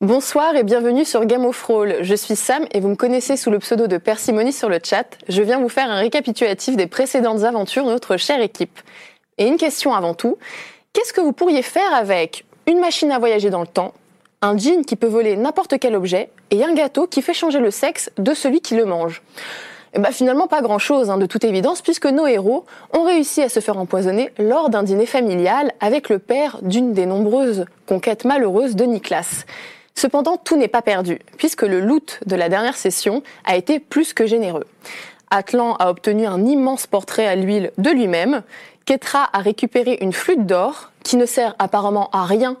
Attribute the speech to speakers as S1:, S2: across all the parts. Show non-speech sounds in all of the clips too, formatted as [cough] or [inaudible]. S1: Bonsoir et bienvenue sur Game of Roll. Je suis Sam et vous me connaissez sous le pseudo de Persimony sur le chat. Je viens vous faire un récapitulatif des précédentes aventures de notre chère équipe. Et une question avant tout. Qu'est-ce que vous pourriez faire avec une machine à voyager dans le temps, un jean qui peut voler n'importe quel objet et un gâteau qui fait changer le sexe de celui qui le mange. Et bah finalement pas grand chose de toute évidence puisque nos héros ont réussi à se faire empoisonner lors d'un dîner familial avec le père d'une des nombreuses conquêtes malheureuses de Niklas. Cependant tout n'est pas perdu puisque le loot de la dernière session a été plus que généreux. Atlan a obtenu un immense portrait à l'huile de lui-même. Ketra a récupéré une flûte d'or qui ne sert apparemment à rien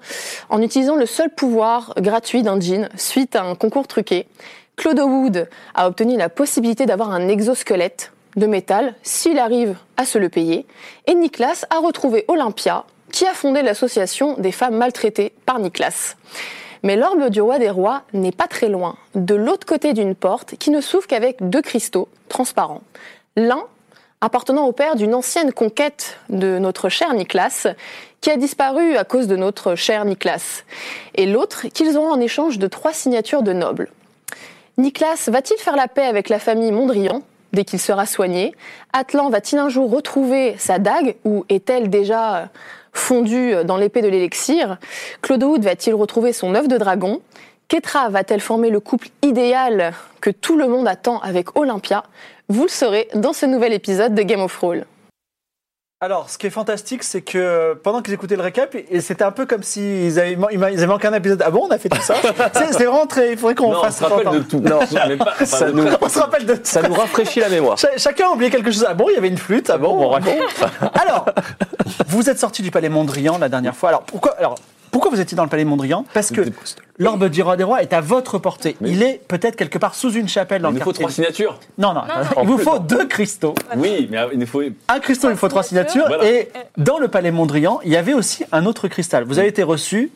S1: en utilisant le seul pouvoir gratuit d'un jean suite à un concours truqué. Claude Wood a obtenu la possibilité d'avoir un exosquelette de métal s'il arrive à se le payer. Et Niklas a retrouvé Olympia qui a fondé l'association des femmes maltraitées par Niklas. Mais l'orbe du roi des rois n'est pas très loin, de l'autre côté d'une porte qui ne s'ouvre qu'avec deux cristaux transparents. L'un appartenant au père d'une ancienne conquête de notre cher Niklas, qui a disparu à cause de notre cher Niklas, et l'autre qu'ils auront en échange de trois signatures de nobles. Niklas va-t-il faire la paix avec la famille Mondrian dès qu'il sera soigné Atlan va-t-il un jour retrouver sa dague ou est-elle déjà euh, fondue dans l'épée de l'élixir Claude Wood va-t-il retrouver son œuf de dragon Ketra va-t-elle former le couple idéal que tout le monde attend avec Olympia Vous le saurez dans ce nouvel épisode de Game of Thrones.
S2: Alors, ce qui est fantastique, c'est que euh, pendant que j'écoutais le récap, et c'était un peu comme s'ils avaient, man- ils ma- ils avaient manqué un épisode. Ah bon, on a fait tout
S3: [laughs]
S2: ça C'est c'est vraiment très. Il faudrait qu'on
S3: Non, on
S2: fasse
S3: se rappelle
S2: encore.
S3: de tout.
S4: [laughs] Non.
S3: Mais pas- enfin,
S4: Ça
S3: de-
S4: nous-
S2: [laughs] On se rappelle de
S4: Ça nous rafraîchit la mémoire.
S2: Cha- chacun a oublié quelque chose. Ah bon, il y avait une flûte. Ah bon,
S4: bon, on raconte.
S2: bon. [laughs] Alors, vous êtes sorti du palais Mondrian la dernière fois. Alors pourquoi Alors pourquoi vous étiez dans le palais Mondrian Parce que l'orbe du roi des rois est à votre portée.
S3: Mais-
S2: Il est peut-être quelque part sous une chapelle dans
S3: Il
S2: le
S3: nous faut
S2: quartier.
S3: trois signatures.
S2: non, non, il vous faut deux cristaux.
S3: Oui, mais il nous faut.
S2: Un cristaux, il faut trois signatures.
S3: Voilà.
S2: Et dans le palais Mondrian, il y avait aussi un autre cristal. Vous avez été reçu,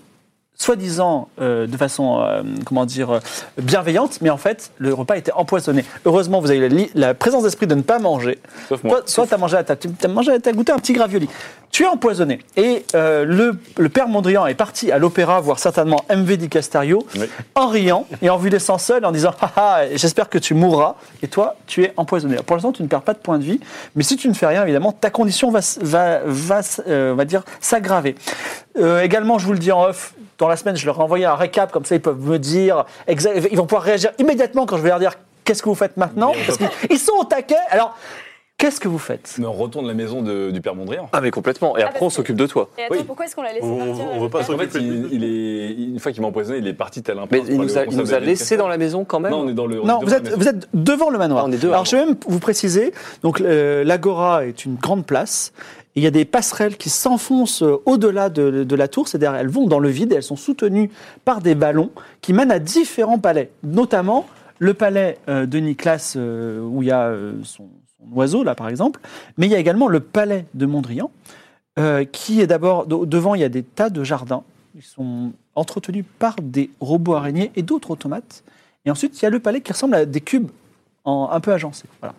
S2: soi-disant euh, de façon, euh, comment dire, euh, bienveillante, mais en fait, le repas était empoisonné. Heureusement, vous avez eu la, li- la présence d'esprit de ne pas manger.
S3: Sauf moi.
S2: Toi, Soit tu as mangé, à ta- tu- t'as mangé, à- t'as goûté un petit gravioli. Tu es empoisonné. Et euh, le, le père Mondrian est parti à l'opéra voir certainement MV Di Castario
S3: Oui.
S2: en riant et en vous laissant seul en disant Ah, ah, j'espère que tu mourras. Et toi, tu es empoisonné. Alors, Pour l'instant, tu ne perds pas de points de vie. Mais si tu ne fais rien, évidemment, ta condition va, s- va, va, s- euh, on va dire s'aggraver. Euh, également, je vous le dis en off. Dans la semaine, je leur ai envoyé un récap, comme ça ils peuvent me dire, exa- ils vont pouvoir réagir immédiatement quand je vais leur dire qu'est-ce que vous faites maintenant. Parce qu'ils- ils sont au taquet. Alors, qu'est-ce que vous faites
S3: Mais on retourne la maison de- du père Mondrian.
S4: Ah mais complètement. Et
S5: Ah,
S4: après on
S5: parce que-
S4: s'occupe de toi.
S5: Et attends,
S3: Oui.
S5: pourquoi est-ce qu'on l'a laissé
S6: On-
S5: partir
S6: on- on
S5: euh,
S6: veut pas
S5: le
S6: s'en
S3: En
S5: père
S3: fait, il, il est, une fois qu'il m'a empoisonné, il est parti tel un
S4: Mais
S3: prince
S4: il
S3: pour
S4: nous
S3: aller
S4: a,
S3: au
S4: il nous
S3: conseil
S4: a
S3: de
S4: laissé dans la maison quand même.
S3: Non, on est dans le.
S2: Non, vous êtes, vous êtes devant le manoir.
S4: Ah, on est devant.
S2: Alors, je vais même vous préciser. Donc, le- l'agora est une grande place. Il y a des passerelles qui s'enfoncent euh, au-delà de, de la tour. C'est-à-dire, elles vont dans le vide et elles sont soutenues par des ballons qui mènent à différents palais, notamment le palais euh, de Niklas euh, où il y a euh, son, son oiseau là, par exemple. Mais il y a également le palais de Mondrian, euh, qui est d'abord de- devant. Il y a des tas de jardins. Ils sont entretenus par des robots araignées et d'autres automates. Et ensuite, il y a le palais qui ressemble à des cubes en- un peu agencés. Voilà.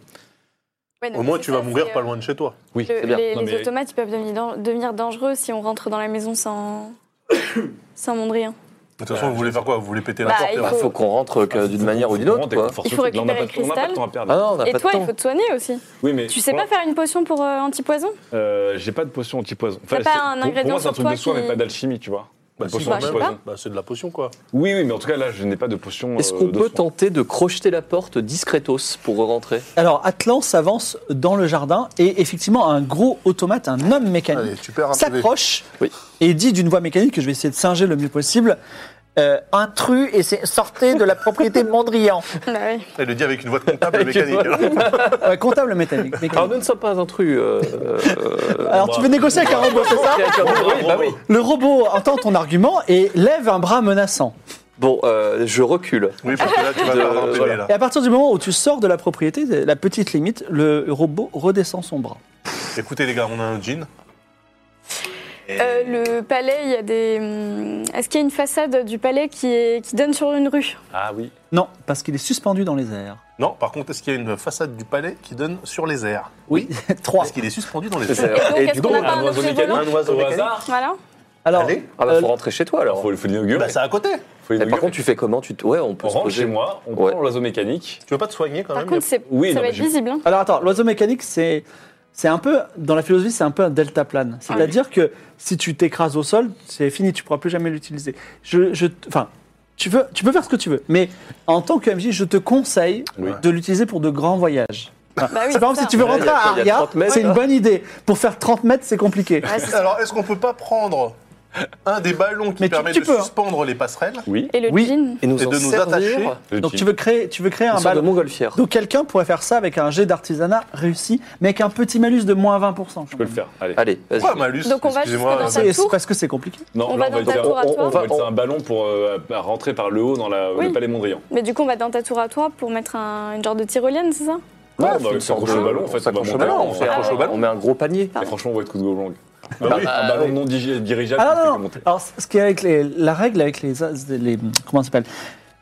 S5: Ouais, non,
S6: Au moins,
S5: c'est
S6: tu
S5: ça,
S6: vas mourir
S5: c'est,
S6: pas
S5: euh,
S6: loin de chez toi.
S4: Oui,
S5: le-
S4: c'est bien.
S5: les
S3: Non,
S5: les
S3: mais-
S5: automates, ils peuvent devenir, dan- devenir dangereux si on rentre dans la maison sans, [coughs] sans Mondrian.
S6: De toute façon, vous voulez faire quoi Vous voulez péter la
S5: Bah,
S6: porte
S5: il
S6: et
S4: Bah,
S5: faut-
S4: faut, qu'on rentre
S3: Ah,
S4: que d'une manière ou d'une autre. Quoi.
S5: Il faut récupérer le
S3: On n'a pas de
S5: cristal.
S3: temps à perdre.
S4: Ah non, on n'a
S5: Et
S4: pas
S5: toi,
S4: de temps.
S5: il faut te soigner aussi.
S3: oui, mais
S5: Tu sais
S3: moi,
S5: pas faire une potion pour euh, antipoison
S3: euh, J'ai pas de potion anti-poison.
S5: T'as pas
S3: c'est-
S5: un
S3: pour-
S5: ingrédient
S3: Pour moi, c'est un
S5: sur
S3: truc
S5: toi
S3: de soin,
S5: qui-
S3: mais pas d'alchimie, tu vois.
S6: Bah,
S3: Une
S6: si,
S3: potion
S6: quand même.
S5: je sais
S3: anti-poison.
S6: Bah, c'est de la potion, quoi.
S3: Oui, oui, mais en tout cas, là, je n'ai pas de potion.
S4: Est-ce
S3: euh,
S4: qu'on
S3: de
S4: peut
S3: soin.
S4: tenter de crocheter la porte discretos pour rentrer
S2: Alors, Atlan s'avance dans le jardin et effectivement, un gros automate, un homme mécanique,
S6: hein,
S7: Allez, tu perds un PV.
S2: s'approche
S4: Oui.
S2: et dit d'une voix mécanique que je vais essayer de singer le mieux possible.
S7: euh, intrus et c'est- sortez de la propriété de [laughs] Mondrian.
S5: Bah oui.
S6: Elle le dit avec une voix de comptable
S4: Avec une
S6: [laughs] mécanique. hein.
S2: Ouais, Euh, comptable mécanique. mécanique.
S4: Alors, nous ne sommes pas intrus. euh, euh,
S2: Alors tu veux négocier avec un robot, c'est ça
S4: avec un
S3: Ah,
S4: robot, oui, bah oui.
S2: Le robot entend ton argument et lève un bras menaçant.
S4: Bon, euh, je recule.
S6: Oui, parce que là, tu vas
S4: De-
S6: perdre un PV,
S4: voilà.
S6: là.
S2: Et à partir du moment où tu sors de la propriété, la petite limite, le robot redescend son bras.
S6: Écoutez, les gars, on a un jean.
S5: Euh, le palais, il y a des. hum, Est-ce qu'il y a une façade du palais qui, est- qui donne sur une rue
S3: Ah oui.
S2: Non, parce qu'il est suspendu dans les airs.
S6: Non, par contre, est-ce qu'il y a une façade du palais qui donne sur les airs
S2: Oui, [laughs] trois.
S6: Est-ce qu'il est suspendu dans
S4: C'est
S6: les
S4: ça.
S6: airs
S5: Et donc, est-ce qu'on n'a pas
S3: un
S5: un
S3: oiseau
S5: objet
S3: mécanique,
S5: volant
S3: un oiseau
S6: Au
S3: mécanique.
S6: hasard
S5: Voilà.
S2: Alors,
S6: Allez,
S4: Ah bah,
S2: Euh,
S4: faut rentrer chez toi alors.
S3: Faut, faut l'inaugurer.
S6: bah, c'est à côté.
S3: Faut
S4: Mais par
S3: l'inaugurer.
S4: contre, tu fais comment tu te... Ouais, on peut
S3: on
S4: se
S3: rentre
S4: poser.
S3: chez moi, on
S4: Ouais.
S3: prend l'oiseau mécanique.
S6: Tu veux pas te soigner quand
S5: Par
S6: même
S5: contre, c'est-
S3: Oui,
S5: ça
S3: non,
S5: va
S3: mais
S5: être
S3: j'ai-
S5: visible. hein.
S2: alors attends, l'oiseau mécanique, c'est. C'est un peu, dans la philosophie, c'est un peu un delta plane. C'est-à-dire que si tu t'écrases au sol, c'est fini, tu pourras plus jamais l'utiliser. Je, je, enfin, tu, veux, tu peux faire ce que tu veux, mais en tant que MJ, je te conseille
S3: Oui.
S2: de l'utiliser pour de grands voyages.
S5: Bah oui,
S2: C'est par exemple,
S5: ça.
S2: si tu veux
S4: Ouais,
S2: rentrer
S4: il y a-
S2: à
S4: il y
S2: Aria,
S4: a 30 mètres, hein.
S2: c'est une
S4: là.
S2: bonne idée. Pour faire 30 mètres, c'est compliqué.
S5: Ouais, c'est ça.
S6: Alors, est-ce qu'on peut pas prendre un des ballons qui
S2: Mais tu-
S6: permet
S2: tu
S6: de
S2: peux, hein.
S6: suspendre les passerelles
S3: Oui.
S5: Et le
S2: Oui.
S5: jean
S4: Et nous,
S6: Et
S4: en
S6: de nous
S4: servir
S6: attacher.
S3: Le
S2: Donc
S3: jean.
S2: tu veux créer, tu veux créer
S4: une
S2: un
S4: sorte de
S2: ballon.
S4: montgolfière.
S2: Donc quelqu'un pourrait faire ça avec un jet d'artisanat réussi, mais avec un petit malus de moins 20%.
S3: Je peux le faire. Allez.
S4: Allez, vas-y.
S6: Pourquoi malus
S5: Donc, on va
S6: Excusez-moi.
S5: jusque dans
S2: C'est
S5: ta tour
S2: parce que c'est compliqué.
S3: Non, là, on
S5: On va
S3: va
S5: dans ta
S3: utiliser-
S5: tour à
S3: on-
S5: toi.
S3: on va
S4: On-
S3: utiliser un ballon pour euh, à- à rentrer par le haut dans la-
S5: Oui.
S3: le palais Mondrian.
S5: Mais du coup, on va dans ta tour à toi pour mettre un- une genre de tyrolienne, c'est ça
S3: Non, on
S4: c'est une
S3: va
S4: sorte
S3: s'accrocher
S4: de-
S3: au ballon, en
S4: on
S3: fait.
S4: s'accroche
S3: va
S4: au ballon,
S3: monter.
S4: on
S3: Ouais.
S4: s'accroche
S5: Ah
S4: au
S5: ouais.
S4: ballon. On met un gros panier.
S5: Ah.
S3: Et Franchement, on va être coup de gobelong.
S6: Bah oui.
S3: Un ballon non digi- dirigeable.
S2: Ah
S3: qui fait
S2: non, non, non.
S3: monter.
S2: Alors ce qui est avec les- la règle avec les, les comment ça s'appelle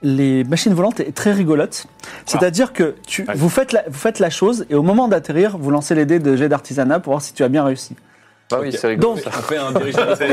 S2: les machines volantes est très rigolote. C'est-à-dire que tu,
S3: Allez.
S2: vous, faites la, vous faites la chose et au moment d'atterrir, vous lancez les dés de jet d'artisanat pour voir si tu as bien réussi.
S4: Ah oui, c'est rigolo.
S2: Donc-
S4: ça.
S3: On fait un dirigeable.
S6: C'est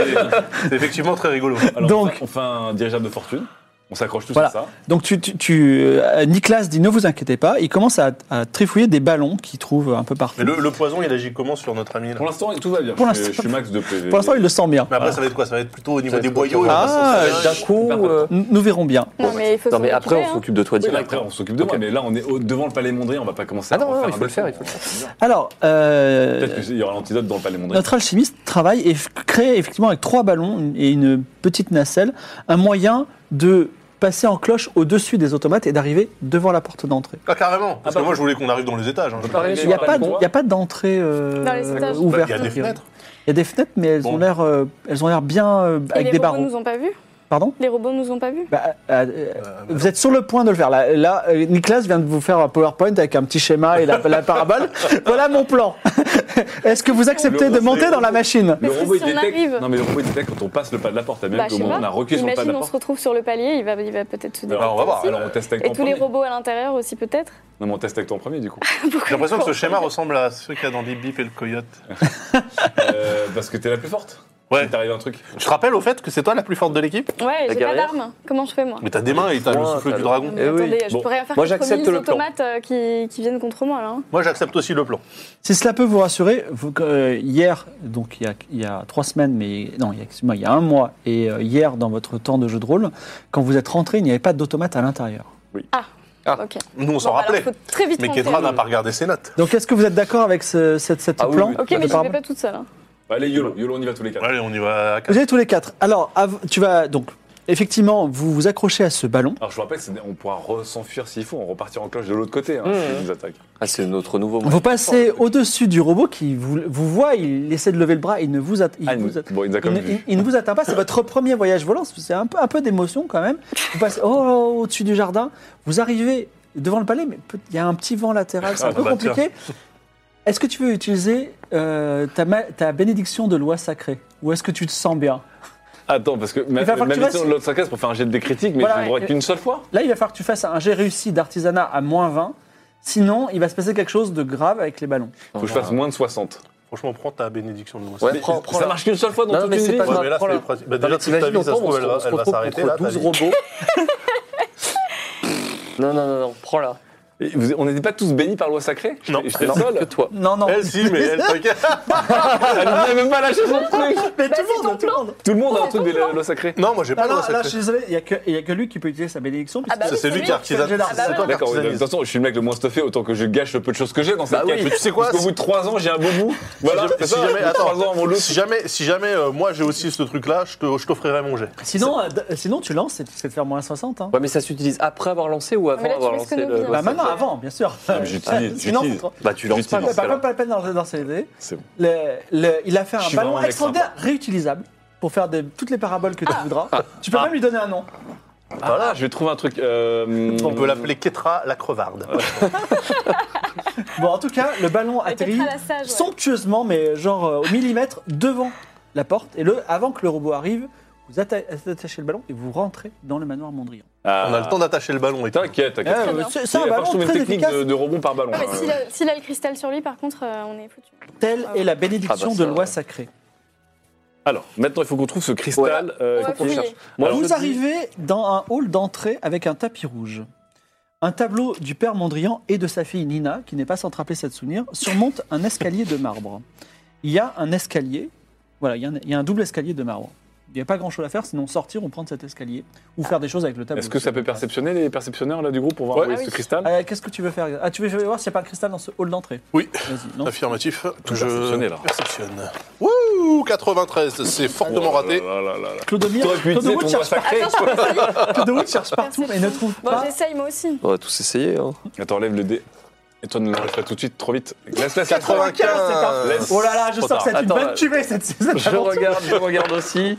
S6: c'est effectivement très
S5: [laughs]
S6: rigolo.
S3: Alors,
S2: Donc-
S3: on fait- on fait un dirigeable de fortune. On s'accroche tous
S2: Voilà.
S3: à ça.
S2: Donc tu, tu, tu- euh, Nicolas dit ne vous inquiétez pas, il commence à, à trifouiller des ballons qu'il trouve un peu partout.
S6: Mais le, le poison, il agit comment sur notre ami là
S3: Pour l'instant, tout va bien.
S2: Pour
S3: Je-
S2: l'instant-
S3: je suis max de PV.
S2: Pour l'instant, il le sent bien.
S6: Mais après, ça va être quoi Ça va être plutôt au niveau
S4: Ça va
S6: des
S4: être
S6: boyaux.
S4: autour.
S6: et on va
S2: Ah,
S6: s'en
S4: D'un
S6: servir.
S4: coup. euh,
S2: Nous nous verrons bien.
S5: Non, mais il faut hein.
S4: Non, mais
S5: s'en
S4: après,
S5: occuper,
S4: on s'occupe de toi
S3: Oui, mais
S4: direct.
S3: après, on s'occupe de moi, mais là, on est au- devant le palais Mondrian, on va pas commencer
S4: Ah
S3: à.
S4: non,
S3: en
S4: non,
S3: faire
S4: il
S3: un
S4: faut le faire,
S3: ballon.
S4: il faut
S2: Alors, euh,
S3: Peut-être qu'il y aura l'antidote dans le palais Mondrian.
S2: Notre alchimiste travaille et f- crée effectivement avec trois ballons et une petite nacelle un moyen de passer en cloche au-dessus des automates et d'arriver devant la porte d'entrée.
S6: Ah, carrément Parce
S3: Ah,
S6: que
S3: bah.
S6: moi, je voulais qu'on arrive dans les étages. hein. Je-
S4: Pareil,
S2: Il n'y a, pas de-
S4: balcon.
S2: il y a pas d'entrée euh,
S5: Dans les étages.
S6: Bah,
S2: ouverte.
S6: Il y a des fenêtres.
S2: Il y a des fenêtres, mais elles ont
S6: Bon.
S2: l'air, euh, elles ont l'air bien euh,
S5: Et
S2: avec des
S5: les robots
S2: barreaux.
S5: nous ont pas vus
S2: Pardon
S5: Les robots nous ont pas vus
S2: Bah, euh, euh,
S6: Euh,
S2: vous êtes sur le point de le faire. Là, là, euh, Nicolas vient de vous faire un PowerPoint avec un petit schéma et la, la
S6: [laughs]
S2: parabole. voilà mon plan. [laughs] Est-ce que vous acceptez de
S3: Le-
S2: monter dans la machine
S3: Le
S5: Parce que
S3: robot,
S5: si
S3: il
S5: on arrive-
S3: détecte. Non, mais le robot, il détecte quand on passe le pas de la porte. T'as bien
S5: Bah,
S3: vu
S5: je
S3: au
S5: sais
S3: moment
S5: pas.
S3: où on a reculé sur le pas de
S5: Imagine,
S3: la
S5: on se
S3: porte.
S5: retrouve sur le palier, il va, il va peut-être se
S3: Alors, on va voir. Alors, on teste avec
S5: Et
S3: ton
S5: tous les
S3: premier.
S5: robots à l'intérieur aussi, peut-être
S3: Non, mais on teste avec ton premier, du coup.
S6: J'ai l'impression que ce schéma ressemble à ceux qu'il y a dans Bip Bip et le Coyote.
S3: Euh, Parce que t'es la plus forte.
S6: Ouais.
S3: Il t'arrive un truc.
S6: Je te rappelle au fait que c'est toi la plus forte de l'équipe
S5: Ouais, j'ai pas
S4: guerrière
S5: d'arme. Comment je fais, moi
S6: Mais t'as des mains et t'as le
S4: Ouais,
S6: souffle
S4: t'as
S6: du
S4: le-
S6: dragon.
S5: Mais
S4: Eh oui.
S5: attendez, je
S3: Bon.
S5: pourrais rien faire
S4: Moi,
S5: contre
S4: j'accepte
S5: 1000
S4: le plan.
S5: automates euh, qui, qui viennent contre moi, là. hein.
S6: Moi, j'accepte aussi le plan.
S2: Si cela peut vous rassurer, vous- euh, hier, donc il y, a, il y a trois semaines, mais non, il y a, excuse-moi, il y a un mois, et euh, hier dans votre temps de jeu de rôle, quand vous êtes rentré, il n'y avait pas d'automate à l'intérieur.
S5: Ok.
S6: Nous, on s'en
S5: Bon, alors,
S6: rappelait.
S5: faut très vite
S6: Mais
S5: monter.
S6: Kedra n'a pas regardé ses notes.
S2: Donc est-ce que vous êtes d'accord avec ce, cette- cet
S4: Ah oui,
S2: plan
S4: oui,
S5: Ok,
S2: de
S5: mais je ne vais
S2: parabole
S5: pas toute seule. hein.
S3: Bah, Allez, YOLO, YOLO, on y va tous les quatre.
S6: Allez, on y va à quatre.
S2: Vous avez tous les quatre. Alors, av- tu vas donc, effectivement, vous vous accrochez à ce ballon.
S3: Alors, je vous rappelle, c'est- on pourra re- s'enfuir s'il faut, on repartir en cloche de l'autre côté, hein, s'ils nous attaquent.
S4: Ah, c'est notre nouveau.
S2: Vous passez au-dessus du robot qui vous, vous voit, il essaie de lever le bras, il ne vous, atta- il
S3: Ah, il
S2: vous
S3: nous-
S2: atta-
S3: bon, il nous a quand
S2: Il, ne-
S3: même vu.
S2: il- il ne vous atteint pas, c'est votre premier voyage volant, c'est un peu, un peu d'émotion quand même. Vous passez oh, au-dessus du jardin, vous arrivez devant le palais, mais peut- il y a un petit vent latéral, c'est un
S6: Ah,
S2: peu
S6: bah,
S2: compliqué. Est-ce que tu veux utiliser euh, ta, ma- ta bénédiction de loi sacrée Ou est-ce que tu te sens bien
S3: Attends, parce que ma-
S2: Il va falloir
S3: même
S2: que tu
S3: si on
S2: fasses-
S3: l'autre sac pour faire un jet de critique, mais
S2: Voilà,
S3: je ne
S2: ouais.
S3: qu'une seule fois.
S2: Là, il va falloir que tu fasses un jet réussi d'artisanat à moins 20, sinon il va se passer quelque chose de grave avec les ballons.
S3: Faut que je fasse moins de 60.
S6: Franchement, prends ta bénédiction de moi.
S4: Ouais, prends, prends.
S3: ça
S4: la-
S3: marche qu'une seule fois dans
S4: Non,
S3: toute
S4: mais
S3: une
S4: c'est
S3: vie.
S4: pas
S6: Ouais, mais là,
S4: prends-la.
S6: c'est le principe. Bah,
S4: Non, mais
S6: déjà, toute ta
S4: t'imagines,
S6: vie, ça
S4: on tombe,
S6: se
S4: on
S6: trouve,
S4: se
S6: elle va-
S4: on se
S6: elle va
S4: retrouve
S6: s'arrêter là.
S4: contre
S6: ta
S4: 12
S6: vie.
S4: robots. Non, non, non, non, prends-la.
S3: Et vous- on n'était pas tous bénis par loi sacrée
S6: Non.
S3: J'étais le
S4: Non,
S3: seul.
S4: [laughs]
S3: Ah,
S4: que toi.
S2: Non, non.
S6: Elle,
S2: [laughs]
S6: Eh, si, mais elle, t'inquiète.
S3: Elle n'avait même pas lâché son truc.
S2: Mais tout
S5: Bah, c'est
S2: le
S5: ton
S2: monde, tout le monde.
S3: Tout le monde a un truc de la loi sacrée.
S6: Non, moi, j'ai
S2: Non,
S6: pas
S2: non,
S6: le
S2: là,
S6: droit
S2: je
S6: de
S2: suis désolé, il n'y a, que- il y a que lui qui peut utiliser sa bénédiction.
S5: Ah bah
S6: Ça,
S5: oui,
S6: c'est lui qui
S2: fait le jet
S6: artisanise.
S2: d'art.
S6: C'est toi
S5: Ah bah
S6: qui
S3: D'accord, oui, de toute
S6: artisanise.
S3: façon, je suis le mec le moins stuffé, autant que je gâche le peu de choses que j'ai dans cette
S4: Bah
S3: cage.
S4: oui.
S6: Mais tu sais quoi
S3: Parce qu'au
S6: si-
S3: bout de 3 ans, j'ai un beau bout. Voilà,
S6: si jamais-
S3: Bah c'est
S6: si
S3: ça,
S6: jamais,
S3: au bout de trois
S6: attends.
S3: ans, mon lot.
S6: Si jamais, si jamais euh, moi j'ai aussi ce truc-là, je te- je t'offrirai mon jet.
S2: Sinon, euh, d- sinon, tu lances et tu sais te faire moins 60. hein.
S4: Ouais, mais ça s'utilise après avoir lancé ou avant
S5: mais là, tu
S4: avoir
S5: risques
S4: lancé
S5: nos
S4: le.
S5: vies, hein.
S4: Ouais,
S2: Bah
S4: ça-
S2: maintenant, avant, bien sûr.
S3: mais
S2: [laughs]
S3: j'utilise,
S2: Sinon,
S3: j'utilise.
S2: c'est trop-
S4: Bah, tu lances pas
S2: Pas,
S4: dans ce
S2: pas,
S4: cas-là.
S2: pas la peine d'en- d'en céder.
S3: C'est bon.
S2: Le- le- il a fait
S3: Je
S2: un
S3: suis
S2: ballon
S3: vraiment un mec
S2: extraordinaire réutilisable pour faire des- toutes les paraboles que tu voudras. Tu peux
S3: Ah.
S2: même lui donner un nom.
S3: Voilà, Ah, je vais trouver un truc. euh,
S6: On peut l'appeler Ketra la crevarde.
S2: Bon, en tout cas, le ballon
S5: Ah,
S2: atterrit
S5: Peut-être à la sage, ouais.
S2: somptueusement, mais genre euh, au millimètre devant la porte. Et le, avant que le robot arrive, vous atta- attachez le ballon et vous rentrez dans le manoir Mondrian.
S3: Ah.
S6: On a le temps d'attacher le ballon et tout.
S3: T'inquiète,
S2: Eh,
S3: t'inquiète.
S2: euh, C'est c'est un
S3: Il va falloir que
S2: ballon
S3: je trouve une
S2: très
S3: technique
S2: efficace,
S3: de, de rebond par ballon.
S5: Ah, mais
S3: hein.
S5: s'il a, s'il a le cristal sur lui, par contre, euh, on est foutu.
S2: telle est la bénédiction
S4: Ah bah
S2: de
S4: ça-
S2: loi sacrée.
S3: Alors, maintenant, il faut qu'on trouve ce cristal. euh,
S5: On
S3: il
S5: va
S3: faut qu'on le
S5: fouiller.
S3: cherche. Moi, je
S2: vous
S3: dis-
S2: arrivez dans un hall d'entrée avec un tapis rouge. Un tableau du père Mondrian et de sa fille Nina, qui n'est pas sans te rappeler cette souvenir, surmonte un escalier de marbre. Il y a un escalier, voilà, il y a un, il y a un double escalier de marbre. Il n'y a pas grand chose à faire, sinon sortir ou prendre cet escalier, ou faire des choses avec le tableau.
S3: Est-ce que ça peut perceptionner les perceptionneurs là, du groupe pour voir
S6: Ouais.
S3: où est
S5: Ah
S3: ce
S5: oui.
S3: cristal
S2: Euh, Qu'est-ce que tu veux faire Ah, tu veux voir s'il n'y a pas un cristal dans ce hall d'entrée
S6: Oui.
S2: Vas-y, non.
S6: Affirmatif.
S3: Tout
S6: je
S3: perceptionné, là.
S6: perceptionne. Wouh 93, c'est fortement raté.
S3: Oh là là là là.
S2: Clodomir,
S3: T'aurais pu utiliser
S2: Clodomir
S3: ton doigt
S2: cherche, par-
S3: sacré.
S2: Clodomir cherche partout et ne trouve
S5: Bon,
S2: pas.
S5: j'essaye moi aussi.
S4: On va tous essayer.
S5: [laughs]
S4: Hein.
S3: Attends, lève le dé. Et toi, ne l'enlève pas tout de suite, trop vite. Laisse, laisse, laisse.
S6: 95,
S2: c'est un-
S3: Laisse.
S2: Oh là là, je sens que
S3: Trop tard.
S2: c'est une
S4: Attends,
S2: bonne
S4: euh,
S2: cuvée cette, cette
S4: Je
S2: aventure.
S4: regarde, je regarde aussi.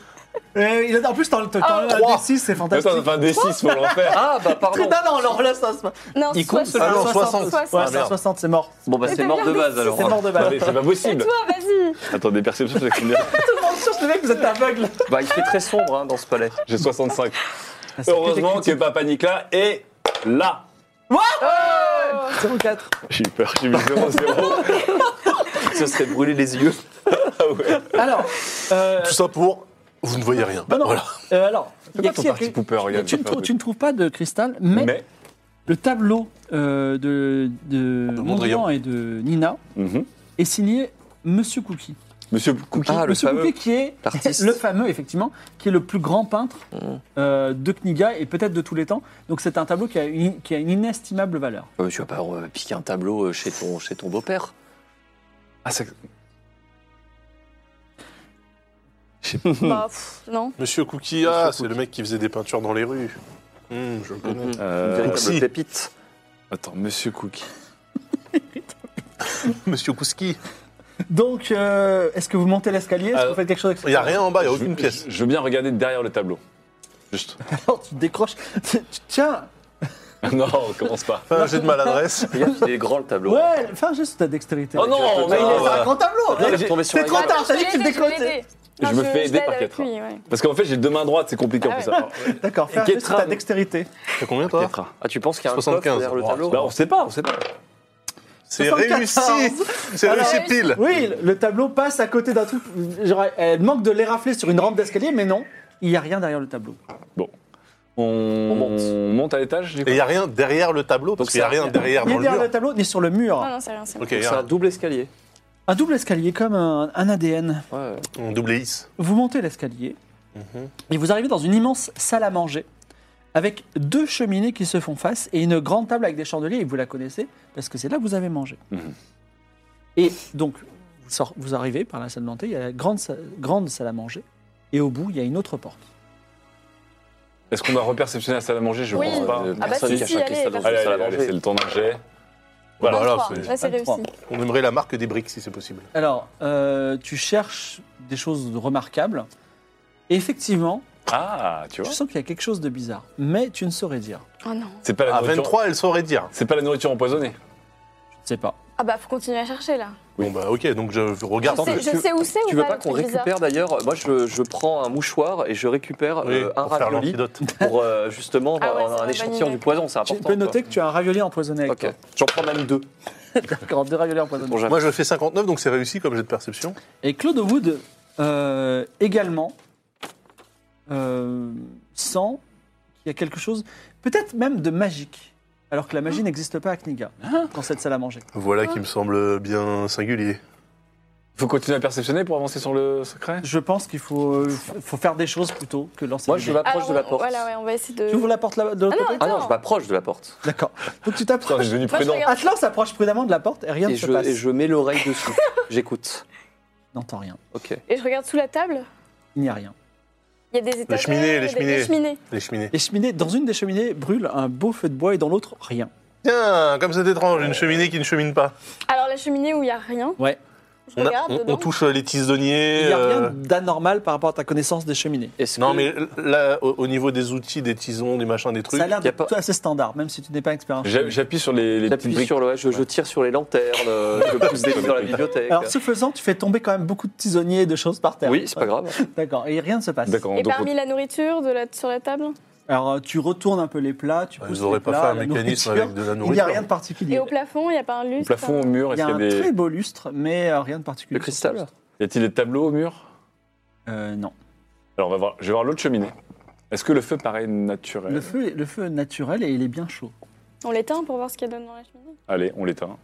S2: Euh, il a- en plus, t'en t'en- t'en-
S6: Ah, trois.
S2: un D6, c'est fantastique.
S3: Attends, enfin, des 6 pour l'enfer.
S4: Ah bah pardon.
S2: non, non, alors là, ça se passe.
S5: Non,
S2: Il compte
S6: Ah non,
S5: 60.
S6: 60.
S2: Ouais,
S6: Ah,
S2: c'est à
S6: merde.
S2: 60, c'est mort.
S4: Bon bah
S5: Mais
S4: c'est
S5: t'as
S4: mort de
S5: regardé
S4: base
S5: ici,
S4: alors.
S2: C'est mort de
S5: Ah.
S3: Non,
S2: balle.
S3: mais c'est pas
S5: Et
S3: possible.
S5: toi, vas-y
S3: Attends, des perceptions, c'est combien
S2: Sur le mec, vous êtes aveugle.
S4: Bah il fait très sombre hein, dans ce palais.
S3: J'ai 65. Heureusement que Papa Nicolas est là.
S2: 04.
S3: J'ai eu peur, j'ai mis 0-0.
S4: Ça serait brûler les yeux.
S2: Alors, euh,
S6: Tout ça pour. Vous ne voyez rien.
S2: bah non.
S6: Voilà.
S2: Euh, alors, il y a
S3: ton
S2: qui-
S3: parti pooper, regarde,
S2: tu, ne
S3: je vais
S2: trou-
S3: faire
S2: tu ne trouves pas de cristal, mais,
S3: Mais.
S2: le tableau euh, de, de,
S6: De Mondrian.
S2: Mondrian et de Nina
S3: Mhm.
S2: est signé Monsieur Cookie.
S3: Monsieur Cookie.
S4: Ah, le
S2: Monsieur
S4: fameux.
S2: Cookie qui est
S4: L'artiste. Mmh.
S2: le fameux, effectivement, qui est le plus grand peintre euh, de Kniga et peut-être de tous les temps. Donc c'est un tableau qui a une- qui a une inestimable valeur.
S4: Euh, tu vas pas euh, piquer un tableau euh, chez ton, chez ton beau-père.
S3: Ah, ça-
S5: Bah, pff, non.
S6: Monsieur Cookie, ah, c'est le mec qui faisait des peintures dans les rues. Hum, je le connais.
S4: Une
S3: Euh,
S4: véritable
S6: si.
S4: pépite.
S3: Attends,
S2: [laughs]
S3: Monsieur Cookie.
S6: Monsieur Kouski.
S2: Donc, euh, est-ce que vous montez l'escalier Est-ce que vous faites quelque chose avec
S6: Il n'y a rien en bas, il n'y a
S3: Je-
S6: aucune pièce.
S3: Je, je veux bien regarder derrière le tableau. [laughs] Juste.
S2: Alors, [laughs] tu te décroches. [laughs] Tu- tu- Tiens
S3: non, on commence pas.
S6: Enfin, j'ai de maladresse.
S4: Regarde, il est grand le
S3: [laughs]
S4: tableau.
S2: Ouais, enfin, juste ta dextérité. Bah,
S3: Oh non, mais
S2: Il
S3: il
S2: est
S3: est-
S2: un grand tableau
S4: Il
S2: hein.
S4: est tombé sur
S2: C'est
S4: la
S2: trop
S4: gueule.
S2: tard, t'as dit que tu te décroches
S5: Je
S3: Je me fais aider
S5: l'aide
S3: par
S5: avec
S3: Ketra.
S5: lui, ouais.
S3: Parce qu'en fait, j'ai deux mains droites, c'est compliqué en
S5: Ah
S3: plus.
S5: ouais.
S3: Alors,
S2: D'accord, fais juste
S4: Guettra,
S2: ta
S4: non.
S2: dextérité.
S6: T'as combien toi
S4: Ah, tu penses qu'il y a un
S6: 75.
S4: coffre derrière le
S6: Oh,
S4: tableau
S3: Bah, on sait pas, on sait pas.
S6: C'est
S2: 74.
S6: réussi C'est
S2: Alors-
S6: réussi pile
S2: Oui, le tableau passe à côté d'un truc. Genre, elle manque de l'érafler sur une rampe d'escalier, mais non, il n'y a rien derrière le tableau.
S3: On,
S4: monte.
S3: on monte à l'étage, du
S6: Et
S3: coup.
S6: il n'y a rien derrière le tableau, parce
S4: Donc
S6: qu'il n'y a
S4: c'est-
S6: rien derrière
S2: Ni
S6: dans le
S2: derrière
S6: mur.
S2: le tableau, ni sur le mur.
S5: Non, non, c'est rien, c'est rien.
S6: Ok,
S4: C'est
S6: y a
S4: un double escalier.
S2: Un double escalier comme un, un ADN.
S4: Ouais. euh,
S6: un double hélice.
S2: Vous montez l'escalier
S4: Mhm.
S2: et vous arrivez dans une immense salle à manger avec deux cheminées qui se font face et une grande table avec des chandeliers et vous la connaissez parce que c'est là que vous avez mangé.
S3: Mhm.
S2: Et donc vous, sort- vous arrivez par la salle d'entrée, il y a la grande, sa- grande salle à manger et au bout il y a une autre porte.
S3: Est-ce qu'on va reperceptionner la salle à manger Je
S5: Oui.
S3: pense pas.
S4: Euh,
S5: Ah bah
S4: personne
S5: si,
S4: qui a
S5: si,
S4: un
S5: allez,
S4: cristal dans
S3: Allez,
S4: une salle à
S3: allez, allez,
S4: manger.
S3: c'est le temps d'un jet.
S6: Voilà,
S5: Voilà,
S6: voilà,
S5: là,
S6: c'est-
S5: c'est réussi.
S2: 23.
S6: on aimerait la marque des briques si c'est possible.
S2: Alors euh, tu cherches des choses remarquables et effectivement
S3: Ah, tu
S2: tu
S3: vois.
S2: sens qu'il y a quelque chose de bizarre mais tu ne saurais dire.
S5: Oh non.
S3: C'est
S2: Ah,
S3: pas la
S6: À
S3: nourriture.
S6: 23, elle saurait dire.
S3: C'est pas la nourriture empoisonnée.
S2: Je ne sais pas.
S5: Ah bah, faut continuer à chercher là.
S6: Bon bah ok, donc je regarde.
S5: Je sais, je
S4: tu-
S5: sais où ah, c'est ou
S4: Tu veux
S5: pas
S4: pas
S5: le
S4: qu'on
S5: truc bizarre
S4: récupère d'ailleurs Moi, je, je prends un mouchoir et je récupère
S6: Oui,
S4: euh, un
S6: pour faire
S4: ravioli
S6: l'antidote.
S4: pour euh, justement
S5: Ah
S4: avoir
S5: ouais, c'est
S4: un
S5: une bonne
S4: échantillon
S5: idée.
S4: du poison. C'est important.
S2: Tu peux noter que tu as un ravioli empoisonné
S4: quoi.
S2: avec
S4: Ok. J'en prends même deux.
S2: toi. D'accord, deux raviolis empoisonnés.
S4: Pour jamais.
S6: Moi je fais 59, donc c'est réussi comme j'ai de perception.
S2: Et Claude Wood euh, également euh, sent qu'il y a quelque chose, peut-être même de magique, alors que la magie n'existe pas à Kniga,
S4: Hein
S2: dans cette salle à manger.
S6: Voilà qui me semble bien singulier.
S3: Faut continuer à perceptionner pour avancer sur le secret
S2: Je pense qu'il faut, euh, f- faut faire des choses plutôt que lancer
S4: Moi,
S2: des
S4: je
S2: dés.
S4: m'approche
S5: Alors,
S4: de la
S5: Ah, on-
S4: porte.
S5: Voilà, ouais, on va essayer de.
S2: Tu ouvres la porte là- de l'autre
S5: Ah non,
S2: côté
S4: Ah non,
S5: Attends.
S4: je m'approche de la porte.
S2: D'accord. Donc tu
S3: Putain,
S2: t'approches.
S3: j'ai devenu
S5: Moi, je
S3: prudent.
S5: regarde-
S2: Atlan s'approche prudemment de la porte et rien
S4: Et
S2: ne se
S4: je,
S2: passe.
S4: et je mets l'oreille dessus. J'écoute.
S2: N'entends rien.
S4: Ok.
S5: Et je regarde sous la table.
S2: Il n'y a rien.
S5: Il y a des étagères.
S6: cheminées, les
S5: il y a des- Les
S6: cheminées.
S5: cheminées.
S6: Les cheminées.
S2: Les cheminées, dans une des cheminées brûle un beau feu de bois et dans l'autre rien.
S6: Tiens, comme c'est étrange, une cheminée qui ne chemine pas.
S5: Alors la cheminée où il n'y a rien.
S2: Ouais.
S5: Je
S6: On, a-
S5: regarde
S6: on- on
S5: dedans.
S6: touche euh, les tises
S2: Il
S6: deniers.
S2: n'y a rien
S6: euh,
S2: d'anormal par rapport à ta connaissance des cheminées.
S4: Est-ce
S6: Non,
S4: que-
S6: mais là, au, au niveau des outils, des tisons, des machins, des trucs.
S2: Ça a l'air
S4: y a
S2: d'être
S4: pas-
S2: tout assez standard, même si tu n'es pas expert. en
S3: J'a-
S2: chimie.
S3: J'appuie sur les, les petites
S4: J'appuie
S3: briques.
S4: sur le, ouais, je, je tire sur les lanternes, euh, je pousse
S6: [laughs]
S4: des livres dans la bibliothèque.
S2: Alors, ce faisant, tu fais tomber quand même beaucoup de tisonniers et de choses par terre.
S4: oui, c'est pas grave.
S2: D'accord, et rien ne se passe.
S3: D'accord,
S5: Et
S3: donc
S5: parmi la nourriture de la, sur la table
S2: Alors, euh, tu retournes un peu les plats, tu
S6: Bah,
S2: pousses
S6: Vous n'aurez
S2: les
S6: pas
S2: plats,
S6: fait un
S2: la
S6: mécanisme
S2: nourriture.
S6: avec de la
S2: Il n'y
S6: nourriture.
S2: a rien de particulier.
S5: Et au plafond, il n'y a pas un
S3: au
S5: lustre
S3: plafond, au mur,
S2: Il
S3: est-ce
S2: y a
S3: qu'il y
S2: un
S3: a des...
S2: très beau lustre, mais euh, rien de particulier.
S4: Le cristal
S3: Y a-t-il des tableaux au mur
S2: Euh, Non.
S3: Alors on va voir, je vais voir l'autre cheminée. Est-ce que le feu paraît naturel
S2: Le feu, est- le feu est naturel et il est bien chaud.
S5: On l'éteint pour voir ce qu'il y a dans la cheminée.
S3: Allez, on l'éteint.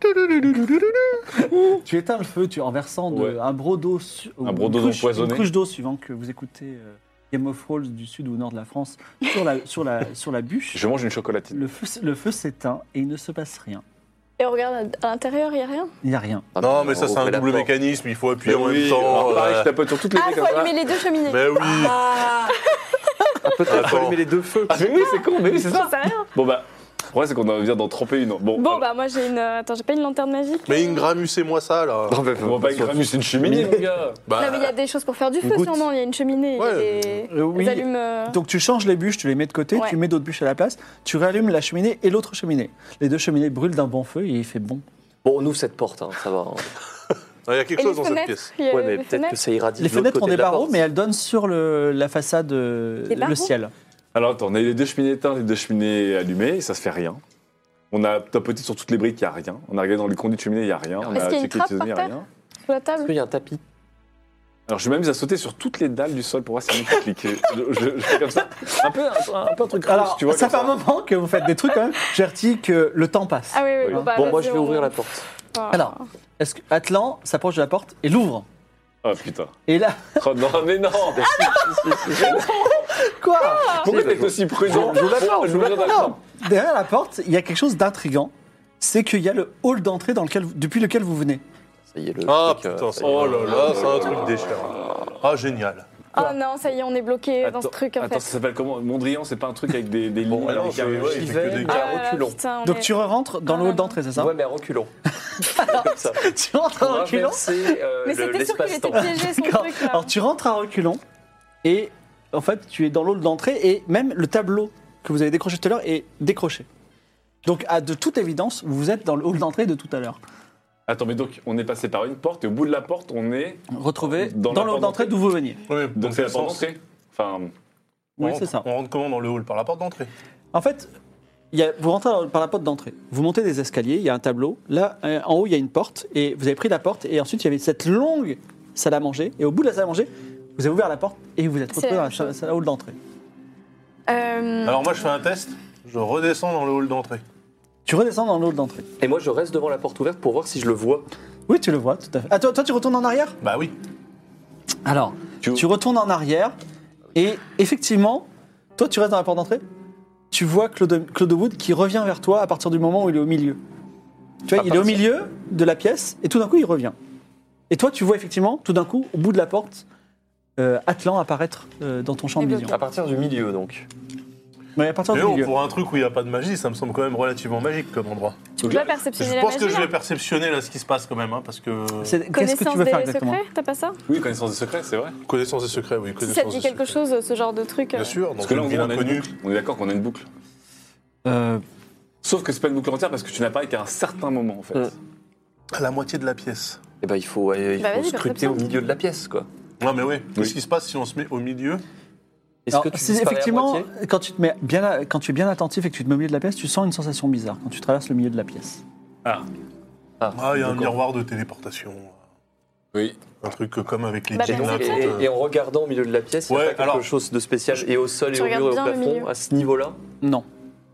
S2: Tu éteins le feu tu, en versant de-
S3: Ouais.
S2: un broc d'eau su- ou
S3: Un
S2: une
S3: broc d'eau
S2: cruche-
S3: empoisonné.
S2: Une cruche d'eau suivant que vous écoutez euh, Game of Thrones du sud ou nord de la France sur la, sur la, sur la bûche.
S3: Je mange une chocolatine.
S2: Le feu, s- le feu s'éteint et il ne se passe rien.
S5: Et on regarde à à l'intérieur, il n'y a rien.
S2: Il n'y a rien.
S4: Ah,
S6: Non, mais
S4: on
S6: ça, c'est un
S4: ouvrait la
S6: double
S4: porte.
S6: mécanisme. Il faut
S2: Ben
S6: appuyer en
S3: Oui,
S6: même temps.
S3: alors, pareil,
S6: euh,
S3: je tapote sur toutes les
S5: Ah,
S3: briques
S5: faut
S3: comme ça.
S5: allumer les deux cheminées.
S6: Mais oui.
S4: Ah, Peut-être faut
S6: Attends.
S4: allumer les deux feux.
S3: Ah mais oui, c'est con, mais oui, c'est ça.
S5: J'en sais rien.
S3: Bon bah, le problème c'est qu'on vient d'en tremper une. Bon, euh,
S5: Bon,
S3: alors,
S5: bah moi j'ai une. Attends, j'ai pas une lanterne magique.
S6: Mais Ingramus, c'est moi ça, là.
S4: Non, mais faut-
S3: on va pas écramer, c'est une cheminée, mon gars.
S6: Bah,
S5: Non, mais il y a des choses pour faire du feu,
S4: goutte.
S5: sûrement. Il y a une cheminée. il y a
S6: Ouais.
S5: des-
S2: Euh, oui.
S5: Des allumes. euh,
S2: Donc tu changes les bûches, tu les mets de côté,
S5: Ouais.
S2: tu mets d'autres bûches à la place, tu rallumes la cheminée et l'autre cheminée. Les deux cheminées brûlent d'un bon feu et il fait bon.
S4: Bon, on ouvre cette porte, hein, ça va. hein.
S6: il y a quelque
S5: Et les
S6: chose dans cette
S5: fenêtres,
S6: pièce.
S5: il y a
S4: Ouais, mais
S5: des
S4: peut-être que
S5: fenêtres.
S4: ça irradie.
S2: Les
S4: de l'autre
S2: fenêtres ont
S4: côté
S2: des
S4: de la
S2: barreaux,
S4: porte.
S2: mais euh, elles donnent sur le, la façade, euh,
S5: Des barreaux
S2: le ciel.
S3: Alors attends, on a les deux cheminées éteintes, les deux cheminées allumées, ça se fait rien. On a tapoté sur toutes les briques, il n'y a rien. On a regardé dans les conduits de cheminée, il n'y a rien. On
S5: Est-ce qu'il y a une
S3: checké
S5: trappe
S3: les prisonniers,
S5: par
S3: y a rien.
S5: Sous la
S4: Est-ce
S5: table.
S4: qu'il y a un tapis
S3: Alors je m'amuse à sauter sur toutes les dalles du sol pour voir si on clique. Je, je- je fais comme ça. Un peu un, un peu un truc croche,
S2: Alors,
S3: tu vois.
S2: ça
S3: comme
S2: fait un moment que vous faites des trucs quand même. J'ai dit que le temps passe.
S5: Ah oui, oui,
S3: Oui.
S5: bon, bah,
S4: Bon,
S5: vas-y,
S4: moi, je vais
S5: on-
S4: ouvrir la porte.
S5: Ah.
S2: Alors, est-ce que Atlan s'approche de la porte et l'ouvre
S3: Ah putain.
S2: Et là,
S3: Oh non, mais non
S2: quoi
S3: Pourquoi t'es aussi prudent
S4: Je vous la parle,
S3: Je vous la
S2: Non, derrière la porte, il y a quelque chose d'intrigant. C'est qu'il y a le hall d'entrée dans lequel, depuis lequel vous venez.
S4: Ça y est, le.
S6: Ah,
S4: truc, euh,
S6: putain,
S4: ça y est.
S6: oh là là, c'est un truc déchirant. Ah, génial.
S5: Oh non, ça y est, on est bloqué dans ce truc en
S3: Attends, ça
S5: fait.
S3: s'appelle comment Mondrian, c'est pas un truc avec des, des lignes
S6: alors,
S3: avec
S6: c'est-
S3: un-
S6: ouais, il
S3: qui va-
S6: fait que des-
S4: Ah,
S5: là là,
S4: reculons.
S5: putain, on
S2: Donc
S5: est-
S2: tu rentres dans le hall
S5: Ah.
S2: d'entrée, c'est ça
S4: Ouais, mais en reculons. Comme ça.
S2: [laughs] Tu rentres
S4: Pour
S2: à reculons
S4: inverser, euh,
S5: [laughs] Mais
S4: le-
S5: c'était sûr qu'il était
S4: l'espace-temps.
S5: piégé son [laughs]
S2: D'accord.
S5: truc là.
S2: Alors tu rentres à reculons et en fait tu es dans l'hall d'entrée et même le tableau que vous avez décroché tout à l'heure est décroché. Donc à de toute évidence, vous êtes dans le hall d'entrée de tout à l'heure.
S3: Attends, mais donc on est passé par une porte et au bout de la porte, on est.
S2: Retrouvé
S3: Dans
S2: dans,
S3: la
S2: le hall
S3: porte
S2: d'entrée
S3: d'entrée
S2: d'où vous veniez.
S6: Ouais, mais
S3: Donc
S6: dans
S3: c'est la
S6: quel
S3: porte
S6: sens
S3: d'entrée. Enfin,
S6: On
S2: Oui,
S6: rentre-
S2: c'est ça.
S6: On rentre comment dans le hall Par la porte d'entrée.
S5: Hum.
S2: En fait, il y a- vous rentrez par la porte d'entrée. Vous montez des escaliers, il y a un tableau. Là, euh, en haut, il y a une porte et vous avez pris la porte et ensuite il y avait cette longue salle à manger et au bout de la salle à manger, vous avez ouvert la porte et vous êtes
S5: C'est la
S2: retrouvé dans la
S5: même
S2: salle,
S5: chose.
S2: salle- hall d'entrée.
S5: Euh,
S6: Alors moi, je fais un test. Je redescends dans le hall d'entrée.
S2: Tu redescends dans le hall d'entrée.
S4: Et moi, je reste devant la porte ouverte pour voir si je le vois.
S2: Oui, tu le vois, tout à fait. Ah, toi, toi, tu retournes en arrière
S6: Bah oui.
S2: Alors,
S3: Tu-
S2: tu... retournes en arrière et effectivement, toi tu restes dans la porte d'entrée. Tu vois Claude, Claude Wood qui revient vers toi à partir du moment où il est au milieu. Tu vois,
S4: À
S2: il est au
S4: partir-
S2: milieu de la pièce et tout d'un coup il revient. Et toi tu vois effectivement tout d'un coup au bout de la porte euh, Atlan apparaître euh, dans ton champ de
S5: Et
S2: vision.
S4: À partir du milieu, donc.
S2: Mais à partir
S6: Mais
S2: du
S6: non,
S2: milieu.
S6: pour un truc où il n'y a pas de magie, ça me semble quand même relativement magique comme endroit.
S5: tu dois perceptionner
S6: Je
S5: la
S6: pense
S5: magie.
S6: que je vais
S5: là.
S6: perceptionner là ce qui se passe quand même, hein, parce que
S2: C'est- Qu'est-ce que
S5: Connaissance
S2: tu veux faire
S5: des
S2: exactement
S5: secrets, t'as pas ça
S3: oui, connaissance des secrets, c'est vrai.
S6: connaissance des secrets, oui.
S5: Si
S6: Connaissance
S5: ça te dit
S6: des
S5: quelque
S6: secrets.
S5: chose, ce genre de truc. euh,
S6: Bien sûr, dans
S3: Parce que là,
S6: une
S3: on,
S6: ville
S3: on a une
S6: inconnue.
S3: boucle. On est d'accord qu'on a une boucle.
S2: Euh,
S3: Sauf que c'est pas une boucle entière parce que tu n'as pas qu'à un certain moment en fait.
S6: Hmm.
S4: Mm.
S6: À la moitié de la pièce.
S4: Eh ben, il faut, euh, il
S5: Bah,
S4: faut
S5: vas-y,
S4: scruter
S5: perception.
S4: au milieu de la pièce, quoi.
S6: Non, mais oui.
S3: Oui.
S6: Qu'est-ce qui se passe si on se met au milieu
S4: Est-ce
S2: alors,
S4: que tu
S2: si
S4: disparais à
S2: effectivement,
S4: moitié
S2: quand tu, te mets bien, à- quand tu es bien attentif et que tu te mets au milieu de la pièce, tu sens une sensation bizarre quand tu traverses le milieu de la pièce.
S6: Ah, il y a un
S4: d'accord.
S6: miroir de téléportation.
S3: Oui.
S6: Un truc euh, comme avec les
S5: Bah,
S4: Et,
S6: djinns,
S4: donc,
S6: là,
S4: et-
S6: quand,
S4: et-
S6: euh,
S4: et en regardant au milieu de la pièce, il
S6: Ouais,
S4: n'y a pas quelque
S6: alors-
S4: chose de spécial et au sol
S5: Tu
S4: et au mur
S5: regardes
S4: et au
S5: bien le milieu.
S4: plafond, à ce niveau-là
S2: Non.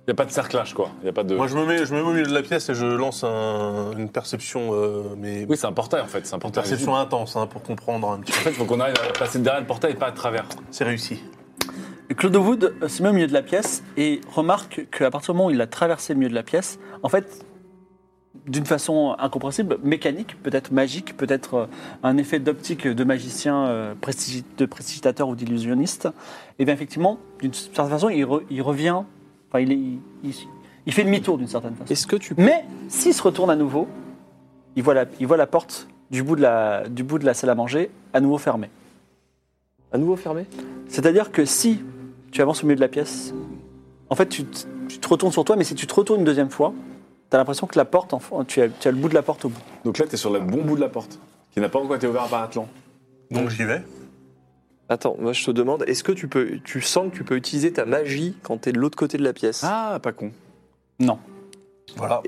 S3: Il n'y a pas de cerclage, quoi. Il y a pas de...
S6: Moi, je me, mets, je me mets au milieu de la pièce et je lance un- une perception, euh, mais
S3: Oui, c'est un portail, en fait. C'est un
S6: une
S3: portail.
S6: perception intense hein, pour comprendre un petit
S3: En
S6: peu.
S3: fait, il faut qu'on arrive à passer derrière le portail et pas à travers.
S6: C'est réussi.
S2: Claude Wood euh, se met au milieu de la pièce et remarque qu'à partir du moment où il a traversé le milieu de la pièce, en fait, d'une façon incompréhensible, mécanique, peut-être magique, peut-être euh, un effet d'optique de magicien, euh, prestigi- de prestigitateur ou d'illusionniste, et bien effectivement, d'une certaine façon, il, re- il revient, enfin, il, est- il- il- il fait demi-tour d'une certaine façon.
S4: Est-ce que tu
S2: Mais s'il se retourne à nouveau, il voit la, il voit la porte du bout, de la, du bout de la salle à manger à nouveau fermée.
S4: à nouveau fermer
S2: C'est-à-dire que si tu avances au milieu de la pièce, en fait, tu, te- tu te retournes sur toi, mais si tu te retournes une deuxième fois, tu as l'impression que la porte, en- tu, as, tu as le bout de la porte au bout.
S3: Donc là, t'es sur le bon bout de la porte, qui n'a pas encore été ouvert par Atlan.
S6: Donc j'y vais.
S4: Attends, moi je te demande, est-ce que tu peux, tu sens que tu peux utiliser ta magie quand t'es de l'autre côté de la pièce
S3: Ah, pas con.
S6: Voilà.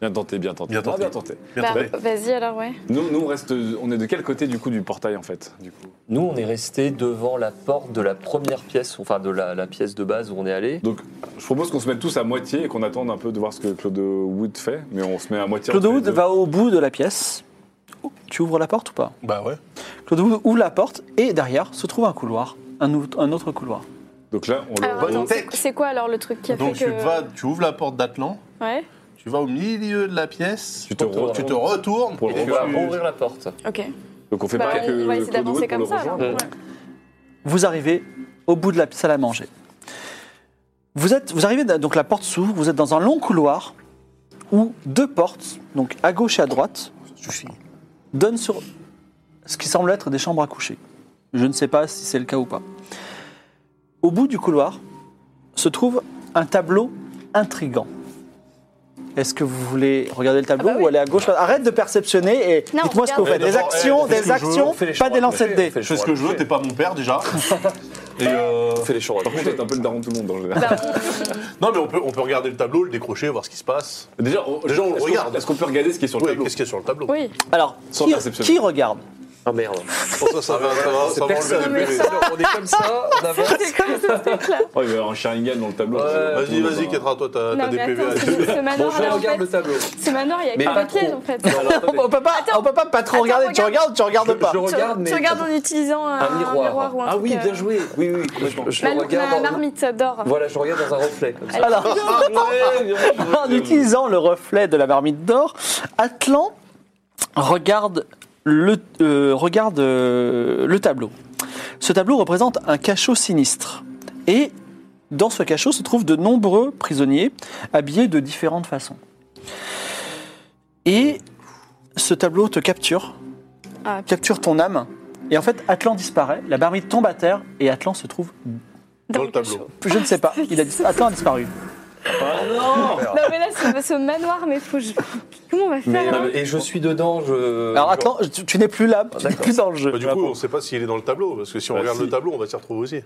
S3: Bien tenté, bien tenté.
S6: Bien tenté.
S3: Ah, bien tenté.
S6: Bien
S5: Bah,
S6: tenté.
S5: Vas-y alors, ouais.
S3: Nous, nous, on reste. On est de quel côté du coup du portail en fait du coup
S4: Nous, on est resté devant la porte de la première pièce, enfin de la, la pièce de base où on est allé.
S3: Donc, je propose qu'on se mette tous à moitié et qu'on attende un peu de voir ce que Claude Wood fait, mais on se met à moitié.
S2: Claude
S3: entre les
S2: Wood
S3: deux.
S2: va au bout de la pièce. Oh, Tu ouvres la porte ou pas
S6: Bah ouais.
S2: Claude Wood ouvre la porte et derrière se trouve un couloir, un, ou- un autre couloir.
S3: Donc là, on le.
S5: Alors, attends, c'est- c'est quoi alors le truc qui a
S6: Donc
S5: fait
S6: tu,
S5: que.
S6: vas, tu ouvres la porte d'Atlan,
S5: Ouais,
S6: tu vas au milieu de la pièce,
S3: Tu te retournes.
S6: tu te retournes
S3: Pour
S6: et
S4: On
S6: tu-
S4: va rouvrir la porte.
S5: ok.
S3: Donc on fait
S5: Bah,
S3: pareil que.
S5: on va essayer
S3: Claude Wood
S5: d'avancer
S3: pour
S5: comme
S3: le
S5: ça alors.
S3: rejoindre.
S4: rejoindre.
S5: ouais.
S2: Vous arrivez au bout de la salle à manger. Vous, êtes, vous arrivez, donc la porte s'ouvre, vous êtes dans un long couloir où deux portes, donc à gauche et à droite, donnent sur ce qui semble être des chambres à coucher. Je ne sais pas si c'est le cas ou pas. Au bout du couloir se trouve un tableau intrigant. Est-ce que vous voulez regarder le tableau
S5: Ah bah oui.
S2: ou aller à gauche Arrête de perceptionner et
S5: Non,
S2: dites-moi ce que vous faites.
S5: regarde.
S2: Des
S6: Eh,
S2: actions,
S6: fais
S2: des
S6: ce que je veux,
S2: actions,
S4: on fait les
S2: pas
S4: choix,
S2: des lancers de dés.
S4: fait
S6: Je fais ce que je veux, t'es pas mon
S3: [laughs]
S6: père déjà. et euh,
S4: On fait les choses.
S3: Par contre, t'es un peu le daron de tout le monde en général.
S5: Bah,
S6: Non mais on peut, on peut regarder le tableau, le décrocher, voir ce qui se passe.
S3: [laughs] Déjà, on,
S6: Déjà, on
S3: est-ce qu'on-
S6: regarde.
S3: Est-ce qu'on peut regarder ce qui est sur le
S6: Ouais,
S3: tableau
S6: Qu'est-ce qu'il y a sur le tableau
S5: oui,
S2: Alors,
S3: Sans
S2: qui-
S3: perceptionner.
S2: qui regarde
S4: Ah merde.
S6: Je pense que ça va, ça va, ça va enlever
S4: Personne
S6: le
S4: ne
S6: PV.
S4: fait ça. On est comme ça, on avance.
S5: [laughs] c'est comme ce truc-là.
S3: Oh, il va y avoir un Sharingan dans le tableau.
S4: Ouais,
S6: Vas-y, vas-y, Ketra, toi, t'as Ah, t'as
S5: Non,
S6: des
S5: mais
S6: PV à
S5: attends, ce ce
S4: Bon,
S5: manoir,
S4: je
S5: là, en
S4: regarde le
S5: fait,
S4: tableau.
S5: ce manoir, il y a
S4: Mais
S5: que
S4: pas
S5: des pièges en fait.
S3: Alors, attendez.
S2: On peut pas, on peut pas, pas trop
S5: attends,
S2: regarder. Tu
S5: regarde.
S2: regardes, tu regardes pas.
S4: Je
S5: Tu-
S4: regarde, mais.
S5: Tu regardes en utilisant un,
S4: Un miroir.
S5: ou un
S4: Ah
S5: truc,
S4: oui, bien
S5: euh,
S4: joué. Oui, oui, complètement. Je
S5: Ma, ma
S4: regarde. en-
S5: marmite d'or.
S4: Voilà, je regarde dans un reflet comme ça.
S2: Alors,
S4: [laughs]
S2: en utilisant le reflet de la marmite d'or, Atlan regarde le, euh, regarde, euh, le tableau. Ce tableau représente un cachot sinistre. Et dans ce cachot se trouvent de nombreux prisonniers habillés de différentes façons. Et ce tableau te capture,
S5: Ah,
S2: capture ton âme. Et en fait, Atlan disparaît, la marmite tombe à terre et Atlan se trouve,
S6: Dans le tableau.
S2: je ne sais pas, il a, dis- Atlan a disparu.
S5: Non mais là, ce, ce manoir, mais faut... je- Comment on va faire
S4: Mais,
S5: hein
S4: euh, et je suis dedans, je.
S2: Alors Atlan, tu, tu n'es plus là, Euh, Ah, tu n'es
S4: d'accord.
S2: plus dans le jeu.
S6: Bah, du coup, on sait pas s'il est dans le tableau, parce que si on
S3: Bah,
S6: regarde
S3: si.
S6: le tableau, on va s'y retrouver aussi.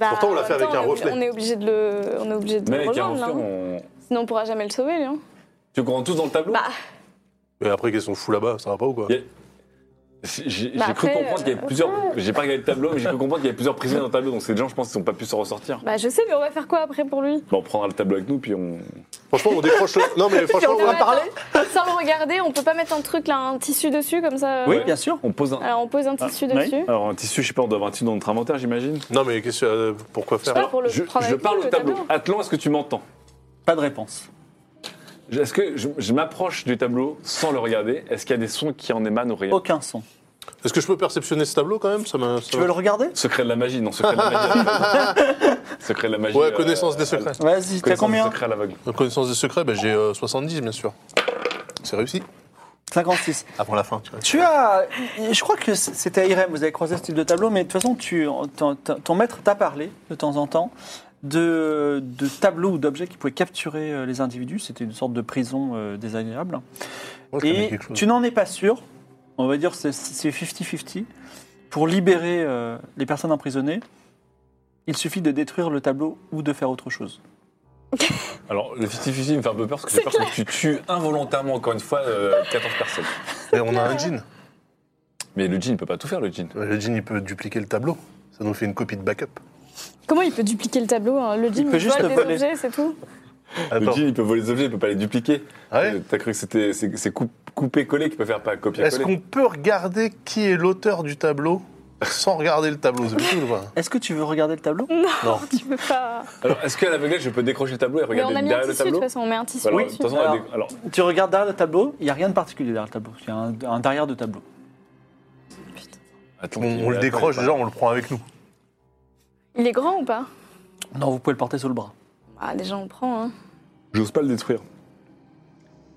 S5: Bah,
S6: Pourtant, on l'a
S5: en
S6: fait
S5: même
S6: avec
S5: temps, on
S6: un
S5: est obligé-
S6: reflet.
S5: On est obligé de le, on est obligé de
S3: Mais
S5: le
S3: avec un
S5: rejoindre, là.
S3: reflet,
S5: hein.
S3: on.
S5: Sinon, on pourra jamais le sauver, lui. hein.
S3: Tu veux qu'on rentre tous dans le tableau
S5: Bah,
S6: Mais après, qu'est-ce qu'on fout là-bas Ça va pas ou quoi
S3: Y a- J'ai j'ai
S5: Bah,
S3: cru
S5: après,
S3: comprendre qu'il y avait
S5: euh,
S3: plusieurs. J'ai pas regardé le tableau, mais j'ai cru comprendre qu'il y avait plusieurs prisonniers dans le tableau, donc c'est des gens, je pense, qui n'ont pas pu se ressortir.
S5: bah, je sais, mais on va faire quoi après pour lui
S3: Bon, on prendra le tableau avec nous, puis on.
S6: [laughs] Franchement, on décroche le. Non, mais franchement,
S5: on va
S6: ouais.
S5: parler Sans le regarder, on peut pas mettre un truc, là, un tissu dessus, comme ça euh,
S2: Oui, bien sûr.
S3: On pose un.
S5: Alors, on pose un tissu
S3: Ah,
S2: oui.
S5: dessus.
S3: Alors, un tissu, je sais pas, on doit avoir un tissu dans notre inventaire, j'imagine.
S6: Non, mais qu'est-ce que- euh, pourquoi faire
S5: Pas pour le
S3: je,
S5: prendre
S3: je
S5: avec
S3: parle
S5: nous,
S3: au
S5: le
S3: tableau. Atlan, est-ce que tu m'entends
S2: Pas de réponse.
S3: Est-ce que je, je m'approche du tableau sans le regarder Est-ce qu'il y a des sons qui en émanent ou rien
S2: Aucun son.
S6: Est-ce que je peux perceptionner ce tableau quand même ça m'a- ça
S2: Tu
S6: m'a-
S2: veux le regarder
S3: Secret de la magie, non, secret de la magie. [laughs] secret de la magie.
S6: Ouais,
S3: euh,
S6: connaissance des
S3: euh,
S6: secrets.
S2: Vas-y, t'as
S3: connaissance des
S2: combien
S3: secrets à l'aveugle.
S6: Connaissance des secrets, bah, j'ai euh, 70, bien sûr. C'est réussi.
S2: 56.
S6: Avant la fin, tu vois.
S2: Tu as. Je crois que c'était à Irem, vous avez croisé ce type de tableau, mais de toute façon, tu, ton, ton- ton maître t'a parlé de temps en temps de, de tableaux ou d'objets qui pouvaient capturer euh, les individus. C'était une sorte de prison euh, désagréable.
S6: Moi, je connais
S2: Et
S6: quelque chose.
S2: tu n'en es pas sûr. On va dire c'est c'est 50-50. Pour libérer euh, les personnes emprisonnées, il suffit de détruire le tableau ou de faire autre chose.
S3: Alors, le 50 me fait un peu peur parce que j'ai peur que tu tues involontairement, encore une fois, euh, 14 personnes.
S6: Mais on a un jean.
S3: Mais le jean, il peut pas tout faire, le jean.
S6: Le jean, il peut dupliquer le tableau. Ça nous fait une copie de backup.
S5: Comment il peut dupliquer le tableau hein Le djinn,
S4: peut
S5: il,
S4: juste
S5: vole
S4: le
S5: des
S4: voler.
S5: objets, c'est tout
S3: Le
S6: Attends.
S3: jean, il peut voler les objets, il peut pas les dupliquer.
S6: Ah ouais
S3: Euh, T'as cru que c'était c'est c'est coup- couper-coller qu'il peut faire, pas
S6: Est-ce
S3: copier-coller
S6: qu'on peut regarder qui est l'auteur du [laughs] tableau sans regarder le tableau C'est possible ou pas
S2: Est-ce que tu veux regarder le tableau
S5: Tu peux pas.
S3: Alors, est-ce qu'à l'aveuglette, je peux décrocher le tableau et
S5: Mais on
S3: regarder
S5: a mis un
S3: derrière le
S5: tissu, de
S3: tableau
S5: toute
S3: Bah,
S5: façon, on met un tissu
S3: Alors, de
S5: dessus.
S3: toute façon, on a
S2: Alors.
S3: des- alors,
S2: Tu regardes derrière le tableau, il n'y a rien de particulier derrière le tableau. Il y a un, un derrière de tableau.
S3: attends,
S6: On, on
S3: il-
S6: le décroche
S3: attends,
S6: déjà, on le prend avec nous.
S5: Il est grand ou pas
S2: Non, vous pouvez le porter sous le bras.
S5: Ah, déjà, on le prend. Hein.
S3: J'ose pas le détruire.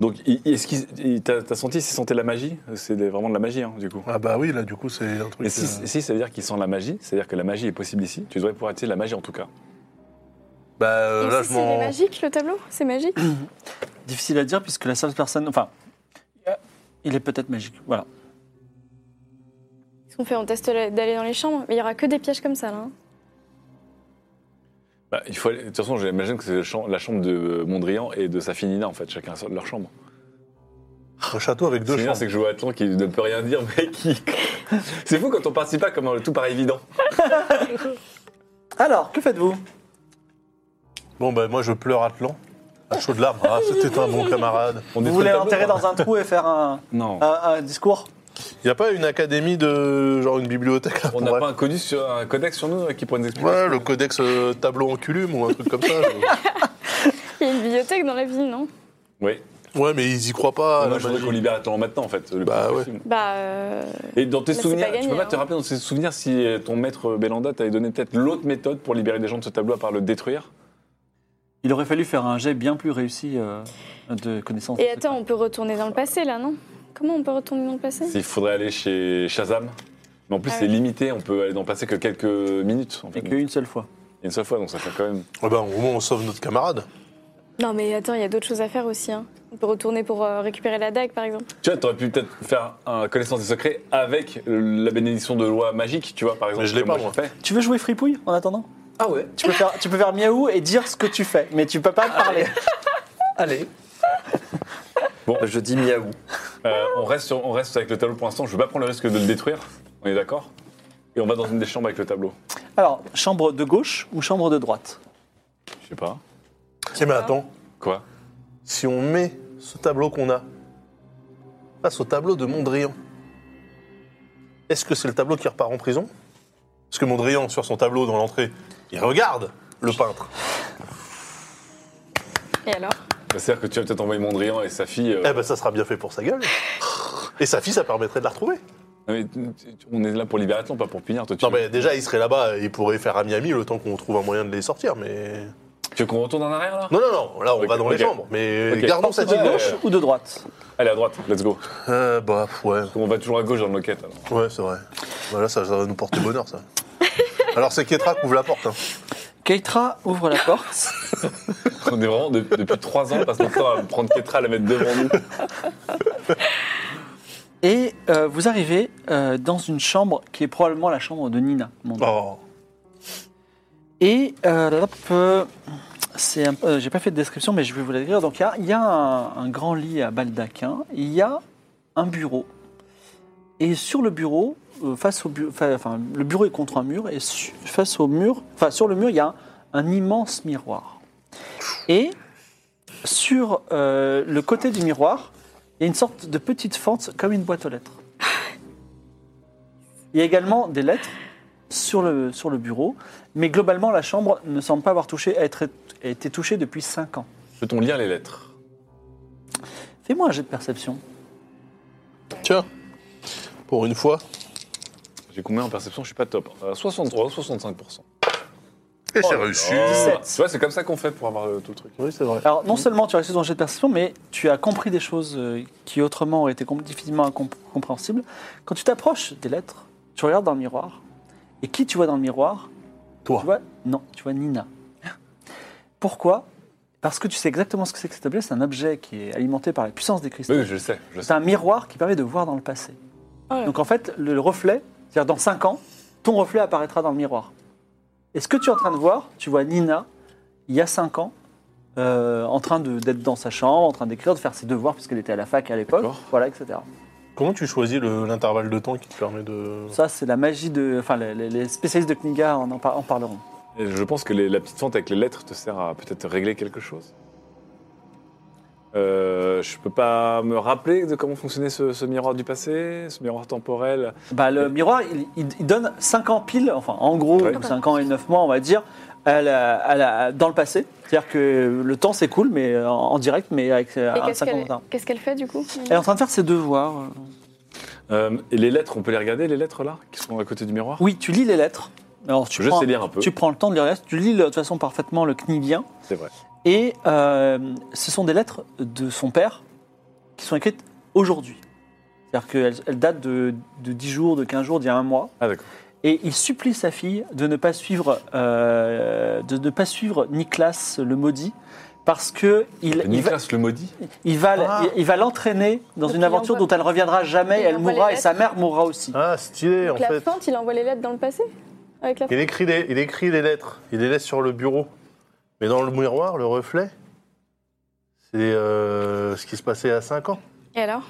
S3: Donc, il- est-ce qu'il il- t'as t'as senti s'il sentait la magie C'est des- vraiment de la magie, hein, du coup.
S6: Ah bah oui, là du coup c'est un truc.
S3: Et si,
S6: euh,
S3: si ça veut dire qu'il sent la magie, c'est-à-dire que la magie est possible ici, tu devrais pouvoir attirer la magie en tout cas.
S6: Bah euh,
S5: Et
S6: là
S5: si
S6: je
S5: c'est
S6: m'en.
S5: magique, le tableau C'est
S6: [clears throat]
S5: magique
S2: Difficile à dire puisque la seule personne. Enfin, il est peut-être magique. Voilà.
S5: Qu'est-ce qu'on fait On teste la- d'aller dans les chambres Mais il y aura que des pièges comme ça, là. hein.
S3: Bah, il faut aller- de toute façon, j'imagine que c'est le champ- la chambre de Mondrian et de sa fille Nina, en fait, chacun a leur chambre.
S6: Un château avec
S3: Ce qui
S6: deux
S3: est bien,
S6: chambres.
S3: c'est que je vois Atlan qui ne peut rien dire, mais qui. [laughs] c'est fou quand on participe pas, comme tout paraît évident.
S2: Alors, que faites-vous
S6: Bon bah moi je pleure Atlan. À chaud de larmes.
S3: [laughs]
S6: Ah c'était un bon camarade.
S3: On
S2: Vous voulez enterrer dans un Ah. trou et faire
S6: [laughs]
S2: un,
S3: hein. Non.
S2: un- un discours
S6: Y a pas une académie de genre une bibliothèque là
S3: On
S6: pour
S3: n'a
S6: vrai
S3: pas un, connu sur, un codex sur nous euh, qui pourrait nous expliquer
S6: Ouais, le codex euh, tableau en culum ou un truc comme ça.
S3: [laughs]
S6: je-
S5: Il y a une bibliothèque dans la ville, non
S3: Oui.
S6: Ouais, mais ils y croient pas. à
S3: Moi,
S6: la
S3: je voudrais
S6: magie.
S3: qu'on libère Atlan maintenant, en fait. le
S6: Bah
S3: plus
S6: ouais.
S3: possible.
S5: Bah, euh,
S3: Et dans tes
S5: Là, c'est
S3: souvenirs,
S5: pas
S3: tu
S5: gagné,
S3: peux pas te
S5: hein.
S3: rappeler dans tes souvenirs si euh, ton maître Belanda t'avait donné peut-être l'autre méthode pour libérer des gens de ce tableau à part le détruire
S2: Il aurait fallu faire un jet bien plus réussi euh, de connaissance.
S5: Et attends, on peut retourner dans le passé, là, non Comment on peut retourner dans le passé
S3: Il faudrait aller chez Shazam. Mais en plus,
S5: Ah
S3: c'est
S5: oui.
S3: limité, on peut aller dans passer que quelques minutes. En fait.
S2: Et qu'une seule fois.
S3: Une seule fois, donc ça fait quand même.
S6: Ouais, bah, au moins on sauve notre camarade.
S5: Non, mais attends, il y a d'autres choses à faire aussi. hein. On peut retourner pour euh, récupérer la dague, par exemple.
S3: Tu vois, t'aurais pu peut-être faire un connaissance des secrets avec la bénédiction de loi magique, tu vois, par exemple.
S6: Mais je l'ai
S3: comme
S6: pas,
S3: j'ai
S6: moi.
S3: fait.
S2: Tu veux jouer fripouille en attendant
S4: Ah ouais
S2: tu peux, faire, tu peux faire miaou et dire ce que tu fais, mais tu peux pas parler.
S4: Allez.
S3: Bon.
S4: Je dis miaou.
S3: Euh, on, reste sur- on reste avec le tableau pour l'instant, je veux pas prendre le risque de le détruire, on est d'accord Et on va dans une des chambres avec le tableau.
S2: Alors, chambre de gauche ou chambre de droite
S3: Je sais pas.
S6: Tiens, mais attends,
S3: Quoi
S6: si on met ce tableau qu'on a face au tableau de Mondrian, est-ce que c'est le tableau qui repart en prison Parce que Mondrian, sur son tableau dans l'entrée, il regarde le peintre.
S5: Et alors
S3: Bah, C'est-à-dire que tu vas peut-être envoyer Mondrian et sa fille. euh,
S6: Eh ben, ça sera bien fait pour sa gueule. Et sa fille, ça permettrait de la retrouver.
S3: non, mais tu- tu- on est là pour libérer Atlan, pas pour punir. Toi, tu,
S6: Non, mais déjà, il serait là-bas, il pourrait faire à Miami le temps qu'on trouve un moyen de les sortir, mais.
S3: tu veux qu'on retourne en arrière là
S6: Non, non, non, là, on
S3: Ok,
S6: va dans
S3: ok.
S6: les chambres, mais
S3: Ok.
S6: gardons cette
S2: De
S3: Ouais.
S6: idée.
S2: gauche
S4: euh,
S2: ou de droite
S3: Allez, à droite, let's go.
S6: Euh, bah, ouais.
S3: On va toujours à gauche dans nos quêtes. alors.
S6: Ouais, c'est vrai. Voilà, ça, ça va nous porter bonheur, ça. Alors, c'est Ketra qui ouvre la porte. hein.
S2: Keitra ouvre la [laughs] porte.
S3: On est vraiment, de- depuis trois ans, on passe notre temps à prendre Ketra, à la mettre devant nous.
S2: Et euh, vous arrivez euh, dans une chambre qui est probablement la chambre de Nina. mon dieu.
S6: Oh.
S2: Et euh, là, là, peu- c'est un- euh, j'ai pas fait de description, mais je vais vous la décrire. Donc il y a, il y a un, un grand lit à baldaquin, il y a un bureau. Et sur le bureau, euh, face au bu- fa- enfin, le bureau est contre un mur, et su- face au mur, enfin sur le mur, il y a un, un immense miroir. Et sur euh, le côté du miroir, il y a une sorte de petite fente comme une boîte aux lettres. Il y a également des lettres sur le, sur le bureau, mais globalement, la chambre ne semble pas avoir touché, être, a été touchée depuis 5 ans.
S3: Peut-on lire les lettres
S2: Fais-moi un jet de perception.
S6: Tiens, pour une fois.
S3: J'ai combien en perception Je suis pas top. Euh, 63, 65%.
S6: Et
S3: Oh
S6: c'est
S3: là
S6: réussi.
S3: là.
S2: 17.
S3: Tu vois, c'est comme ça qu'on fait pour avoir euh, tout le truc.
S6: Oui, c'est vrai.
S2: Alors, non seulement tu as réussi ton jet de perception, mais tu as compris des choses euh, qui autrement auraient été com- difficilement incom- compréhensibles. Quand tu t'approches des lettres, tu regardes dans le miroir, et qui tu vois dans le miroir
S6: Toi.
S2: Tu vois Non, tu vois Nina. Pourquoi Parce que tu sais exactement ce que c'est que cet objet. C'est un objet qui est alimenté par la puissance des cristaux.
S3: Oui, je le sais, je le sais.
S2: C'est un miroir qui permet de voir dans le passé.
S5: Oh là.
S2: Donc en fait, le reflet, c'est-à-dire dans 5 ans, ton reflet apparaîtra dans le miroir. Et ce que tu es en train de voir, tu vois Nina, il y a 5 ans, euh, en train de- d'être dans sa chambre, en train d'écrire, de faire ses devoirs, puisqu'elle était à la fac à l'époque,
S3: D'accord.
S2: voilà, etc.
S6: Comment tu choisis le- l'intervalle de temps qui te permet de.
S2: Ça, c'est la magie de... Enfin, les, les- les spécialistes de Kniga en, en par- en parleront.
S3: Et je pense que les- la petite fente avec les lettres te sert à peut-être régler quelque chose. Euh, je peux pas me rappeler de comment fonctionnait ce, ce miroir du passé, ce miroir temporel.
S2: Bah, le miroir, il, il- il donne 5 ans pile, enfin en gros
S3: Ouais.
S2: 5 ans et 9 mois, on va dire, à la- à la- dans le passé. C'est-à-dire que le temps s'écoule, mais en, en direct, mais avec
S5: Et
S6: Ah,
S2: 5 ans
S5: qu'est-ce
S2: de
S5: qu'elle
S6: hein.
S2: retard.
S5: qu'est-ce qu'elle fait du coup
S2: Elle est en train de faire ses devoirs. euh.
S3: Euh, et les lettres, on peut les regarder, les lettres là, qui sont à côté du miroir
S2: Oui, tu lis les lettres. Alors, tu
S3: Je
S2: prends,
S3: sais lire un peu,
S2: Tu prends le temps de lire les lettres, tu lis le- de toute façon parfaitement le knivien.
S3: c'est vrai.
S2: Et euh, ce sont des lettres de son père qui sont écrites aujourd'hui. C'est-à-dire qu'elles elles datent de, de 10 jours, de 15 jours, d'il y a un mois.
S3: Ah d'accord.
S2: Et il supplie sa fille de ne pas suivre, euh, de ne pas suivre Nicolas le maudit parce que il, il va,
S3: Nicolas le maudit
S2: il va,
S6: Ah.
S2: il, il va l'entraîner dans
S5: Donc,
S2: une
S5: il
S2: aventure
S5: envoie-
S2: dont elle ne reviendra jamais.
S5: il
S2: Elle
S5: envoie les
S2: mourra et
S5: lettres.
S2: sa mère mourra aussi.
S6: Ah, stylé, en
S5: Donc la
S6: fait.
S5: fente, il envoie les lettres dans le passé Avec la
S6: Il écrit, les, il écrit les lettres, il les laisse sur le bureau. Mais dans le miroir, le reflet, c'est euh, ce qui se passait à 5 ans.
S5: Et alors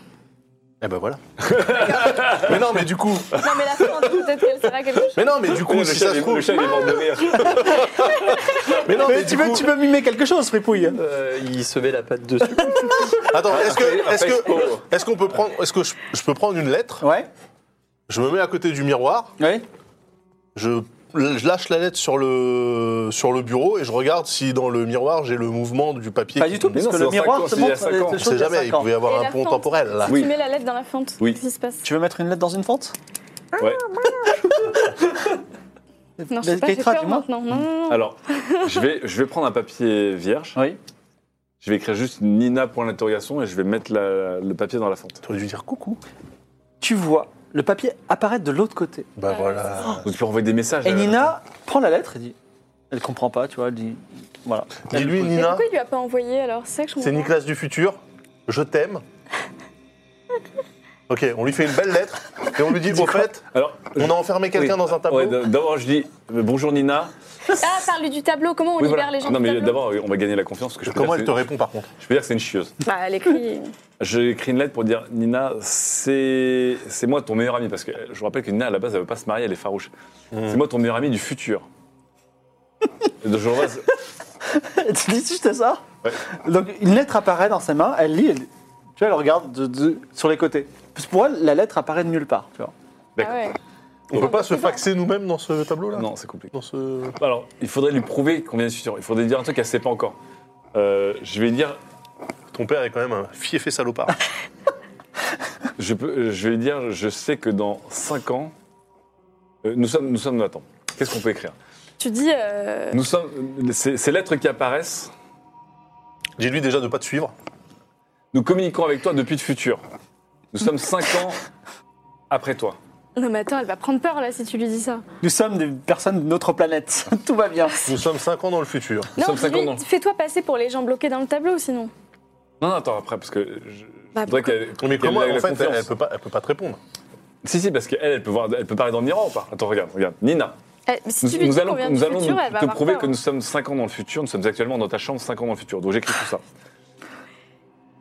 S6: Eh
S3: [laughs]
S6: ben voilà. mais non, mais du coup,
S5: Non, mais la fente, peut-être qu'elle sert à quelque chose.
S6: mais non, mais du coup,
S3: Le
S6: si
S3: chat
S6: ça se
S3: est-
S6: trouve,
S3: le chat, il est mort de rire.
S6: mais non, mais,
S2: tu,
S6: du
S2: veux,
S6: coup-
S2: tu veux mimer quelque chose, Fripouille
S4: Euh, il se met la patte dessus.
S6: Attends, est-ce que,
S3: Après,
S6: est-ce
S3: expo.
S6: que, est-ce qu'on peut prendre, est-ce que je, je peux prendre une lettre
S2: Ouais.
S6: Je me mets à côté du miroir,
S2: Ouais.
S6: je, je lâche la lettre sur le, sur le bureau et je regarde si dans le miroir j'ai le mouvement du papier.
S2: Pas
S6: qui-
S2: du tout,
S3: Mais
S2: parce
S3: non,
S2: que
S3: c'est
S2: le
S3: dans cinq ans,
S2: miroir te
S3: c'est il y a
S2: montre
S3: cinq
S2: des
S3: ans.
S2: des
S6: Je
S2: choses
S6: sais
S2: d'il y a
S6: jamais, il
S2: cinq ans.
S6: pouvait y
S5: Et
S6: avoir
S5: la
S6: un pont
S5: fente.
S6: temporel là.
S5: Si
S3: Oui.
S5: tu mets la lettre dans la fente,
S3: Oui.
S5: qu'est-ce qui se passe
S2: Tu veux mettre une lettre dans une fente
S3: Ouais.
S5: Non, je sais
S2: Mais
S5: pas, j'ai
S2: Keitra,
S5: peur
S2: dis-moi.
S5: maintenant. Non, non, non.
S3: Alors, je vais, je vais prendre un papier vierge,
S2: Oui.
S3: je vais écrire juste Nina pour l'interrogation et je vais mettre la- le papier dans la fente.
S6: T'aurais dû dire coucou.
S2: Tu vois le papier apparaître de l'autre côté.
S6: Bah
S5: Ah,
S6: voilà.
S3: Donc tu peux envoyer des messages.
S2: Et
S3: euh,
S2: Nina prend la lettre et dit Elle comprend pas, tu vois, elle dit Voilà. [laughs]
S6: Dis-lui,
S5: Mais
S6: Nina,
S5: pourquoi il hein lui a pas envoyé alors C'est ça que je
S6: c'est
S5: comprends pas.
S6: Nicolas du futur, je t'aime. Ok, on lui fait une belle lettre et on
S3: [laughs]
S6: lui dit au fait,
S3: Alors,
S6: on a enfermé quelqu'un
S3: Oui.
S6: dans un tableau.
S3: Ouais, d- d'abord, je dis euh, bonjour Nina.
S5: Ah, parle du tableau, comment on
S3: Oui,
S5: libère
S3: voilà.
S5: les gens
S3: Non,
S5: du
S3: mais
S5: tableau
S3: d'abord, on va gagner la confiance. Parce que je peux
S6: Comment
S3: dire
S6: elle
S3: que-
S6: te répond par contre
S3: Je peux dire que c'est une chieuse.
S5: Bah, elle écrit.
S3: J'ai écrit une lettre pour dire Nina, c'est c'est moi ton meilleur ami. Parce que euh, je vous rappelle que Nina, à la base, elle veut pas se marier, elle est farouche.
S6: Mmh.
S3: C'est moi ton meilleur ami du futur. Et donc, je l'envoie-
S2: tu dis juste ça
S3: Ouais.
S2: Donc une lettre apparaît dans ses mains, elle lit, elle- tu vois, elle regarde de- de- sur les côtés. Parce que pour elle, la lettre apparaît de nulle part, tu vois.
S5: Ah ouais.
S6: On peut pas se faxer nous-mêmes dans ce tableau là
S3: Non, c'est compliqué.
S6: Dans ce.
S3: Alors, il faudrait lui prouver qu'on vient du futur. Il faudrait lui dire un truc qu'elle sait pas encore. Euh, je vais lui dire,
S6: Ton père est quand même un fiefé salopard.
S3: je, peux, je vais lui dire, je sais que dans 5 ans, euh, nous sommes, nous sommes, attends, qu'est-ce qu'on peut écrire
S5: Tu dis. euh,
S3: Nous sommes, euh, ces, ces lettres qui apparaissent,
S6: Dis-lui déjà de pas te suivre.
S3: nous communiquons avec toi depuis le futur. Nous sommes 5 ans après toi.
S5: Non, mais attends, elle va prendre peur là si tu lui dis ça.
S2: Nous sommes des personnes de notre planète, tout va bien.
S6: Nous sommes 5 ans dans le futur.
S3: Nous
S5: non,
S3: sommes
S5: dis-lui,
S3: 50 ans.
S5: fais-toi passer pour les gens bloqués dans le tableau sinon.
S3: Non, non, attends, après, parce que je,
S5: Bah,
S3: je voudrais
S5: pourquoi
S3: qu'elle.
S6: Mais
S3: qu'elle
S6: comment
S3: ait la
S6: en fait elle,
S3: confiance.
S6: elle peut pas, elle peut pas te répondre.
S3: Si, si, parce qu'elle, elle peut, voir, elle peut parler dans le miroir ou pas Attends, regarde, regarde. Nina,
S5: Eh, mais si
S3: nous,
S5: tu lui
S3: nous
S5: dis qu'on
S3: allons,
S5: vient
S3: nous
S5: du
S3: allons
S5: futur,
S3: nous-
S5: elle va
S3: te
S5: avoir
S3: prouver
S5: peur. hein.
S3: que nous sommes 5 ans dans le futur, nous sommes actuellement dans ta chambre 5 ans dans le futur. Donc j'écris tout ça.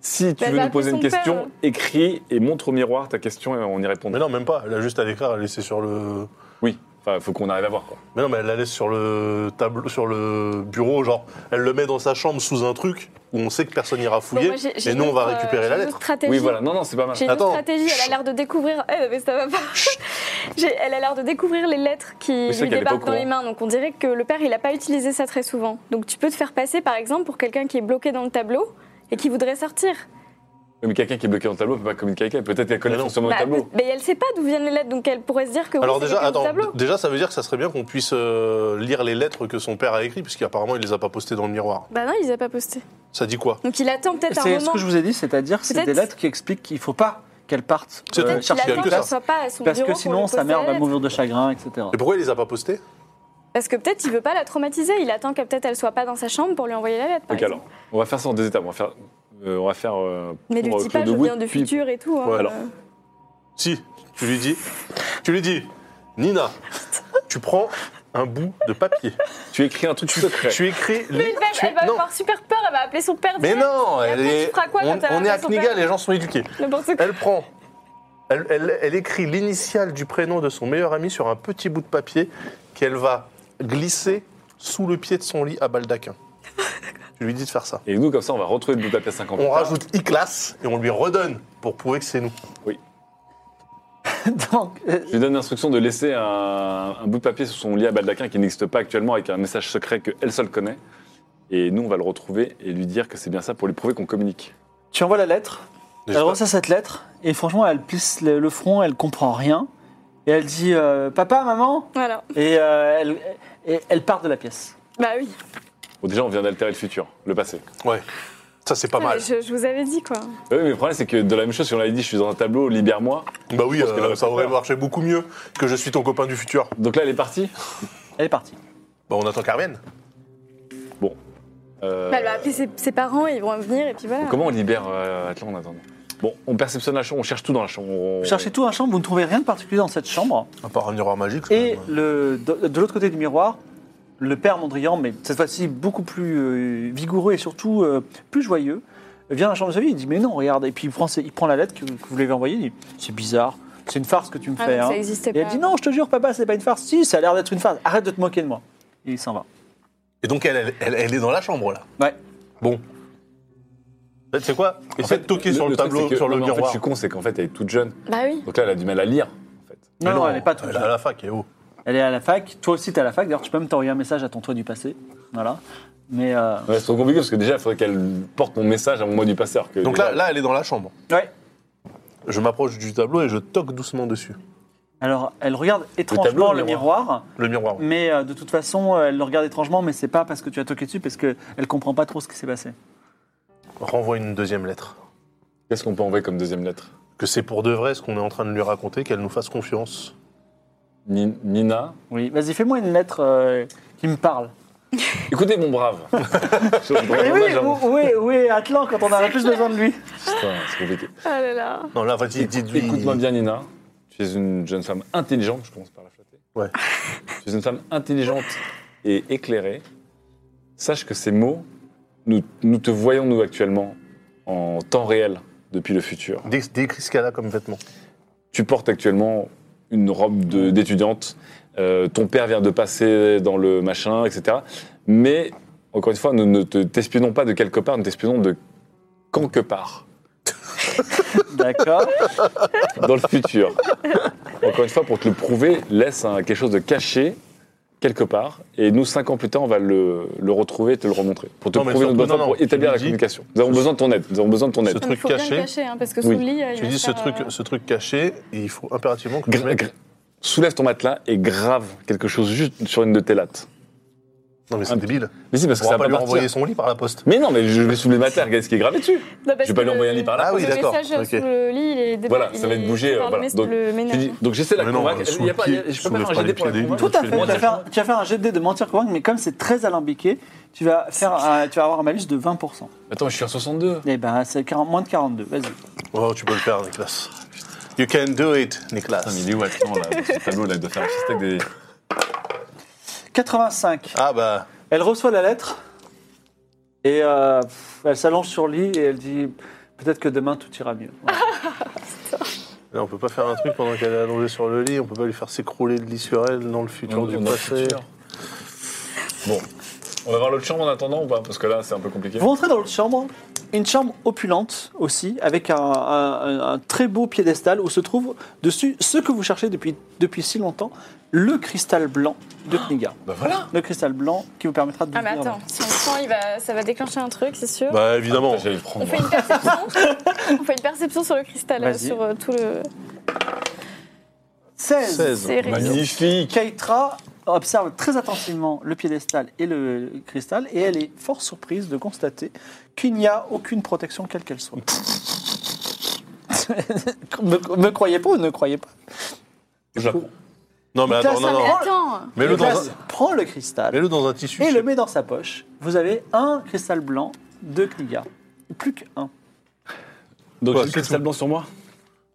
S3: Si tu
S5: Bah, elle
S3: veux
S5: va
S3: nous poser une
S5: appeler son
S3: question,
S5: père.
S3: écris et montre au miroir ta question et on y répondra.
S6: Mais non, même pas. Elle a juste à l'écrire, à laisser sur le.
S3: Oui, enfin, faut qu'on arrive à voir quoi.
S6: Mais non, mais elle la laisse sur le tableau, sur le bureau, genre. Elle le met dans sa chambre sous un truc où on sait que personne n'ira
S5: Bon,
S6: fouiller.
S5: moi, j'ai- j'ai
S6: et nous,
S5: une
S6: on va
S5: autre, euh,
S6: récupérer
S5: j'ai
S6: la
S5: une autre
S6: lettre.
S5: stratégie.
S3: Oui, voilà, non, non, c'est pas mal.
S5: J'ai une autre
S6: Attends.
S5: stratégie, elle a l'air de découvrir. [laughs] Eh, mais ça va pas. J'ai- elle a l'air de découvrir les lettres qui
S3: c'est
S5: lui
S3: qu'elle est pas au
S5: débarquent dans les
S3: courant.
S5: mains. Donc on dirait que le père, il n'a pas utilisé ça très souvent. Donc tu peux te faire passer, par exemple, pour quelqu'un qui est bloqué dans le tableau et qui voudrait sortir.
S3: Mais quelqu'un qui est bloqué dans le tableau peut pas communiquer avec elle. Peut-être qu'elle connaît
S6: Mais non.
S3: son
S5: Bah,
S3: tableau.
S5: Mais elle sait pas d'où viennent les lettres, donc elle pourrait se dire que oui,
S6: Alors
S5: c'est
S6: déjà,
S5: quelqu'un du
S6: attends,
S5: tableau.
S6: d- déjà, ça veut dire que ça serait bien qu'on puisse euh, lire les lettres que son père a écrites, puisqu'apparemment, il les a pas postées dans le miroir.
S5: Bah non, il les a pas posté.
S6: Ça dit quoi
S5: Donc il attend peut-être un
S2: C'est ce
S5: moment.
S2: que je vous ai dit, c'est-à-dire c'est des
S5: Peut-être-
S2: lettres qui expliquent qu'il faut pas qu'elle parte
S6: C'est
S2: euh,
S6: tout.
S5: Peut-être qu'il
S2: chercher
S6: quelque
S5: attend
S2: Nicolas,
S5: qu'elle
S6: chose.
S5: soit pas à son
S2: parce
S5: bureau
S2: que
S5: pour
S2: sinon
S5: lui
S2: sa
S5: poster
S2: mère
S5: la
S2: va
S5: lettre.
S2: mourir de chagrin, etc.
S6: Et pourquoi il les a pas postées
S5: Parce que peut-être il veut pas la traumatiser. Il attend qu'elle peut-être elle soit pas dans sa chambre pour lui envoyer la lettre. par
S3: Ok,
S5: exemple.
S3: alors, on va faire ça en deux étapes. On va faire. euh, on va faire euh,
S5: Mais lui
S3: pour,
S2: bah,
S3: euh,
S5: dis pas
S3: Claude
S5: je
S3: Wood,
S5: viens du
S3: puis-
S5: futur et tout. hein.
S3: Ouais, alors.
S5: Euh,
S6: Si, tu lui dis. Tu lui dis,
S5: [laughs]
S6: Nina, tu prends un bout de papier.
S3: Tu écris un truc secret.
S6: Tu écris.
S5: Mais
S6: les-
S5: elle va,
S6: tu-
S5: elle va
S6: non.
S5: avoir super peur, elle va appeler son [laughs] père.
S6: Mais
S5: direct.
S6: non,
S5: Et
S6: elle
S5: après,
S6: est-
S5: tu feras quoi quand elle
S6: on, on est
S5: va
S6: à
S5: faire son
S6: Kniga,
S5: père
S6: les gens sont éduqués.
S5: N'importe quoi.
S6: Elle prend. Elle, elle- elle écrit l'initiale du prénom de son meilleur ami sur un petit bout de papier qu'elle va glisser sous le pied de son lit
S5: [laughs]
S6: à baldaquin. tu lui dis de faire ça.
S3: Et nous, comme ça, on va retrouver le bout de la pièce 50.
S6: On rajoute I-Class et on lui redonne pour prouver que c'est nous.
S2: Donc, euh,
S3: Je lui donne l'instruction de laisser un, un bout de papier sur son lit à baldaquin qui n'existe pas actuellement avec un message secret qu'elle seule connaît. Et nous, on va le retrouver et lui dire que c'est bien ça pour lui prouver qu'on communique.
S2: tu envoies la lettre,
S3: Ah
S6: Déjà.
S2: elle reçoit cette lettre, et franchement, elle plisse le, le front, elle comprend rien, et elle dit euh, Papa, maman
S5: Voilà.
S2: Et euh, elle, et elle part de la pièce.
S5: Bah oui.
S3: Bon, déjà, on vient d'altérer le futur, le passé.
S6: Ouais. Ça, c'est pas
S5: Ouais,
S6: mal.
S5: Je, je vous avais dit quoi.
S3: Oui, mais le problème, c'est que de la même chose, si on l'avait dit, je suis dans un tableau, libère-moi.
S6: Bah oui,
S3: Je pense
S6: euh,
S3: qu'elle aurait
S6: ça
S3: pas
S6: aurait
S3: peur.
S6: marché beaucoup mieux que je suis ton copain du futur.
S3: Donc là, elle est partie.
S2: Elle est partie.
S6: Bah, on attend Carmen.
S3: Euh,
S5: Bah, elle va appeler ses, ses parents, ils vont venir et puis voilà.
S3: Comment on libère euh, Atlan en attendant Bon, on perceptionne la chambre, on cherche tout dans la chambre. on-
S2: Vous cherchez tout dans la chambre, vous ne trouvez rien de particulier dans cette chambre.
S6: À part un miroir magique. c'est
S2: Et
S6: quand même,
S2: le, de, de l'autre côté du miroir, le père Mondrian, mais cette fois-ci beaucoup plus euh, vigoureux et surtout euh, plus joyeux, vient à la chambre de sa vie il dit Mais non, regarde. Et puis il prend, ses- il prend la lettre que, que vous lui avez envoyée. Il dit C'est bizarre, c'est une farce que tu me
S5: Ah,
S2: fais.
S5: donc
S2: hein.
S5: ça existait
S2: Et
S5: pas.
S2: elle dit Non, je te jure, papa, c'est pas une farce. Si, ça a l'air d'être une farce. Arrête de te moquer de moi. Et il s'en va.
S6: Et donc, elle, elle, elle- elle est dans la chambre, là.
S2: Ouais.
S6: Bon. Là, tu sais quoi Essaie de toquer sur le,
S3: truc,
S6: tableau,
S3: c'est que-
S6: sur le
S3: non, mais en fait,
S6: miroir.
S3: je suis con, c'est qu'en fait, elle est toute jeune.
S5: Bah oui.
S3: Donc là, elle a du mal à lire. en fait.
S2: Non,
S6: Mais
S2: non, elle n'est pas toute
S6: Elle est à la fac, elle est où
S2: Elle est à la fac. Toi aussi, tu es à la fac. D'ailleurs, tu peux même t'envoyer un message à ton toi du passé. Voilà. Mais. euh,
S3: Ouais, c'est trop compliqué parce que déjà, il faudrait qu'elle porte mon message à mon moi du passeur. Que
S6: Donc là, là, elle est dans la chambre.
S2: Ouais.
S6: Je m'approche du tableau et je toque doucement dessus.
S2: Alors, elle regarde étrangement
S3: tableau, le
S2: le
S3: miroir.
S2: miroir.
S6: Le miroir. oui.
S2: Mais euh, de toute façon, euh, elle le regarde étrangement, mais c'est pas parce que tu as toqué dessus, parce qu'elle comprend pas trop ce qui s'est passé.
S6: Renvoie une deuxième lettre.
S3: qu'est-ce qu'on peut envoyer comme deuxième lettre
S6: Que c'est pour de vrai ce qu'on est en train de lui raconter, qu'elle nous fasse confiance.
S3: Ni- Nina
S2: Oui, vas-y, fais-moi une lettre euh, qui me parle.
S3: Écoutez, mon brave. Je voudrais
S2: Mais
S3: rendre
S2: oui,
S3: hommage à mon-
S2: où, où est, où est Atlan quand on a le plus besoin de lui
S3: Putain, c'est compliqué.
S5: Oh là là.
S6: Non, là, vas-y, dites-lui.
S3: Écoute-moi bien, Nina. Tu es une jeune femme intelligente. Je commence par la flatter.
S6: Ouais.
S3: Tu es une femme intelligente et éclairée. Sache que ces mots, nous, nous te voyons, nous, actuellement, en temps réel, depuis le futur.
S6: Dé- Décris ce qu'elle a comme vêtement.
S3: Tu portes actuellement une robe de- d'étudiante. euh, ton père vient de passer dans le machin, etc. Mais, encore une fois, nous ne te- t'espionnons pas de quelque part, nous t'espionnons de quelque part,
S2: D'accord.
S3: dans le futur. Encore une fois, pour te le prouver, laisse un- quelque chose de caché quelque part. Et nous, cinq ans plus tard, on va le, le retrouver et te le remontrer. Pour te
S6: Non, mais
S3: prouver
S6: surtout-
S3: notre bonne foi,
S6: non, non,
S3: pour
S6: tu
S3: établir
S6: lui
S3: la
S6: dis-
S3: communication. Nous avons besoin de ton aide. Nous avons besoin de ton
S6: Ce
S3: aide.
S5: Il
S6: truc
S5: faut
S6: caché.
S5: bien le cacher, hein, parce que
S3: Oui.
S5: sous le lit, il
S6: Tu
S5: va
S6: dis ce
S5: faire,
S6: truc,
S5: euh,
S6: ce truc caché, et il faut impérativement que tu
S3: Gra-
S6: mettes-
S3: gra- Soulève ton matelas et grave quelque chose juste sur une de tes lattes.
S6: Non mais c'est
S3: Un-
S6: débile.
S3: Mais si, parce
S6: On
S3: que ça
S6: va
S3: va
S6: pas lui
S3: pas
S6: envoyer
S3: partir.
S6: son lit par la poste.
S3: Mais non, mais je vais soulever ma terre, qu'est-ce qui est gravé dessus
S5: non, parce
S3: Je vais pas
S5: que
S3: lui envoyer un lit par là.
S6: Ah oui,
S5: le
S6: d'accord,
S5: message
S6: ok.
S5: sous le lit, il est déba-
S3: Voilà,
S5: il
S3: ça va
S5: est
S3: être bougé.
S5: par
S3: euh,
S5: le
S3: voilà.
S5: mess-
S3: Donc,
S5: le
S3: tu
S5: ménage.
S3: dis- donc j'essaie de la
S6: Mais non,
S3: convaincre.
S6: sous
S3: Il y a
S6: le
S3: pas- il y a-
S6: pied,
S3: je peux
S6: soulève
S3: pas
S6: pas
S3: faire un
S6: les
S3: GD pour la
S6: pieds des
S3: convaincre.
S2: Tout à fait.
S6: Moi,
S2: Tu vas,
S6: je-
S2: faire, tu vas faire un jet de dé de mentir convaincre, mais comme c'est très alambiqué, tu vas, faire un- tu vas avoir un malus de 20%.
S3: Attends, je suis à 62.
S2: Eh ben, c'est 40 moins de 42, vas-y.
S6: Oh, tu peux le faire, Nicolas. You can do it, Nicolas.
S3: Putain, mais il est où Attends, [laughs] là, dans ce tableau, là, il doit faire un chiste avec des.
S2: 85.
S6: Ah bah,
S2: Elle reçoit la lettre, et euh, elle s'allonge sur le lit, et elle dit Peut-être que demain tout ira mieux. Voilà.
S6: là, on peut pas faire un truc pendant qu'elle est allongée sur le lit. On peut pas lui faire s'écrouler de lit sur elle dans le futur
S3: dans
S6: du
S3: le
S6: passé.
S3: futur. Bon. On va voir l'autre chambre en attendant ou pas Parce que là, c'est un peu compliqué.
S2: Vous rentrez dans l'autre chambre, une chambre opulente aussi, avec un, un- un- un très beau piédestal où se trouve dessus ce que vous cherchez depuis, depuis si longtemps, le cristal blanc de Kniga.
S3: Bah voilà
S2: Le cristal blanc qui vous permettra de
S5: Ah, mais
S2: devenir
S5: attends, si on le sent, il va, ça va déclencher un truc, c'est sûr.
S6: Bah évidemment.
S3: Putain, J'allais le prendre.
S5: on, fait
S3: moi.
S5: une perception. [laughs] on fait une perception sur le cristal, euh,
S2: Vas-y.
S5: sur euh, tout le.
S2: 16.
S6: 16.
S5: C'est réussi.
S3: Magnifique
S2: Keitra observe très attentivement le piédestal et le cristal et elle est fort surprise de constater qu'il n'y a aucune protection quelle qu'elle soit. [laughs] me, me croyez pas ou ne croyez pas
S3: Je la prends.
S6: Non mais attends,
S2: Putain, ça
S6: non,
S3: Oh
S5: Mais
S6: non.
S2: m'a-
S5: attends
S6: Mets-le dans,
S2: Nicolas
S6: un...
S2: Prends le cristal.
S6: mets dans un tissu.
S2: et
S6: je
S2: le
S6: sais
S2: met dans sa poche. Vous avez un cristal blanc de Kniga. Plus qu'un.
S3: Donc,
S6: Ouais,
S3: j'ai le
S6: c'est
S3: cristal blanc sur moi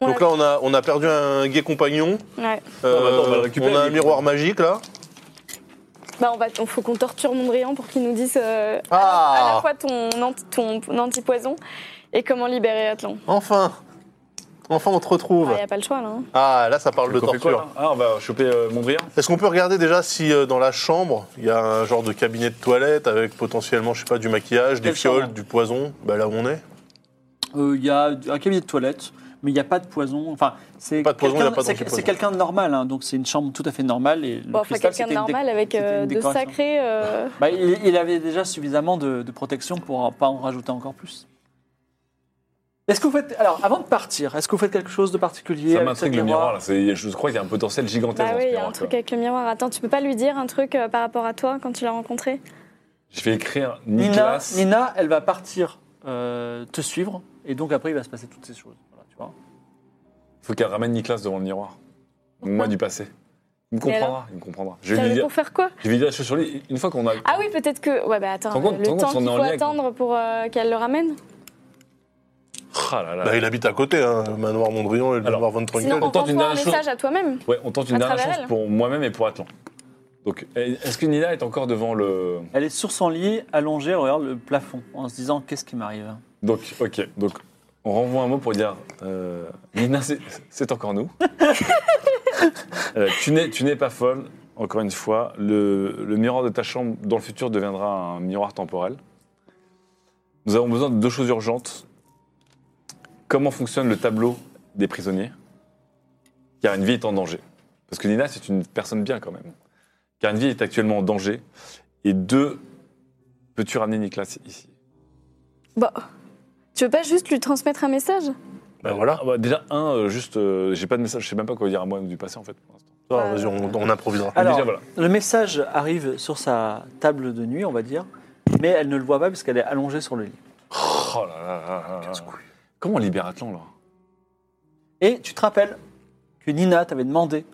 S6: pas. Donc là, on a, on a perdu un gay compagnon.
S5: Ouais.
S6: Euh,
S3: Non, mais attends, on va le récupérer,
S6: on a un
S3: lui.
S6: miroir magique là.
S5: Bah, on va, on, faut qu'on torture Mondrian pour qu'il nous dise euh, à la
S6: Ah,
S5: fois ton, anti- ton antipoison et comment libérer Atlan.
S6: enfin. Enfin, on te
S5: Il
S6: retrouve.
S5: n'y a pas le choix là. hein.
S6: Ah, là, ça parle de
S3: Donc on fait quoi,
S6: torture.
S3: là Ah, on va choper euh, Mondrian
S6: Est-ce qu'on peut regarder déjà si euh, dans la chambre, il y a un genre de cabinet de toilette avec potentiellement, je sais pas, du maquillage, des
S2: Quelle chambre
S6: fioles, du poison bah, Là où on est.
S2: Euh, Il y a un cabinet de toilette, mais il n'y a pas de poison. Enfin, c'est
S6: Pas de poison, il y a
S2: quelqu'un-
S6: pas de
S2: c'est-
S6: poison.
S2: c'est quelqu'un de normal, hein, donc c'est une chambre tout à fait normale. Et le
S5: Bon, enfin,
S2: cristal,
S5: quelqu'un de
S2: c'était une dé-
S5: normal avec
S2: c'était une
S5: euh, de
S2: décoration.
S5: sacrés. euh,
S2: Bah, il, il avait déjà suffisamment de, de protection pour en- pas en rajouter encore plus. Est-ce que vous faites alors avant de partir, est-ce que vous faites quelque chose de particulier
S3: Ça
S2: avec
S3: m'intrigue
S2: cette
S3: le miroir, là. C'est- Je crois qu'il y a un potentiel gigantesque.
S5: Bah
S3: dans
S5: oui,
S3: ce
S5: il y a
S3: miroir,
S5: un truc
S3: quoi.
S5: avec le miroir. Attends, tu peux pas lui dire un truc euh, par rapport à toi quand tu l'as rencontré
S3: Je vais écrire
S2: Nina,
S3: Nicolas.
S2: Nina, elle va partir euh, te suivre et donc après il va se passer toutes ces choses. Voilà, tu vois.
S3: faut qu'elle ramène Nicolas devant le miroir. Moi du passé. Il me
S5: Et alors
S3: comprendra, il me comprendra. Je
S5: Ça,
S3: vais lui
S5: mais
S3: dire,
S5: Pour faire quoi
S3: je vais lui dire la chose sur lui. Une fois qu'on a.
S5: Ah oui, peut-être que. Ouais, bah attends,
S3: T'en compte-
S5: le
S3: t'en compte,
S5: temps
S3: on est
S5: qu'il
S3: en
S5: faut
S3: lien avec-
S5: attendre pour euh, qu'elle le ramène.
S3: Ah là là.
S6: Bah, il habite à côté, hein, le manoir Mondrian et le
S3: Alors,
S6: manoir Von
S5: Sinon,
S6: Trunkel.
S5: on
S3: tente une
S5: t'envoie un
S3: dernière chose.
S5: message à toi-même.
S3: Ouais, on tente une
S5: À
S3: dernière
S5: travers
S3: chance
S5: elle.
S3: pour moi-même et pour Atlan. Donc, est-ce que Nina est encore devant le.
S2: Elle est sur son lit, allongée, elle regarde le plafond en se disant qu'est-ce qui m'arrive. hein.
S3: Donc, ok. Donc, on renvoie un mot pour dire euh, Nina, c'est- c'est encore nous. Euh, tu n'es tu n'es pas folle, encore une fois. Le, le miroir de ta chambre, dans le futur, deviendra un miroir temporel. Nous avons besoin de deux choses urgentes. Comment fonctionne le tableau des prisonniers Car une vie est en danger. Parce que Nina, c'est une personne bien quand même. Car une vie est actuellement en danger. Et deux, peux-tu ramener Nicolas ici
S5: Bon. Bah, Tu veux pas juste lui transmettre un message
S6: Bah, voilà.
S3: Ah bah, déjà, un, euh, juste, euh, j'ai pas de message, je sais même pas quoi dire à moi du passé en fait. pour l'instant.
S6: Ah, Vas-y, on, on improvisera.
S3: Mais
S2: Alors-
S3: déjà, voilà.
S2: Le message arrive sur sa table de nuit, on va dire, mais elle ne le voit pas parce qu'elle est allongée sur le lit.
S3: Oh là là là là là. Comment on libère Atlan là
S2: Et tu te rappelles que Nina t'avait demandé,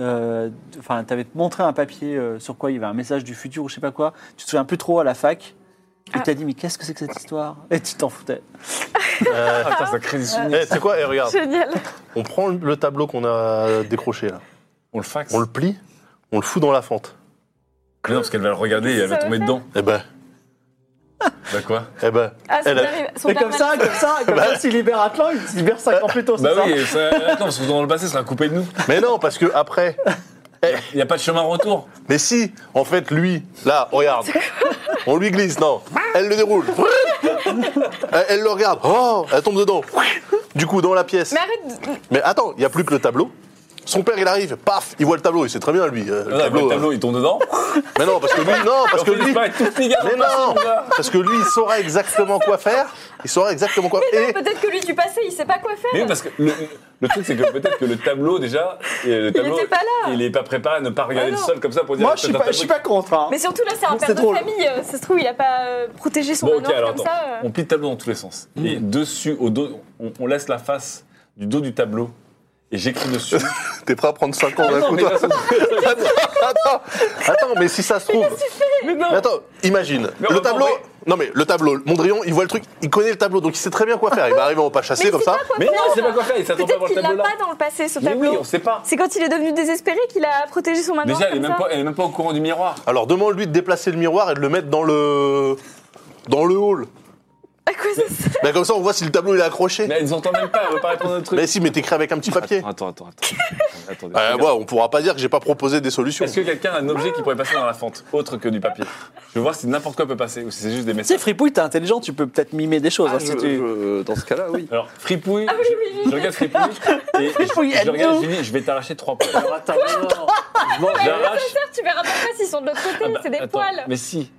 S2: euh, de- enfin, t'avait montré un papier euh, sur quoi il y avait un message du futur ou je sais pas quoi. Tu te souviens plus trop à la fac. Tu
S5: Ah.
S2: t'as dit, mais qu'est-ce que c'est que cette histoire Et tu t'en foutais.
S5: [laughs]
S6: Euh,
S3: Ah, putain, ça crée des souvenirs.
S6: eh, c'est quoi Eh, Regarde,
S5: Génial.
S6: on prend le tableau qu'on a décroché, là.
S3: On le faxe
S6: On le plie, on le fout dans la fente.
S3: Mais Non, parce qu'elle va le regarder et elle va
S5: Ça va
S3: tomber
S5: faire
S3: dedans.
S6: Eh ben,
S3: Bah quoi
S6: eh ben.
S5: Ah, son
S6: Elle a-
S5: dernier- son
S2: Et comme
S5: dernier-
S2: ça, comme ça, comme
S4: Bah.
S2: ça, s'il libère Atlan, il se libère 5 ans plus tôt, c'est
S3: Bah
S2: ça
S3: oui, ça, Atlan, on se retrouve dans le passé, ça sera coupé de nous.
S6: Mais non, parce que après.
S3: Il n'y a pas de chemin retour.
S6: Mais si, en fait, lui, là, regarde. On lui glisse, non. Elle le déroule. Elle- Elle le regarde. Oh, elle tombe dedans. Du coup, dans la pièce.
S5: Mais arrête de-
S6: Mais attends, il n'y a plus que le tableau. Son père, il arrive, paf, il voit le tableau, il sait très bien, lui. euh, le
S3: Voilà,
S6: tableau,
S3: le tableau, hein.
S6: euh.
S3: il tombe dedans.
S6: Mais non, parce que lui, non, parce que lui.
S3: Pas tout les gars,
S6: Mais
S3: on passe
S6: non,
S3: tout là.
S6: parce que lui, il saura exactement quoi faire. Il saura exactement quoi
S5: Mais non,
S6: Et
S5: Peut-être que lui du passé, il sait pas quoi faire.
S3: Mais oui, parce que le, le truc, c'est que peut-être que le tableau, déjà, et le tableau,
S5: était pas là.
S3: il est pas préparé à ne pas regarder
S5: Ah
S3: le
S5: non.
S3: sol comme ça pour dire.
S2: Moi,
S3: ah,
S2: je suis
S3: c'est un
S2: pas, je
S3: tableau
S2: suis pas contre. hein.
S5: Mais surtout là, c'est un
S2: C'est
S5: père de
S2: drôle.
S5: famille. euh, Ça se trouve, il a pas euh, protégé son
S3: Bon, ok,
S5: manoir
S3: alors
S5: comme
S3: attends.
S5: ça. euh. Mm.
S3: On plie le tableau dans tous les sens. Et dessus, au dos, on, on laisse la face du dos du tableau. Et j'écris
S5: [laughs]
S3: dessus.
S6: t'es prêt à prendre 5 ans d'un
S3: Non,
S6: coup,
S3: mais
S6: toi
S3: là, c'est-
S6: [laughs] attends, attends, attends, mais si ça se trouve. Mais attends, imagine.
S3: Mais on
S6: le
S3: va
S6: tableau.
S3: pas-
S6: Non, mais le tableau, Mondrian, il voit le truc, il connaît le tableau, donc il sait très bien quoi faire. Il va arriver en pas
S5: Mais
S6: chassé
S5: il
S6: comme
S5: sait
S6: ça.
S5: pas quoi
S3: Mais non,
S5: faire.
S3: il sait pas quoi faire, il s'attend pas à
S5: Peut-être
S3: voir le
S5: qu'il l'a
S3: tableau là.
S5: pas dans le passé, ce
S3: Mais oui,
S5: tableau.
S3: on sait pas.
S5: C'est quand il est devenu désespéré qu'il a protégé son manoir
S3: Déjà, elle est,
S5: comme
S3: même
S5: ça.
S3: pas, elle est même pas au courant du
S5: [laughs]
S3: miroir.
S6: Alors demande-lui de déplacer le miroir et de le mettre dans le. dans le hall.
S5: À quoi ça sert
S6: Ben, comme ça, on voit si le tableau il est accroché.
S3: Mais elle nous entend même pas, elle veut pas répondre à notre truc.
S6: Mais si, mais t'écris avec un petit papier.
S3: Attends, attends, attends. attendez.
S6: Euh,
S3: Regarde.
S6: ouais, on pourra pas dire que j'ai pas proposé des solutions.
S3: Est-ce que quelqu'un a un objet qui pourrait passer dans la fente, autre que du papier Je veux voir si n'importe quoi peut passer ou si c'est juste des
S2: Tu sais,
S3: messages.
S2: Fripouille, t'es intelligent, tu peux peut-être mimer des choses.
S4: Ah,
S2: hein, si
S4: je-
S2: tu-
S4: je- dans ce cas-là, [laughs] oui.
S3: Alors, fripouille,
S5: Ah oui,
S3: je-
S5: oui,
S3: je,
S5: oui.
S3: regarde
S5: [laughs]
S3: fripouille et je,
S2: Fripouille,
S3: je
S2: elle
S3: regarde,
S2: nous.
S3: je lui dis, je vais t'arracher trois poils.
S2: Alors, attends, non, non, non. Je m'en-
S3: J'arrache.
S5: Tu verras même pas s'ils sont de l'autre côté,
S3: Ah bah,
S5: c'est des
S3: attends,
S5: poils.
S3: Mais si.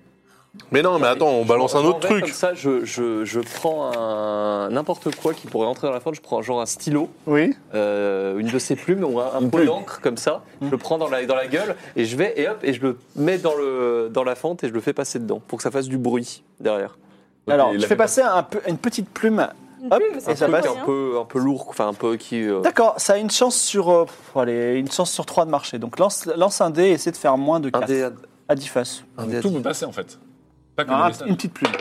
S6: Mais non, mais attends, on balance un
S4: Je m'en
S6: autre
S4: vais Comme
S6: truc.
S4: ça, je, je- je prends un- n'importe quoi qui pourrait entrer dans la fente. Je prends genre un stylo,
S2: Oui.
S4: euh, une Mmh. de ses plumes ou un, un pot d'encre comme ça. Je le prends dans la, dans la gueule et je vais et hop et je le mets dans, le, dans la fente et je le fais passer dedans pour que ça fasse du bruit derrière.
S3: Ok,
S2: Alors,
S3: il
S2: tu
S3: la
S2: fais
S3: fait pas.
S2: passer un peu- une petite plume.
S5: Une
S2: Hop,
S5: plume, c'est
S2: et ça
S5: pas
S2: passe.
S4: Truc
S5: moyen.
S4: un peu, un peu lourd, enfin un peu qui. euh,
S2: D'accord, ça a une chance sur euh, pff, allez, une chance sur 3 de marcher. Donc lance, lance un dé et essaie de faire moins de
S4: un
S2: 4
S4: dé à-
S2: à 10 faces.
S4: un dé à-
S3: Tout peut passer en fait. Pas que
S2: Un-
S3: des messages.
S2: une petite plume.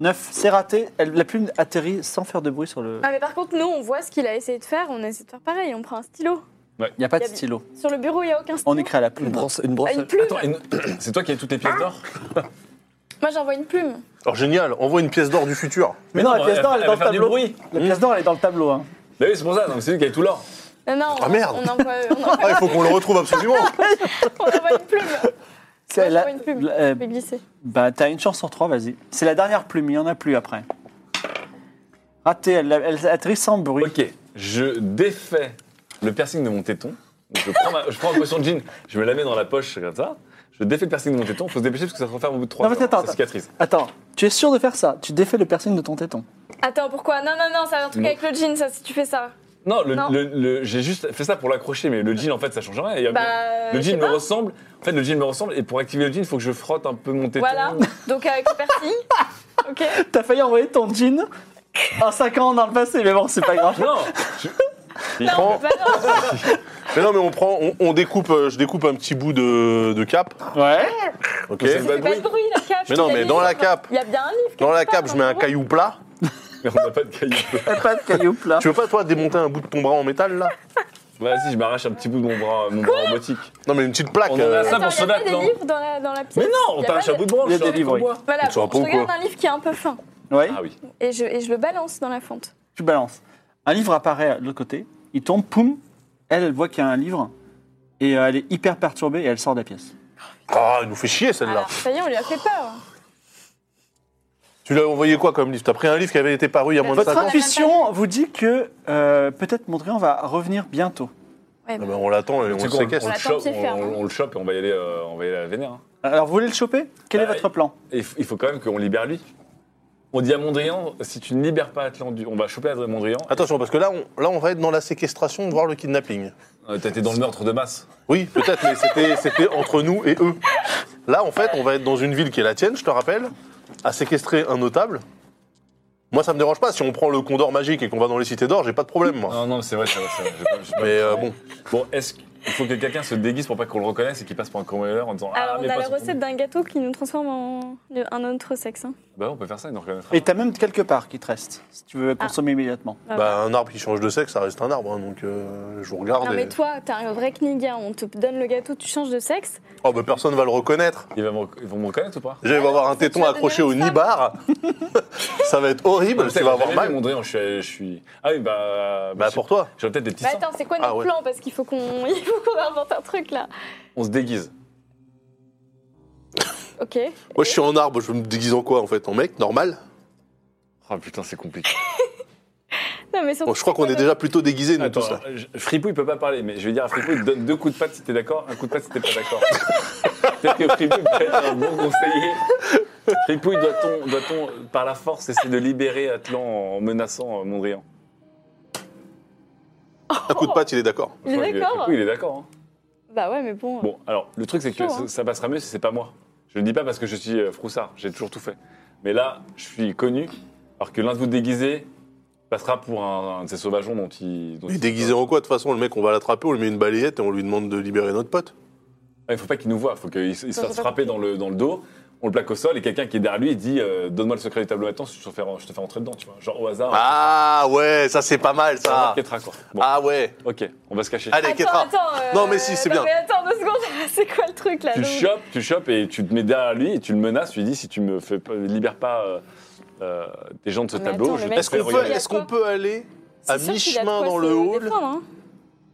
S2: 9, c'est raté. Elle- la plume atterrit sans faire de bruit sur le.
S5: Ah mais par contre, nous, on voit ce qu'il a essayé de faire, on essaie de faire pareil, on prend un stylo.
S2: Il n'y a pas de
S5: y a-
S2: stylo.
S5: Sur le bureau, il n'y a aucun stylo.
S2: On écrit à la
S4: Une
S2: plume.
S4: brosse, une brosse.
S5: Ah, une plume
S3: Attends, et nous- [clears throat] c'est toi qui as toutes les pièces d'or
S5: Moi, j'envoie une plume.
S6: Alors génial, envoie une pièce d'or du futur.
S2: Mais non, la pièce d'or, elle est dans
S3: va
S2: le
S3: faire du
S2: tableau.
S3: bruit.
S2: La pièce d'or, elle est dans le tableau. hein.
S3: Bah oui, c'est pour ça, donc c'est lui qui a tout l'or.
S5: Non, non,
S6: Ah,
S5: on-
S6: merde.
S5: on envoie, on envoie-
S6: Ah, il faut qu'on le retrouve absolument.
S5: on envoie une plume.
S2: C'est
S5: Moi, je
S2: la-
S5: vois une plume.
S2: la- euh,
S5: Je vais glisser.
S2: Bah, t'as une chance sur trois, vas-y. C'est la dernière plume, il n'y en a plus après. Raté, elle, elle atterrit sans bruit.
S3: Ok, je défais le piercing de mon téton. Donc, Je prends, ma, je prends ma potion de jean, je me la mets dans la poche comme ça. Je défais le piercing de mon téton. Faut se dépêcher parce que ça se referme au bout de trois
S2: Non, mais
S3: jours.
S2: attends,
S3: Ça cicatrise.
S2: Attends, tu es sûr de faire ça Tu défais le piercing de ton téton.
S5: Attends, pourquoi Non, non, non, ça a un truc
S3: Non.
S5: avec le jean, ça, si tu fais ça.
S3: Non, le-
S5: Non.
S3: le- le- j'ai juste fait ça pour l'accrocher, mais le jean en fait ça change rien. Il y a-
S5: Bah,
S3: le
S5: je sais
S3: jean me
S5: pas.
S3: ressemble. En fait, le jean me ressemble et pour activer le jean, il faut que je frotte un peu mon téton.
S5: Voilà, donc avec le piercing. Ok.
S2: T'as failli envoyer ton jean en 5 ans dans le passé, mais bon, c'est pas grave.
S3: Non, je- [laughs]
S6: Il prend-
S5: Bah non,
S6: Mais non, mais on prend, on, on découpe, euh, je découpe un petit bout de, de cape.
S2: Ouais.
S6: Ok.
S3: Mais c'est
S5: ça fait pas de bruit, la cape.
S6: Mais non,
S5: Il y a
S6: mais
S5: des
S6: dans la
S5: livres.
S6: cape.
S5: Il y a bien un livre.
S6: Dans la
S5: quelque part,
S6: cape, je mets un
S5: le
S6: caillou plat.
S3: mais on n'a pas de caillou.
S7: Pas de cailloux là.
S6: Tu veux pas, toi, démonter un bout de ton bras en métal, là
S3: Vas-y, Bah, je m'arrache un petit bout de mon bras, mon bras en botique.
S6: Non, mais une petite plaque.
S3: On en a
S6: euh,
S3: ça
S5: Attends,
S3: pour
S5: il y a
S3: Sonac,
S5: pas des
S3: non
S5: livres dans la, dans la pièce.
S3: Mais non, on
S5: Y a
S3: t'arrache
S5: pas
S3: un bout de branche.
S2: Il y a des
S3: hein,
S2: livres, oui.
S3: pour moi.
S5: Voilà,
S6: Tu sauras
S5: je
S6: pas ou
S5: regarde
S6: quoi
S5: un livre qui est un peu fin
S2: Ouais,
S3: Ah oui.
S5: et je, et je le balance dans la fonte.
S2: tu balances. Un livre apparaît de l'autre côté, il tombe, poum. Elle, elle voit qu'il y a un livre et euh, elle est hyper perturbée et elle sort de la pièce.
S6: Ah, il nous fait chier, celle-là.
S5: Alors, ça y est, on lui a fait peur.
S6: Tu l'as envoyé quoi comme livre T'as pris un livre qui avait été paru il y a moins de 5
S2: Votre
S6: ans
S2: intuition vous dit que euh, peut-être Mondrian va revenir bientôt.
S5: Ouais,
S6: Ah
S5: bah,
S6: bah, On l'attend et on
S3: Tu sais
S6: le
S3: qu'on- on
S6: séquestre.
S5: On
S3: le
S5: l'attend
S3: chope,
S5: pied
S3: on-
S5: ferme.
S3: on- on le chope et on va y aller, euh, on va y aller à la vénère. hein.
S2: Alors, vous voulez le choper Quel est
S3: Bah,
S2: votre plan
S3: Et il f- il faut quand même qu'on libère lui. On dit à Mondrian, si tu ne libères pas Atlandu, on va choper Adrien Mondrian.
S6: Attention, parce que là on, là, on va être dans la séquestration, voire le kidnapping.
S3: Euh, T'as été dans le meurtre de masse.
S6: Oui, peut-être, mais c'était- c'était entre nous et eux. Là, en fait, on va être dans une ville qui est la tienne, je te rappelle, à séquestrer un notable. Moi, ça me dérange pas. Si on prend le Condor magique et qu'on va dans les cités d'or, j'ai pas de problème, moi.
S3: Non, non, c'est vrai, c'est vrai. c'est vrai, j'ai pas- j'ai pas-
S6: Oh. Mais euh, bon,
S3: Bon, est-ce qu'il faut que quelqu'un se déguise pour pas qu'on le reconnaisse et qu'il passe pour un cambrioleur en disant
S5: Alors,
S3: Ah,
S5: on
S3: mais
S5: a
S3: pas
S5: la
S3: son-
S5: recette d'un gâteau qui nous transforme en le- un autre sexe. hein.
S3: Bah, on peut faire ça, il nous reconnaîtra.
S2: Et t'as même quelque part qui te reste, si tu veux consommer immédiatement.
S5: Ah
S6: bah, un arbre qui change de sexe, ça reste un arbre, hein, donc euh, je vous regarde.
S5: Non,
S6: et-
S5: mais toi, t'es un vrai kniga, on te donne le gâteau, tu changes de sexe.
S6: Oh, bah, personne va le reconnaître.
S3: Il va me rec- Ils vont me reconnaître ou pas
S6: Déjà, il va avoir un téton
S5: vas
S6: accroché au
S5: donner une femme. [laughs]
S6: nibar. ça va être
S3: Putain,
S6: horrible, bah, tu vas
S3: j'ai
S6: avoir
S3: jamais vu
S6: mal.
S3: Mondrian, je suis, je suis. Ah oui, bah.
S6: Bah,
S3: je-
S6: pour toi.
S3: J'aurais peut-être des petits
S5: Bah,
S3: seins.
S5: attends, c'est quoi
S6: Ah
S5: notre
S6: ouais.
S5: plan Parce qu'il faut qu'on [laughs] il faut qu'on invente un truc là.
S3: On se déguise.
S5: Ok. Et
S6: Moi, je suis en arbre, je me déguise en quoi, en fait En mec, normal
S3: Ah putain, c'est compliqué.
S5: Non, mais surtout,
S6: Bon, Je crois
S5: c'est
S6: qu'on
S5: quoi
S6: est déjà plutôt déguisés, nous,
S3: Attends,
S6: tous, là.
S3: je- Fripouille peut pas parler, mais je vais dire à Fripouille, donne deux coups de patte si t'es d'accord, un coup de patte si t'es pas d'accord. Peut-être que Fripouille peut être un bon conseiller. Fripouille, doit-on, doit-on, par la force, essayer de libérer Atlan en menaçant euh, Mondrian
S6: Un coup de patte, il est d'accord.
S5: Il est
S3: Je crois que
S5: d'accord.
S3: Fripouille, il est d'accord. hein.
S5: notre- Bah ouais, mais bon.
S3: Bon, alors, le truc, c'est que
S5: Chaud, hein.
S3: ça, ça passera mieux si c'est pas moi. Je le dis pas parce que je suis euh, froussard, j'ai toujours tout fait. Mais là, je suis connu, alors que l'un de vous déguisé passera pour un, un de ces sauvageons dont il. dont
S6: Il est
S3: il-
S6: déguisé en quoi De toute façon, le mec, on va l'attraper, on lui met une balayette et on lui demande de libérer notre pote.
S3: Il faut pas qu'il nous voie, faut qu'il se il se
S5: Non,
S3: fasse
S5: j'ai pas
S3: frapper dans le, dans le dos. On le plaque au sol et quelqu'un qui est derrière lui il dit euh, Donne-moi le secret du tableau attends, je te fais, je te fais rentrer dedans, tu vois. Genre au hasard.
S6: Ah ouais, ça, c'est pas mal,
S3: on va
S6: ça.
S3: te quêtera, quoi. Bon,
S6: Ah ouais.
S3: ok, on va se cacher.
S6: Allez,
S5: Attends,
S6: Ketra.
S5: attends. euh,
S6: Non, mais si, c'est bien.
S5: Mais attends deux secondes, [laughs] c'est quoi le truc là
S3: tu le
S5: donc
S3: chopes, tu le chopes et tu te mets derrière lui et tu le menaces. Tu lui dis Si tu me fais, pas- libères pas euh, euh, des gens de ce
S5: Mais
S3: tableau,
S5: attends,
S3: je
S5: le
S3: te
S5: mec,
S6: Est-ce
S3: fais
S6: qu'on
S5: Regarde,
S6: peut,
S3: regarder.
S5: regarde.
S6: est-ce qu'on peut aller
S5: C'est
S6: à
S5: sûr qu'il a de
S6: mi-chemin
S5: quoi
S6: dans
S5: se
S6: le hall
S5: défendre, hein.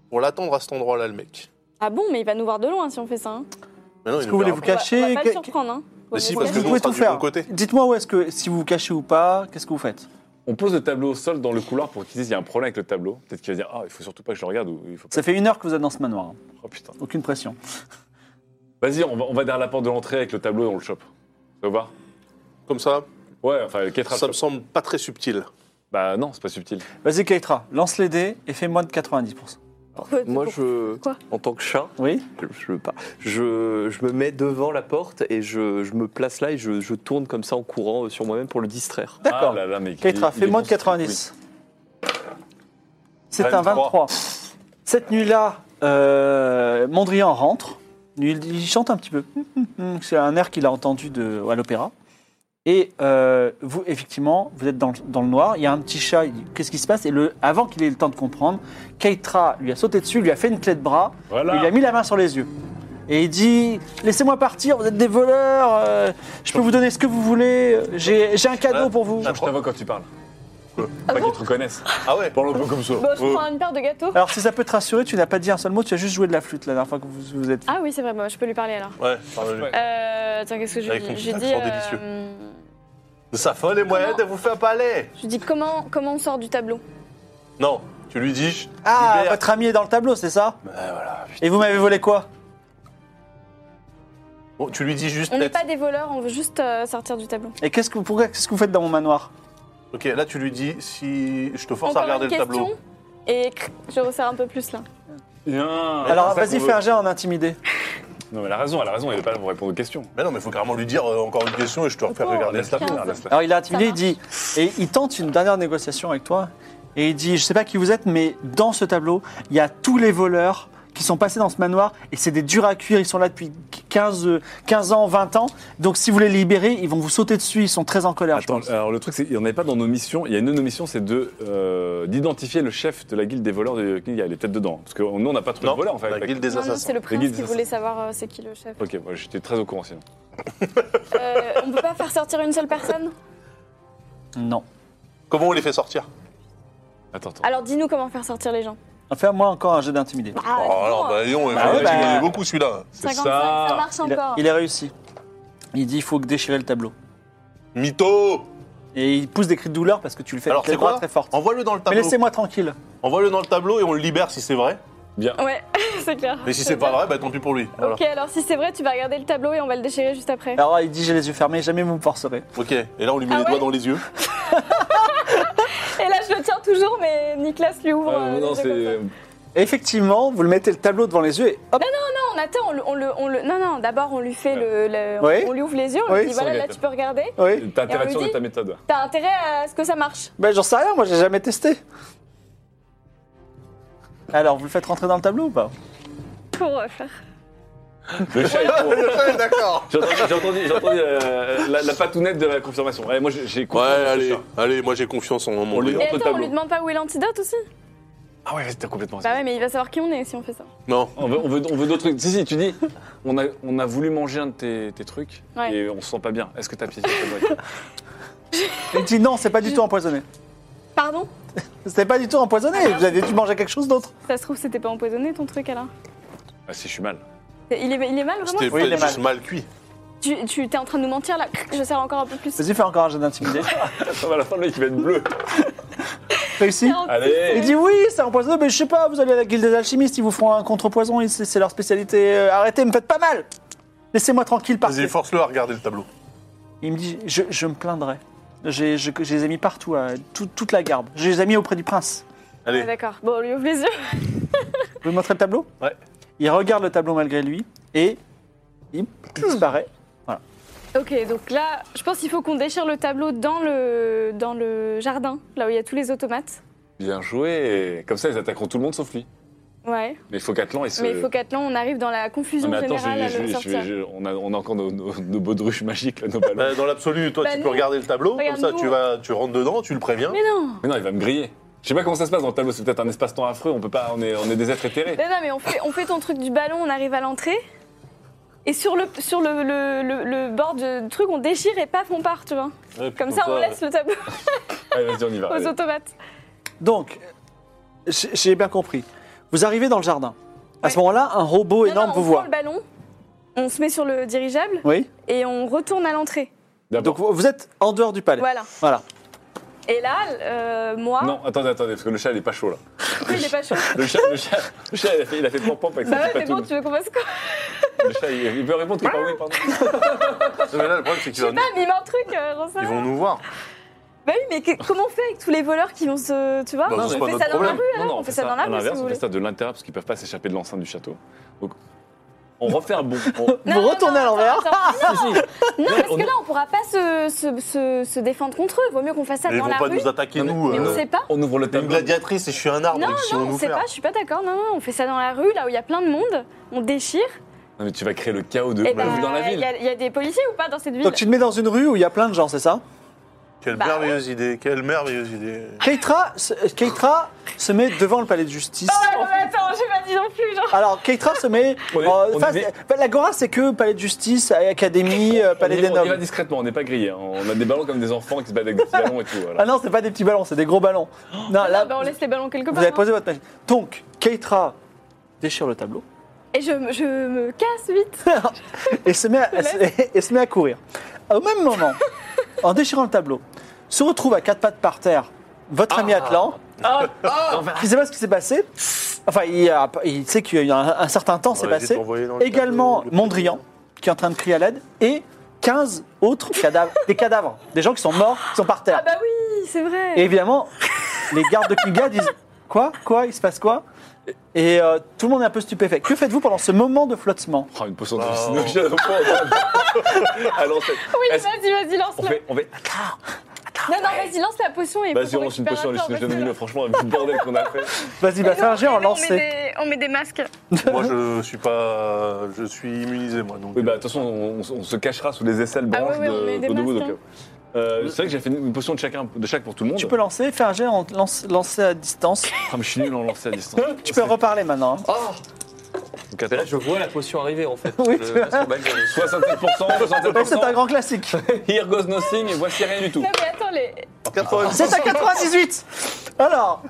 S6: pour l'attendre à cet endroit-là, le mec
S5: Ah bon, mais il va nous voir de loin si on fait ça. hein.
S6: Mais non,
S2: Est-ce
S6: il
S2: que vous
S6: nous
S2: voulez
S6: verra
S2: vous
S6: pas.
S5: On va-
S2: cacher
S5: On va pas le surprendre. Hein.
S6: Mais si, parce
S2: Vous
S6: que nous, on
S2: pouvez
S6: sera
S2: tout
S6: du
S2: faire.
S6: bon côté.
S2: Dites-moi où est-ce que, si vous vous cachez ou pas, qu'est-ce que vous faites
S3: On pose le tableau au sol dans le couloir pour qu'il dise Il y a un problème avec le tableau. Peut-être qu'il va dire Ah, il faut surtout pas que je le regarde ou il faut pas.
S2: Ça fait une heure que vous êtes dans ce manoir. hein.
S3: Oh putain.
S2: Aucune pression.
S3: Vas-y, on va, on va derrière la porte de l'entrée avec le tableau et on le chope. Ça vous va
S6: Comme ça,
S3: Ouais, enfin, Ketra.
S6: ça
S3: le
S6: me
S3: chope.
S6: semble pas très subtil.
S3: Bah non, c'est pas subtil.
S2: Vas-y, Keitra, lance les dés et fais moins de 90%.
S5: Pourquoi-
S4: Moi, je,
S5: Quoi
S4: en tant que chat,
S2: Oui
S4: je, je veux pas. Je, je me mets devant la porte et je, je me place là et je, je tourne comme ça en courant euh, sur moi-même pour le distraire.
S2: D'accord.
S3: Ah là là, mais
S2: Keitra,
S3: il- il
S2: fais
S3: est
S2: moins de
S3: construit.
S2: 90. C'est un
S3: 23.
S2: 23. Cette nuit-là, euh, Mondrian rentre. Il, il chante un petit peu. [laughs] C'est un air qu'il a entendu de, à l'opéra. Et euh, vous, effectivement, vous êtes dans le, dans le noir. Il y a un petit chat. il dit, Qu'est-ce qui se passe Et le, avant qu'il ait le temps de comprendre, Keitra lui a sauté dessus, lui a fait une clé de bras.
S3: Voilà.
S2: Il lui a mis la main sur les yeux. Et il dit Laissez-moi partir, vous êtes des voleurs. euh, je peux vous donner ce que vous voulez. euh, J'ai j'ai un cadeau pour vous.
S3: Je t'avoue Ah, quand tu parles.
S6: quoi.
S5: Ah
S3: Pas qu'ils te reconnaissent.
S6: Ah ouais
S3: Parle un peu comme Oh. ça.
S5: Bon, Bah, je
S6: Oh.
S3: Ouais.
S5: prends une paire de gâteaux.
S6: Ah.
S2: Alors, si ça peut te rassurer, tu n'as pas dit un seul mot, tu as juste joué de la flûte la dernière fois que vous, vous êtes.
S5: Ah oui, c'est vrai, bah, je peux lui parler alors.
S6: Ouais, parle-lui.
S5: Euh, attends, qu'est-ce que j'ai
S6: Avec
S5: dit
S6: ton
S5: J'ai
S6: petit
S5: dit.
S6: accent
S5: euh,
S6: Ça fait les moyens de vous faire parler
S5: je dis comment, comment on sort du tableau
S6: Non, tu lui dis.
S2: Ah,
S6: Hubert.
S2: votre ami est dans le tableau, c'est ça Et vous m'avez volé quoi
S6: Bon, tu lui dis juste
S5: On n'est
S6: net.
S5: pas des voleurs, on veut juste euh, sortir du tableau.
S2: Et qu'est-ce que, pourquoi, qu'est-ce que vous faites dans mon manoir
S6: Ok, là tu lui dis si je te force à
S5: Encore
S6: regarder
S5: une
S6: le tableau.
S5: question et cric, je resserre un peu plus là.
S3: Bien.
S2: Alors,
S3: C'est ça
S2: vas-y,
S3: qu'on
S2: fais
S3: veut.
S2: un jet en intimidé.
S3: Non, mais elle a raison, elle a raison, elle est pas là pour répondre aux questions.
S6: Mais non, mais faut carrément lui dire euh, encore une question et je te refais
S5: Pourquoi
S6: regarder le
S3: Laisse-la
S6: tableau.
S3: faire, laisse-la.
S2: Alors, il a intimidé,
S5: Ça
S2: il dit. Et il tente une dernière négociation avec toi. Et il dit Je sais pas qui vous êtes, mais dans ce tableau, il y a tous les voleurs qui sont passés dans ce manoir. Et c'est des durs à cuire. Ils sont là depuis 15, euh, 15 ans, 20 ans. Donc, si vous les libérez, ils vont vous sauter dessus. Ils sont très en colère, Ah, je
S3: Attends,
S2: pense.
S3: alors le truc, c'est qu'il n'y en avait pas dans nos missions. Il y a une de nos missions, c'est de, euh, d'identifier le chef de la guilde des voleurs de King. Elle est peut-être dedans. Parce que nous, on n'a pas trouvé
S6: Non,
S3: de voleurs, en fait.
S6: la
S3: avec-
S6: guilde des
S5: Non, non,
S6: assassins.
S5: c'est le
S3: guides,
S5: prince qui
S3: ça,
S5: voulait savoir euh, c'est qui le chef.
S3: Ok, moi, j'étais très au courant sinon.
S5: Euh, on peut pas faire sortir une seule personne
S2: Non.
S6: Comment on les fait sortir
S3: Attends, attends.
S5: Alors dis-nous comment faire sortir les gens.
S2: Fais-moi encore un jet d'intimidé.
S5: Ah,
S6: Oh alors, bah non, il
S2: Bah
S6: fallait
S2: ouais, bah-
S6: gagner beaucoup celui-là.
S5: 55,
S3: ça.
S5: ça, marche
S2: Il a,
S5: encore.
S2: il a réussi. Il dit il faut que déchirer le tableau.
S6: Mytho
S2: Et il pousse des cris de douleur parce que tu le fais
S6: Alors,
S2: avec les
S6: c'est quoi
S2: bras très fort.
S6: Envoie-le dans le
S2: Mais
S6: tableau.
S2: laissez-moi tranquille.
S6: Envoie-le dans le tableau et on le libère si c'est vrai.
S5: Ouais, [laughs] c'est clair.
S6: Mais si c'est pas vrai, bah tant pis pour lui. Voilà.
S5: Ok, alors si c'est vrai, tu vas regarder le tableau et on va le déchirer juste après.
S2: Alors il dit j'ai les yeux fermés, jamais vous me forcerez.
S6: Ok, et là on lui met
S5: Ah
S6: les
S5: ouais
S6: doigts dans les yeux. Ah.
S5: Et là, je le tiens toujours, mais Nicolas lui ouvre.
S3: Ah,
S5: euh,
S3: non,
S5: les
S3: non,
S5: yeux
S3: c'est.
S5: comme ça.
S2: Effectivement, vous le mettez le tableau devant les yeux et hop,
S5: on attend, on le, on le- on le- non, non, d'abord on lui fait le, le-
S2: Oui.
S5: on lui ouvre les yeux, on
S2: Oui,
S5: lui dit
S3: sans
S5: voilà, là
S3: guette.
S5: tu peux regarder,
S2: oui.
S3: T'as
S5: Et on
S3: intérêt
S5: lui
S3: sûr de
S5: dit-
S3: ta méthode.
S5: t'as intérêt à ce que ça marche.
S2: Ben j'en sais rien, moi j'ai jamais testé. Alors vous le faites rentrer dans le tableau ou pas
S5: Pour euh, faire.
S3: Le chat est pour.
S5: [laughs]
S6: [laughs] Ouais, D'accord.
S3: J'ai entendu, j'ai entendu, j'ai entendu, euh, la, la patounette de la confirmation. Ouais, moi, j'ai j'ai
S6: Ouais,
S3: confiance en ce
S6: allez,
S3: chat.
S6: allez, moi j'ai confiance en mon
S3: On lui
S6: Léon.
S5: Et
S3: Entre le
S5: attends, on lui
S3: tableau.
S5: demande pas où est l'antidote aussi
S3: Ah ouais, c'était complètement
S5: Bah ouais, mais il va savoir qui on est si on fait ça.
S6: Non.
S3: On veut, on veut, on veut d'autres trucs. Si, si, tu dis, on a, on a voulu manger un de tes, tes trucs
S5: Ouais.
S3: et on se sent pas bien. Est-ce que t'as piégé Fabrice
S2: Il dit non, c'est pas du tout empoisonné.
S5: Pardon
S2: C'était pas du tout empoisonné, vous avez dû manger quelque chose d'autre.
S5: Ça se trouve, c'était pas empoisonné ton truc alors
S3: Ah si, je suis mal. [laughs]
S5: il est, il est mal vraiment
S6: C'était
S2: Oui, il est
S6: peut-être juste mal cuit.
S5: Tu, tu es en train de nous mentir là, je serre encore un peu plus.
S2: Vas-y, fais encore un jeu d'intimidé.
S3: Ça va, à la fin, le mec, il va être bleu.
S2: Réussi
S3: Allez
S2: Il dit oui, c'est empoisonné, mais je sais pas, vous allez à la guilde des alchimistes, ils vous feront un contrepoison, ils- c'est c'est leur spécialité. Euh, Arrêtez, me faites pas mal Laissez-moi tranquille, partez.
S6: Vas-y, force-le à regarder le tableau.
S2: Il me dit, je, je me plaindrai. J'ai- Je, je les ai mis partout, à tout- toute la garde. Je les ai mis auprès du prince.
S5: Ah,
S6: Allez,
S5: D'accord, bon, on lui ouvre les yeux.
S2: Vous me montrez le tableau
S6: Ouais.
S2: Il regarde le tableau malgré lui et il disparaît.
S5: Ok, donc là, je pense qu'il faut qu'on déchire le tableau dans le, dans le jardin, là où il y a tous les automates.
S3: Bien joué Comme ça, ils attaqueront tout le monde sauf lui.
S5: Ouais,
S3: Mais il faut qu'Atlan, il se...
S5: mais il faut qu'Atlan, on arrive dans la
S3: Non,
S5: confusion
S3: mais attends,
S5: générale
S3: je-
S5: à le
S3: je- je-
S5: sortir.
S3: je- on, a, on a encore nos, nos, nos baudruches magiques, là, nos ballons.
S6: Bah, dans l'absolu, toi
S5: Bah,
S6: tu
S5: nous-
S6: peux regarder le tableau, comme
S5: regarde,
S6: ça
S5: nous,
S6: tu,
S5: on-
S6: vas, tu rentres dedans, tu le préviens.
S5: Mais non
S3: Mais non, il va me griller. Je sais pas comment ça se passe dans le tableau, c'est peut-être un espace-temps affreux, on peut pas, on est, on est des êtres éthérés.
S5: Non, non, mais on fait, on fait ton truc du ballon, on arrive à l'entrée. Et sur le, sur le, le, le- le bord du truc, on déchire et paf, on part, tu vois.
S6: Ouais, puis
S5: Comme ça, on laisse le tableau
S3: Allez, vas-y, on y va.
S5: aux
S3: allez.
S5: automates.
S2: Donc, j- j'ai bien compris. Vous arrivez dans le jardin. À ce moment-là, un robot
S3: Oh,
S5: Non,
S2: énorme
S5: non, on
S2: vous
S5: prend
S2: voit.
S5: le ballon, on se met sur le dirigeable
S2: Oui.
S6: Ah
S5: et on retourne à l'entrée.
S3: D'abord-
S2: Donc vous vous êtes en dehors du palais.
S5: Voilà.
S2: Voilà.
S5: Et là, euh, moi,
S3: Non, attendez, attendez, parce que le chat, il est pas chaud, là.
S5: il est pas chaud.
S3: Le chat, le chat, le chat il a fait, il a fait pom-pom avec
S5: Bah
S3: sa
S5: ouais,
S3: petite
S5: mais bon,
S3: patoune.
S5: tu veux qu'on fasse quoi
S3: Le chat, il, il peut répondre que par oui, pardon.
S6: Non, mais là, le problème, c'est qu'ils
S5: Je sais pas, mais il met un truc, euh, Rosa.
S6: ils vont nous voir.
S5: Bah oui, mais que- comment on fait avec tous les voleurs qui vont se. Tu vois
S6: Bah,
S3: Non,
S6: c'est
S3: mais
S6: pas
S5: on fait
S6: notre
S5: ça dans la
S6: problème.
S5: rue, alors on, fait ça, dans la
S3: à
S5: rue, si
S3: l'inverse,
S5: vous
S3: on fait
S5: voulez.
S3: ça de l'intérieur parce qu'ils peuvent pas s'échapper de l'enceinte du château. Donc,
S5: [laughs]
S3: on refait un bond. On-
S5: Non,
S2: vous
S5: non,
S2: retournez à
S5: non,
S2: l'envers.
S5: attends, attends.
S3: Si, si.
S5: Non,
S3: Ouais,
S5: parce
S3: on-
S5: que là, on pourra pas se, se, se, se défendre contre eux. Vaut mieux qu'on fasse ça
S6: Ils
S5: dans
S6: vont
S5: la
S6: pas
S5: rue.
S6: nous attaquer,
S3: Non, mais-
S6: nous.
S5: mais on
S6: euh,
S5: sait pas.
S3: On ouvre le
S6: T'es une
S3: tableau.
S6: gladiatrice et je suis un arbre,
S5: Non,
S6: donc si
S5: non,
S6: on
S5: on
S6: nous
S5: sait
S6: faire.
S5: pas, je suis pas d'accord. Non, non, on fait ça dans la rue, là où il y a plein de monde. On déchire.
S3: Non, mais tu vas créer le chaos de
S5: Et
S3: dans
S5: bah,
S3: la
S5: il
S3: ville.
S5: y, a- il y a des policiers ou pas dans cette ville
S2: Donc tu te mets dans une rue où il y a plein de gens, c'est ça
S6: Quelle
S5: Bah,
S6: merveilleuse idée, quelle merveilleuse idée.
S2: Keitra se, Keitra se met devant le palais de justice.
S5: Ah attends, j'ai pas dit non plus, genre.
S2: Alors, Keitra se met.
S3: On est-
S2: euh,
S3: on
S2: face-
S3: est-
S2: bah, L'agora, c'est que palais de justice, académie, euh,
S3: On
S2: palais
S3: y,
S2: des
S3: va- on y va
S2: nobles.
S3: discrètement, on n'est pas grillé. hein. On a des ballons comme des enfants qui se battent avec des petits ballons et tout. voilà.
S5: [laughs]
S2: Ah non, c'est pas des petits ballons, c'est des gros ballons. Oh, Non, là,
S5: on laisse les ballons quelque
S2: vous
S5: part.
S2: avez
S5: hein.
S2: posé votre magie. Donc, Keitra déchire le tableau
S5: Et je, je me casse vite.
S2: et se met à, [laughs] et se met à courir. Au même moment, en déchirant le tableau, se retrouve à quatre pattes par terre votre
S6: Ah.
S2: ami Atlan. [laughs] Il ne sait pas ce qui s'est passé. Enfin, il, a- il sait qu'il y a un, un certain temps s'est
S6: On a vite
S2: passé.
S6: envoyé dans le
S2: Également
S6: tableau, le-
S2: Mondrian, qui est en train de crier à l'aide, et 15 autres cadavres, des cadavres, des gens qui sont morts, qui sont par terre.
S5: Ah bah oui, c'est vrai.
S2: Et évidemment, les gardes de Kinga disent Quoi Quoi Il se passe quoi Et euh, tout le monde est un peu stupéfait. Que faites-vous pendant ce moment de flottement
S3: Oh, une potion d'hallucinogène au point.
S5: [laughs]
S3: À l'ancienne.
S5: Oui,
S3: Est-ce-
S5: vas-y, vas-y,
S3: On
S5: lance-la.
S3: fait, on fait.
S5: Non, non, vas-y, lance la potion et
S3: Vas-y,
S5: faut
S3: on
S5: qu'on
S3: lance une
S5: récupère
S3: potion
S5: un corps,
S3: hallucinogène de
S5: parce que-
S3: milieu. Franchement, avec le bordel qu'on a fait.
S2: Vas-y, va
S5: Et
S2: faire un
S5: nous-
S2: jet
S5: et
S2: en
S5: nous, on met
S2: lancer.
S5: des- On met des masques.
S6: Moi, je suis pas. Je suis immunisé, moi. Donc,
S3: Oui, bah, de toute façon, on, on- on se cachera sous les aisselles
S5: Ah
S3: branches
S5: ouais, ouais, on met
S3: de
S5: des
S3: Kodomo,
S5: masques, hein.
S3: donc, euh, c'est vrai que j'ai fait une une potion de, chacun, de chaque pour tout le monde.
S2: Tu peux lancer, fais un jet en lance- lancer à distance.
S3: Ah, mais je suis nul en lancer à
S5: [laughs]
S3: distance.
S2: Tu peux reparler maintenant. hein.
S4: Ah
S3: Donc,
S4: Mais là,
S3: attends.
S4: je vois la potion arriver en fait.
S2: [laughs] Oui,
S4: Je-
S2: tu vois.
S4: parce qu'on
S3: bah,
S4: m'a dit-
S3: 67%,
S2: Ouais, c'est un
S3: 67%,
S2: grand classique.
S3: here goes nothing, et voici rien du tout.
S5: Non, mais attends, les.
S6: euh,
S2: C'est à 98 Alors.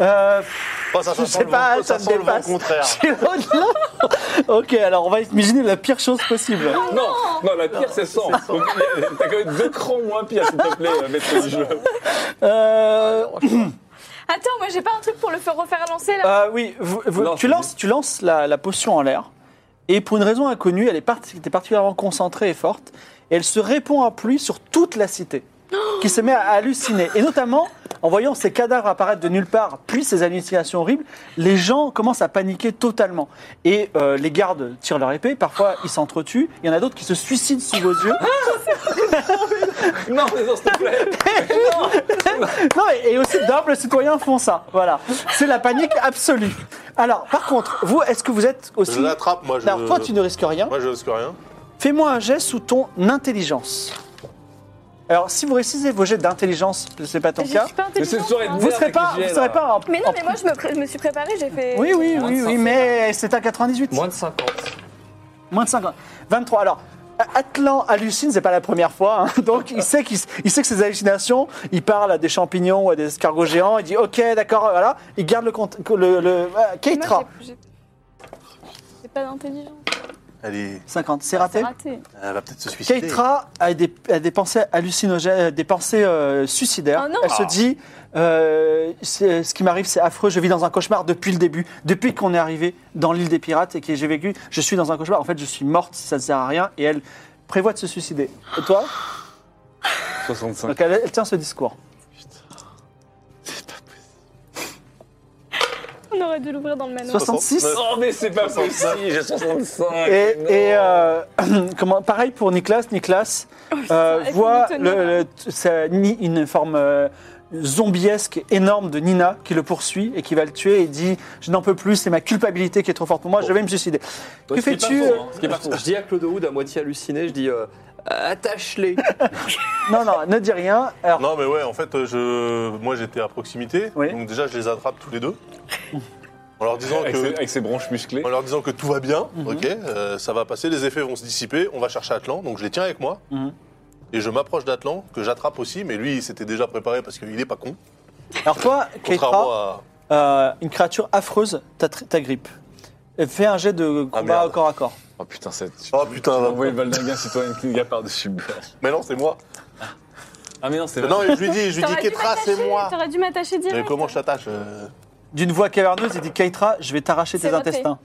S2: Euh,
S6: Oh, ça,
S2: je
S6: ça sent
S2: sais
S6: le
S2: pas,
S6: vent-
S2: ça me
S6: ça sent le vent
S2: dépasse. [laughs]
S6: contraire.
S2: j'ai au-delà. ok, alors on va imaginer la pire chose possible.
S3: Non, non, la pire c'est 100. Donc, T'as quand même deux crans moins pire, s'il te plaît, euh, maître du jeu.
S2: Euh,
S5: Attends, moi j'ai pas un truc pour le faire refaire lancer là.
S2: euh, oui, vous- vous-
S3: Non,
S2: tu
S3: c'est
S2: lances, tu lances la, la potion en l'air. Et pour une raison inconnue, elle est parti- était particulièrement concentrée et forte. Et elle se répand en pluie sur toute la cité, qui se met à halluciner. Et notamment, en voyant ces cadavres apparaître de nulle part, puis ces hallucinations horribles, les gens commencent à paniquer totalement. Et euh, les gardes tirent leur épée, parfois ils s'entretuent, il y en a d'autres qui se suicident sous vos yeux.
S3: Non, mais non, s'il te plaît.
S2: Non, et, et aussi d'humbles citoyens font ça. Voilà. C'est la panique absolue. Alors, par contre, vous, est-ce que vous êtes aussi.
S6: Je l'attrape, moi. Je...
S2: Alors, toi, tu ne risques rien.
S6: Moi, je risque rien.
S2: Fais-moi un jet sous ton intelligence. Alors, si vous réussissez vos jets d'intelligence, c'est pas ton
S5: Je
S2: cas,
S5: suis pas
S3: Mais c'est une
S5: intelligente.
S3: soirée de
S5: hein.
S2: vous serez pas,
S3: Avec les
S2: vous
S3: jets,
S2: serez
S3: là.
S2: pas en-
S5: Mais non,
S2: Ah, en-
S5: mais moi je me, pré- je me suis préparée, j'ai fait.
S2: Oui, oui, oui,
S4: de
S2: oui,
S4: 500.
S2: mais c'est à 98.
S4: Moins de 50.
S2: Moins de 50. 23. Alors, A- Atlan hallucine, c'est pas la première fois. hein. [laughs] Donc, il sait, qu'il s- il sait que ses hallucinations, il parle à des champignons ou à des escargots géants. Il dit Ok, d'accord, voilà. Il garde le compte. Le, le- euh,
S5: Moi,
S2: Keitra,
S5: j'ai- j'ai- J'ai pas d'intelligence.
S6: Elle, est...
S2: 50. C'est
S5: C'est
S2: raté.
S5: raté.
S6: Elle va peut-être se suicider.
S2: Keitra a des, a des pensées hallucinogènes, des pensées euh, suicidaires.
S5: Oh non.
S2: Elle se dit euh, c'est- ce qui m'arrive, c'est affreux. Je vis dans un cauchemar depuis le début, depuis qu'on est arrivé dans l'île des pirates et que j'ai vécu. Je suis dans un cauchemar. En fait, je suis morte. Ça ne sert à rien. Et elle prévoit de se suicider. Et toi
S3: 65.
S2: Donc elle, elle tient ce discours.
S5: On aurait dû l'ouvrir dans le manoir.
S2: 66
S3: Oh, mais c'est pas possible, j'ai 65.
S2: et,
S3: Ah, non.
S2: et, euh, [clears throat] comment, pareil pour Nicolas. Nicolas euh,
S5: putain, et
S2: voit
S5: pour Newton,
S2: le- le- sa- ni- une forme euh, zombiesque énorme de Nina qui le poursuit et qui va le tuer et dit Je n'en peux plus, c'est ma culpabilité qui est trop forte pour moi, je vais me suicider.
S3: Toi,
S2: que
S3: ce qui est pas
S2: fais-tu,
S3: faux,
S2: euh,
S3: hein, Ce qui est pas faux.
S4: Je dis à Claude Wood à moitié halluciné, je dis euh, attache-les.
S2: Non, non, ne dis rien. Alors,
S6: Non, mais ouais, en fait, euh, je... moi, j'étais à proximité.
S2: Oui.
S6: Donc, déjà, je les attrape tous les deux. En leur disant
S3: Avec ses-
S6: que.
S3: avec ses branches musclées.
S6: En leur disant que tout va bien,
S2: Mhm.
S6: ok, euh, ça va passer, les effets vont se dissiper, on va chercher Atlan, donc je les tiens avec moi.
S2: Mhm.
S6: Et je m'approche d'Atlan, que j'attrape aussi, mais lui il s'était déjà préparé parce qu'il est pas con.
S2: alors toi,
S6: Contrairement
S2: Keitra,
S6: à.
S2: euh, une créature affreuse t'a- t'agrippe. Et Fais un jet de
S3: Ah,
S2: combat
S6: merde.
S2: au corps à corps.
S3: Oh putain, cette.
S6: Oh putain, va-
S3: Envoyez le Valdaga citoyen Kinga par-dessus le bord.
S6: mais non, c'est moi.
S3: Ah, mais non, c'est
S6: Non,
S3: vrai.
S6: je lui dis, je lui dis,
S5: T'aurais dû
S6: Ketra, c'est
S5: m'attacher,
S6: moi.
S5: T'aurais dû m'attacher direct.
S6: Mais comment je t'attache euh,
S2: D'une voix caverneuse, il dit Keitra, je vais t'arracher tes
S5: C'est raté.
S2: intestins.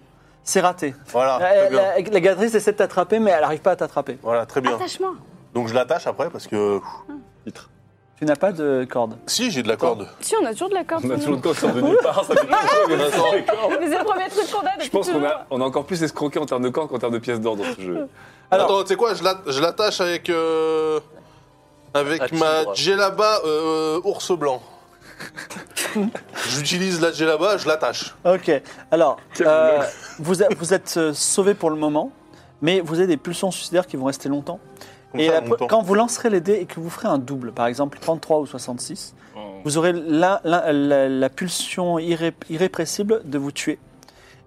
S2: C'est raté.
S6: Voilà,
S2: La,
S6: Ah, très bien.
S2: la, la gadrice essaie de t'attraper, mais elle n'arrive pas à t'attraper.
S6: Voilà, très
S3: hein
S6: bien.
S5: Attache-moi.
S6: Donc je l'attache après parce que. pff,
S2: Tu n'as pas de corde.
S6: Si, j'ai de la corde.
S5: Si, on a toujours de la corde.
S3: On a
S5: nous.
S3: toujours le temps de sortir de nulle part, ça fait pas chaud, mais
S6: Attends.
S3: Ah, d'accord.
S5: Mais c'est le premier truc qu'on a depuis
S3: Je pense qu'on
S5: toujours.
S3: a, on a encore plus escroqué en termes de corps qu'en termes de pièces d'or dans ce jeu.
S2: Alors-
S6: Attends, tu sais quoi, je la- je l'attache avec. euh,
S4: Un
S6: Avec
S4: tigre.
S6: ma djellaba euh, ours blanc. J'utilise la djellaba, je l'attache.
S2: Ok. Alors, euh, vous, a- vous êtes sauvé pour le moment, mais vous avez des pulsions suicidaires qui vont rester longtemps.
S6: Comme
S2: Et
S6: ça,
S2: la
S6: on
S2: pre-
S6: entend.
S2: quand vous lancerez les dés et que vous ferez un double, par exemple 33 ou 66, vous aurez la, la- la- la pulsion irré- irrépressible de vous tuer.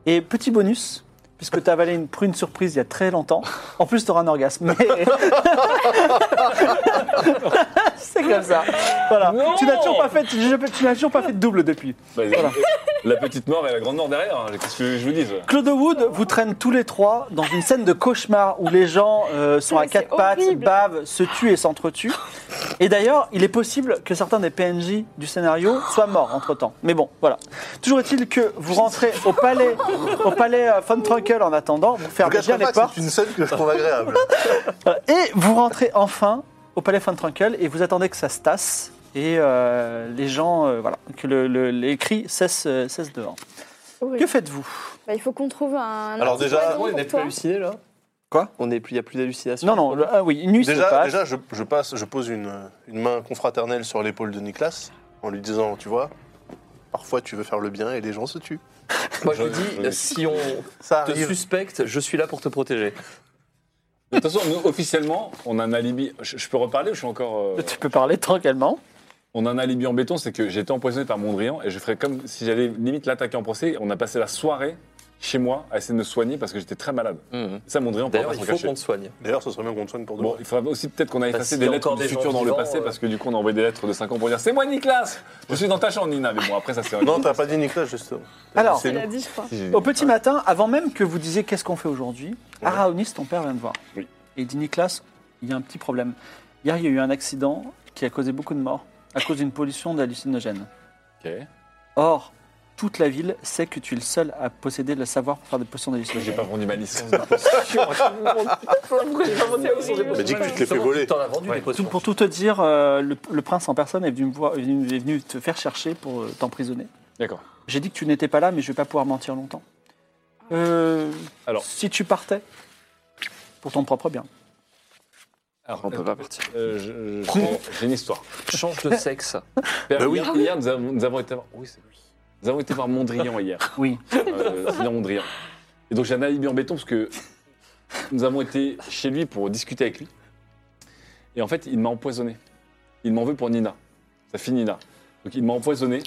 S2: Et petit bonus, puisque tu as avalé une prune surprise il y a très longtemps, en plus tu auras un orgasme. Mais... [laughs] C'est comme ça. Voilà.
S3: Non
S2: tu n'as toujours pas fait, je- tu n'as toujours pas fait de double depuis.
S3: Bah, La petite mort et la grande mort derrière, hein. qu'est-ce que je vous dis ça
S2: Claude Wood vous traîne tous les trois dans une scène de cauchemar où les gens euh, sont à
S5: Ah, Mais
S2: quatre
S5: c'est
S2: pattes,
S5: horrible.
S2: bavent, se tuent et s'entretuent. Et d'ailleurs, il est possible que certains des PNJ du scénario soient morts entre temps. Mais bon, voilà. Toujours est-il que vous rentrez au palais, au palais euh, von Trunkel en attendant, vous fermez
S6: Regarde
S2: bien les
S6: pas que
S2: portes.
S6: c'est une scène que je trouve agréable.
S2: Voilà. Et vous rentrez enfin au palais von Trunkel et vous attendez que ça se tasse. Et euh, les gens, euh, voilà, que le- le- les cris cessent, euh, cessent devant. Que
S5: Horrible.
S2: faites-vous
S5: Bah, il faut qu'on trouve un.
S6: Alors déjà-
S4: On
S5: on
S4: n'est plus halluciné là
S2: Quoi
S4: On n'est plus, il n'y a plus d'hallucination.
S2: Non, non, le- ah [laughs] oui, une nuit se
S6: Déjà,
S2: passe.
S6: déjà je, je passe, je pose une, une main confraternelle sur l'épaule de Nicolas en lui disant, tu vois, parfois tu veux faire le bien et les gens se tuent.
S4: Moi je te dis, euh, si on
S6: Ça
S4: te
S6: arrive.
S4: suspecte, je suis là pour te protéger.
S3: De toute façon, nous, officiellement, on a un alibi. Je, je peux reparler ou je suis encore. euh,
S2: Tu peux parler tranquillement.
S3: On a un alibi en béton, c'est que j'ai été empoisonné par Mondrian et je ferais comme si j'allais limite l'attaquer en procès. On a passé la soirée chez moi à essayer de me soigner parce que j'étais très malade. Ça, Mondrian, on pourra
S4: Mhm. D'ailleurs, il
S3: pas s'en
S4: faut
S3: cacher.
S4: qu'on te soigne.
S6: D'ailleurs, ce serait bien qu'on te soigne pour demain.
S3: Bon, il faudrait aussi peut-être qu'on a effacé
S4: s'il
S3: des
S4: y a
S3: lettres
S4: encore
S3: du
S4: des gens
S3: futur dans le
S4: vivants,
S3: passé
S4: euh.
S3: parce que du coup, on a envoyé des lettres de 5 ans pour dire C'est moi, Nicolas Je suis dans ta chambre, Nina. Mais bon, après, ça, c'est un.
S6: Non, t'as pas dit Nicolas, justement.
S2: Alors,
S6: C'est
S5: Il
S6: nous.
S5: a dit, je crois.
S3: Si, j'ai-
S2: Au petit matin, avant même que vous disiez qu'est-ce qu'on fait aujourd'hui, Araonis, ton père, vient te voir.
S3: Oui.
S2: Et il dit Nicolas, il y a un petit problème. Hier, il y a eu un accident qui a causé beaucoup de morts à cause d'une pollution d'hallucinogènes.
S3: Ok.
S2: Or, toute la ville sait que tu es le seul à posséder le savoir pour faire des potions
S3: J'ai
S2: d'hallucinogènes.
S3: pas vendu ma licence.
S4: [laughs]
S3: Bah,
S6: Mais dis que tu te l'es fait voler.
S4: T'en as vendu des
S2: Tout-
S4: potions.
S2: pour tout te dire, euh, le, le prince en personne est venu, me voir- est venu- est venu te faire chercher pour euh, t'emprisonner.
S3: D'accord.
S2: J'ai dit que tu n'étais pas là, mais je vais pas pouvoir mentir longtemps. Euh,
S3: Alors.
S2: si tu partais, pour ton propre bien.
S3: Alors,
S4: On peut pas partir.
S3: euh, je- je- j'ai une histoire.
S4: Change de sexe.
S3: Père,
S6: Bah oui.
S3: Hier, hier, nous, avons, nous avons été voir. Oui, c'est lui. Nous avons été voir Mondrian hier.
S2: Oui.
S3: Euh, Sylvain Mondrian. Et donc j'ai un alibi en béton parce que nous avons été chez lui pour discuter avec lui. Et en fait, il m'a empoisonné. Il m'en veut pour Nina. Sa fille Nina. Donc il m'a empoisonné.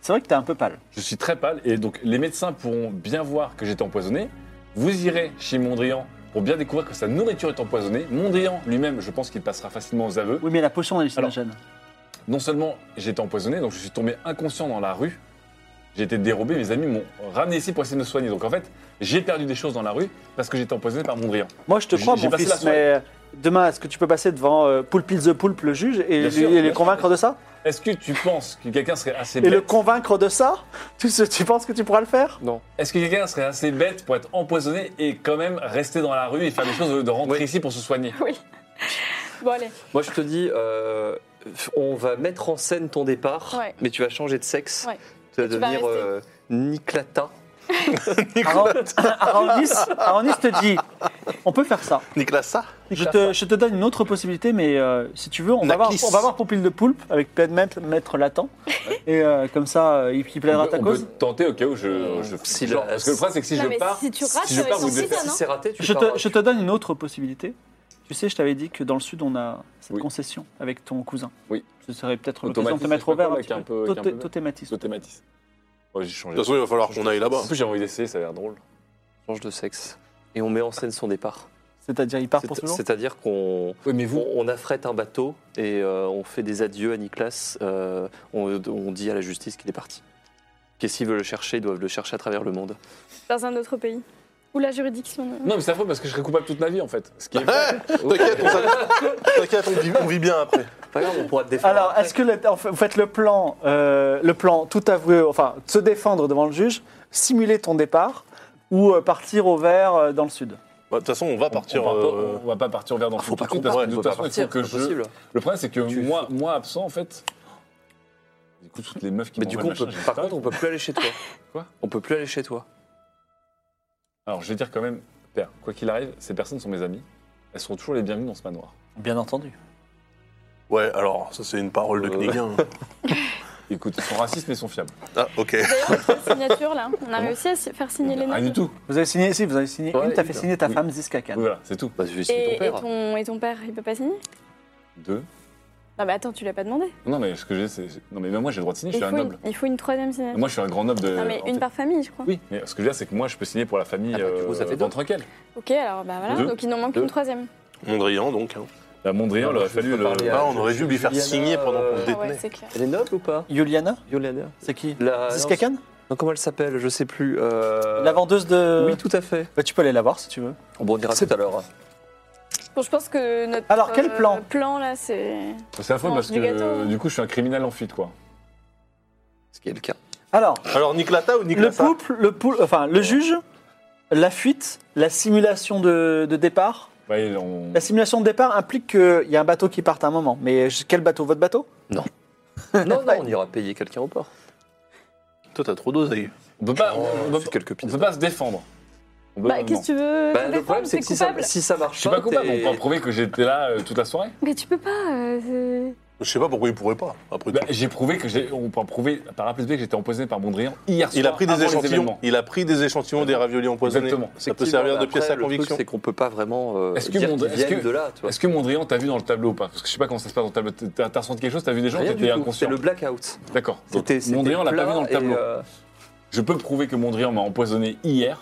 S2: C'est vrai que tu es un peu pâle.
S3: Je suis très pâle. Et donc les médecins pourront bien voir que j'étais empoisonné. Vous irez chez Mondrian pour bien découvrir que sa nourriture est empoisonnée. Mondrian lui-même, je pense qu'il passera facilement aux aveux.
S2: Oui, mais la potion d'hallucinogène.
S3: Non seulement j'ai été empoisonné, donc je suis tombé inconscient dans la rue. J'ai été dérobé, mes amis m'ont ramené ici pour essayer de me soigner. Donc en fait, j'ai perdu des choses dans la rue parce que j'étais empoisonné par Mondrian.
S2: Moi, je te
S3: J'ai-
S2: crois,
S3: j'ai
S2: mon
S3: passé la
S2: fils,
S3: soirée.
S2: mais euh, demain, est-ce que tu peux passer devant euh, Poulpe the Poulpe, le juge, et,
S3: Bien
S2: lui-
S3: sûr,
S2: et
S3: bien
S2: le
S3: sûr.
S2: convaincre de ça
S3: Est-ce que tu penses que quelqu'un serait assez
S2: Et le
S3: bête
S2: convaincre de ça tu, sais- tu penses que tu pourras le faire
S3: Est-ce que quelqu'un serait assez bête pour être empoisonné et quand même rester dans la rue et faire des choses au lieu de rentrer
S4: Oui.
S3: ici pour se soigner
S5: Bon, allez.
S4: Moi, je te dis, euh, on va mettre en scène ton départ,
S5: Ouais.
S4: mais tu vas changer de sexe.
S5: Ouais.
S4: Tu vas
S5: tu vas
S4: devenir
S5: rester.
S4: euh, Niclata.
S2: [coughs] Araonis Araonis te dit on peut faire ça.
S6: Nicolas, ça
S2: Je te, je te donne une autre possibilité, mais euh, si tu veux, on va, voir,
S6: Naclis.
S2: on va voir Poupil de Poulpe avec peut-être Maître, maître Latent. Et euh, comme ça, euh, il, il plaidera
S3: On peut-
S2: ta
S3: on
S2: cause.
S3: peut tenter au cas où je. je
S4: Si
S3: genre,
S4: la-
S3: parce que le problème, c'est que Euh, si
S5: Non,
S3: je
S5: mais
S3: pars.
S5: si tu rates,
S3: si je
S5: ça va
S3: pars,
S5: être hein.
S3: vous
S5: sans
S3: devez-
S5: suite,
S4: Si
S5: non
S4: c'est raté, tu
S2: Je
S4: pars- hein.
S2: te, je te donne une autre possibilité. Tu sais, je t'avais dit que dans le sud, on a cette
S3: Oui.
S2: concession avec ton cousin.
S3: Oui.
S2: Ce serait peut-être l'occasion
S3: Automatisme,
S2: de te mettre au
S3: je sais
S2: vert
S3: pas
S2: un
S3: quoi,
S2: petit
S3: là, qui est un
S2: peu.
S3: peu- qui est un peu vert.
S2: Totématisme.
S3: Automatisme. Oh, j'ai changé.
S6: De toute façon, il va falloir qu'on aille là-bas.
S3: En plus, j'ai envie d'essayer, ça a l'air drôle.
S4: change de sexe. Et on met en scène son départ.
S2: C'est-à-dire, il part
S4: C'est-
S2: pour toujours
S4: C'est-à-dire qu'on
S3: Oui, mais vous.
S4: on, on affrète un bateau et euh, on fait des adieux à Niklas. euh, on, on dit à la justice qu'il est parti. Et s'ils veulent le chercher, ils doivent le chercher à travers le monde.
S5: Dans un autre pays. Ou la juridiction. euh, de-
S3: Non, mais c'est affreux parce que je serais coupable toute ma vie en fait. Ce qui [laughs] est
S6: Eh, T'inquiète, on, s'en- T'inquiète, on vit, on vit bien après.
S4: Pas grave, on pourra te défendre.
S2: Alors, est-ce que le- en fait, vous faites le plan, euh, le plan tout avoué, enfin, se défendre devant le juge, simuler ton départ ou euh, partir au vert euh, dans le sud
S6: Bah, De toute façon, on va partir.
S3: On, part pas-
S6: euh,
S3: on va pas partir vers dans le
S4: Ah, faut pas
S3: tout de suite, parce
S6: qu'on-
S3: que de toute
S6: ouais, faut
S3: façon, il
S4: C'est
S3: faut que je.
S4: possible.
S3: Le problème, c'est que
S4: Tu-
S3: moi, moi absent, en fait. Du coup, toutes les meufs qui
S4: Mais du coup, on
S3: m'envoient
S4: peut,
S3: machin,
S4: par
S3: j'ai
S4: contre, on peut plus aller chez toi.
S3: Quoi
S4: On peut plus aller chez toi.
S3: Alors, je vais dire quand même, père, quoi qu'il arrive, ces personnes sont mes amies. Elles seront toujours les bienvenues dans ce manoir.
S2: Bien entendu.
S6: Ouais, alors, ça, c'est une parole de
S4: Euh.
S6: Knigan.
S3: Écoute, ils sont racistes, mais ils sont fiables.
S6: [laughs] Ah, ok.
S5: Cette signature là, on a réussi à si- faire signer les noms.
S3: Rien du tout.
S2: Vous avez signé, si, vous avez signé
S4: Ouais,
S2: une, t'as fait
S4: évidemment.
S2: signer ta
S3: Oui.
S2: femme Ziska Khan.
S3: Oui, voilà, c'est tout.
S4: Bah, je vais citer
S5: Et,
S4: ton père.
S5: et ton, et ton père, il peut pas signer
S3: Deux.
S5: Non, mais attends, tu l'as pas demandé.
S3: Non, mais ce que j'ai, c'est. Non, mais même moi, j'ai le droit de signer, je
S5: Il
S3: suis
S5: faut,
S3: un
S5: une,
S3: noble.
S5: il faut une troisième signature.
S3: Moi, je suis un grand noble de.
S5: non, mais
S3: en
S5: une
S3: fait.
S5: par famille, je crois.
S3: Oui, mais ce que je veux dire, c'est que moi, je peux signer pour la famille
S4: Ah bah, du coup, ça fait
S3: euh,
S4: deux.
S3: Van Trinquel.
S5: Ok, alors bah voilà,
S3: Deux.
S5: donc il n'en manque
S4: Deux.
S5: une troisième.
S6: Mondrian, donc. hein.
S3: La Mondrian, il
S4: Non,
S3: aurait
S4: je vais
S3: fallu
S4: pas parler
S3: le.
S4: à-
S6: Ah, on aurait dû lui faire
S4: Juliana,
S6: signer pendant qu'on le
S4: euh,
S5: Ah ouais,
S6: détenait.
S5: c'est clair.
S4: Elle est noble ou pas
S2: Yuliana,
S4: Yolanda
S2: c'est qui
S4: La-
S2: Ziska Khan
S4: Ah, Non, comment elle s'appelle Je sais plus. euh,
S2: La vendeuse de.
S4: Oui, tout à fait.
S2: Bah, tu peux aller la voir si tu veux.
S4: On bondira tout à l'heure. hein.
S5: Bon, je pense que notre euh,
S2: Alors, quel plan
S5: plan là, c'est.
S3: Ah, C'est affreux
S5: Mange
S3: parce
S5: du gâteau,
S3: que
S5: hein.
S3: du coup, je suis un criminel en fuite, quoi.
S4: Ce qui est le cas.
S2: Alors,
S6: Alors, Niklata ou
S2: le
S6: Niklata
S2: couple, le poule, enfin le juge, la fuite, la simulation de, de départ.
S3: Ouais, Bah, on-
S2: La simulation de départ implique qu'il y a un bateau qui parte à un moment. Mais quel bateau Votre bateau
S4: [laughs] Non, non, on ira payer quelqu'un au port.
S6: Toi, t'as trop d'oseille.
S3: on peut pas, on- on peut-
S4: Fais quelques
S3: on
S4: pizzas.
S3: peut pas se défendre. On peut-
S5: Bah, qu'est-ce
S3: non.
S5: que tu veux
S4: Bah,
S5: te
S4: le problème,
S5: défendre,
S4: c'est que
S5: T'es
S4: si ça,
S5: coupable.
S4: si ça marche
S3: Je suis pas coupable,
S4: t'es-
S3: on peut prouver que j'étais là euh, toute la soirée.
S5: Mais tu peux pas. euh, c'est-
S6: Je sais pas pourquoi il pourrait pas. Après
S3: Bah,
S6: tout.
S3: j'ai prouvé que j'ai. On peut prouver par A plus B que j'étais empoisonné par Mondrian hier soir.
S6: Il a pris des
S3: avant les
S6: échantillons.
S3: événements.
S6: Il a pris des échantillons des raviolis empoisonnés.
S3: Exactement.
S6: Ça peut servir de
S4: Après,
S6: pièce à
S4: le truc,
S6: conviction.
S4: C'est qu'on peut pas vraiment euh,
S3: Est-ce que
S4: dire
S3: mon-
S4: qu'ils
S3: est-ce
S4: viennent
S3: que-
S4: de là, tu vois.
S3: Est-ce que Mondrian, t'as vu dans le tableau ou pas Parce que je sais pas comment ça se passe dans le tableau. T'as t'as ressenti quelque chose T'as vu des gens
S4: Rien du
S3: T'étais
S4: tout,
S3: inconscient.
S4: C'est le blackout.
S3: D'accord. Donc,
S4: C'était c'était
S3: Mondrian l'a pas
S4: plat
S3: vu dans le
S4: et,
S3: tableau.
S4: euh,
S3: Je peux prouver que Mondrian m'a empoisonné hier.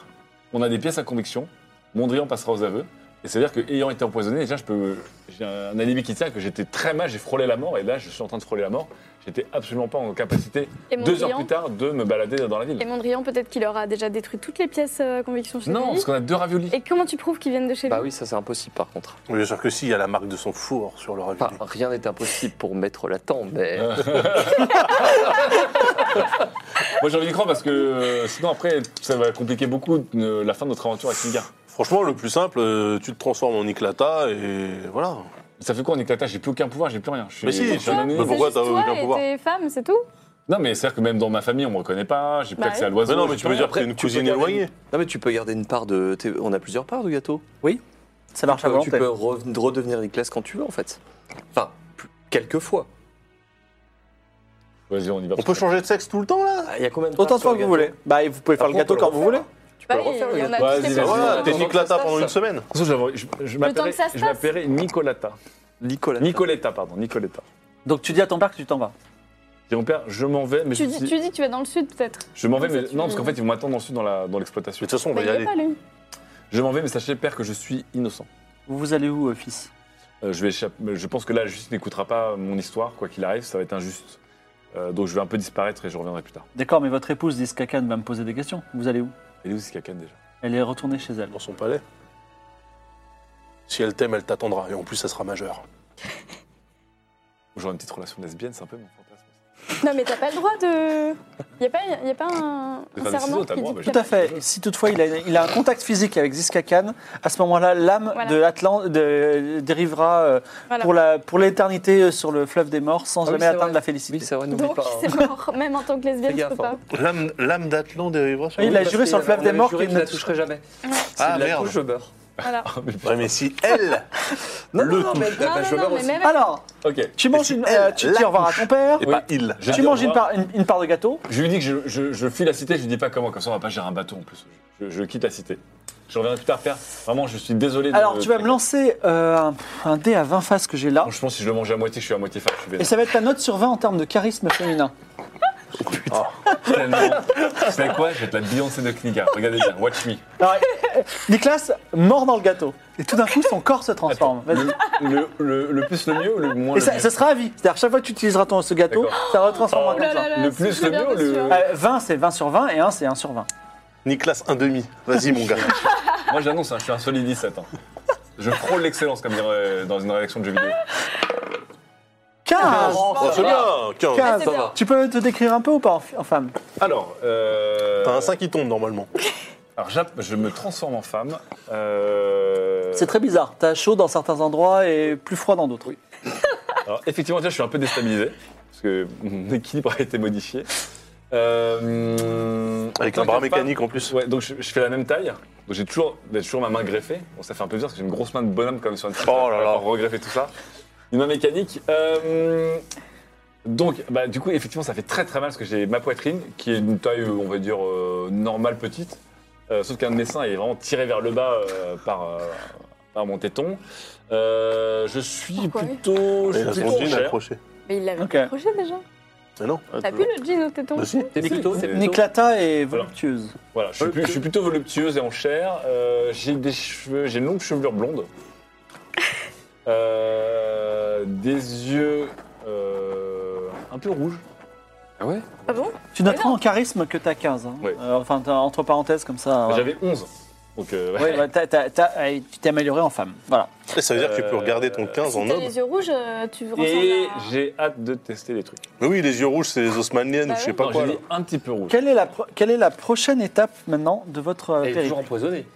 S3: On a des pièces à conviction. Mondrian passera aux aveux. Et c'est-à-dire que ayant été empoisonné, déjà, je peux, j'ai un alibi qui tient que j'étais très mal, j'ai frôlé la mort. Et là, je suis en train de frôler la mort. J'étais absolument pas en capacité,
S5: Et
S3: deux heures
S5: Mondrian
S3: plus tard, de me balader dans la ville.
S5: Et Mondrian, peut-être qu'il aura déjà détruit toutes les pièces euh, conviction chez
S3: Non,
S5: lui.
S3: parce qu'on a deux raviolis.
S5: Et comment tu prouves qu'ils viennent de chez lui
S4: Bah oui, ça c'est impossible par contre.
S6: Oui, Bien sûr que si, il y a la marque de son four sur le
S4: Enfin,
S6: ravioli.
S4: rien n'est impossible pour mettre la tente, mais
S3: Moi, j'ai envie d'y croire parce que euh, sinon, après, ça va compliquer beaucoup euh, la fin de notre aventure avec Nigar.
S6: Franchement, le plus simple, euh, tu te transformes en Niklata et voilà.
S3: Ça fait quoi en éclatage J'ai plus aucun pouvoir, j'ai plus rien. Je suis,
S6: Mais si,
S3: je suis
S6: mais
S3: anonyme.
S5: C'est
S6: pourquoi
S5: juste
S6: t'as aucun
S5: toi et
S6: pouvoir
S5: tes femmes, c'est tout
S3: Non, mais c'est-à-dire que même dans ma famille, on me reconnaît pas, j'ai plus
S5: Bah
S3: accès
S5: oui.
S3: à l'oiseau.
S6: Mais non, mais
S3: j'ai
S6: tu
S3: plus
S6: peux
S3: rien.
S6: dire que t'es une
S4: tu peux
S6: cousine
S4: garder-
S6: éloignée.
S4: non mais tu peux garder une part de. t'es- On a plusieurs parts de gâteau.
S2: Ça marche à
S4: Euh, tu
S2: volonté.
S4: peux re- redevenir Nicolas quand tu veux en fait. Enfin, plus- quelques fois.
S3: Vas-y, on y va.
S6: On peut changer de sexe tout le temps là
S4: Ah, Il y a combien de
S2: Autant de
S4: parts
S2: fois
S4: sur
S2: que vous
S4: le
S2: voulez. Bah, et vous pouvez faire
S4: Après,
S2: le gâteau
S4: on peut
S2: quand
S4: le
S2: vous voulez.
S4: Tu
S5: Bah
S4: peux
S5: oui,
S4: le refaire. le
S5: il y en a
S4: gâteau.
S5: toutes
S3: Vas-y,
S5: les
S3: vas-y,
S6: Ah, Voilà,
S3: non,
S5: personnes.
S6: t'es
S4: non,
S6: Niklata
S4: ça se
S6: pendant
S4: passe,
S6: une
S4: ça.
S6: semaine.
S3: Pour ça, j'avais- je, je
S5: temps que ça
S3: m'appellerai-
S5: se
S3: je
S5: passe.
S3: m'appellerai Nicolata.
S4: Nicolas.
S3: Nicoletta, pardon, Nicoletta.
S2: Donc tu dis à ton père que tu t'en vas.
S3: Et mon père, je m'en vais, mais
S5: Tu
S3: je,
S5: dis, tu dis, tu vas dans le sud peut-être.
S3: je m'en vais,
S5: Ça,
S3: mais
S5: tu-
S3: non, parce qu'en fait, ils vont m'attendre ensuite dans la- dans l'exploitation.
S6: Mais de toute façon, on
S5: Bah,
S6: va
S5: il
S6: y
S5: est
S6: aller.
S5: pas lui.
S3: je m'en vais, mais sachez, père, que je suis innocent.
S2: Vous allez où, euh, fils
S3: Euh, je vais échapper- Je pense que là, la justice n'écoutera pas mon histoire, quoi qu'il arrive, ça va être injuste. Euh, donc, je vais un peu disparaître et je reviendrai plus tard.
S2: D'accord, mais votre épouse Ziska Khan va me poser des questions. Vous allez où
S3: Et où c'est Kakan déjà
S2: Elle est retournée chez elle.
S6: Dans son palais. Si elle t'aime, elle t'attendra. Et en plus, ça sera majeur.
S3: J'aurais une petite relation lesbienne, c'est un peu mon fantasme.
S5: Non, mais t'as pas le droit de. Il n'y a, pas- y a pas un,
S3: De
S5: un
S3: faire des ciseaux,
S5: serment
S3: t'as
S5: qui
S3: le droit,
S5: dit
S3: mais
S2: Tout
S5: que
S2: à fait. Si toutefois il a, il a un contact physique avec Ziska Khan, à ce moment-là, l'âme
S5: Voilà.
S2: de l'Atlan de- dérivera euh,
S5: Voilà.
S2: pour la- pour l'éternité euh, sur le fleuve des morts sans
S4: Ah oui,
S2: jamais
S4: c'est
S2: atteindre
S4: vrai.
S2: la félicité.
S4: Oui, c'est vrai, n'oublie
S5: Donc,
S4: pas. hein.
S5: c'est mort. Même en tant que lesbienne,
S4: Fais
S5: je
S4: gaffe,
S5: peux pas.
S4: hein.
S6: L'âme l'âme d'Atlan dérivera sur
S2: Oui, il a
S4: Parce
S2: juré sur le
S4: qu'il
S2: fleuve
S4: a-
S2: des
S4: on avait
S2: morts
S4: juré
S2: qu'il
S4: qu'il ne
S2: ne
S4: la toucherait jamais.
S6: Ah
S4: S'il la
S6: merde.
S4: touche, je meurs.
S5: Voilà.
S3: [laughs]
S6: Ouais, mais si elle
S4: Non,
S6: Le
S4: non, non, mais- [laughs]
S6: touche.
S4: bah,
S5: [laughs] non,
S4: je
S5: non,
S4: meurs
S5: non, mais
S4: aussi.
S5: même.
S2: Alors,
S3: Ok.
S2: tu
S6: Mais
S2: manges
S6: c'est
S2: une,
S6: elle,
S2: euh, tu
S6: la
S2: dis au revoir à ton père.
S6: et
S3: Oui.
S6: pas il.
S3: Je
S2: Tu
S3: dis au
S2: manges une
S3: revoir.
S2: part, une- une part de gâteau.
S3: Je lui dis que je, je, je fuis la cité, je lui dis pas comment, comme ça on va pas gérer un bateau en plus. Je, je quitte la cité. Je reviendrai plus tard, père. Vraiment, je suis désolé. de-
S2: Alors, tu vas me lancer euh, un, un dé à 20 faces que j'ai là.
S3: Bon, je pense que si je le mange à moitié, je suis à moitié fat. Je suis
S2: Et
S3: vénère.
S2: ça va être ta note sur 20 en termes de charisme féminin.
S3: Tellement. Vous savez quoi Je vais être la Beyoncé de Kniga. Regardez bien, watch me.
S2: Alors, euh, Nicolas mord dans le gâteau. Et tout d'un coup, son corps se transforme. Vas-y.
S3: Le, le- le plus le mieux ou le moins
S2: Et
S3: le
S2: ça,
S3: mieux
S2: ça sera à vie. C'est-à-dire, chaque fois que tu utiliseras ton, ce gâteau,
S3: D'accord.
S2: ça retransformera
S5: Oh
S2: comme
S5: là
S2: ça.
S5: là
S3: Le
S5: là,
S3: plus,
S5: c'est
S3: le
S5: bien
S3: mieux,
S5: dessus,
S3: le-
S5: hein.
S2: Euh, 20, c'est 20 sur 20 et 1, c'est 1 sur 20.
S6: Nicolas, un demi. Vas-y,
S5: [laughs]
S6: mon gars.
S3: Moi j'annonce, hein, je suis un solide 17. hein. Je frôle l'excellence, comme dirait dans une rédaction de jeux vidéo.
S2: 15
S6: Oh, c'est bien 15.
S2: 15
S5: c'est bien.
S2: Tu peux te décrire un peu ou pas en, fi- en femme
S3: Alors, euh,
S6: T'as un 5 qui tombe normalement.
S3: alors j'app- je me transforme en femme. Euh,
S2: C'est très bizarre. T'as chaud dans certains endroits et plus froid dans d'autres.
S3: Alors, effectivement, déjà, je suis un peu déstabilisé, parce que mon équilibre a été modifié. Euh,
S6: Avec
S3: en
S6: un
S3: tant
S6: bras
S3: que
S6: mécanique en plus.
S3: femme, Ouais, donc je, je fais la même taille. Donc j'ai toujours, j'ai toujours ma main greffée. Bon, ça fait un peu bizarre, parce que j'ai une grosse main de bonhomme comme sur une
S6: Oh là là.
S3: Pour regreffer tout ça. Une main mécanique. Euh, Donc, bah, du coup, effectivement, ça fait très très mal parce que j'ai ma poitrine, qui est d'une taille, euh, on va dire, euh, normale petite. Euh, sauf qu'un de mes seins est vraiment tiré vers le bas euh, par, euh, par mon téton. Euh, je suis
S5: Pourquoi
S3: plutôt. Je
S6: Et
S3: suis
S6: là,
S3: plutôt
S6: son jean
S3: cher.
S6: est accroché.
S5: Mais il l'avait
S2: Ok.
S5: accroché déjà.
S6: Mais non.
S5: T'as plus le jean au téton
S6: Bah si.
S4: C'est plutôt- c'est plutôt-
S2: Niklata est voluptueuse.
S3: Voilà, je suis, plus- je suis plutôt voluptueuse et en chair. Euh, j'ai des cheveux, j'ai une longue chevelure blonde. Euh, des yeux euh, un peu rouges.
S4: Ah ouais
S5: Ah bon
S2: Tu noteras en charisme que t'as 15. hein.
S3: Ouais.
S2: Euh, enfin, t'as- entre parenthèses, comme ça. voilà.
S3: J'avais 11. Donc, euh,
S2: Ah Ouais, bah, t'as- t'as- t'as- euh, tu t'es amélioré en femme. Voilà.
S6: Et ça veut dire que tu peux
S3: Euh,
S6: regarder ton 15
S5: Si
S6: en
S5: t'as
S6: homme.
S5: les yeux rouges, euh, tu ressembles
S3: [laughs] Et
S5: à...
S3: j'ai hâte de tester les trucs.
S6: Mais oui, les yeux rouges, c'est les Osmaniennes
S5: Bah
S6: ou je
S5: ouais.
S6: sais pas
S3: Non,
S6: quoi.
S3: j'ai
S6: là.
S3: dit un petit peu rouge.
S2: Quelle est la, pro- quelle est la prochaine étape maintenant de votre euh,
S4: Elle est
S2: périple
S4: toujours empoisonnée.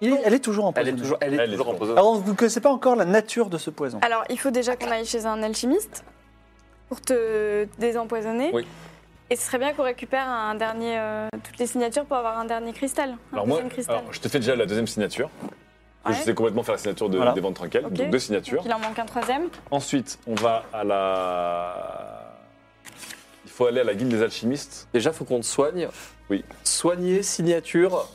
S2: Il est- Elle est toujours en
S4: Elle est toujours, elle est
S3: Elle est
S4: toujours
S3: toujours.
S4: empoisonnée.
S2: Alors, vous ne connaissez pas encore la nature de ce poison.
S5: Alors, il faut déjà qu'on aille chez un alchimiste pour te désempoisonner.
S3: Oui.
S5: Et ce serait bien qu'on récupère un dernier, euh, toutes les signatures pour avoir un dernier cristal. Un
S3: Alors moi,
S5: deuxième cristal.
S3: alors, je te fais déjà la deuxième signature. parce que
S5: Ouais.
S3: Je sais complètement faire la signature de-
S2: Voilà.
S3: des ventes tranquilles,
S5: Ok.
S3: donc deux
S5: Donc,
S3: signatures.
S5: il en manque un troisième.
S3: Ensuite, on va à la. Il faut aller à la guilde des alchimistes.
S4: Déjà, faut qu'on te soigne.
S3: Oui.
S4: Soigner, signature.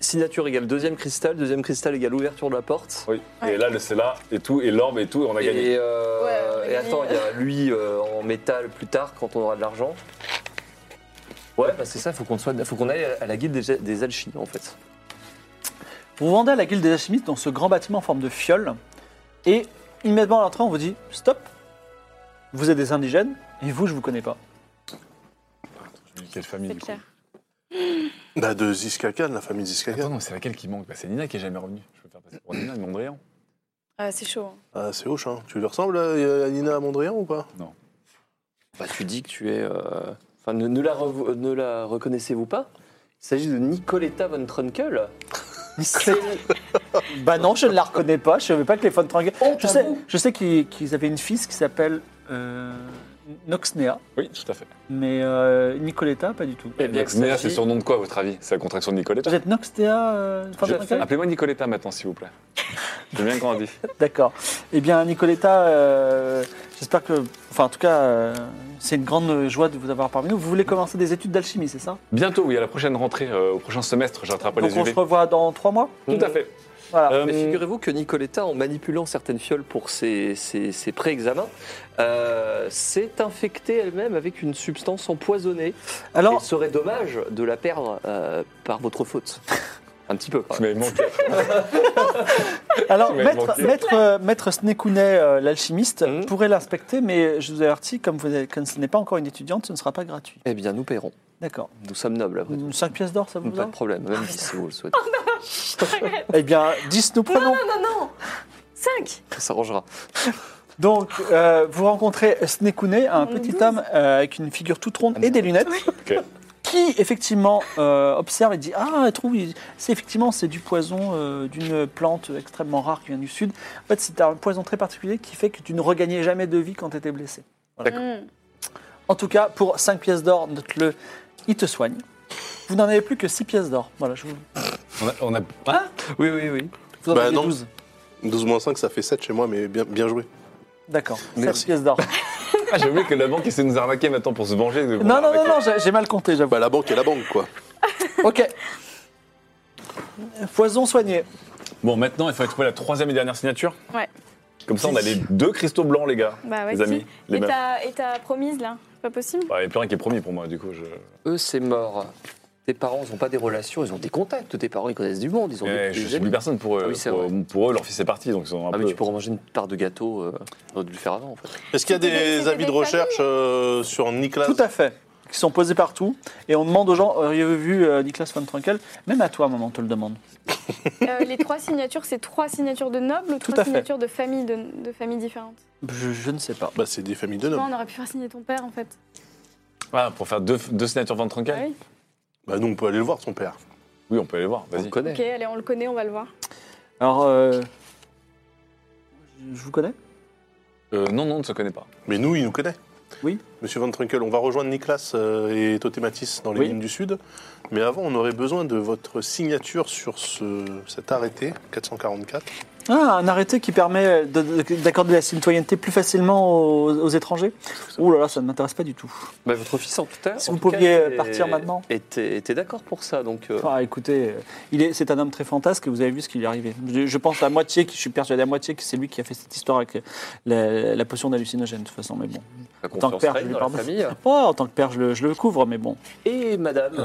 S4: Signature égale deuxième cristal, deuxième cristal égale ouverture de la porte.
S3: Oui.
S5: Ouais.
S3: Et là, le- c'est là, et tout, et l'orbe et tout, et on a gagné.
S4: Et, euh,
S5: Ouais, on a
S4: et attends, il
S5: gagné.
S4: y a lui euh, en métal plus tard quand on aura de l'argent. Ouais, bah c'est ça, faut qu'on soigne, faut qu'on aille à la guilde des, des alchimies en fait.
S2: Vous vous rendez à la guilde des alchimistes dans ce grand bâtiment en forme de fiole. Et immédiatement à l'entrée, on vous dit Stop, vous êtes des indigènes et vous, je vous connais pas.
S3: Je me dis, Quelle famille
S5: C'est
S3: du coup
S5: clair.
S6: Bah de Ziskakan, la famille Ziskakan.
S3: Attends, non, c'est laquelle qui manque Bah, C'est Nina qui est jamais revenue. Je peux faire passer pour Nina, Mondrian.
S5: Euh, c'est chaud. hein.
S6: Ah, c'est hoche, hein. Tu lui ressembles à à Nina Mondrian ou pas
S4: Bah tu dis que tu es. euh, Enfin, ne, ne la revo- ne la reconnaissez-vous pas Il s'agit de Nicoletta von Trunkel.
S2: [laughs] bah non, je ne la reconnais pas, je ne savais pas que les fans tranquilles. Je
S4: à
S2: sais,
S4: vous.
S2: je sais qu'ils qu'ils avaient une fille qui s'appelle euh, Noxnea,
S3: Oui, tout à fait.
S2: mais euh, Nicoletta, pas du tout.
S4: Eh bien,
S3: Donc, Nina,
S4: s'agit-
S3: c'est surnom de quoi, à votre avis C'est la contraction de Nicoletta
S2: Vous êtes Noxnea, euh, fan
S3: Je-
S2: tranquille
S3: Appelez-moi Nicoletta maintenant, s'il
S2: [laughs]
S3: vous plaît. J'ai bien grandi.
S2: D'accord. Eh bien, Nicoletta, euh, j'espère que. Enfin, en tout cas, euh, c'est une grande joie de vous avoir parmi nous. Vous voulez commencer des études d'alchimie, c'est ça
S3: Bientôt, oui, à la prochaine rentrée, euh, au prochain semestre, je rattrape pas
S2: Donc,
S3: les
S2: on se Ah,
S3: UV.
S2: revoit dans trois mois
S3: Tout à fait.
S2: Voilà.
S3: Euh,
S4: Mais figurez-vous que Nicoletta, en manipulant certaines fioles pour ses, ses- ses pré-examens, euh, s'est infectée elle-même avec une substance empoisonnée. Il
S2: Alors,
S4: serait dommage de la perdre euh, par votre faute. [laughs] Un petit peu. quand
S3: Tu
S4: même.
S3: m'avais manqué.
S2: alors
S3: tu m'as
S2: maître,
S3: manqué.
S2: maître, euh, maître Snekounet, euh, l'alchimiste,
S3: Mmh.
S4: Mhm.
S2: pourrait l'inspecter, mais je vous avertis, comme, vous êtes- comme ce n'est pas encore une étudiante, ce ne sera pas gratuit.
S4: Eh bien, nous paierons.
S2: D'accord.
S4: Nous sommes nobles, après tout.
S2: 5 pièces d'or, ça vous
S4: Pas
S2: va
S4: de problème, même si si vous le souhaitez.
S2: Eh bien, 10 nous prenons.
S5: Non, non, non Cinq
S4: [laughs] Ça s'arrangera.
S2: Donc, euh, vous rencontrez Snekounet, un
S5: Mon
S2: petit
S5: douze.
S2: homme euh, avec une figure toute ronde et des lunettes,
S3: Ok.
S2: qui effectivement euh, observe et dit Ah, elle trouve, il- c'est effectivement c'est du poison euh, d'une plante extrêmement rare qui vient du sud. En fait, c'est un poison très particulier qui fait que tu ne regagnais jamais de vie quand tu étais blessé.
S5: Hmm.
S2: En tout cas, pour 5 pièces d'or, note-le, il te soigne. Vous n'en avez plus que 6 pièces d'or. Voilà, je vous,
S3: On a, on a-
S4: Oui, oui, oui.
S2: vous en
S6: Bah
S2: avez
S6: non.
S2: 12.
S6: 12 moins 5, ça fait 7 chez moi, mais bien, bien joué.
S2: D'accord, 7
S6: Merci.
S2: pièces d'or.
S3: Ah, j'ai oublié que la banque essaie de nous arnaquer maintenant pour se venger. de-
S2: non, non, non, non, j'ai- j'ai mal compté, j'avoue.
S6: Bah la banque est la banque, quoi.
S2: Ok. Poison soigné.
S3: Bon, maintenant, il faut trouver la troisième et dernière signature.
S5: Ouais.
S3: Comme ça, on a les deux cristaux blancs, les gars.
S5: Bah ouais,
S3: les amis.
S5: si.
S3: Les
S5: Et
S3: meufs.
S5: ta- Et ta promise, là Pas possible
S3: Bah, il n'y a plus rien qui est promis pour moi, du coup. Je...
S4: Eux, c'est mort. Tes parents, ils n'ont pas des relations, ils ont des contacts. Tes parents, ils connaissent du monde, ils ont
S3: Eh,
S4: des,
S3: je
S4: des
S3: suis
S4: amis.
S3: plus personne pour eux.
S4: Ah oui, c'est
S3: pour,
S4: vrai.
S3: pour eux, leur fils est parti, donc ils sont un
S4: Ah,
S3: peu...
S4: mais tu pourras manger une part de gâteau, euh, t'aurais dû le faire avant, en fait.
S6: Est-ce qu'il y a
S5: C'était des-
S6: des
S5: c'était
S6: avis
S5: des
S6: de recherche euh, sur Nicolas
S2: Tout à fait. Qui sont posés partout. Et on demande aux gens, auriez-vous vu euh, Nicolas von Trunkel Même à toi, maman, on te le demande.
S3: [laughs]
S5: Euh, Les trois signatures, c'est trois signatures de nobles ou
S2: Tout à
S5: trois
S2: fait.
S5: signatures de familles de, de familles différentes
S2: Je, je ne sais pas.
S6: Bah c'est des familles de
S5: Non,
S6: nobles.
S5: on aurait pu faire signer ton père, en fait.
S3: Ah, pour faire deux, deux signatures vente tranquille
S5: Ah oui.
S6: Bah nous on peut aller le voir son père.
S3: Oui, on peut aller voir,
S4: On le
S3: vas-y.
S4: connaît.
S5: Ok, allez, on le connaît, on va le voir.
S2: Alors, euh, je vous connais
S3: Euh, non, non, on ne se connaît pas.
S6: Mais nous il nous connaît.
S2: Oui.
S6: Monsieur Van Trunkel, on va rejoindre Nicolas euh, et Totematis dans les
S2: Oui.
S6: mines du sud. Mais avant on aurait besoin de votre signature sur ce, cet arrêté 444.
S2: Ah, un arrêté qui permet de- de- d'accorder la citoyenneté plus facilement aux, aux étrangers Ouh là là, ça ne m'intéresse pas du tout.
S4: Bah, votre fils, en tout cas.
S2: Si
S4: en
S2: vous
S4: tout cas,
S2: pouviez
S4: était-
S2: partir maintenant.
S4: Était, était d'accord pour ça, donc. euh,
S2: Ah, écoutez, euh, il est- c'est un homme très fantasque et vous avez vu ce qui lui est arrivé. Je, je pense à moitié, qui- je suis persuadé à moitié que c'est lui qui a fait cette histoire avec euh, la, la potion d'hallucinogène, de toute façon, mais bon. En tant
S4: la
S2: que
S4: confiance
S2: père, Ah,
S4: règne
S2: je lui
S4: dans la
S2: pardonne.
S4: famille.
S2: Oh, en tant que père, je le, je le couvre, mais bon.
S4: Et madame.
S3: Ah,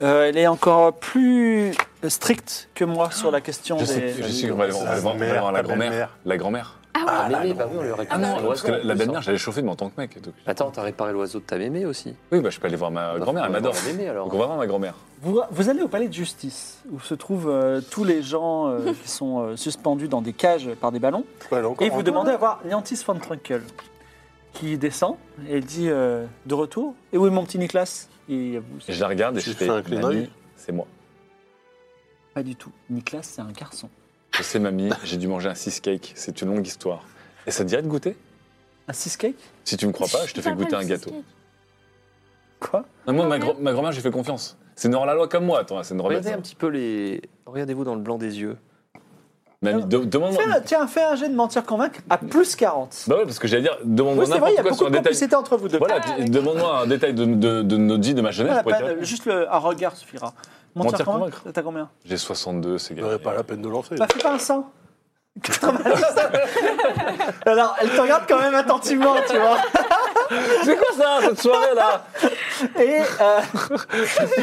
S2: Euh, elle est encore plus stricte que moi sur la question
S3: Je
S2: des...
S3: sais, je sais qu'on va aller voir- on va aller voir on va aller voir la grand-mère. La grand-mère.
S4: Ah, mémé, bah oui, on lui aurait
S3: Ah
S4: réparé
S3: non, parce
S4: l'oiseau, en
S3: que la- la
S4: plus,
S3: belle-mère,
S4: hein.
S3: j'allais chauffer devant en tant que mec. donc-
S4: Attends, t'as réparé l'oiseau de ta mémé aussi.
S3: Oui, bah je peux aller voir ma grand-mère, elle m'adore.
S4: Mémé, alors.
S3: Donc on va voir ma grand-mère.
S2: Vous, vous allez au palais de justice, où se trouvent euh, tous les gens [laughs] euh, qui sont euh, suspendus dans des cages par des ballons, et vous demandez à voir Niantis von Trunkel, qui descend et elle dit euh, de retour. Et où est mon petit Nicolas Et vous,
S3: Et Je la regarde et
S6: Tu
S3: je
S6: fais
S3: fais.
S6: un clin
S3: Mamie,
S6: d'œil
S3: C'est moi.
S2: pas du tout. Nicolas, c'est un garçon.
S3: Je sais, mamie, j'ai dû manger un six cake. C'est une longue histoire. Et ça te dirait de goûter
S2: Un cheesecake
S3: Si tu me crois pas, je te fais goûter un gâteau.
S2: Quoi
S3: Non, moi, ma,
S5: Ouais.
S3: grand- ma grand-mère, j'ai fait confiance. C'est Nora la loi comme moi, attends, c'est une rebelle.
S4: Regardez un petit peu les. Regardez-vous dans le blanc des yeux.
S3: Mamie, de- demande-moi.
S2: Fais un- Tiens, fais un jet de mentir convaincre à plus 40.
S3: Bah ouais, parce que j'allais dire,
S2: Oui,
S3: demande-moi
S2: c'est vrai, il y
S3: n'importe
S2: a
S3: quoi
S2: beaucoup
S3: sur un
S2: de
S3: détail.
S2: complicité entre vous deux.
S3: Voilà, puis demande-moi un détail de, de, de notre vie, de ma jeunesse.
S2: Voilà,
S3: pour être
S2: pas-
S3: capable.
S2: juste le- un regard suffira. Mentir,
S3: Mentir
S2: convaincre,
S3: convaincre.
S2: t'as combien
S3: J'ai 62, c'est
S6: Il
S3: gagné.
S6: n'aurait pas la peine de lancer.
S2: Bah, fais pas un [laughs] 100. 90. Alors, elle te regarde quand même attentivement, tu vois.
S3: C'est quoi ça, cette soirée là
S2: Et, euh, [laughs]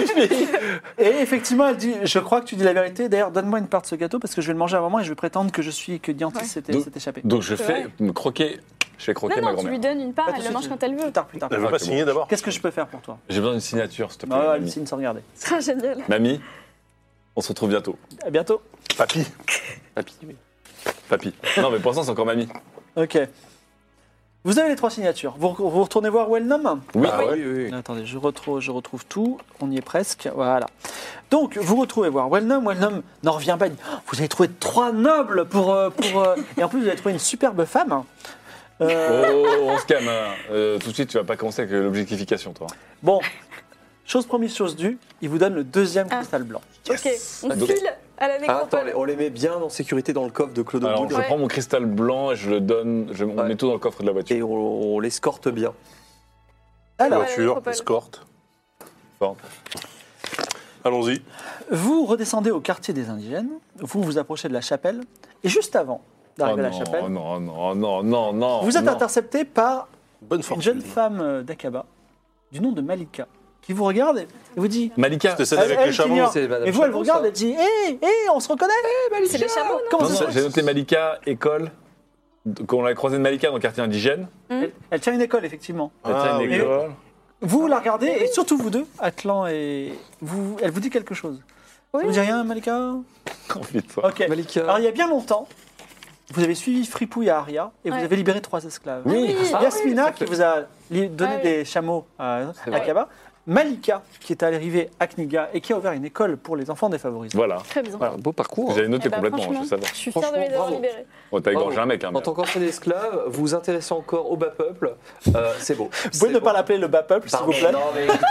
S2: et effectivement, elle dit Je crois que tu dis la vérité. D'ailleurs, donne-moi une part de ce gâteau parce que je vais le manger à un moment et je vais prétendre que je suis que Diantis
S5: Ouais.
S2: s'est
S3: Donc-
S2: s'est échappé.
S3: Donc je
S5: C'est
S3: fais
S5: vrai.
S3: me croquer, je fais croquer
S5: Non,
S3: ma
S5: non, tu
S3: grand-mère.
S5: lui donnes une part,
S2: Pas tout
S5: elle
S2: de
S5: le mange
S2: suite.
S5: quand elle
S2: Plus
S5: veut.
S2: tard, plus tard.
S6: Elle veut
S3: Ah,
S6: pas
S3: c'est
S6: signer d'abord
S2: Qu'est-ce que je peux faire pour toi
S3: J'ai besoin d'une signature, s'il te plaît.
S2: Non, elle
S3: mamie.
S2: signe sans regarder.
S5: Ce sera génial.
S3: Mamie, on se retrouve bientôt.
S2: À bientôt.
S6: Papy,
S4: Papy, oui.
S3: Papy. Non, mais pour l'instant, c'est encore mamie.
S2: Ok. Vous avez les trois signatures. Vous, vous retournez voir où elle nomme
S3: Oui,
S6: Ah ouais.
S4: oui, oui.
S2: Attendez, je retrouve, je retrouve tout. On y est presque. Voilà. Donc, vous retrouvez voir Wellnum. Wellnum n'en revient pas. Il dit, Oh, Vous avez trouvé trois nobles pour. euh, pour euh, Et en plus, vous avez trouvé une superbe femme. Euh,
S3: Oh, on se calme. hein. Euh, tout de suite, tu vas pas commencer avec l'objectification, toi.
S2: Bon, chose promise, chose due. Il vous donne le deuxième
S5: Ah.
S2: cristal blanc.
S5: Ok, on
S3: Donc-
S5: file à la
S4: Ah, attends,
S5: nécropole.
S4: on les met bien en sécurité dans le coffre de Claude
S3: Alors,
S4: Boule.
S3: je
S5: Ouais.
S3: prends mon cristal blanc et je le donne. Je, on
S4: Ouais.
S3: met tout dans le coffre de la voiture.
S4: Et on, on l'escorte bien.
S5: Ah, bah,
S2: Alors,
S6: voiture,
S5: Nécropole.
S6: escorte.
S3: Fort.
S6: Allons-y.
S2: vous redescendez au quartier des indigènes. Vous vous approchez de la chapelle. Et juste avant
S3: Oh
S2: d'arriver à la
S3: non,
S2: chapelle,
S3: oh non, oh non, oh non, non, non.
S2: vous êtes
S3: non.
S2: intercepté par
S6: Bonne
S2: une
S6: fortune.
S2: jeune femme euh, d'Akaba du nom de Malika qui vous regarde et vous dit.
S3: Malika.
S6: C'était celle avec les chameaux.
S2: t'ignore.
S4: c'est Madame
S2: Et vous, elle vous
S4: Chameau,
S2: regarde,
S4: ça. Ah,
S2: elle dit Hé, hé, on se reconnaît
S5: C'est les chameaux.
S2: Comment
S3: Non,
S2: ça se
S3: non,
S2: fait
S3: j'ai noté Malika, école. Qu'on l'a croisée de Malika dans le quartier indigène.
S2: elle, elle tient une école, effectivement.
S3: Elle tient
S6: Ah,
S3: une
S6: oui.
S3: école. [laughs]
S2: Vous, vous la regardez, et surtout vous deux, Atlan et. Vous, elle vous dit quelque chose.
S5: Oui.
S2: Vous dit rien, Malika
S3: Oh, putain.
S2: Ok.
S4: Malika.
S2: Alors, il y a bien longtemps, vous avez suivi Fripouille à Aria et vous
S5: Ouais.
S2: avez libéré trois esclaves.
S5: Oui. Ah oui,
S2: Yasmina,
S4: tout à
S2: qui
S4: fait.
S2: vous a li- donné
S5: Ah oui.
S2: des chameaux à
S4: C'est vrai.
S2: Akaba. Malika, qui est arrivée à Kniga et qui a ouvert une école pour les enfants défavorisés.
S3: Voilà.
S5: Très bien.
S4: Voilà, beau parcours. hein.
S3: J'avais noté
S5: Oh. Eh ben,
S3: complètement,
S5: franchement,
S3: je savais.
S5: Je suis fière de
S4: Franchement,
S5: les avoir
S4: bravo.
S5: libérés.
S3: Bon, t'as
S4: Bravo.
S3: égorgé un mec, hein.
S4: En tant qu'ancien esclave, vous vous intéressez encore au bas peuple. euh, c'est beau.
S2: Vous pouvez ne pas l'appeler le bas peuple, s'il vous plaît.
S4: Non, mais écoutez,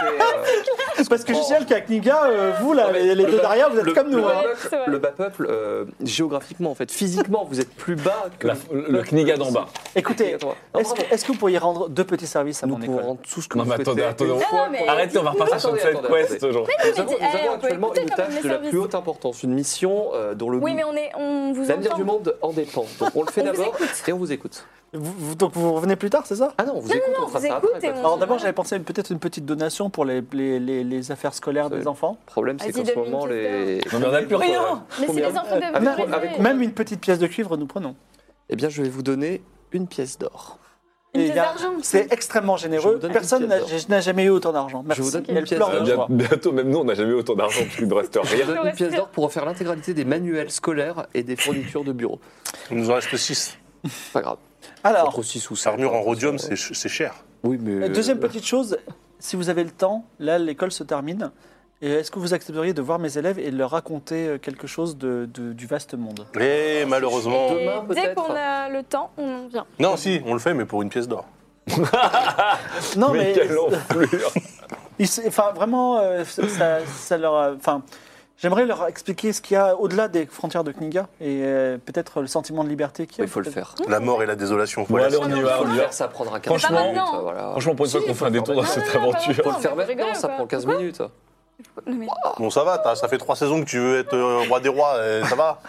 S4: euh,
S2: [laughs] Parce que je
S4: comprends.
S2: signale qu'à Kniga, euh, vous, là,
S4: Non, mais
S2: les, les
S4: le
S2: deux
S4: bas-
S2: Daria, vous êtes
S4: le-
S2: comme nous.
S4: Le,
S2: hein.
S4: bas
S5: Ouais, c'est vrai.
S4: peuple- le bas peuple, euh, géographiquement, en fait, physiquement, vous êtes plus bas que
S3: La- le, le Kniga d'en bas.
S2: Écoutez,
S4: Attends,
S2: est-ce
S4: bravo.
S2: que, est-ce que vous pourriez rendre deux petits services à
S4: Nous
S2: mon
S4: pouvons
S2: école
S4: rendre tout ce que
S3: Non,
S4: vous
S3: mais attendez,
S4: souhaitez.
S3: attendez.
S5: Ah non, mais-
S3: Arrêtez, on va repartir sur une
S4: Attendez,
S3: side
S4: attendez,
S3: quest
S4: attendez.
S3: aujourd'hui.
S4: Nous avons, nous
S5: Eh,
S4: avons
S5: on peut
S4: actuellement
S5: écouter
S4: une
S5: quand même
S4: tâche
S5: les
S4: de la
S5: services.
S4: plus haute importance, une mission euh, dont le
S5: Oui, mais on, est, on vous
S4: l'avenir
S5: entend.
S4: du monde en dépend. Donc on le fait
S5: On vous
S4: d'abord et on vous écoute.
S2: Vous- vous- Donc vous revenez plus tard, c'est ça
S4: Ah non, on vous écoute, on fera
S5: vous
S4: ça
S5: écoute
S4: après. pas
S5: et
S4: de
S5: on-
S4: souci.
S2: Alors d'abord, j'avais pensé à une- peut-être une petite donation pour les, les- les- les affaires scolaires des
S4: Oui.
S2: enfants.
S4: Le problème, c'est
S5: Vas-y,
S4: qu'en ce
S5: Dominique,
S4: moment, les.
S3: Non, mais on a plus rien.
S5: Mais c'est
S4: Combien
S5: les enfants
S4: Avec-
S5: de
S4: avec-
S2: Même une petite pièce de cuivre, nous prenons.
S4: Eh bien, je vais vous donner une pièce d'or.
S5: Une
S2: Et
S5: pièce
S2: il y a-
S5: d'argent.
S2: C'est extrêmement généreux.
S4: vous donne une
S2: Personne
S4: pièce
S2: n'a
S4: d'or.
S2: j'ai- n'a jamais eu autant d'argent. Merci.
S4: vous donne
S2: Elle
S4: une pièce
S2: pleure
S4: d'or.
S3: Euh,
S2: de
S3: bien-
S2: joie.
S3: bientôt, même nous, on n'a jamais eu autant d'argent parce qu'il ne reste
S4: Je
S3: rien.
S4: vous donne
S5: Ouais,
S4: une pièce
S5: c'est-
S4: d'or pour refaire l'intégralité des manuels scolaires et des fournitures de bureau.
S6: Il nous en reste 6.
S4: C'est Pas grave.
S2: Alors,
S4: Entre 6 ou 7.
S6: Armure en rhodium, c'est ch- c'est cher.
S4: Oui, mais.
S2: deuxième petite chose, si vous avez le temps, là l'école se termine. Et Est-ce que vous accepteriez de voir mes élèves et de leur raconter euh, quelque chose de- de- du vaste monde
S6: Mais Eh, malheureusement.
S5: Et
S4: Demain,
S5: dès
S4: peut-être.
S5: qu'on a le temps, on en vient.
S6: Non, si, on le fait, mais pour une pièce d'or.
S2: Non, [laughs]
S3: mais
S2: mais
S5: [laughs]
S3: quelle enflure
S2: Ils se- Enfin, vraiment, euh, ça, ça leur. a- Enfin, J'aimerais leur expliquer ce qu'il y a au-delà des frontières de Kniga et euh, peut-être le sentiment de liberté qu'il y a.
S4: Il faut le faire.
S6: La mort et la désolation.
S3: Bon,
S6: voilà.
S3: allez, on y va,
S4: faut
S3: on
S4: le
S3: y va.
S4: faire, ça prendra 15
S3: Franchement,
S4: minutes.
S5: Pas maintenant.
S4: voilà.
S3: Franchement, pour une fois
S4: Si,
S3: qu'on fait un
S4: faut
S3: détour
S4: le
S3: dans
S4: faire
S3: cette
S5: maintenant. Non, non, non,
S3: aventure.
S4: Faut le faire
S5: Non, mais
S4: maintenant,
S5: rigole,
S4: ça
S5: quoi.
S4: prend 15 minutes.
S5: Non, mais-
S6: Bon, ça va, t'as- ça fait trois saisons que tu veux être euh, roi des rois, euh, ça va.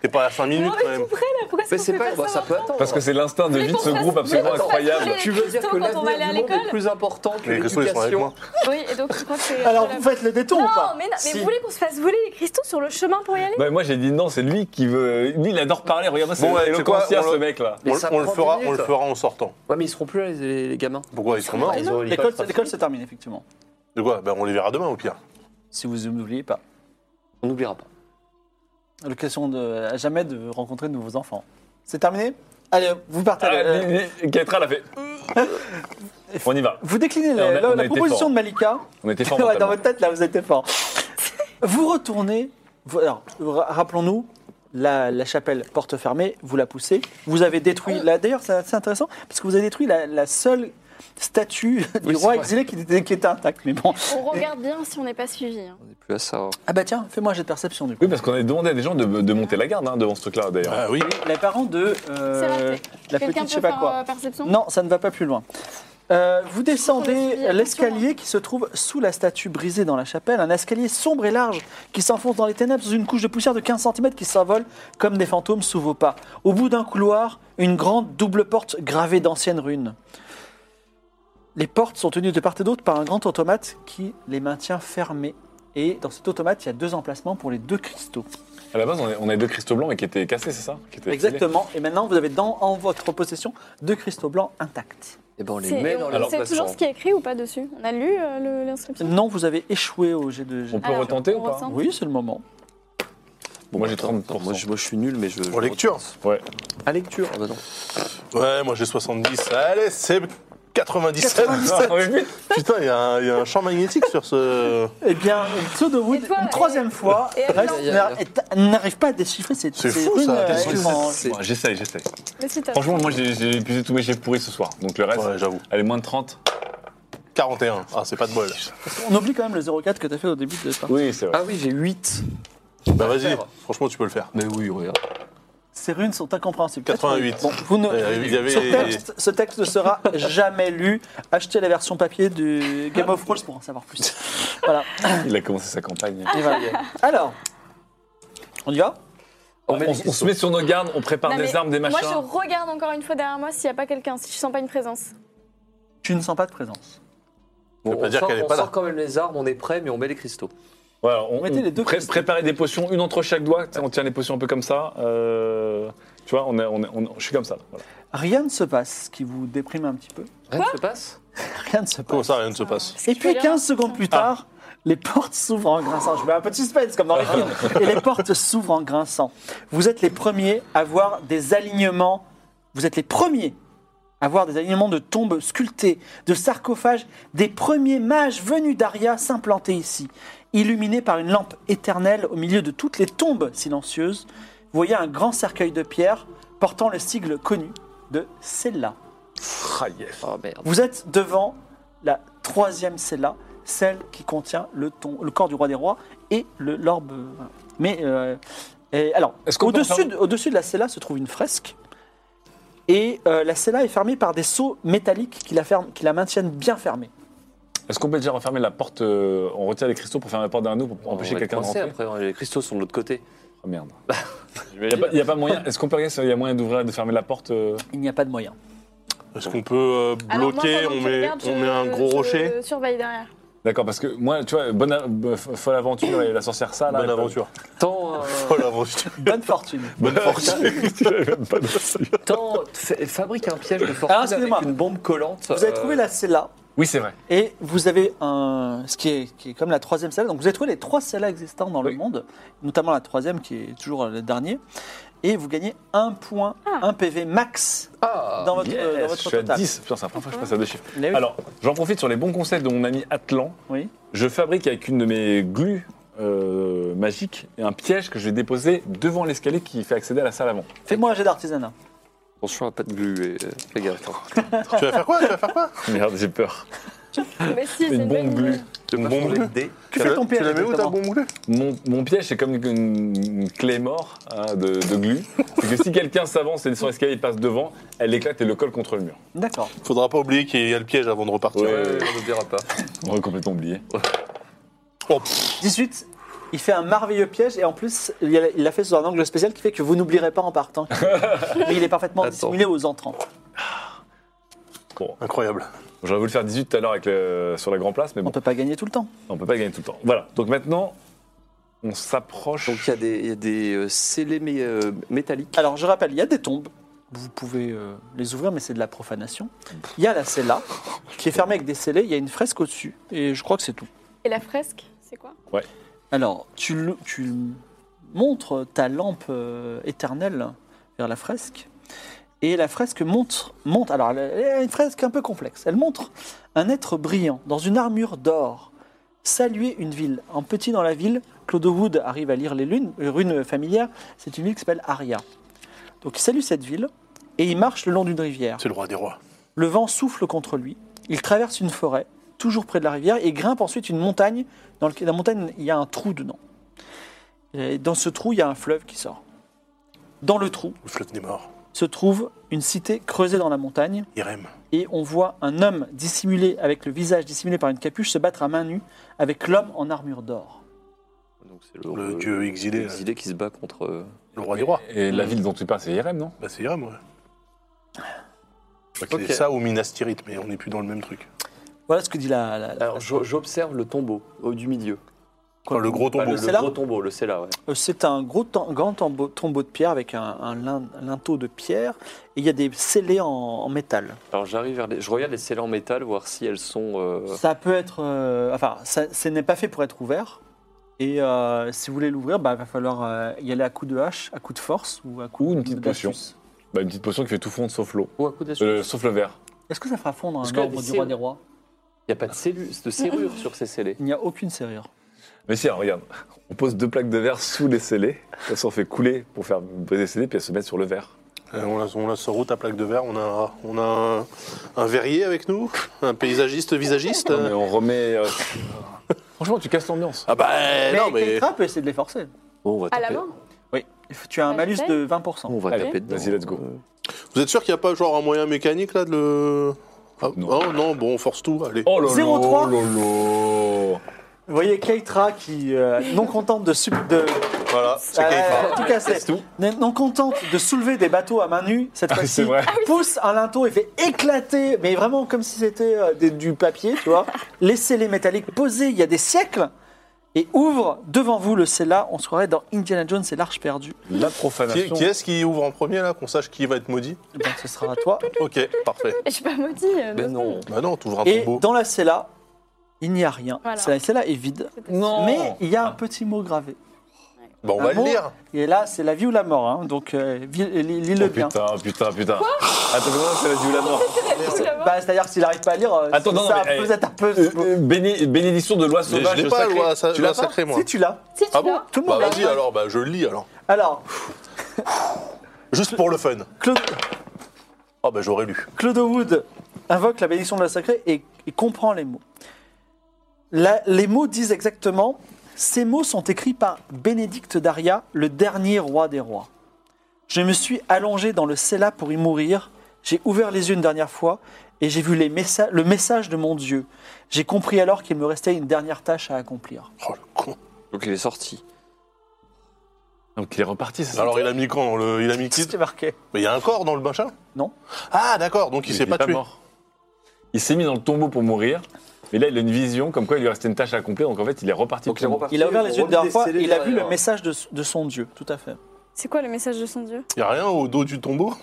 S6: T'es pas à 5
S5: Non,
S6: minutes
S5: mais
S6: quand même.
S5: tout près là, pourquoi
S4: Mais
S5: est-ce qu'on
S4: c'est
S5: fait
S4: pas, bah, ça
S5: ça
S4: peut attendre.
S3: Parce que c'est l'instinct de
S5: Mais
S3: vie de
S5: pour
S3: ce
S5: ça,
S3: groupe
S5: c'est-
S3: absolument
S5: mais pour ça,
S3: incroyable.
S5: c'est-
S4: tu veux dire
S5: Christo,
S4: que
S5: quand on va aller à
S4: l'avenir du monde
S5: l'école
S4: est plus important que
S6: Les cristaux, ils sont avec
S4: l'éducation
S6: moi.
S5: Oui, et donc tu crois que c'est.
S2: Alors, vous faites le détour ou pas
S5: Non, mais, non, mais
S2: Si.
S5: vous voulez qu'on se fasse voler les cristaux sur le chemin pour y aller
S3: Bah, moi j'ai dit non, c'est lui qui veut. Lui il adore parler, regarde-moi, c'est
S6: Bon, ouais,
S3: c'est
S6: tu sais quoi,
S3: éloquentiel,
S6: on le-
S3: ce mec là.
S4: Mais
S6: On,
S4: ça
S6: on le
S4: prend
S6: fera,
S4: des
S6: on le
S4: minutes.
S6: fera en sortant.
S4: Ouais, mais ils seront plus là, les, les- les gamins.
S6: Pourquoi ils sont morts ils ont-
S2: L'école, l'école se termine, effectivement.
S6: De quoi ben, On les verra demain au pire.
S2: Si vous n'oubliez pas.
S4: On n'oubliera pas.
S2: L'occasion de, à jamais de rencontrer de nouveaux enfants. C'est terminé Allez, vous partez.
S3: Ah,
S2: Euh,
S3: lui- lui- Keitra l'a fait. On y va.
S2: vous déclinez
S3: on a-
S2: la, la-
S3: on a
S2: la
S3: été
S2: proposition
S3: fort.
S2: de Malika.
S3: On était fort.
S2: [laughs]
S3: hein.
S2: Ouais, dans
S3: mentalement.
S2: votre tête, là, vous êtes fort. vous retournez. vous- alors, ra- rappelons-nous, la, la chapelle porte fermée, vous la poussez. Vous avez détruit. là, D'ailleurs, c'est assez intéressant, parce que vous avez détruit la, la seule statue [laughs] du
S4: Oui, c'est
S2: roi
S4: vrai.
S2: exilé qui était, qui était intacte. Mais bon.
S5: On regarde bien si on n'est pas suivi. hein.
S4: On n'est plus à ça. hein.
S2: Ah bah tiens, fais-moi un jet de perception du coup.
S3: Oui, parce qu'on avait demandé à des gens de, de monter la garde hein, devant ce truc-là d'ailleurs.
S6: Ah oui.
S2: Les parents de euh,
S5: C'est raté.
S2: la petite,
S5: Quelqu'un peut
S2: je sais pas
S5: faire,
S2: quoi.
S5: euh, perception
S2: Non, ça ne va pas plus loin. Euh, vous
S5: Je
S2: descendez
S5: trouve qu'on a suivi,
S2: l'escalier qui se trouve sous la statue brisée dans la chapelle, un escalier sombre et large qui s'enfonce dans les ténèbres sous une couche de poussière de 15 cm qui s'envole comme des fantômes sous vos pas. Au bout d'un couloir, une grande double porte gravée d'anciennes runes. Les portes sont tenues de part et d'autre par un grand automate qui les maintient fermées. Et dans cet automate, il y a deux emplacements pour les deux cristaux.
S3: À la base, on avait- on avait deux cristaux blancs mais qui étaient cassés, c'est ça Qui étaient filés.
S2: Exactement. Et maintenant, vous avez dans, en votre possession deux cristaux blancs intacts.
S4: Et ben on les
S5: C'est-
S4: met
S5: on
S4: dans
S3: Alors,
S4: leur
S5: sait toujours ce qui est écrit ou pas dessus On a lu euh, le- l'inscription
S2: Non, vous avez échoué au jet de
S3: On peut
S5: Alors,
S3: retenter ou
S5: on
S3: pas
S5: ressent.
S2: Oui, c'est le moment.
S3: Bon, Moi j'ai
S4: bah, Attends,
S3: 30%.
S4: moi, je, moi, je suis nul, mais je. je-
S6: En lecture
S3: Ouais.
S4: À lecture. Ah bah non.
S6: Ouais, moi j'ai 70. Allez, c'est 97.
S3: Ah, mais vite.
S6: [laughs] Putain, il y, a un- il y a un champ magnétique sur ce.
S2: Eh bien, Pseudowood,
S5: Et toi,
S2: une
S5: et-
S2: troisième fois,
S5: et-
S2: reste-
S4: y a- y a-
S2: est- n'arrive pas à déchiffrer cette
S6: C'est
S2: ces
S6: fou,
S2: runes,
S6: ça.
S2: euh,
S6: Qu'est-ce que
S2: étranges.
S3: Bon, J'essaye, j'essaye.
S5: Mais si, t'as-
S3: Franchement, moi j'ai j'ai épuisé tous mes chefs pourris ce soir. Donc le reste,
S6: Ouais, j'avoue.
S3: allez, moins de 30.
S6: 41. Ah, c'est pas de bol.
S2: On oublie quand même le 04 que tu as fait au début de ça.
S3: Oui, c'est vrai.
S4: Ah oui, j'ai 8.
S6: Bah vas-y, franchement, tu peux le faire.
S4: Mais oui, regarde.
S2: Ces runes sont incompréhensibles.
S6: 88.
S2: Bon, vous ne-
S6: Euh, Il y avait-
S2: ce, texte, ce texte ne
S6: [laughs]
S2: sera jamais lu. Achetez la version papier de Game of Thrones pour en savoir plus. Voilà.
S3: Ah Il a commencé sa campagne.
S2: Et voilà.
S4: Ah,
S2: Alors, on y va
S3: On, on- on se met sur nos gardes, on prépare
S5: Non,
S3: des
S5: mais
S3: armes, des machins.
S5: Moi, je regarde encore une fois derrière moi s'il n'y a pas quelqu'un, si je sens pas une présence.
S2: Tu ne sens pas de présence.
S6: veut pas dire qu'elle est
S4: on
S6: pas là.
S4: sort quand même les armes, on est prêt, mais on met les cristaux.
S3: Voilà, on,
S2: Mettez
S3: on
S2: les deux
S3: pré-
S2: cristaux.
S3: préparer des potions, une entre chaque doigt. tu sais, On tient les potions un peu comme ça. euh, tu vois, on est- on est- on- je suis comme ça. voilà.
S2: Rien ne se passe, ce qui vous déprime un petit peu.
S4: Rien ne se passe
S2: Rien ne se passe.
S6: Comment ça, rien ne se passe
S2: Et
S5: Tu
S2: puis
S5: peux
S2: 15 secondes plus tard, les portes s'ouvrent en grinçant. Je mets un peu de suspense comme dans les films. Et les portes s'ouvrent en grinçant. Vous êtes les premiers à voir des alignements. Vous êtes les premiers à voir des alignements de tombes sculptées, de sarcophages, des premiers mages venus d'Aria s'implanter ici. Illuminés par une lampe éternelle au milieu de toutes les tombes silencieuses, vous voyez un grand cercueil de pierre portant le sigle connu de Sella.
S3: Ah, yes.
S4: Ah merde.
S2: Vous êtes devant la troisième cella, celle qui contient le, ton- le corps du roi des rois et le l'orbe. euh, voilà. Mais euh, et alors,
S3: Est-ce qu'on peut
S2: au-dessus
S3: faire-
S2: de, au de la cella se trouve une fresque. Et euh, la cella est fermée par des seaux métalliques qui la, ferment- qui la maintiennent bien fermée.
S3: Est-ce qu'on peut déjà refermer la porte euh, On retire les cristaux pour fermer la porte derrière nous pour
S2: Oh,
S3: empêcher
S4: On va
S3: quelqu'un de
S4: être coincé
S3: rentrer.
S4: Après, les cristaux sont de l'autre côté.
S3: Oh, merde. Il n'y a, pas moyen. Est-ce qu'on peut regarder s'il y a moyen d'ouvrir et de fermer la porte euh
S2: Il n'y a pas de moyen.
S6: Est-ce qu'on peut euh,
S5: Alors, moi,
S6: bloquer
S5: pendant
S6: on,
S5: que
S6: met,
S5: tu regardes,
S6: on
S5: je-
S6: met un gros
S5: je
S6: rocher
S5: surveille
S6: [laughs]
S5: derrière.
S3: D'accord, parce que moi, tu vois, bonne, a- euh, folle aventure et la sorcière ça. Là,
S6: Bonne aventure.
S4: Tant, euh,
S6: Bonne aventure.
S2: Bonne fortune.
S6: Bonne fortune. [laughs]
S4: euh, tant fa- fabrique un piège de
S2: Ah,
S4: fortune
S2: excusez-moi.
S4: avec une bombe collante.
S2: Vous avez
S4: euh,
S2: trouvé la cella
S3: Oui, c'est vrai.
S2: et vous avez un, ce qui est, qui est comme la troisième cella. Donc vous avez trouvé les trois cellas existantes dans le
S3: Oui.
S2: monde, notamment la troisième qui est toujours euh, le dernier. Et vous gagnez un point,
S5: Ah.
S2: un PV max
S4: Ah,
S6: Oh,
S2: dans votre,
S3: Yes,
S2: euh, dans votre
S3: je suis à
S2: total.
S3: 10. Putain, c'est la première fois que je passe à deux chiffres.
S2: Mais oui.
S3: Alors, j'en profite sur les bons conseils de mon ami Atlan.
S2: Oui.
S3: Je fabrique avec une de mes glues euh, magiques un piège que je vais déposer devant l'escalier qui fait accéder à la salle avant.
S2: Fais-moi un jet d'artisanat.
S4: Attention à pas de glu, et, euh, fais gaffe. hein.
S6: tu vas faire quoi Tu vas faire quoi
S3: Merde, j'ai peur.
S5: Mais si,
S3: Une
S5: c'est une
S3: bombe
S5: bonne
S3: glue.
S5: idée.
S4: te passe
S6: Bon
S4: ton jet de
S6: bleu.
S4: dés.
S6: Tu,
S2: fais
S6: la-
S2: ton
S6: tu la
S2: piège,
S6: mets où ta
S2: exactement.
S6: bombe bleue
S3: Mon, mon piège, c'est comme une, une clé mort hein, de, de glu. c'est que si quelqu'un s'avance et descend l'escalier, il passe devant, elle éclate et le colle contre le mur.
S2: D'accord.
S6: Faudra pas oublier qu'il y a le piège avant de repartir.
S3: Ouais.
S4: Euh, on ne dira pas.
S3: On aurait complètement oublié.
S6: Oh, pff,
S2: 18. Il fait un merveilleux piège et en plus, il a- il l'a fait sous un angle spécial qui fait que vous n'oublierez pas en
S6: [laughs]
S2: partant. Mais il est parfaitement
S4: Attends.
S2: dissimulé aux entrants.
S6: incroyable.
S3: J'aurais voulu faire 18 tout à l'heure avec le- sur la Grand Place, mais
S2: On
S3: bon,
S2: peut pas gagner tout le temps.
S3: on peut pas gagner tout le temps. Voilà, donc maintenant, on s'approche.
S4: Donc il y a des, il y a des euh, scellés mé- euh, métalliques.
S2: Alors je rappelle, il y a des tombes. Vous pouvez euh, les ouvrir, mais c'est de la profanation. Il y a la cella qui est fermée avec des scellés. Il y a une fresque au-dessus et je crois que c'est tout.
S5: Et la fresque, c'est quoi
S2: Alors tu, le- tu montres ta lampe euh, éternelle vers la fresque et la fresque montre, monte. Alors elle elle est une fresque un peu complexe. Elle montre un être brillant dans une armure d'or saluer une ville. En petit dans la ville, Claude Wood arrive à lire les lunes, euh, runes familières. C'est une ville qui s'appelle Aria. Donc il salue cette ville et il marche le long d'une rivière.
S6: C'est le roi des rois.
S2: Le vent souffle contre lui. Il traverse une forêt, toujours près de la rivière, et grimpe ensuite une montagne. Dans, lequel- la montagne, il y a un trou dedans. Et dans ce trou, il y a un fleuve qui sort. Dans le trou
S6: Le flotte des morts.
S2: se trouve une cité creusée dans la montagne,
S6: Irem.
S2: et on voit un homme dissimulé, avec le visage dissimulé par une capuche, se battre à main nue avec l'homme en armure d'or.
S4: Donc, c'est
S6: Le dieu euh, exilé,
S4: le exilé qui se bat contre. euh,
S6: Le roi des rois.
S3: Et la ville dont tu parles, c'est IRM, non
S6: Bah, c'est Irem, ouais. Je crois qu'il
S4: Ok.
S6: est ça ou Minas Tirith, mais on n'est plus dans le même truc.
S2: Voilà ce que dit la... la- la-
S4: euh, Alors je- j'observe le tombeau au du milieu.
S6: Enfin, Ah, le gros
S4: Pas
S6: tombeau.
S4: Ah, le,
S2: c'est
S4: le
S2: là
S4: gros tombeau, le c'est là, ouais.
S2: Euh, C'est un gros tam- grand tombeau, tombeau de pierre avec un, un lin- linteau de pierre, et il y a des scellés en- en métal.
S4: Alors j'arrive vers les, je regarde les scellés en métal, voir si elles sont. euh,
S2: Ça peut être. euh, enfin, ça, ce n'est pas fait pour être ouvert. Et euh, si vous voulez l'ouvrir, bah, il va falloir euh, y aller à coup de hache, à coup de force ou à coup
S3: Ou une
S2: de-
S3: petite
S2: d'astuce.
S3: bah, Une petite potion qui fait tout fondre sauf l'eau.
S4: Ou à coup d'astuce.
S3: Euh, sauf le verre.
S2: Est-ce que ça fera fondre
S4: Est-ce
S2: un
S4: que
S2: ordre
S4: c'est-
S2: du roi des rois
S4: Il n'y a pas de, cellu- de serrure sur ces scellés.
S2: Il n'y a aucune serrure.
S3: Mais si, alors, regarde, on pose deux plaques de verre sous les scellés, ça s'en fait couler pour faire briser les scellés, puis elles se mettent sur le verre.
S6: Euh, on, a, on a sur route à plaque de verre, on a, on a un, un verrier avec nous, un paysagiste visagiste.
S3: Non, mais on remet. euh, [laughs] Franchement, tu casses l'ambiance.
S6: Ah bah non, mais.
S2: Keitra peut essayer de les forcer.
S4: Bon, Oh, on va
S5: À la
S4: taper- Oh,
S5: main
S2: Oui. Tu as un
S5: Elle
S2: malus
S5: fait
S2: de 20%.
S4: On va
S3: Allez,
S4: taper dedans.
S3: vas-y, let's go.
S4: Euh,
S6: Vous êtes sûr qu'il n'y a pas genre un moyen mécanique là de le. Ah,
S3: Non.
S6: non. non, bon, on force tout, allez.
S3: Oh là là
S2: 0,3.
S3: lolo.
S2: Vous voyez Keitra qui, euh, non contente de. sup- de
S6: Voilà, c'est
S2: Ah,
S6: Keitra.
S2: tout casser.
S3: C'est tout
S2: Non contente de soulever des bateaux à main nue, cette
S3: Ah,
S2: fois-ci,
S3: c'est vrai.
S2: pousse un linteau et fait éclater, mais vraiment comme si c'était euh, des- du papier, tu vois. les scellés métalliques posés il y a des siècles et ouvre devant vous le cella. On se croirait dans Indiana Jones et l'Arche perdue.
S3: La
S6: Qui,
S3: profanation.
S6: qui est-ce qui ouvre en premier là, qu'on sache qui va être maudit
S2: Eh ben, ce sera à
S3: [laughs]
S2: toi.
S6: Ok, parfait.
S5: Je suis pas maudit. euh,
S4: Ben non.
S6: Bah non, t'ouvres un
S2: Et
S6: tombeau.
S2: dans la cella, il n'y a rien.
S5: Voilà.
S2: C'est- La cella est vide,
S3: Non
S2: mais il y
S3: Ah.
S2: a un petit mot gravé.
S6: Bah on
S2: un
S6: va le
S2: mot.
S6: lire.
S2: Et là, c'est la vie ou la mort, hein. donc euh, vi- lis-le
S3: Oh,
S2: bien.
S3: putain, putain, putain. Attends, comment c'est la vie ou la mort
S5: [laughs]
S2: Bah, C'est-à-dire que s'il n'arrive pas à lire, euh,
S3: Attends, non,
S2: ça
S3: mais,
S2: peut être un peu.
S3: Euh, euh, béné- Bénédiction de loi
S6: Mais
S3: sauvage.
S6: je l'ai pas,
S3: sacrée.
S6: loi, ça,
S3: Tu
S6: loi
S3: l'as pas
S6: sacrée, moi.
S2: Si tu l'as.
S5: Si tu
S6: Ah bon
S5: l'as.
S2: Tout le
S6: Bah
S2: monde l'a.
S6: vas-y alors, bah je le lis alors.
S2: Alors,
S6: Juste pour le fun.
S2: Claude,
S6: Ah bah j'aurais lu.
S2: Claude Wood invoque la bénédiction de la sacrée et, et comprend les mots. La- les mots disent exactement ces mots sont écrits par Bénédicte Daria, le dernier roi des rois. Je me suis allongé dans le cella pour y mourir. J'ai ouvert les yeux une dernière fois et j'ai vu les messa- le message de mon Dieu. J'ai compris alors qu'il me restait une dernière tâche à accomplir.
S6: Oh le con.
S4: Donc il est sorti.
S3: Donc il est reparti, c'est ça
S6: Alors il a mis quand dans le... Il a mis qui
S2: Qu'est-ce qui est marqué
S6: Mais il y a un corps dans le machin
S2: Non.
S6: Ah d'accord, donc il
S3: Mais
S6: s'est pas
S3: est
S6: tué.
S3: mort. Il s'est mis dans le tombeau pour mourir, mais là il a une vision comme quoi il lui restait une tâche à accomplir, donc en fait il est reparti.
S4: Donc,
S3: pour
S4: il est reparti.
S2: Il a ouvert les yeux une dernière fois et il a vu le
S4: derrière.
S2: message de, de son Dieu. Tout à fait.
S5: C'est quoi le message de son dieu
S6: Il y a rien au dos du tombeau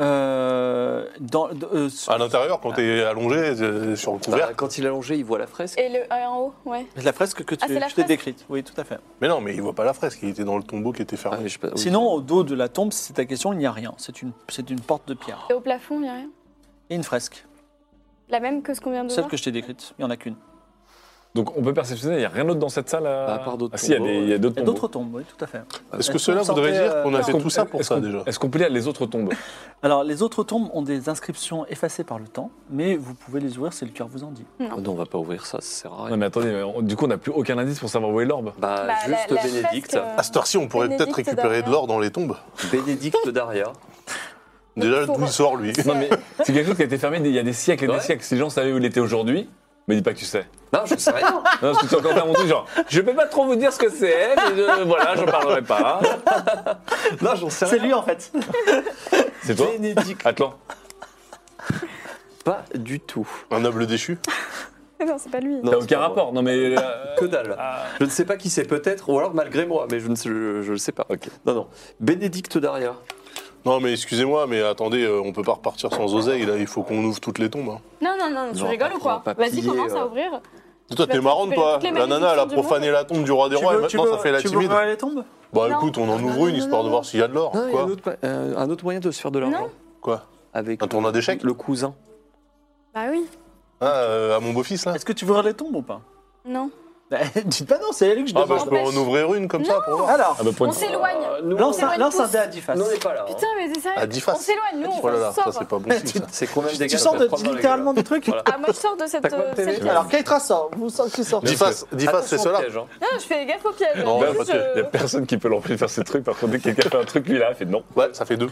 S2: Euh, dans, de- euh,
S6: À l'intérieur, quand t'es allongé euh, sur le
S4: Bah,
S6: couvert.
S4: quand il est allongé, il voit la fresque.
S5: Et le ah, en haut, ouais.
S2: La fresque que tu
S5: Ah, c'est la
S2: je t'ai
S5: fresque
S2: décrite, oui, tout à fait.
S6: Mais non, mais il voit pas la fresque, il était dans le tombeau qui était
S4: Ah,
S6: fermé.
S4: mais je sais pas- oui.
S2: Sinon, au dos de la tombe, si c'est ta question, il n'y a rien. C'est une, c'est une porte de pierre.
S5: Et au plafond, il n'y a rien.
S2: Et une fresque,
S5: La même que ce qu'on vient de
S2: celle
S5: voir.
S2: que je t'ai décrite, il n'y en a qu'une.
S3: Donc on peut perceptionner, il n'y a rien d'autre dans cette salle à,
S4: À part d'autres
S3: Ah, si, il y a
S4: tombeaux,
S3: des- il y a d'autres
S2: Il y a
S3: tombes.
S2: d'autres tombes, oui, tout à fait.
S6: Est-ce que
S2: Est-ce
S6: cela
S2: qu'on
S6: voudrait
S2: sortait,
S6: dire qu'on a
S2: euh,
S6: fait tout ça pour ça déjà
S3: Est-ce qu'on peut lire les autres tombes
S2: Alors, les autres tombes ont des inscriptions effacées par le temps, mais vous pouvez les ouvrir si le cœur vous en dit.
S4: Ah Non, on va pas ouvrir ça, ça sert à rien.
S3: Non mais attendez, mais on- du coup on n'a plus aucun indice pour savoir où est l'orbe.
S4: Bah,
S5: Bah, la-
S4: juste
S5: la
S4: Bénédicte.
S5: fresque, euh,
S6: À cette heure-ci, on pourrait peut-être
S5: Bénédicte
S6: récupérer de
S5: Daria.
S6: l'or dans les tombes.
S4: Bénédicte Daria.
S6: Déjà,
S5: il faut
S6: d'où il
S5: re-
S6: sort, lui
S3: Non mais c'est quelque chose qui a été fermé il y a des siècles et
S4: Ouais.
S3: des siècles. Si les gens savaient où il était aujourd'hui, me dis pas que tu sais.
S4: Non, je sais rien.
S3: Non, parce que tu es encore faire mon truc genre, je peux pas trop vous dire ce que c'est, mais je- voilà, je parlerai pas.
S4: non, j'en sais
S2: C'est
S4: rien.
S2: lui, en fait.
S3: C'est toi
S4: Bénédicte.
S3: Atlan
S4: Pas du tout.
S6: Un noble déchu
S5: [laughs] Non, c'est pas lui.
S4: Non,
S3: T'as
S4: c'est
S3: aucun
S4: pas
S3: rapport, non mais... euh,
S4: moi. Que dalle. Je ne sais pas qui c'est, peut-être, ou alors malgré moi, mais je ne sais, je, je le sais pas. Non, non. Bénédicte Daria.
S6: Non, mais excusez-moi, mais attendez, euh, on peut pas repartir sans oseille, là, il faut qu'on ouvre toutes les tombes. hein.
S5: Non, non, non, tu
S4: Non,
S5: rigoles ou quoi
S4: pas
S5: Vas-y,
S4: piller,
S5: commence
S4: euh.
S5: à ouvrir.
S6: Toi,
S5: vas te
S6: t'es marrante,
S5: couper
S6: toi
S5: toutes les
S6: La nana, elle
S5: malédictions
S6: a
S5: du
S6: profané la tombe du roi des rois, et maintenant, ça fait la
S2: tu
S6: timide.
S2: ouvrir les tombes
S6: Bah
S5: Non.
S6: écoute, on en ouvre une, histoire de voir s'il y a de l'or.
S4: Non, il y a un
S6: Quoi
S4: autre, euh, un autre moyen de se faire de l'argent.
S5: Non.
S6: Quoi
S4: Avec
S6: Un tournoi d'échecs
S4: le cousin.
S5: Bah oui.
S6: Ah, euh, à mon beau-fils, là
S2: Est-ce que tu veux ouvrir les tombes ou pas
S5: Non.
S2: Bah, [laughs] Dites pas non, c'est à lui que je
S6: Ah bah,
S2: demande.
S6: je peux en ouvrir une comme ça, pour voir.
S2: Alors,
S3: ah bah, pour
S5: On
S3: une-
S5: s'éloigne.
S4: nous,
S2: lance
S5: on
S2: un,
S5: s'éloigne
S2: lance un
S5: tous.
S2: dé à 10 faces.
S4: nous, on n'est pas là. hein.
S5: Putain, mais c'est ça.
S6: À 10 faces.
S5: On s'éloigne, nous,
S6: Oh là
S5: on
S6: là, ça,
S5: sort.
S6: c'est pas bon signe, ça.
S4: [laughs] C'est combien de dégâts
S2: Tu
S4: ça
S2: sors
S4: fait
S2: de,
S4: prendre dans la
S2: littéralement
S4: gueule
S2: des trucs.
S4: Voilà.
S5: Ah, moi, je sors de cette.
S4: T'as quoi de
S5: euh,
S4: TV,
S5: cette
S4: toi
S5: case.
S7: Alors, Keitra sort. Vous sort qui sort.
S6: 10 faces, dix faces, c'est
S4: Attention
S6: cela
S4: au piège, hein.
S5: Non, je fais gaffe aux pièges.
S6: Non,
S5: juste,
S6: bah, parce
S5: je-
S3: Il y a personne qui peut l'empêcher de faire ces trucs, par contre dès que quelqu'un fait un truc, lui là, il fait non.
S6: Ouais, ça fait deux.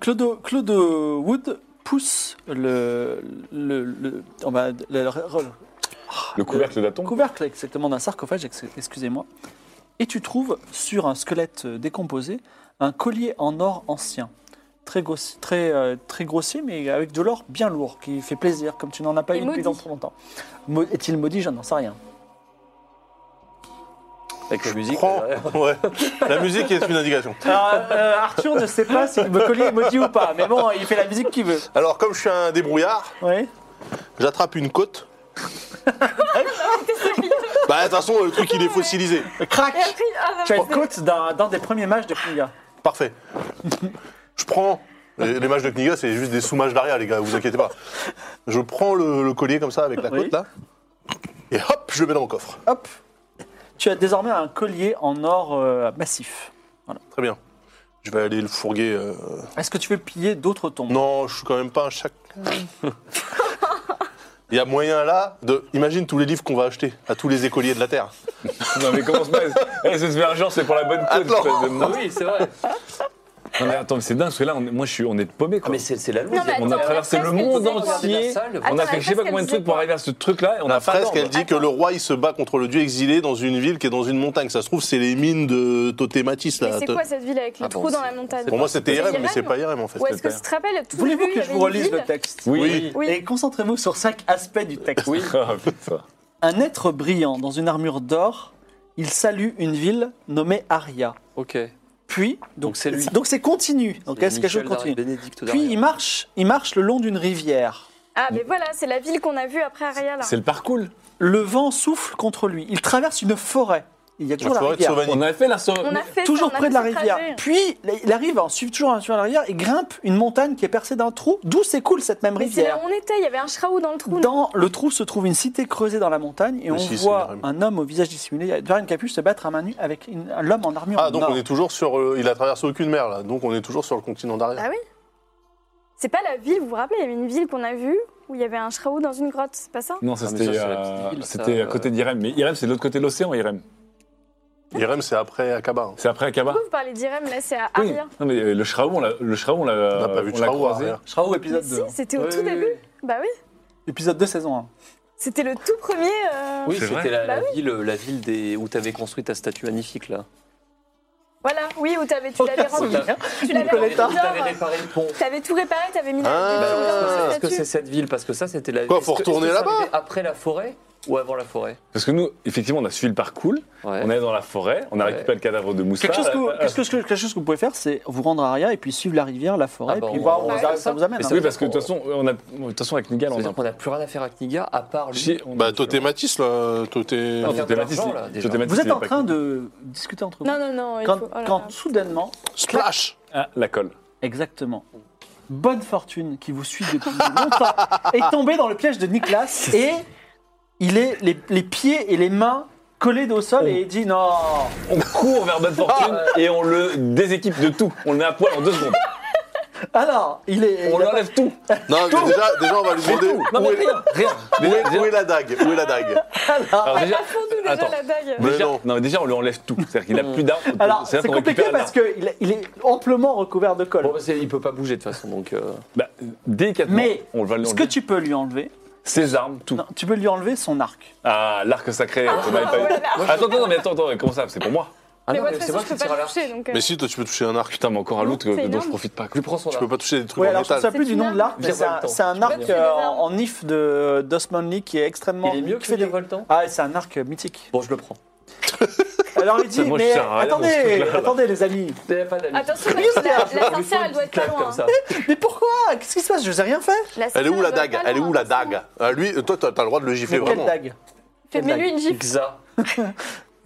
S2: Claude, Claude Wood pousse le, le, le- on va- le- le-
S4: Ah,
S3: Le couvercle
S4: euh,
S3: de la tombe
S2: couvercle exactement d'un sarcophage, ex- excusez-moi, et tu trouves sur un squelette euh, décomposé un collier en or ancien, très, grossi- très, euh, très grossier mais avec de l'or bien lourd qui fait plaisir comme tu n'en as pas
S5: Et
S2: eu depuis
S5: maudit.
S2: dans trop longtemps. Mo- Est-il maudit Je n'en sais rien.
S4: Avec la musique. euh,
S6: Prends.
S4: derrière.
S6: Ouais. La musique est une indication.
S2: Alors, euh, Arthur ne sait pas si le collier est maudit ou pas, mais bon, il fait la musique qu'il veut.
S6: Alors, comme je suis un débrouillard,
S2: Oui.
S6: J'attrape une côte. bah, de toute façon, le truc, il est fossilisé.
S2: Crac
S5: Et après, ah, non,
S2: Tu as une
S5: c'est-
S2: côte d'un d'un des premiers matchs de Kniga.
S6: Parfait. Je prends. Les, les matchs de Kniga, c'est juste des sous-matchs d'Aria, les gars, vous inquiétez pas. Je prends le, le collier comme ça, avec la
S2: Oui.
S6: côte, là. Et hop, je le mets dans mon coffre.
S2: Hop Tu as désormais un collier en or euh, massif.
S6: Très bien. Je vais aller le fourguer. euh.
S2: Est-ce que tu veux piller d'autres tombes
S6: Non, je suis quand même pas un chac. Il y a moyen là de. Imagine tous les livres qu'on va acheter à tous les écoliers de la Terre.
S3: Non mais commence pas, eh, c'est super genre, c'est pour la bonne cause.
S6: Attends.
S3: espèce de-
S4: Ah oui, c'est vrai.
S3: Non mais attends, mais c'est dingue, parce que là, on est- moi je suis, on est paumé
S4: Ah,
S3: quoi.
S4: mais c'est c'est la loose.
S5: Non, mais
S3: on a
S5: attends,
S3: traversé
S5: la
S3: le
S5: fresque,
S3: monde
S5: elle disait quoi
S3: entier,
S4: La salle.
S3: on a fait
S5: Attends, la
S3: je sais pas
S5: fresque,
S3: combien de
S5: elle
S3: trucs pour
S5: disait
S3: arriver à ce truc-là, et on
S6: La
S3: a pas
S6: fresque,
S3: d'ordre.
S6: elle dit que le roi, il se bat contre le dieu exilé dans une ville qui est dans une montagne. Ça se trouve, c'est les mines de Totématis,
S5: Mais
S6: là.
S5: c'est quoi cette ville avec les
S4: Ah bon,
S5: trous dans
S4: c'est-
S5: la montagne
S6: Pour moi, c'était
S5: C'est
S6: IRM, mais
S5: IRM?
S6: c'est pas IRM, en fait.
S5: Ou est-ce que tu te rappelles tout
S2: Voulez-vous
S5: début,
S2: que
S5: il y
S2: je
S5: avait
S2: vous
S5: une
S2: relise
S5: ville
S2: le texte
S3: Oui.
S6: Oui.
S5: Oui.
S2: Et concentrez-vous sur chaque aspect du texte.
S4: Oui.
S3: [laughs] Ah, putain.
S2: Un être brillant dans une armure d'or, il salue une ville nommée Aria.
S4: Ok.
S2: Puis,
S4: Donc
S2: donc
S4: c'est lui.
S2: Donc c'est continu. Donc est-ce quelque chose de continu
S4: Bénédicte
S2: Puis il marche, il marche le long d'une rivière.
S5: Ah, mais voilà, c'est la ville qu'on a vue après Aria, là.
S3: C'est le parcours.
S2: Le vent souffle contre lui. Il traverse une forêt. Il y a toujours
S6: La
S2: la,
S6: forêt de
S2: rivière.
S6: Sauvanie.
S3: On avait fait la so-
S5: On a fait [laughs] ça,
S2: toujours
S5: on a
S2: près
S5: fait
S2: de la
S5: ce
S2: rivière.
S5: trajet.
S2: Puis là, il arrive, hein, suit toujours sur la rivière et grimpe une montagne qui est percée d'un trou, d'où s'écoule cette même
S5: Mais c'est là
S2: rivière.
S5: où on était, il y avait un shraou dans le trou. non
S2: Dans le trou se trouve une cité creusée dans la montagne et
S6: Mais
S2: on
S6: si, c'est
S2: voit
S6: une arme.
S2: un homme au visage dissimulé derrière une capuche se battre à main nue avec une- un homme en armure.
S6: Ah,
S2: en
S6: donc
S2: or.
S6: on est toujours sur. euh, il a traversé aucune mer, là. Donc on est toujours sur le continent d'arrière.
S5: Bah oui. C'est pas la ville, vous vous rappelez, il y avait une ville qu'on a vue où il y avait un shraou dans une grotte, c'est pas ça
S3: Non, ça
S4: Ah, mais
S3: c'était
S4: ça, c'est la petite
S3: euh,
S4: ville, ça,
S3: c'était à
S4: euh.
S3: côté d'Irem. Mais Irem, c'est de l'autre côté de l'océan, Irem.
S6: IRM, c'est après Akaba. hein.
S3: C'est après Akaba.
S5: Pourquoi vous parlez d'Irem, là Ah, c'est à
S3: Oui.
S5: Aria.
S3: Non, mais euh, le Shraou, on l'a le Shraou, on l'a-
S6: On n'a pas vu de
S3: on l'a
S6: Shraou à
S3: croisé.
S6: Aria.
S2: Shraou
S5: Mais
S2: épisode
S5: si,
S2: 2. hein.
S5: c'était au tout début. Bah oui,
S2: Épisode 2 saison 1.
S5: c'était le tout premier. euh,
S4: Oui,
S3: C'est vrai.
S4: c'était la, la
S5: Bah
S4: ville, la ville des, où tu avais construit ta statue magnifique là.
S5: Voilà, oui, où t'avais- tu
S2: [laughs]
S5: l'avais rendu. Tu l'avais rendu
S2: Nicoletta.
S5: d'or.
S4: Tu avais réparé le pont.
S5: T'avais tout réparé, t'avais mis la
S4: Euh,
S6: Ah.
S5: des fioles dans
S6: Ah.
S5: la
S4: Est-ce que
S5: statue.
S4: c'est cette ville Parce que ça, c'était la.
S6: Quoi,
S4: est-ce
S6: faut
S4: que- est-ce
S6: retourner
S4: que ça
S6: là-bas
S4: arrivait Après la forêt ou avant la forêt
S3: Parce que nous, effectivement, on a suivi le parcours,
S4: Ouais.
S3: on est dans la forêt, on a
S4: Ouais.
S3: récupéré le cadavre de Moussa.
S2: Quelque chose, que vous,
S3: Euh,
S2: quelque, chose que, quelque chose que vous pouvez faire, c'est vous rendre à Aria et puis suivre la rivière, la forêt,
S4: Ah bah,
S2: et puis
S4: on-
S2: voir
S4: on
S2: où
S4: va
S2: ça, ça
S4: faire ça.
S2: vous amène.
S4: Mais ça
S2: hein.
S3: Oui, parce que de toute façon, on a, de toute façon avec Nigal, on a
S4: C'est-à-dire qu'on n'a plus rien à faire à Kniga à part lui.
S3: Si, on-
S6: Bah, Totématis, là. Toté.
S4: Non,
S3: Totématis,
S4: l'argent,
S3: il-
S4: là, déjà.
S3: Totématis,
S2: Vous êtes
S3: il est
S2: en
S3: pas-
S2: train de discuter entre vous.
S5: Non, non, non, il
S2: quand
S5: faut. oh là
S2: quand
S5: là.
S2: soudainement,
S6: Splash
S3: Ah, la colle.
S2: Exactement. [laughs] Bonne fortune qui vous suit depuis longtemps est tombée dans le piège de Nicolas et il est les, les pieds et les mains collés au sol et il dit non.
S3: On court vers Bonne Fortune et on le déséquipe de tout. On le met à poil en deux secondes.
S2: Alors, il est.
S3: On
S2: [laughs] il a-
S3: l'enlève tout.
S6: Non, mais déjà, déjà, on va lui demander
S3: Non, mais
S6: où, est,
S3: rien, rien.
S6: où est- où est la dague Où est la
S5: [laughs]
S6: dague
S3: Alors, déjà,
S5: Fous-nous déjà
S3: attends.
S5: la dague.
S6: Mais
S3: Déjà,
S6: non.
S3: non. mais déjà, on lui enlève tout. C'est-à-dire qu'il a plus d'armes.
S2: Alors, c'est
S3: qu'on
S2: compliqué
S3: récupère la
S2: parce qu'il il est amplement recouvert de colle.
S4: Bon, bah, c'est- il peut pas bouger de toute façon, donc. euh,
S3: Bah, délicatement,
S2: Mais,
S3: on va lui
S2: ce que
S3: enlever
S2: tu peux lui enlever,
S3: ses armes, tout.
S2: non, tu peux lui enlever son arc.
S3: Ah, l'arc sacré, on n'avait pas eu. Attends, attends, mais attends, attends, comment ça C'est pour moi.
S4: Ah
S5: Mais
S4: non,
S5: moi, de
S4: mais
S5: toute
S4: c'est moi
S5: façon,
S4: qui
S5: je peux
S4: tire
S5: pas
S4: à
S5: le
S4: l'arc.
S5: toucher, donc. euh,
S6: Mais si, toi, tu peux toucher un arc.
S3: Putain, mais encore un loot
S5: Non, c'est
S3: que- dont je
S5: énorme.
S3: profite pas.
S4: Je lui prends son
S6: Tu
S4: arc.
S6: peux pas toucher des trucs
S2: Ouais,
S6: en
S2: alors je ne
S6: métal.
S2: sais plus du nom de l'arc,
S4: Je
S2: mais
S4: viens
S2: c'est
S4: pas
S2: un,
S4: le temps.
S2: c'est un
S4: Je
S2: arc
S5: viens.
S2: euh, en, en if de d'Osman Lee qui est extrêmement.
S4: Il est mieux que
S2: qui fait des-
S4: Voltan
S2: Ah, c'est un arc mythique.
S4: Bon, je le prends.
S2: Alors il dit,
S3: [laughs] Moi, je
S2: mais
S3: sers à rien dans ce
S2: attendez,
S3: truc-là, là.
S2: attendez les amis,
S4: T'avais pas d'amis.
S5: Attention, la, la- la
S4: Il faut
S5: sorcière,
S4: une
S5: elle doit être
S4: petite claque
S5: pas loin. hein.
S4: comme ça.
S2: mais pourquoi Qu'est-ce qui se passe Je n'ai rien fait.
S5: La sorcière,
S6: Elle est où la
S5: doit être
S6: dague
S5: pas
S6: Elle est
S5: loin,
S6: où la
S5: attention.
S6: dague Ah, Lui, euh, toi, t'as t'as le droit de le gifler
S2: Mais quelle
S6: vraiment.
S2: dague
S5: Fais- Mets-lui une gifle.
S4: Xa.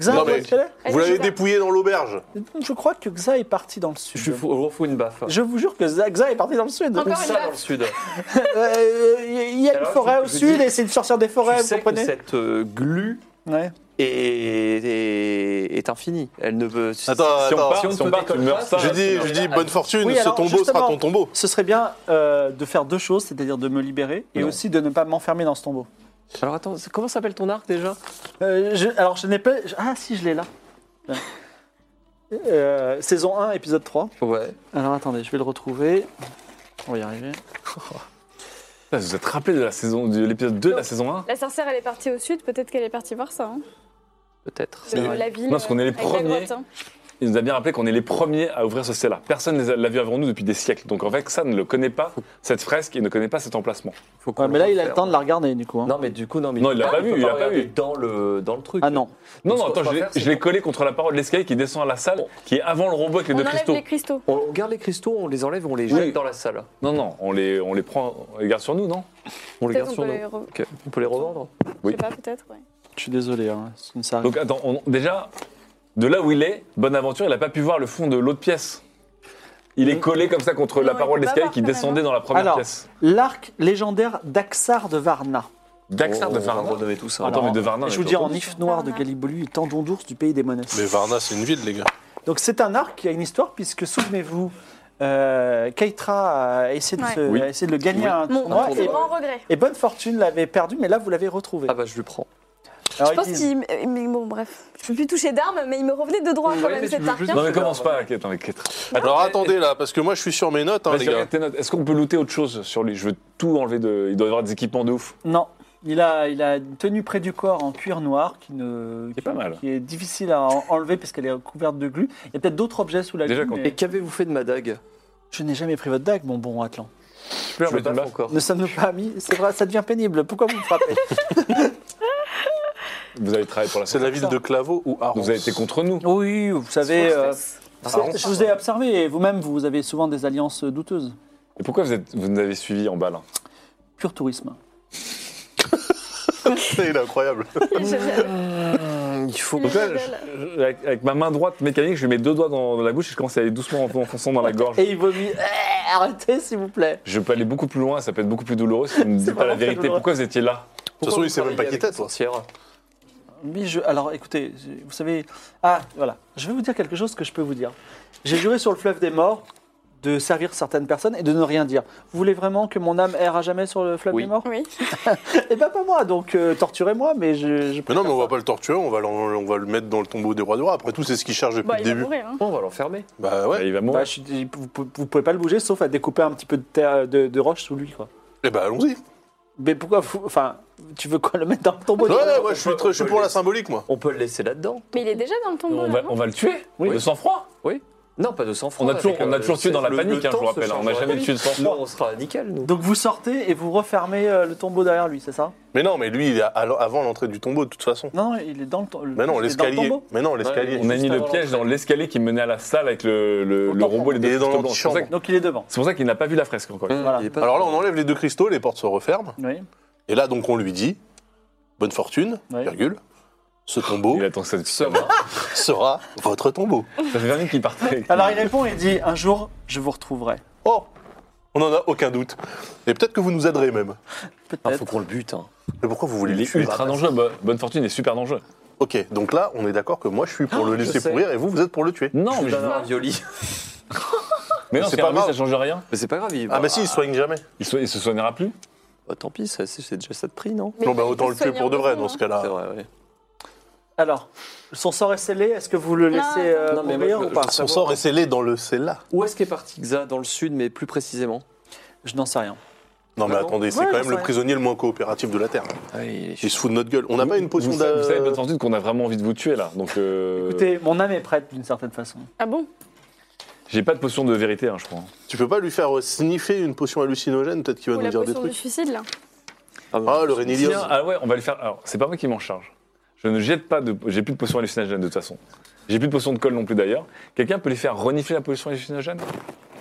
S2: Xa,
S6: Non,
S2: vous
S6: mais-
S2: êtes quelle est
S6: Vous
S5: Elle est
S6: l'avez
S5: où la-
S6: dépouillé dans l'auberge.
S2: Je crois que Xa est parti dans le sud.
S4: Je lui fous- je lui fous une baffe.
S2: Je vous jure que Xa Xa est parti dans le sud.
S5: Encore une
S4: Ça dans le
S5: baffe.
S4: sud.
S2: Euh, Il y a une
S4: Alors,
S2: forêt
S4: je-
S2: au
S4: je
S2: sud
S4: dis-
S2: et c'est une sorcière des forêts,
S4: Tu
S2: vous
S4: sais que
S2: comprenez
S4: cette euh, glue
S2: Ouais.
S4: est, est, est infinie. Elle ne veut. si-
S6: Attends,
S4: si on
S6: attends.
S4: part, si on
S3: Si on
S4: peut
S3: part, tu
S4: décoller
S3: meurs
S4: pas, ça
S3: ça.
S6: Je
S4: va,
S6: dis,
S4: c'est
S6: je
S4: normal.
S6: dis, bonne fortune,
S2: Oui,
S6: ce
S2: alors,
S6: tombeau sera
S2: justement.
S6: ton tombeau.
S2: Ce serait bien euh, de faire deux choses, c'est-à-dire de me libérer et
S4: Non.
S2: aussi de ne pas m'enfermer dans ce tombeau.
S4: Alors attends, c'est- comment s'appelle ton arc déjà
S2: Euh, je- alors je n'ai pas... je- Ah si, je l'ai là. Bien. Euh, saison 1, épisode 3.
S4: Ouais.
S2: Alors attendez, je vais le retrouver. On va y arriver.
S3: Putain, Vous vous êtes rappelé de la saison, de l'épisode 2 de la saison 1
S5: La sorcière, elle est partie au sud. Peut-être qu'elle est partie voir ça. hein,
S4: Peut-être.
S5: de la ville.
S3: Non, parce qu'on est les
S5: euh, avec la
S3: premiers.
S5: grotte, hein.
S3: Il nous a bien rappelé qu'on est les premiers à ouvrir ce ciel-là. Personne ne l'a vu avant nous depuis des siècles. Donc en fait, ça ne le connaît pas, cette fresque, il ne connaît pas cet emplacement.
S4: Faut qu'on
S2: Ouais, mais là,
S4: le
S2: il a le
S4: refaire.
S2: temps de la regarder du coup. hein.
S4: Non, mais du coup, non, mais
S3: Non, il l'a
S4: peut
S3: pas vu, il l'a pas
S4: regarder
S3: vu.
S4: Dans le, dans le truc.
S2: Ah non.
S3: Non,
S4: Donc,
S3: non,
S4: ce qu'on
S3: attends,
S4: va
S3: je l'ai-
S4: faire, c'est
S3: je l'ai collé contre la paroi de l'escalier qui descend à la salle, qui est avant le robot avec les
S5: On
S3: deux
S5: enlève
S3: cristaux.
S5: les cristaux.
S4: On on garde les cristaux, on les enlève, on les jette
S3: Oui.
S4: dans la salle.
S3: Non, non, on les, on les prend, on les garde sur nous, non
S4: On les
S5: Peut-être
S4: garde
S5: qu'on
S4: sur
S5: peut
S4: nous.
S5: les re-
S4: Ok. On peut les revendre.
S5: Je
S3: Oui.
S5: sais pas, peut-être. ouais.
S2: Je suis désolé. Hein. c'est une sarre.
S3: Donc attends, on- déjà, de là où il est, Bonaventure, il n'a pas pu voir le fond de l'autre pièce. Il est collé comme ça contre
S5: Non,
S3: la
S5: il
S3: paroi
S5: peut
S3: de
S5: pas
S3: l'escalier
S5: voir
S3: qui
S5: quand même,
S3: descendait dans la première
S2: Alors.
S3: pièce.
S2: L'arc légendaire d'Axar de Varna.
S3: Daxar Oh, de Varna.
S4: On va renommer tout ça.
S3: Attends, mais de Varna.
S2: je
S3: on
S2: vous
S3: est
S2: dis
S3: autour.
S2: en if noir de Galibolu et tendon d'ours du pays des monnaies.
S6: Mais Varna, c'est une ville, les gars.
S2: Donc c'est un arc qui a une histoire puisque souvenez-vous, euh, Keitra a essayé de,
S5: Ouais.
S2: se-
S3: Oui.
S2: a essayé de le gagner
S4: Oui.
S2: à un
S5: Mon
S2: tournoi
S5: mon
S2: et,
S5: grand regret.
S2: et Bonne Fortune l'avait perdu mais là vous l'avez retrouvé.
S4: Ah bah, je lui prends.
S2: Alors,
S5: Je pense
S2: ils disent-
S5: qu'il. euh, Mais bon, bref. Je peux plus toucher d'armes, mais il me revenait de droit quand
S4: Ouais,
S5: même,
S4: mais tu
S5: cet
S4: veux
S5: arc.
S4: juste-
S5: hein.
S3: Non, mais commence pas, inquiète, inquiète.
S6: Alors attendez là, parce que moi je suis sur mes notes, hein, les
S3: Vas-y,
S6: gars.
S3: regarde tes notes. Est-ce qu'on peut looter autre chose sur lui Je veux tout enlever de. Il doit y avoir des équipements de ouf.
S2: Non, il a, il a une tenue près du corps en cuir noir qui ne
S3: C'est pas mal.
S2: qui est difficile à en- enlever parce qu'elle est couverte de glu. Il y a peut-être d'autres objets sous la
S3: Déjà,
S2: glu.
S3: quand-
S2: mais
S4: Et qu'avez-vous fait de ma dague
S2: Je n'ai jamais pris votre dague, mon bon Atlan.
S3: Super,
S4: Je
S3: mais
S4: le
S3: tu
S4: baffe
S3: bats.
S4: encore.
S2: Ne sommes-nous pas amis C'est vrai, ça devient pénible. Pourquoi vous me frappez
S3: Vous avez travaillé pour la
S6: C'est la ville de Claveau ou Arons.
S3: Vous avez été contre nous.
S2: Oui, vous savez, euh,
S4: Ah, on-
S2: c'est- je vous ai observé et vous-même, vous avez souvent des alliances douteuses.
S3: Et pourquoi vous, êtes, vous nous avez suivis en hein bas là
S2: Pur tourisme.
S6: [laughs] C'est il est incroyable.
S4: Il faut.
S3: Donc là, je- je- avec, avec ma main droite mécanique, je lui mets deux doigts dans, dans la bouche et je commence à aller doucement en enfonçant dans la gorge.
S2: Et il vomit. Eh, arrêtez, s'il vous plaît.
S3: Je peux aller beaucoup plus loin, ça peut être beaucoup plus douloureux si vous ne me dites pas
S2: vraiment
S3: la
S2: très
S3: vérité.
S2: douloureux.
S3: Pourquoi vous étiez là
S6: toute façon, il sait même pas qui t'es, toi.
S2: Mais je- alors, écoutez, je- vous savez. Ah, voilà. Je vais vous dire quelque chose que je peux vous dire. J'ai juré sur le fleuve des morts de servir certaines personnes et de ne rien dire. Vous voulez vraiment que mon âme erre à jamais sur le fleuve
S4: Oui.
S2: des morts
S5: Oui.
S2: [laughs] Eh ben, pas moi. Donc, euh, torturez-moi, mais je. je-
S6: Mais non, mais on va pas le torturer, on va, l'en- on va le mettre dans le tombeau des rois du roi. Après tout, c'est ce qu'il charge depuis
S5: Bah,
S6: le
S5: il va
S6: début.
S5: mourir. hein.
S4: On va l'enfermer.
S6: Bah ouais.
S3: Bah, Il va mourir.
S2: Bah, je suis- vous, pou- vous pouvez pas le bouger, sauf à découper un petit peu de terre, de, de roche sous lui, quoi.
S6: Eh bah allons-y.
S2: Mais pourquoi vous- Enfin, tu veux quoi le mettre dans le tombeau
S6: Ouais,
S2: de-
S6: ouais, moi je suis, très- je suis pour la symbolique, moi.
S4: On peut le laisser là-dedans.
S5: Mais il est déjà dans le tombeau.
S3: on,
S5: là,
S3: va,
S5: non
S3: on va le tuer
S4: Oui.
S3: De sang-froid
S4: Non, pas de sang-froid.
S3: On a toujours,
S4: avec,
S3: on a
S4: euh,
S3: toujours tué
S4: c'est
S3: dans la
S4: le-
S3: panique,
S4: le
S3: hein, je
S4: temps
S3: vous rappelle.
S4: se
S3: On
S4: change
S3: n'a
S4: la
S3: jamais
S4: vie.
S3: tué de
S4: Nous,
S3: sang-froid.
S4: on sera nickel, nous.
S2: Donc vous sortez et vous refermez euh, le tombeau derrière lui, c'est ça
S6: Mais non, mais lui, il est à- avant l'entrée du tombeau, de toute façon.
S2: Non, non, il est dans le, tom- le-
S6: Mais Bah non,
S2: il est dans le
S6: l'escalier.
S2: tombeau.
S6: Mais non, l'escalier.
S3: On a
S4: Juste
S3: mis le
S4: avant
S3: piège dans l'escalier qui menait à la salle avec le, le, le
S2: Autant
S3: robot et les
S6: Il est
S3: deux
S6: dans
S3: cristaux blancs. C'est pour ça
S6: l'antichambre.
S3: que-
S2: Donc il est devant.
S3: C'est pour ça qu'il n'a pas vu la fresque encore.
S2: Voilà.
S4: Il est pas-
S6: Alors là, on enlève les deux cristaux, les portes se referment.
S2: Oui.
S6: Et là, donc, on lui dit Bonne fortune,
S2: Ouais.
S6: virgule. Ce tombeau
S3: Il attend que ça
S4: Ça
S3: Ça
S4: va.
S6: sera votre tombeau.
S2: Ah
S3: fait 20 minutes qu'il partait.
S6: Ah,
S2: Alors il répond et dit un jour je vous retrouverai.
S6: Oh On n'en a aucun doute. Et peut-être que vous nous aiderez même.
S4: Ah, faut qu'on le bute. hein.
S6: Mais pourquoi vous voulez
S3: Il
S6: le
S3: est
S6: tuer
S3: ultra dangereux. Bo- Bonne fortune est super dangereux.
S6: Ok, donc là, on est d'accord que moi, je suis pour
S4: Ah,
S6: le
S4: je
S6: laisser
S4: sais.
S6: pourrir et vous, vous êtes pour le tuer.
S3: Non, mais,
S4: Je donne un ravioli.
S3: mais non,
S6: c'est
S3: c'est
S6: pas
S3: pas
S6: grave.
S3: ça change rien.
S4: Mais c'est pas grave. il
S6: Ah,
S4: va-
S6: mais si, il soigne jamais.
S3: Il, so- il se soignera plus.
S4: Bah, tant pis, ça- c'est c'est déjà ça de prix, non
S5: Mais
S6: non, bah
S5: il
S6: autant
S5: peut
S6: le tuer
S5: soigner
S6: pour de
S5: en
S6: vrai
S5: raison,
S6: dans
S5: hein.
S6: ce cas-là.
S4: C'est vrai, ouais.
S2: Alors, son sort est scellé, est-ce que vous le
S5: Non.
S2: laissez euh,
S4: Non, mais moi,
S2: mourir
S4: je-
S2: ou pas
S4: je-
S6: Son sort est scellé dans le là.
S4: Où est-ce qu'est parti Xa Dans le sud, mais plus précisément
S2: Je n'en sais rien.
S6: Non, mais
S4: Vraiment
S6: attendez, c'est
S2: Ouais,
S6: quand
S2: je
S6: même le
S2: sais.
S6: prisonnier le moins coopératif de la Terre.
S4: ah, il est
S6: Il se fout de notre gueule. On n'a pas une potion
S3: vous, sa- vous savez,
S6: d'a-
S3: bonne fortune, qu'on a vraiment envie de vous tuer là. Donc, euh,
S2: Écoutez, mon âme est prête d'une certaine façon.
S5: Ah bon
S3: j'ai pas de potion de vérité, hein, je crois.
S6: Tu peux pas lui faire euh, sniffer une potion hallucinogène, peut-être qu'il va
S5: Ou
S6: nous
S5: la
S6: dire des
S5: potion du
S6: trucs.
S5: suicide, là
S6: Ah, le Renilios.
S3: Tiens, ah ouais, on va le faire. Alors, c'est pas moi qui m'en charge. Je ne jette pas de. J'ai plus de potion hallucinogène de toute façon. J'ai plus de potion de colle non plus d'ailleurs. Quelqu'un peut les faire renifler la potion hallucinogène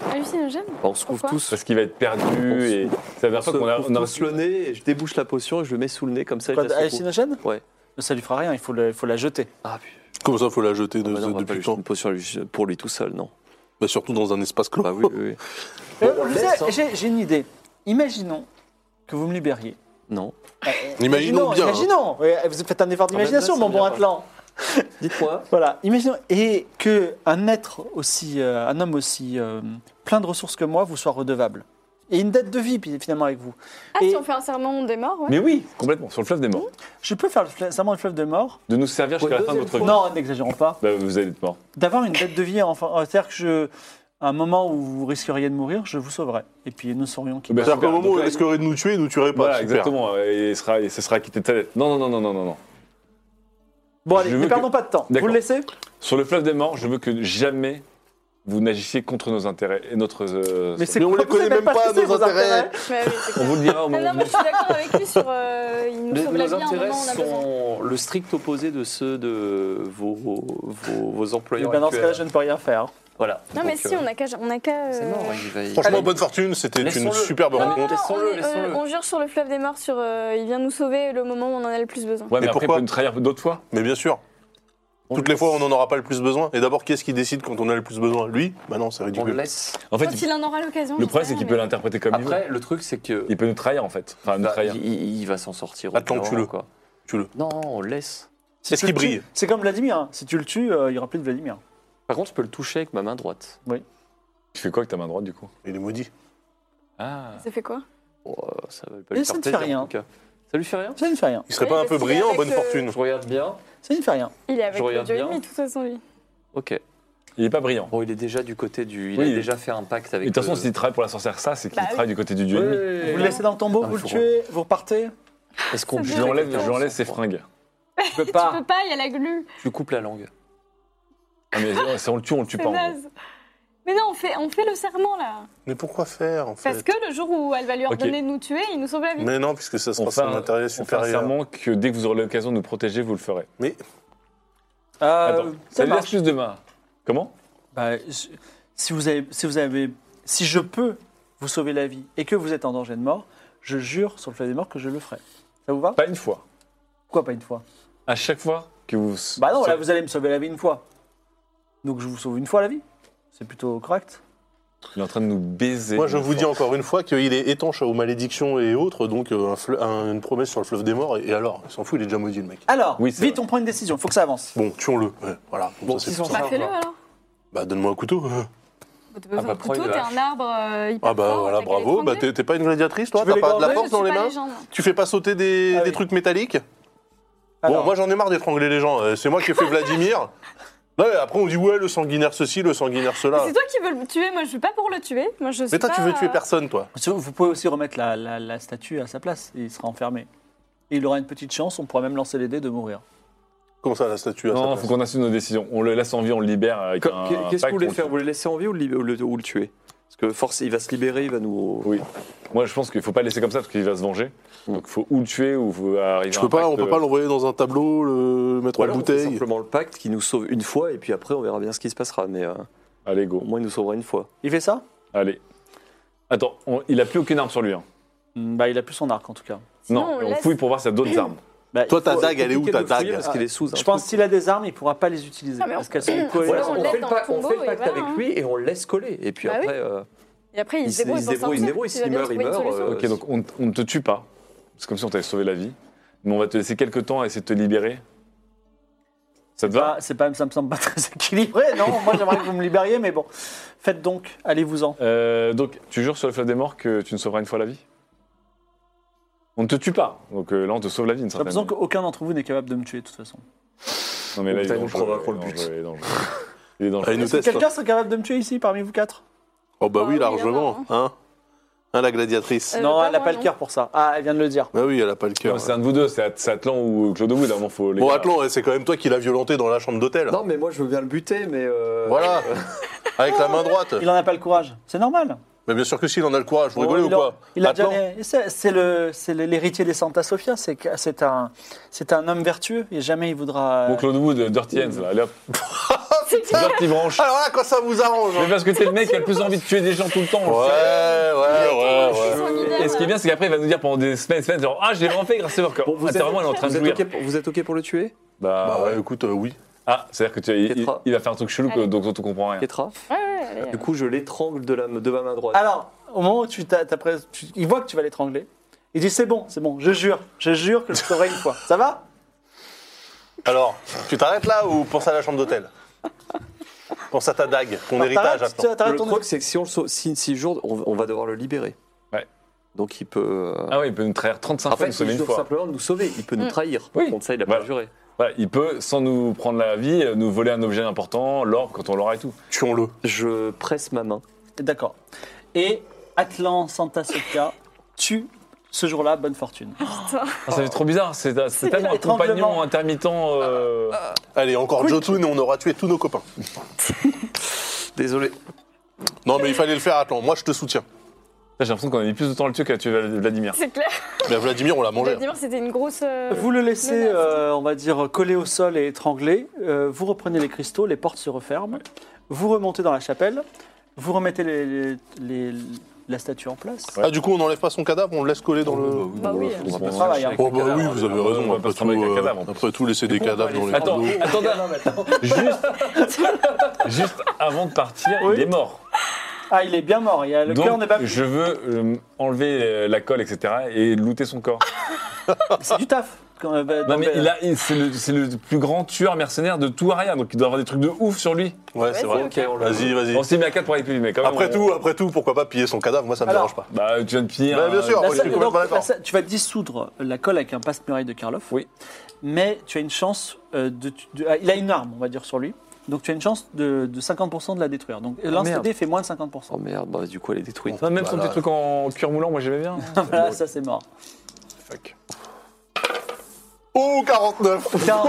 S5: Ah, Hallucinogène
S4: Bah, on se couvre
S5: Pourquoi
S4: tous.
S3: Parce qu'il va être perdu et. C'est la dernière
S4: On se
S3: fois qu'on a.
S4: couvre
S3: on a
S4: tous le nez et je débouche la potion et je le mets sous le nez comme ça. il
S2: Quoi,
S4: reste au coup.
S2: hallucinogène
S4: Ouais.
S2: Ça lui fera rien, il faut, le- il faut la jeter.
S4: Ah, putain,
S6: Comme ça, faut la jeter de-
S4: bah non, on va pas
S6: depuis
S4: lui
S6: le
S4: jeter
S6: temps.
S4: une potion à lui- pour lui tout seul, non
S6: Bah, surtout dans un espace clos.
S4: Bah oui, oui, oui.
S2: Euh,
S4: on
S2: vous
S4: laisse,
S2: savez,
S4: hein.
S2: J'ai j'ai une idée. Imaginons que vous me libériez.
S4: Non.
S6: Imaginons bien, hein.
S2: Imaginons. Ah, Ouais, Vous faites un effort d'imagination,
S4: même temps,
S2: mon
S4: ça
S2: bon
S4: me vient
S2: Atlan.
S4: [laughs] Dites-moi.
S2: Voilà, imaginons et que un être aussi, euh, un homme aussi euh, plein de ressources que moi vous soit redevable. Et une dette de vie puis, finalement avec vous.
S5: Ah,
S2: Et-
S5: si on fait un serment hein. des morts, ouais.
S3: Mais oui, complètement, sur le fleuve des morts.
S2: Je peux faire le fle- serment du fleuve de mort
S3: De nous servir jusqu'à la fin de votre vie.
S2: Non, n'exagérons pas.
S3: Bah, vous allez être mort.
S2: D'avoir une dette de vie, enfin, euh, c'est-à-dire que je, à un moment où vous risqueriez de mourir, je vous sauverai. Et puis nous saurions qui.
S6: C'est-à-dire qu'au moment où il risquerait de nous tuer, il nous tuerait pas.
S3: Voilà,
S6: Super.
S3: exactement. Et il sera, et ce sera quitté de sa tête. Non, non, non, non, non, non, non.
S2: Bon allez,
S3: je
S2: ne
S3: veux
S2: perdons
S3: que-
S2: pas de temps. Vous
S3: D'accord.
S2: le laissez
S3: Sur le fleuve des morts, je veux que jamais vous n'agissiez contre nos intérêts et notre. euh,
S2: Mais c'est
S6: Mais on
S2: quoi,
S6: les
S2: vous savez
S6: connaît même
S2: pas ce
S6: pas,
S2: que c'est,
S6: nos
S2: vos
S6: intérêts.
S5: Bah oui, c'est
S3: on
S5: clair.
S3: vous le dira au
S5: Ah
S3: moment
S5: non,
S3: où
S5: mais je suis d'accord avec lui sur. euh, il nous
S4: Mais
S5: sauve la
S4: nos
S5: vie à un
S4: intérêts
S5: moment, on a besoin.
S4: sont le strict opposé de ceux de vos, vos, vos
S2: Eh
S4: employeurs.
S2: ben, dans ce cas-là,
S4: actuels.
S2: je ne peux rien faire.
S4: Voilà.
S5: Non, mais
S4: Donc,
S5: si,
S4: euh,
S5: on a qu'à. On a qu'à, euh,
S4: C'est mort, hein. il va y-
S6: Franchement, bonne fortune, c'était une
S4: Laissons-le.
S6: superbe
S5: Non, non,
S6: rencontre.
S5: non,
S4: Laissons-le,
S5: on, est-
S4: laissons-le.
S5: euh, on jure sur le fleuve des morts, sur euh, il vient nous sauver le moment où on en a le plus besoin.
S3: Ouais, mais,
S6: Mais
S3: après,
S6: pourquoi
S3: il peut nous trahir d'autres fois.
S6: Mais bien sûr.
S4: on
S6: Toutes
S4: le
S6: les fois, on n'en aura pas le plus besoin. Et d'abord, qui est-ce qui décide quand on a le plus besoin Lui Bah non, c'est
S4: laisse- On le
S6: ridicule.
S4: laisse.
S3: En fait,
S5: Quand
S3: il-
S5: il en aura l'occasion.
S3: le
S5: j'en
S3: problème,
S5: sais
S3: c'est qu'il
S5: rien,
S3: peut
S5: mais-
S3: l'interpréter comme il veut.
S4: Après, le truc, c'est que
S3: Il peut nous trahir, en fait. Enfin, nous
S4: bah,
S3: trahir.
S4: il, il- il va s'en sortir. au
S6: Attends,
S4: bout d'un
S6: tue-le.
S4: moment, quoi.
S6: Tue-le.
S4: Non, on le laisse.
S2: Si
S6: Est-ce
S2: tu
S6: qu'il
S2: le tues-
S6: brille
S2: C'est comme Vladimir. hein. Si tu le tues, euh, il n'y aura plus de Vladimir.
S4: Par contre, je peux le toucher avec ma main droite.
S3: Tu fais quoi avec ta main droite, du coup
S6: Il est maudit.
S3: Ah.
S5: Ça fait quoi
S4: Bon, euh, ça va pas
S2: Mais
S4: lui
S2: ça
S4: faire
S2: ne fait
S4: plaisir,
S2: rien.
S4: en tout cas. Ça lui fait rien
S2: Ça ne fait rien.
S6: Il serait
S5: Oui,
S6: pas un
S5: parce
S6: peu
S5: qu'il est
S6: brillant,
S5: avec euh,
S6: bonne
S5: le-
S6: fortune
S4: Je regarde bien.
S2: Ça ne fait rien.
S5: Il est avec
S4: Je
S5: le
S4: regarde
S5: dieu
S4: bien.
S5: ennemi, de toute façon, lui.
S4: Ok.
S3: Il est pas brillant.
S4: Bon, il est déjà du côté du. Il
S3: Oui.
S4: a déjà fait un pacte
S3: Et
S4: avec.
S3: De toute façon,
S4: le-
S3: s'il travaille pour la sorcière, ça, c'est qu'il
S5: Bah oui.
S3: travaille du côté du dieu ennemi.
S4: Ouais.
S2: Vous le laissez dans le tombeau,
S4: Ah,
S2: vous le
S4: faut
S2: tuez, vous repartez.
S4: Est-ce qu'on
S5: Ça
S3: Je
S5: fait-
S3: lui enlève, je lui enlève
S4: enlève
S3: ses fringues.
S2: Je peux
S5: Tu
S2: pas.
S5: peux pas, il y a la glu.
S4: Je lui coupe la langue.
S3: Ah, mais si on le tue, on le tue
S5: C'est
S3: pas. en gros.
S5: naze. Mais non, on fait, on fait le serment là.
S6: Mais pourquoi faire, en
S5: Parce
S6: fait
S5: que le jour où elle va lui
S3: Ok.
S5: ordonner de nous tuer, il nous sauve la vie.
S6: Mais non, puisque ça
S3: On
S6: sera
S3: fait
S6: son
S3: un-
S6: intérêt
S3: On fait un
S6: supérieur.
S3: serment que dès que vous aurez l'occasion de nous protéger, vous le ferez.
S2: Euh,
S3: Attends,
S2: ça
S3: c'est
S2: marche.
S3: l'astuce de main. Comment
S2: Bah, je- si vous avez, si vous avez, si je peux vous sauver la vie et que vous êtes en danger de mort, je jure sur le fleuve des morts que je le ferai. Ça vous va
S3: Pas une fois.
S2: Pourquoi pas une fois
S3: À chaque fois que vous.
S2: Bah non, là vous allez me sauver la vie une fois. Donc je vous sauve une fois la vie. C'est plutôt correct.
S3: Il est en train de nous baiser.
S6: Moi, je vous dis encore une fois qu'il est étanche aux malédictions et autres, donc euh, un fleu- un- une promesse sur le fleuve des morts. Et, et alors, il s'en fout, il est déjà maudit, le mec.
S2: Alors,
S3: Oui, c'est
S2: vite,
S3: vrai.
S2: on prend une décision. Faut que ça avance.
S6: Bon, tuons-le. Ouais, voilà. Comme
S4: Bon,
S6: ça, c'est
S4: s'ils sont
S6: tout
S4: pas-
S6: simple.
S5: Bah, fais-le alors.
S6: Bah, donne-moi un couteau.
S5: Bah, T'as pas
S4: Ah,
S5: besoin
S4: bah,
S5: de
S4: prends une
S5: couteau, t'es
S4: hache.
S5: un arbre euh, hyper
S6: Ah, bah
S5: fort,
S6: voilà,
S5: t'as qu'à
S6: bravo. Bah,
S5: l'étrangler.
S6: t'es t'es pas une gladiatrice, toi
S2: Tu veux
S6: T'as
S2: les
S6: pas de la
S2: grandir
S5: Moi, je
S6: force dans
S5: suis
S6: les
S5: pas
S6: mains
S5: légende.
S6: Tu fais pas sauter des,
S2: Ah
S6: des
S2: oui.
S6: trucs métalliques Bon,
S2: Alors,
S6: moi j'en ai marre d'étrangler les gens. Euh, C'est moi qui ai
S2: [laughs]
S6: fait Vladimir. Ouais, après on dit ouais, le sanguinaire ceci, le sanguinaire
S5: Mais
S6: cela.
S5: C'est toi qui veux le tuer, moi je suis pas pour le tuer. Moi, je suis
S6: Mais toi, tu
S5: pas,
S6: veux tuer
S5: euh,
S6: personne, toi.
S2: vous pouvez aussi remettre la, la- la statue à sa place. Il sera enfermé. Et il aura une petite chance. On pourra même lancer les dés de mourir.
S6: Comment ça, la statue à sa
S3: Non,
S6: place
S3: faut qu'on assume nos décisions. On le laisse en vie, on le libère. avec
S4: Qu-
S3: un
S4: Qu'est-ce que
S3: pacte,
S4: vous voulez
S3: on le
S4: faire
S3: tue.
S4: Vous le laisser en vie ou le, lib- ou le- ou le tuer Parce que force, il va se libérer, il va nous.
S3: Oui. Moi, je pense qu'il faut pas le laisser comme ça parce qu'il va se venger. Donc, faut ou le tuer ou faut arriver.
S6: Je
S3: à
S6: peux
S3: un
S6: pas, on
S3: pacte.
S6: peut pas l'envoyer dans un tableau, le mettre
S4: Ou
S6: en
S4: alors, on fait
S6: bouteille.
S4: simplement le pacte qui nous sauve une fois et puis après on verra bien ce qui se passera. Mais euh,
S3: Allez,
S4: au
S3: go.
S4: moins il nous sauvera une fois.
S2: Il fait ça
S3: Allez. Attends, on- il a plus aucune arme sur lui. hein.
S2: Hmm, Bah, il a plus son arc en tout cas.
S5: Sinon,
S3: non,
S5: on
S3: on,
S5: laisse-
S3: fouille pour voir s'il y a
S5: [coughs]
S3: d'autres armes.
S2: Bah,
S6: Toi,
S2: il
S6: ta
S2: faut-
S6: dague, elle est où
S4: Compliqué
S6: ta
S4: de fouiller
S6: dague
S4: Parce qu'il est sous. un
S2: Ah. Je
S4: truc.
S2: pense que s'il a des armes, il ne pourra pas les utiliser
S5: Ah, mais on-
S2: parce qu'elles sont
S5: Voilà,
S2: cohérentes.
S5: on
S4: on,
S5: laisse
S4: fait le
S5: dans le
S4: pacte, on
S5: tombeau
S4: fait le
S5: et
S4: pacte
S5: voilà,
S4: avec
S5: hein.
S4: lui et on le laisse coller. Et puis
S5: Bah oui.
S4: après, euh,
S5: Et après, il,
S4: Il
S5: se
S4: se-
S5: débrouille.
S4: il se
S5: pour
S4: débrouille, il se
S5: sortir,
S4: débrouille,
S5: tu vas
S4: s'il
S5: bien
S4: meurt, il
S5: trouver une
S4: meurt,
S5: solution.
S4: euh,
S3: Ok, donc on, on ne te tue pas. C'est comme si on t'avait sauvé la vie. Mais on va te laisser quelques temps à essayer de te libérer. Ça te va
S2: Ah, c'est pas, ça me semble pas très équilibré, non Moi, j'aimerais que vous me libériez, mais bon. Faites donc,
S6: Ah.
S2: allez-vous-en.
S3: Euh, Donc, tu jures sur le fleuve des morts que tu ne sauveras une fois la vie On ne te tue pas. Donc euh, là, on te sauve la vie, une
S2: J'ai
S3: certaine
S2: l'impression qu'aucun d'entre vous n'est capable de me tuer, de toute façon.
S3: Non, mais là, il est
S6: Oh, Putain, il nous
S3: dangereux.
S6: provoque,
S3: il
S6: le
S3: est dangereux, il
S6: but.
S3: est dangereux. Il est dangereux.
S6: Allez, nous
S2: Est-ce que
S6: teste.
S2: quelqu'un serait capable de me tuer ici, parmi vous quatre
S6: Oh bah
S5: Ah
S6: oui,
S5: oui,
S6: largement, hein Hein, la gladiatrice
S5: Euh,
S2: Non,
S5: pas
S2: elle n'a
S5: moi,
S2: pas le
S5: non.
S2: cœur pour ça. Ah, elle vient de le dire.
S6: Bah oui, elle a pas le cœur.
S3: Non, C'est un de vous deux, c'est At- c'est Atlan ou Claude Wood. À un moment, faut les
S6: Bon,
S3: gars.
S6: Atlan, c'est quand même toi qui l'as violenté dans la chambre d'hôtel.
S4: Non, mais moi, je veux bien le buter, mais. euh,
S3: [laughs]
S6: Voilà Avec la main droite
S2: Il en a pas le courage. C'est normal.
S6: Mais bien sûr que si, il en a le courage, vous
S3: Oh,
S2: Bon,
S6: rigolez
S2: il
S6: ou
S2: a-
S6: quoi
S2: il a
S6: Atlan
S2: jamais- C'est c'est le, c'est le- l'héritier des Santa Sofia. C'est que- c'est un, c'est un homme vertueux et jamais il voudra.
S3: Bon, Claude Wood, euh, Dirty Hands, là, allez
S5: [laughs]
S3: hop. Dirty Branche.
S6: Ah, Alors là, quand ça vous arrange
S3: Mais
S6: hein.
S3: parce que t'es le mec qui a le plus envie de tuer des gens tout le temps. on le
S6: Ouais,
S3: sait.
S6: ouais, ouais, ouais.
S3: Et ce qui est bien, c'est qu'après, il va nous dire pendant des semaines, semaines, genre, ah, j'ai vraiment fait grâce à Worker.
S4: Bon, vous
S3: Ah, t'es
S4: êtes-
S3: vraiment elle est en train
S4: Vous
S3: de
S4: êtes,
S3: jouir.
S4: ok pour, vous êtes OK pour le tuer
S3: Bah,
S6: Bah ouais, écoute, euh, oui.
S3: Ah, c'est-à-dire que tu, il, il-
S4: Ketra.
S3: il va faire un truc chelou, que,
S5: Allez.
S3: donc dont on comprend rien.
S4: Ketra
S5: Ouais, ouais,
S6: [laughs]
S5: allez.
S4: Du coup, je l'étrangle de, la- de ma main droite.
S2: Alors, au moment où tu, t'as- t'as pres- tu- il voit que tu vas l'étrangler, il dit c'est bon, c'est bon, je jure, je jure que je le saurai une fois. Ça va
S6: Alors, tu t'arrêtes là ou pense à la chambre d'hôtel Pense à ta dague, ton
S2: Alors,
S3: Bah,
S6: héritage,
S2: t'arrêtes-
S6: Atlan.
S2: t'arrêtes
S4: le
S2: ton-
S4: truc, c'est que si on le sau- si, si jour, on, on va devoir le libérer.
S3: Ouais.
S4: Donc il peut. euh,
S3: Ah oui, il peut nous trahir 35
S4: en
S3: fois,
S4: fait,
S3: nous
S4: il
S3: sauver une
S4: jure
S3: fois.
S4: simplement de nous sauver. Il peut nous
S5: Mm.
S4: trahir.
S3: Oui.
S4: Par contre, ça, il a
S3: Voilà.
S4: pas juré.
S3: Voilà, il peut, sans nous prendre la vie, euh, nous voler un objet important, l'or, quand on l'aura et tout.
S6: Tuons-le.
S4: Je presse ma main.
S2: D'accord. Et Atlan Santa Sofia tue ce jour-là bonne fortune.
S3: Ah, ça fait trop bizarre, c'est c'est tellement un
S2: l'étranglement.
S3: compagnon intermittent. euh,
S6: Allez, encore Jotun et on aura tué tous nos copains.
S4: Désolé.
S6: Non, mais il fallait le faire, Atlan. Moi, je te soutiens.
S3: J'ai l'impression qu'on a mis plus de temps à le tuer qu'à tuer Val- Vladimir.
S5: C'est clair.
S6: Mais Vladimir, on l'a mangé.
S5: Vladimir, c'était une grosse. euh,
S2: Vous le laissez,
S5: Le masque.
S2: euh, on va dire, collé au sol et étranglé. Euh, vous reprenez les cristaux, les portes se referment. Vous remontez dans la chapelle. Vous remettez les- les- les- la statue en place.
S6: Ah, du coup, on n'enlève pas son cadavre, on le laisse coller dans le.
S5: Bah oui.
S3: On va
S2: On
S3: pas se
S2: travaille,
S3: faire chier avec
S6: Oh,
S3: le
S6: bah oui,
S3: cadavre.
S6: vous avez
S3: On va
S6: raison.
S3: pas se
S6: Après tout,
S3: travailler avec
S6: euh,
S3: un cadavre.
S6: après tout, laisser des cadavres dans les
S3: Attends,
S6: cordeaux.
S3: attendez, juste, juste avant de partir,
S2: Oui.
S3: il est mort.
S2: Ah, il est bien mort. Il y a, le cœur
S3: Donc,
S2: n'est pas.
S3: je veux euh, enlever euh, la colle, etc. et looter son corps.
S2: C'est du taf. quand- euh, bah,
S3: Non, mais
S2: dans-
S3: il a- il- c'est le, c'est le plus grand tueur mercenaire de tout Aria, donc il doit avoir des trucs de ouf sur lui.
S6: Ouais, c'est vrai.
S4: Ok, on le-
S6: Vas-y, vas-y.
S3: On s'est mis à 4 pour aller plus vite, mais quand même.
S6: Après
S3: on-
S6: tout, après tout, pourquoi pas piller son cadavre Moi, ça me
S2: Alors.
S6: dérange pas.
S3: Bah, tu viens de finir.
S6: Bah, bien
S3: euh,
S6: sûr.
S2: La
S6: Moi, je
S2: salle-
S6: suis complètement
S2: donc,
S6: d'accord.
S2: la salle- tu vas dissoudre la colle avec un passe-muraille de Karloff.
S3: Oui.
S2: Mais tu as une chance euh, de, de- ah, Il a une arme, on va dire, sur lui. Donc tu as une chance de, de 50% de la détruire. Donc
S6: Ah,
S2: l'un
S4: merde.
S2: CD fait moins de 50%.
S4: Oh merde, bah, du coup, elle est détruite.
S3: Non, même son
S6: Voilà.
S3: petit truc en cuir moulant, moi j'aimais bien.
S2: Voilà, ça c'est mort. [laughs]
S6: Oh, 49
S2: 49.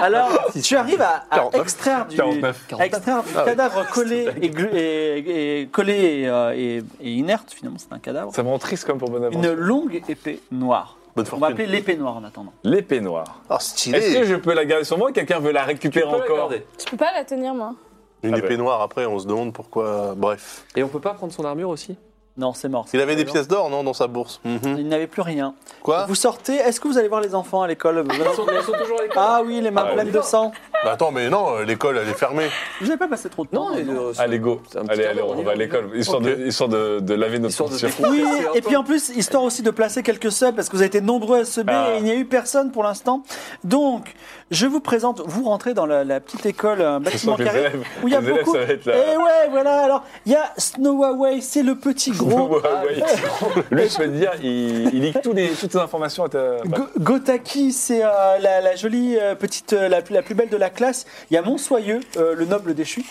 S2: Alors,
S6: Ah,
S2: tu arrives à, à
S6: 49.
S2: extraire du,
S3: 49.
S2: à extraire du
S6: Ah
S2: cadavre collé et, glu- et- et- collé et, euh, et- et inerte, finalement, c'est un cadavre.
S3: Ça me rend triste comme pour bonne avance.
S2: Une longue épée noire.
S6: Bonne
S2: On va
S6: fortune.
S2: appeler l'épée noire en attendant.
S3: L'épée noire.
S6: Ah,
S3: Est-ce que
S6: stylé
S3: je peux la garder sur moi Quelqu'un veut la récupérer encore
S4: Regardez.
S5: Je peux pas la tenir, moi.
S6: Une
S3: Ah ouais.
S6: épée noire, après, on se demande pourquoi. Bref.
S4: Et on peut pas prendre son armure aussi
S2: Non, c'est mort.
S6: Il avait des pièces d'or, non, dans sa bourse Mhm.
S2: Il n'avait plus rien.
S6: Quoi
S2: Vous sortez, est-ce que vous allez voir les enfants à l'école [laughs]
S4: toujours avec
S2: Ah oui, les mains
S3: Ah,
S2: pleines de sang.
S6: Bah Attends, mais non, l'école, elle est fermée.
S2: Vous n'avez pas passé trop de temps.
S4: Non, euh,
S2: maintenant.
S3: Allez, go.
S4: C'est un petit
S3: Allez, allez,
S4: cadavre,
S3: on,
S4: on y
S3: va à
S4: va.
S3: l'école. Histoire,
S6: Ok.
S3: de, histoire de, de laver notre
S4: Histoire de
S3: [laughs] conscience.
S2: Oui,
S4: décompresser un
S2: et
S4: peu.
S2: puis en plus, histoire aussi de placer quelques subs, parce que vous avez été nombreux à subir
S3: Ah.
S2: et il n'y a eu personne pour l'instant. Donc, je vous présente, vous rentrez dans la, la petite école, un
S3: Je sens
S2: bâtiment
S3: que les
S2: carré,
S3: élèves,
S2: où il y a
S3: les élèves,
S2: beaucoup...
S3: ça va être
S2: Et
S3: la-
S2: ouais, voilà, alors, il y a Snow Away, c'est le petit
S3: [laughs]
S2: gros.
S3: Ah, ouais. [laughs] Lui, je peux te dire, il, il lit tous les, toutes les informations à ta. bah,
S2: Go- Gotaki, c'est euh, la, la jolie euh, petite, euh, la, plus- la plus belle de la classe. Il y a Monsoyeux, euh, le noble déchu.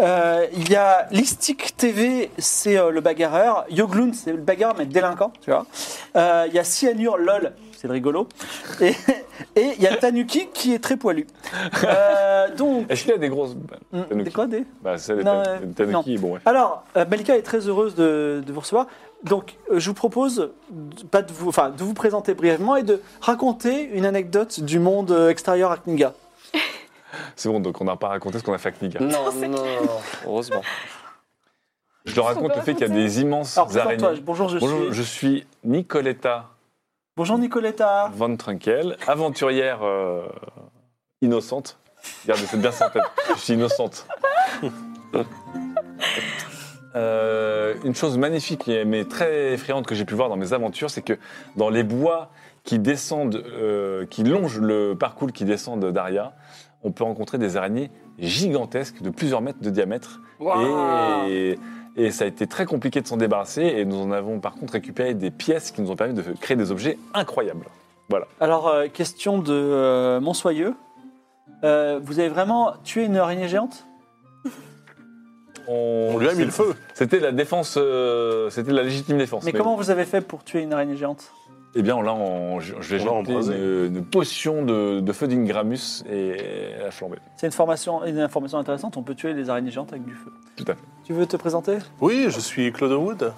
S2: Euh, il y a Listic TV, c'est euh, le bagarreur. Yoglun, c'est le bagarreur mais délinquant, tu vois. Euh, il y a Cyanure, lol, c'est le rigolo. Et, [laughs] et il y a Tanuki qui est très poilu. Euh, donc,
S3: Est-ce qu'il y a des grosses. Bah, Tanuki.
S2: des quoi des
S3: Bah, c'est les
S2: Non,
S3: Tan-
S2: euh,
S3: Tanuki, bon, ouais.
S2: alors, euh, Malika est très heureuse de, de vous recevoir. Donc, euh, je vous propose de, pas de, vous, enfin, de vous présenter brièvement et de raconter une anecdote du monde euh, extérieur à Kninga.
S3: C'est bon, donc on n'a pas raconté ce qu'on a fait avec Niga.
S4: Non, non, non, non. Heureusement.
S3: Je leur raconte le fait qu'il y a des immenses
S2: Alors, présente-toi.
S3: araignées.
S2: Bonjour, je
S3: Bonjour,
S2: suis.
S3: je suis Nicoletta
S2: Bonjour, Nicoletta.
S3: Van Trunkel, aventurière euh,
S2: [laughs]
S3: innocente. Regardez, c'est bien sans tête. Je suis innocente. euh, une chose magnifique et- mais très effrayante que j'ai pu voir dans mes aventures, c'est que dans les bois qui descendent, euh, qui longent le parcours qui descend de d'Aria, on peut rencontrer des araignées gigantesques de plusieurs mètres de diamètre. Et, et ça a été très compliqué de s'en débarrasser. Et nous en avons par contre récupéré des pièces qui nous ont permis de créer des objets incroyables.
S2: Alors, euh, question de euh, Monsoyeux. Euh, vous avez vraiment tué une araignée géante
S6: On lui a mis le feu.
S3: C'était la défense, euh, c'était la légitime défense.
S2: Mais comment vous avez fait pour tuer une araignée géante
S3: Eh bien, là, on, je, je vais
S6: On l'a
S3: jeter
S6: embrasé.
S3: une, une potion de, de feu d'Ingramus et elle a flambé.
S2: C'est une, formation- une information intéressante, on peut tuer les araignées géantes avec du feu.
S3: Tout à fait.
S2: Tu veux te présenter
S6: Oui, je suis Claude Wood.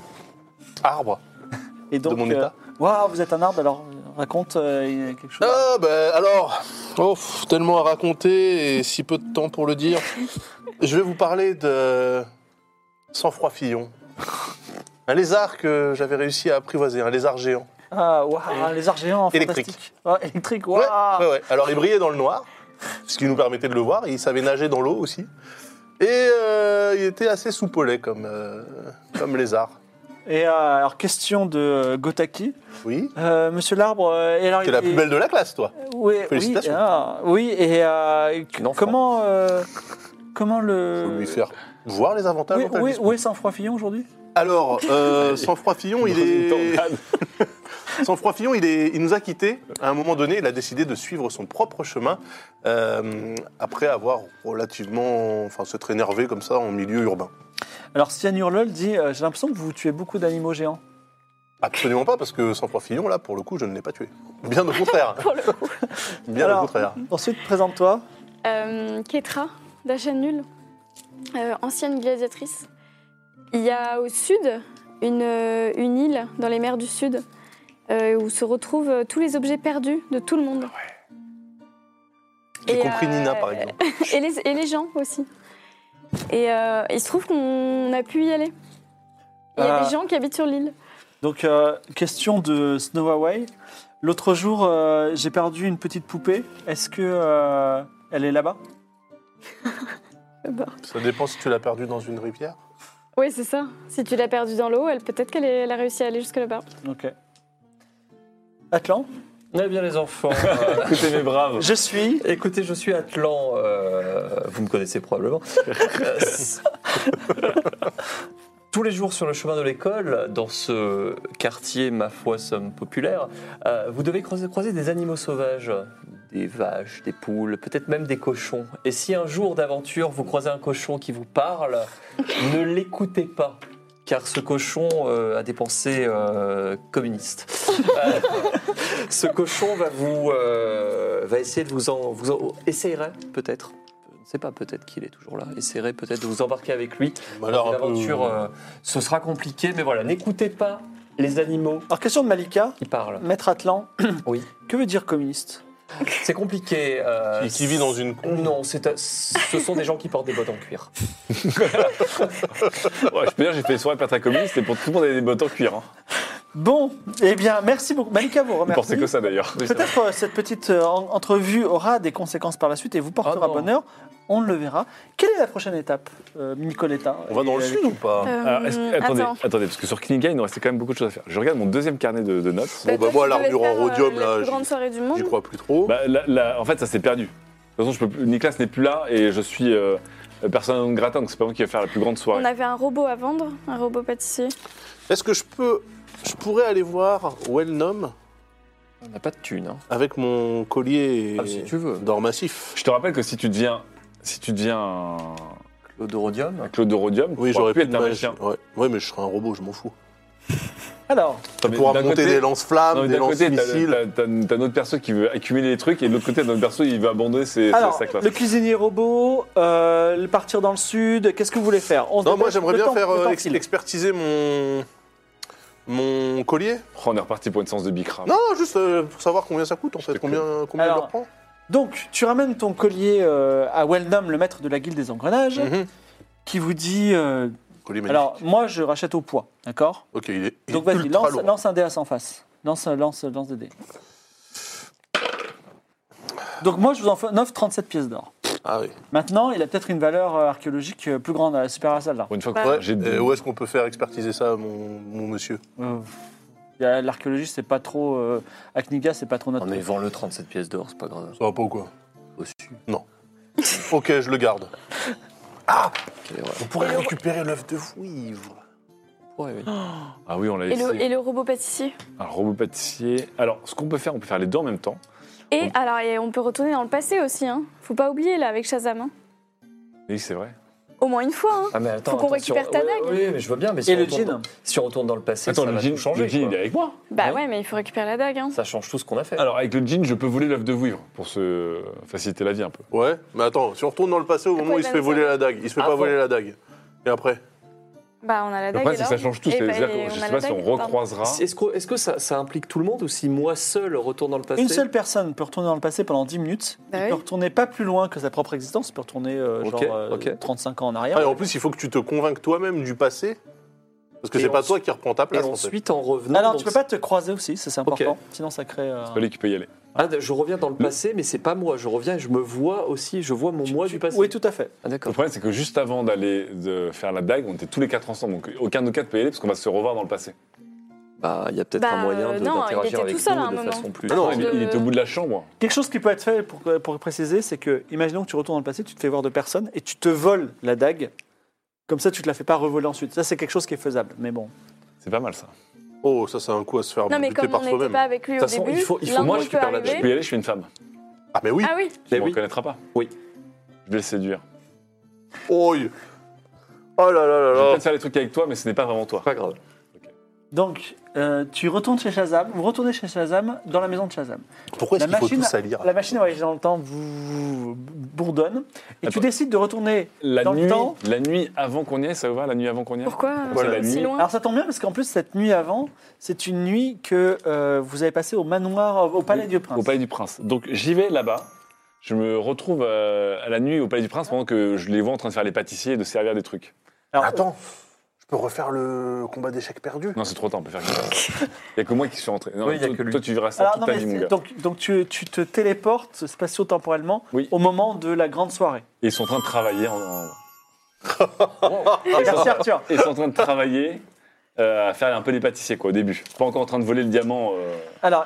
S6: Arbre
S2: Et donc,
S6: de mon
S2: euh,
S6: état.
S2: waouh, vous êtes un arbre, alors euh, raconte euh, quelque chose.
S6: Ah ben alors, oh, pff, tellement à raconter et si peu de temps pour le dire. Je vais vous parler de Sang-Froid Fillon. Un lézard que j'avais réussi à apprivoiser, un lézard géant.
S2: Ah, waouh, un lézard géant,
S6: Électrique.
S2: fantastique. Ah, électrique,
S6: Ouais,
S2: waouh
S6: ouais, ouais. Alors il brillait dans le noir, ce qui nous permettait de le voir. Il savait nager dans l'eau aussi. Et euh, il était assez soupolé comme, euh, comme lézard.
S2: Et euh, alors, question de euh, Gotaki.
S6: Oui.
S2: Euh, Monsieur l'arbre, euh, et alors,
S6: T'es la
S2: et-
S6: plus belle de la classe, toi.
S2: Oui,
S6: Félicitations.
S2: Oui, ah, oui, et euh, et que-
S4: Une enfant.
S2: comment, euh, comment
S6: Faut
S2: le.
S6: lui faire voir les avantages.
S2: Oui,
S6: dont elle
S2: oui,
S6: dispose.
S2: où est Saint-Froid Fillon aujourd'hui
S6: Alors, euh, Sang-Froid Fillon, il
S3: Dans une
S6: est.
S3: tornade.
S6: Sang-Froid Fillon, il, est, il nous a quittés. À un moment donné, il a décidé de suivre son propre chemin euh, après avoir relativement. Enfin, s'être énervé comme ça en milieu urbain.
S2: Alors, Sian Hurlol dit euh, J'ai l'impression que vous tuez beaucoup d'animaux géants.
S6: Absolument pas, parce que Sang-Froid Fillon, là, pour le coup, je ne l'ai pas tué. Bien au contraire.
S5: [laughs] pour le coup.
S6: [laughs] Bien
S2: Alors,
S6: au contraire.
S2: Ensuite, présente-toi.
S5: Euh, Ketra, d'achat nul, euh, ancienne gladiatrice. Il y a au sud une, euh, une île dans les mers du sud euh, où se retrouvent euh, tous les objets perdus de tout le monde.
S6: Ah J'ai
S5: Et,
S6: compris
S5: euh,
S6: Nina, par exemple.
S5: Et les, et les gens aussi. Et euh, il se trouve qu'on a pu y aller. Il y a
S2: Ah.
S5: des gens qui habitent sur l'île.
S2: Donc, euh, question de Snow Away. L'autre jour, euh, j'ai perdu une petite poupée. Est-ce que euh, elle est là-bas
S5: Euh, bah,
S6: Ça dépend si tu l'as perdu dans une rivière.
S5: Oui, c'est ça. Si tu l'as perdue dans l'eau, elle peut-être qu'elle est- elle a réussi à aller jusque là-bas.
S2: Ok. Atlan
S4: Eh bien les enfants, euh,
S3: Écoutez mes braves.
S2: Je suis.
S4: écoutez, je suis Atlan, euh, vous me connaissez probablement. Euh, s- Tous les jours sur le chemin de l'école, dans ce quartier, ma foi, somme populaire, euh, vous devez croiser, croiser des animaux sauvages, des vaches, des poules, peut-être même des cochons. Et si un jour d'aventure vous croisez un cochon qui vous parle, ne l'écoutez pas, car ce cochon euh, a des pensées euh, communistes. Euh, ce cochon va vous euh, va essayer de vous en vous en- essayerait peut-être. Je ne sais pas, peut-être qu'il est toujours là. Essayerait peut-être de vous embarquer avec lui.
S6: Bah
S4: Alors,
S6: un peu-
S4: l'aventure, euh, ce sera compliqué, mais voilà, n'écoutez pas les animaux
S2: Alors, question de Malika.
S4: qui parlent.
S2: Maître Atlan,
S4: Oui,
S2: que veut dire communiste
S4: c'est compliqué. euh,
S6: qui, qui vit dans une.
S4: Non, c'est- ce sont des gens qui portent des bottes en cuir.
S3: Ouais, je peux dire, j'ai fait une soirée pas très communiste et pour tout le monde, il y a des bottes en cuir. Hein.
S2: Bon, eh bien, merci beaucoup. Malika vous
S3: Vous
S2: remercie.
S3: pensez que ça d'ailleurs.
S2: Peut-être euh, cette petite euh, en- entrevue aura des conséquences par la suite et vous portera
S4: Ah non.
S2: bonheur. On le verra. Quelle est la prochaine étape, euh, Nicoletta
S6: On va dans le
S2: Et, euh,
S6: sud ou pas
S5: Euh,
S3: Alors, est-ce que- attendez,
S5: attends.
S3: attendez, parce que sur Killing Game, il nous restait quand même beaucoup de choses à faire. Je regarde mon deuxième carnet de, de notes.
S6: bah,
S5: toi, tu
S6: moi,
S5: devais
S6: l'armure en
S5: faire, euh,
S6: rhodium, là,
S5: La plus
S6: j'y-
S5: grande soirée du monde.
S6: J'y crois plus trop.
S3: Bah, là, là, en fait, ça s'est perdu. De toute façon, je peux plus- Nicolas n'est plus là et je suis euh, personne non grata, donc c'est pas moi qui vais faire la plus grande soirée.
S5: On avait un robot à vendre, un robot pâtissier.
S6: Est-ce que je peux. Je pourrais aller voir Wellnum
S4: On n'a pas de thunes. Hein.
S6: avec mon collier
S4: Ah, si tu veux.
S6: d'or massif.
S3: Je te rappelle que si tu deviens, si tu deviens un, un
S4: L'odorodium.
S3: Claude de Rhodium,
S6: Oui,
S3: tu pourras
S6: j'aurais
S3: plus
S6: pu
S3: être un magicien.
S6: Ouais. Ouais, mais je serais un robot, je m'en fous.
S2: Alors,
S6: Tu
S3: Mais
S6: pourras
S3: d'un
S6: monter
S3: côté-
S6: des
S3: Non,
S6: lance-flammes,
S3: mais
S6: des
S3: d'un côté, t'as
S6: lance-missiles.
S3: t'as- t'as t'as notre perso qui veut accumuler les trucs et de l'autre côté, notre perso, il veut abandonner ses,
S2: alors,
S3: sa classe.
S2: le cuisinier robot, euh, le partir dans le sud, qu'est-ce que vous voulez faire On se
S6: Non, moi
S2: dépêche,
S6: j'aimerais
S2: le
S6: bien
S2: temps-
S6: faire
S2: le
S6: euh,
S2: temps
S6: ex-
S2: file.
S6: expertiser mon mon collier.
S3: Oh, on est reparti pour une séance de bikram.
S2: Ah.
S6: Non, juste euh, pour savoir combien ça coûte en fait,
S3: te
S6: combien combien il
S2: Alors,
S6: leur prend.
S2: Donc, tu ramènes ton collier euh, à Wellnum, le maître de la guilde des engrenages,
S6: Mhm.
S2: qui vous dit... euh,
S6: Collier magnifique.
S2: alors, moi, je rachète au poids, d'accord
S6: ok, il est, il
S2: Donc,
S6: est
S2: vas-y,
S6: ultra
S2: lance,
S6: lourd.
S2: lance un dé à 100 faces. Lance, lance, lance des dés. Donc, moi, je vous en fais- offre 37 pièces d'or.
S6: Ah oui.
S2: Maintenant, il a peut-être une valeur euh, archéologique euh, plus grande à la super à là.
S3: Pour Une fois
S1: Ouais.
S3: que j'ai
S6: Et Euh, où est-ce qu'on peut faire expertiser ça, mon, mon monsieur
S2: Euh, y a- L'archéologie, c'est pas trop. euh, à Kniga, c'est pas trop notre.
S4: Non, mais vends-le 37 pièces d'or, c'est pas grave.
S6: Ça va pas ou quoi
S4: Au sud.
S6: Ok, je le garde.
S4: Ok, ouais.
S6: On pourrait récupérer l'œuf de vouivre.
S4: Ouais, oui.
S3: Ah oui, on l'a
S5: Et le, et
S3: laissé.
S5: le robot pâtissier.
S3: Un robot pâtissier. Alors, ce qu'on peut faire, on peut faire les deux en même temps.
S5: Et alors, et on peut retourner dans le passé aussi. Hein. Faut pas oublier là avec Shazam. hein.
S3: Oui, c'est vrai.
S5: Au moins une fois. hein.
S4: Ah, mais attends,
S5: Faut qu'on
S4: attends, si on-
S5: récupère
S4: ouais,
S5: ta dague.
S4: Oui, mais je vois bien, mais si
S2: Et
S4: on
S2: le
S4: retourne-
S2: jean
S4: Si on retourne dans le passé,
S3: Attends,
S4: ça
S3: le
S4: va
S3: jean,
S4: tout changer.
S3: le jean,
S4: quoi.
S3: il est avec moi.
S5: Bah
S4: Ouais.
S5: ouais, mais il faut récupérer la dague. Hein.
S4: Ça change tout ce qu'on a fait.
S3: [laughs] Alors, avec le jean, je peux voler l'œuf de vouivre pour se faciliter la vie un peu.
S6: Ouais, mais attends, si on retourne dans le passé, au moment où
S5: il
S6: il se
S5: va
S6: fait
S5: nous
S6: voler
S5: faire
S6: la dague, il se fait
S4: Ah,
S6: pas
S4: bon.
S6: voler la dague. Et après
S5: Bah on a la dague.
S3: Le problème, c'est que ça
S5: alors.
S3: change tout.
S5: Et bah,
S3: C'est-à-dire
S5: et
S3: que je
S5: on
S3: sais
S5: a la
S3: pas si
S5: dague,
S3: on
S5: pardon.
S3: recroisera.
S4: Est-ce que, est-ce que ça, ça implique tout le monde ou si moi seul retourne dans le passé
S2: Une seule personne peut retourner dans le passé pendant 10 minutes.
S5: Bah
S2: il
S5: oui.
S2: peut retourner pas plus loin que sa propre existence. Il peut retourner euh,
S4: Ok,
S2: genre euh,
S4: ok.
S2: 35 ans en arrière.
S6: Ah, et en plus, il faut que tu te convainques toi-même du passé. Parce que
S4: Et
S6: c'est pas
S4: ensuite-
S6: toi qui reprends ta
S4: Et
S6: place. en fait.
S4: ensuite, en revenant.
S2: Alors,
S4: donc,
S2: tu peux pas te croiser aussi, ça, c'est
S4: Ok.
S2: important. Sinon, ça crée. euh,
S3: C'est pas lui qui peut y aller.
S4: Ah, je reviens dans le passé, mais c'est pas moi. Je reviens et je me vois aussi. Je vois mon moi du passé.
S2: Oui, tout à fait.
S4: Ah,
S3: Le
S4: d'accord.
S3: problème, c'est que juste avant d'aller de faire la dague, on était tous les quatre ensemble. Donc, aucun de nous quatre peut y aller parce qu'on va se revoir dans le passé.
S4: Bah, il y a peut-être
S5: Bah,
S4: un moyen de-
S5: euh, non, il était
S4: d'interagir
S5: tout
S4: avec
S5: seul à
S4: nous
S5: un
S4: de
S5: moment.
S4: façon plus.
S6: Ah non,
S3: Non, il,
S5: de-
S3: il était au bout de la chambre.
S2: Quelque chose qui peut être fait pour, pour préciser, c'est que, imaginons que tu retournes dans le passé, tu te fais voir de personne et tu te voles la dague. Comme ça, tu te la fais pas revoler ensuite. Ça, c'est quelque chose qui est faisable. Mais bon.
S3: C'est pas mal ça.
S6: Oh, ça, c'est un coup à se faire
S5: Non mais
S6: buter
S5: comme
S6: par
S5: on n'était
S6: soi-même.
S5: pas avec lui
S4: De
S5: au
S4: toute façon,
S5: début,
S4: il faut- il faut-
S5: l'un
S3: moi,
S5: d'eux
S3: je
S5: peut
S4: récupère la
S3: Je
S5: arriver.
S3: peux y aller, je suis une femme.
S6: Ah, mais oui
S5: Ah oui.
S3: Tu
S4: Mais
S3: ne me
S4: oui.
S3: reconnaîtras pas.
S4: Oui.
S3: Je vais le séduire.
S6: Oh, oui. Oh là là là
S3: Je vais
S6: là
S3: peut-être faire les trucs avec toi, mais ce n'est pas vraiment toi.
S4: Pas grave.
S2: Donc, euh, tu retournes chez Shazam, vous retournez chez Shazam, dans la maison de Shazam.
S6: Pourquoi est-ce
S2: La
S6: qu'il faut tout
S2: machine-
S6: salir
S2: La machine à voyager dans le temps vous bourdonne, et tu
S3: Attends.
S2: décides de retourner
S3: La
S2: dans
S3: nuit,
S2: le temps.
S3: la nuit avant qu'on y aille, ça vous va La nuit avant qu'on y aille
S5: Pourquoi
S3: Pourquoi
S5: euh,
S3: la
S5: si
S3: nuit
S5: loin
S2: Alors ça tombe bien parce qu'en plus cette nuit avant, c'est une nuit que euh, vous avez passée au manoir, au, au palais
S3: Oui,
S2: du prince.
S3: Au Palais du Prince. Donc j'y vais là-bas. Je me retrouve euh, à la nuit au Palais du Prince pendant que je les vois en train de faire les pâtissiers et de servir des trucs.
S2: Alors,
S6: Attends, je peux refaire le combat d'échecs perdu
S3: Non, c'est trop tard, on peut faire quelque chose. Il n'y a que moi qui suis rentré. Non,
S4: Oui, il y a
S3: toi,
S4: que lui.
S3: toi, tu verras ça
S2: alors,
S3: toute
S2: non,
S3: ta
S2: mais
S3: vie, mon
S2: c'est-
S3: gars.
S2: donc, donc tu, tu te téléportes spatio-temporellement
S3: Oui.
S2: au moment de la grande soirée.
S3: Et ils sont en train de travailler. en- en-
S2: Merci Arthur.
S3: Ils sont en train de travailler euh, à faire un peu les pâtissiers, quoi, au début. Pas encore en train de voler le diamant. euh.
S2: Alors,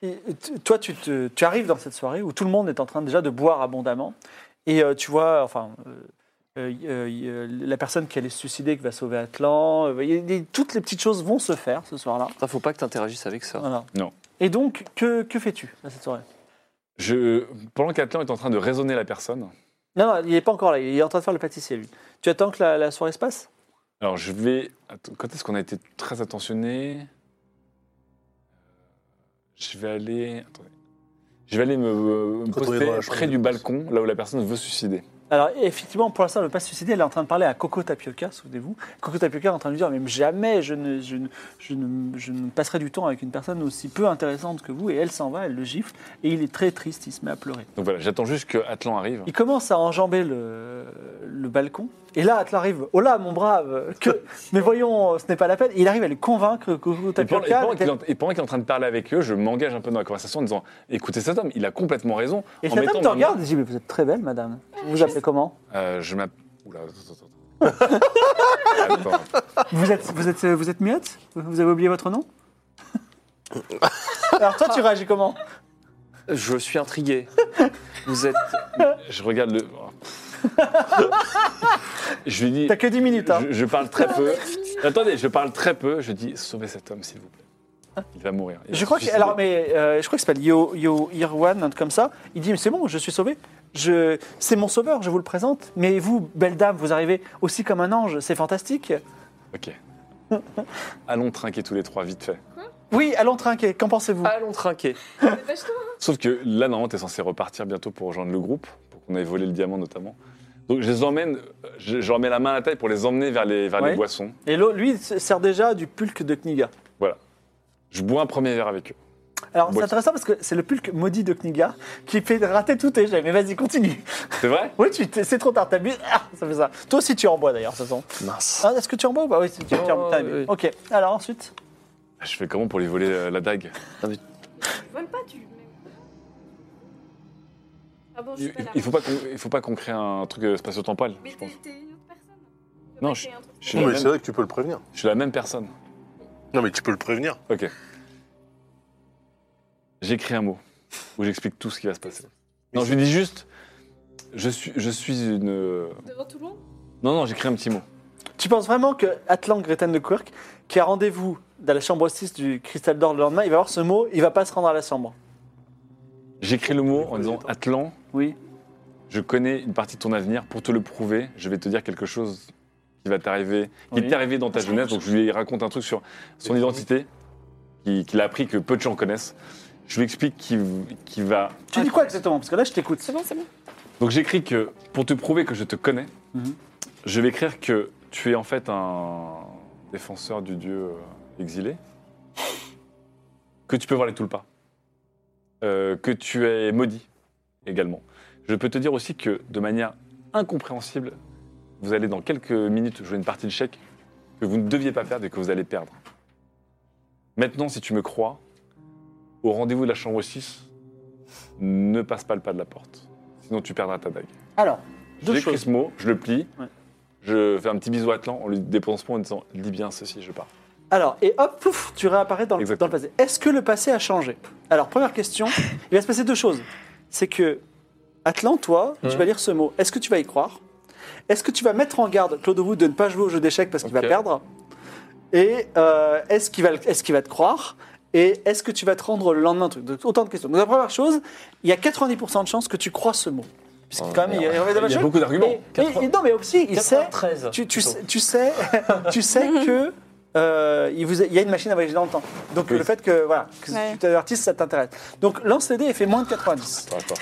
S2: et- t- toi, tu, te- tu arrives dans cette soirée où tout le monde est en train déjà de boire abondamment. Et euh, tu vois, enfin, euh, euh, y- euh, y- euh, la personne qui allait se suicider, qui va sauver Atlan, euh, y- y- toutes les petites choses vont se faire ce soir-là.
S4: Ça, faut pas que t'interagisses avec ça.
S2: Voilà.
S3: Non.
S2: Et donc, que, que fais-tu à cette soirée
S3: Je... Pendant qu'Atlan est en train de raisonner la personne,
S2: Non, non, il n'est pas encore là, il est en train de faire le pâtissier, lui. Tu attends que la, la soirée se passe
S3: alors je vais. Attends, Quand est-ce qu'on a été très attentionné Je vais aller. Attendez. Je vais aller me, me
S6: Quand on est
S3: poster
S6: dans la chambre
S3: près
S6: de
S3: du
S6: passe.
S3: balcon, là où la personne veut se suicider.
S2: Alors, effectivement, pour l'instant, elle ne veut pas se suicider, elle est en train de parler à Coco Tapioca, souvenez-vous. Coco Tapioca est en train de lui dire Mais jamais je ne, je, ne, je, ne, je ne passerai du temps avec une personne aussi peu intéressante que vous. Et elle s'en va, elle le gifle, et il est très triste, il se met à pleurer.
S3: Donc voilà, j'attends juste que Atlan arrive.
S2: Il commence à enjamber le, le balcon. Et là, Atlan arrive. Oh là, mon brave
S3: [laughs]
S2: que, Mais voyons, ce n'est pas la peine. Et il arrive à le convaincre que Coco
S3: Et pendant, et
S2: Tapioca.
S3: pendant qu'il est en- et pendant qu'il est en train de parler avec eux, je m'engage un peu dans la conversation en disant Écoutez cet homme, il a complètement raison.
S2: Et
S3: en
S2: cet
S3: mettant
S2: homme te
S3: mon nom-
S2: regarde et dit Mais vous êtes très belle, madame. Vous vous appelez comment
S3: Euh, Je m'appelle. Oula, attends, attends, attends. Attends.
S2: Vous êtes, vous êtes, vous êtes muette Vous avez oublié votre nom Alors toi, tu réagis comment
S4: Je suis intrigué. Vous êtes.
S3: Je regarde le. oh.
S2: [laughs]
S3: je lui dis.
S2: T'as que 10 minutes. Hein.
S3: Je, je parle très peu. Attendez, je parle très peu. Je dis sauvez cet homme, s'il vous plaît. Il va mourir. Il
S2: Je
S3: va
S2: crois
S3: se
S2: que,
S3: suicider.
S2: alors, mais euh, je crois que c'est pas Yo, Yo Irwan, un truc comme ça. Il dit mais c'est bon, je suis sauvé. Je, c'est mon sauveur, je vous le présente. Mais vous, belle dame, vous arrivez aussi comme un ange, c'est fantastique.
S3: Ok. Allons trinquer tous les trois vite fait.
S2: Oui, allons trinquer. Qu'en pensez-vous
S4: Allons trinquer.
S3: Sauf que là, normalement, t'es censé repartir bientôt pour rejoindre le groupe, pour qu'on aille voler le diamant notamment. Donc je les emmène, je, je leur mets la main à la taille pour les emmener vers les, vers
S2: Ouais.
S3: les boissons.
S2: Et l'autre, lui, il se sert déjà du pulque de Kniga.
S3: Je bois un premier verre avec eux.
S2: Alors
S3: Bon.
S2: c'est intéressant parce que c'est le pulque maudit de Kniga qui fait rater tout tes jets. Mais vas-y, continue.
S3: C'est vrai
S2: Oui, tu t'es- c'est trop tard, t'as bu. Ah, ça fait ça. Toi aussi, tu en bois d'ailleurs, de toute façon.
S4: Mince.
S2: Ah, Est-ce que tu en bois ou pas Oui, si tu, tu en
S4: Oh,
S2: t'as bu.
S4: oui.
S2: Ok, alors ensuite.
S3: Ah, Je fais comment pour lui voler euh, la dague
S5: Vole pas, tu. Ah bon, je suis
S3: Il
S5: pas là.
S3: il faut pas qu'on- il faut pas qu'on crée un truc euh, spatio-temporel,
S5: Mais
S3: je
S5: t'es
S3: pense.
S5: t'es une autre personne. Tu peux
S3: Non,
S5: pas créer un truc.
S3: Je suis,
S6: Non,
S3: la
S6: mais c'est
S3: même,
S6: vrai que tu peux le prévenir.
S3: je suis la même personne.
S6: Non, mais tu peux le prévenir.
S3: Ok. J'écris un mot où j'explique tout ce qui va se passer. Non, je lui dis juste, je suis, je suis une.
S5: Devant tout le monde
S3: Non, non, j'écris un petit mot.
S2: Tu penses vraiment que Atlan Gretten de Quirk, qui a rendez-vous dans la chambre 6 du Cristal d'Or le lendemain, il va voir ce mot, il va pas se rendre à la chambre.
S3: J'écris le mot en disant Atlan,
S2: Oui.
S3: je connais une partie de ton avenir. Pour te le prouver, je vais te dire quelque chose qui va t'arriver, qui
S2: Oui.
S3: t'est arrivé dans ta jeunesse. Donc je lui raconte un truc sur son identité, qui- qu'il a appris que peu de gens connaissent. Je lui explique qu'il qu'il va
S2: Tu dis quoi exactement Parce que là, je t'écoute.
S5: C'est bon, c'est bon.
S3: Donc j'écris que, pour te prouver que je te connais,
S2: Mhm.
S3: je vais écrire que tu es en fait un défenseur du dieu euh, exilé, que tu peux voir les Tulpas, euh, que tu es maudit également. Je peux te dire aussi que, de manière incompréhensible, vous allez dans quelques minutes jouer une partie de chèque que vous ne deviez pas perdre et que vous allez perdre. Maintenant, si tu me crois, au rendez-vous de la chambre 6, ne passe pas le pas de la porte. Sinon, tu perdras ta dague.
S2: Alors, deux
S3: J'écris
S2: choses.
S3: ce mot, je le plie,
S2: Ouais.
S3: je fais un petit bisou à Atlan en lui dépensant en disant Dis bien ceci, je pars.
S2: Alors, et hop, pouf, tu réapparais dans, le-
S3: Exactement.
S2: dans le passé. Est-ce que le passé a changé Alors, première question, il va se passer deux choses. C'est que, Atlan, toi, tu
S4: Mhm.
S2: vas lire ce mot. Est-ce que tu vas y croire Est-ce que tu vas mettre en garde Claude Wood de ne pas jouer au jeu d'échecs parce qu'il
S4: Ok.
S2: va perdre Et euh, est-ce qu'il va, le- est-ce qu'il va te croire Et est-ce que tu vas te rendre le lendemain truc Donc, Autant de questions. Donc, la première chose, il y a 90% de chances que tu crois ce mot. Puisque, quand même, il y a,
S3: Il y a beaucoup d'arguments.
S2: Et- et- et non, mais aussi, il sait.
S4: 93.
S2: Tu, tu
S4: plutôt.
S2: sais, tu sais, [laughs] tu sais que euh, il, vous a- il y a une machine à voyager dans le temps. Donc
S3: Oui.
S2: le fait que voilà, que
S5: Ouais.
S2: tu t'avertisses, ça t'intéresse. Donc lance les dés et fait moins de 90.
S3: Attends, attends.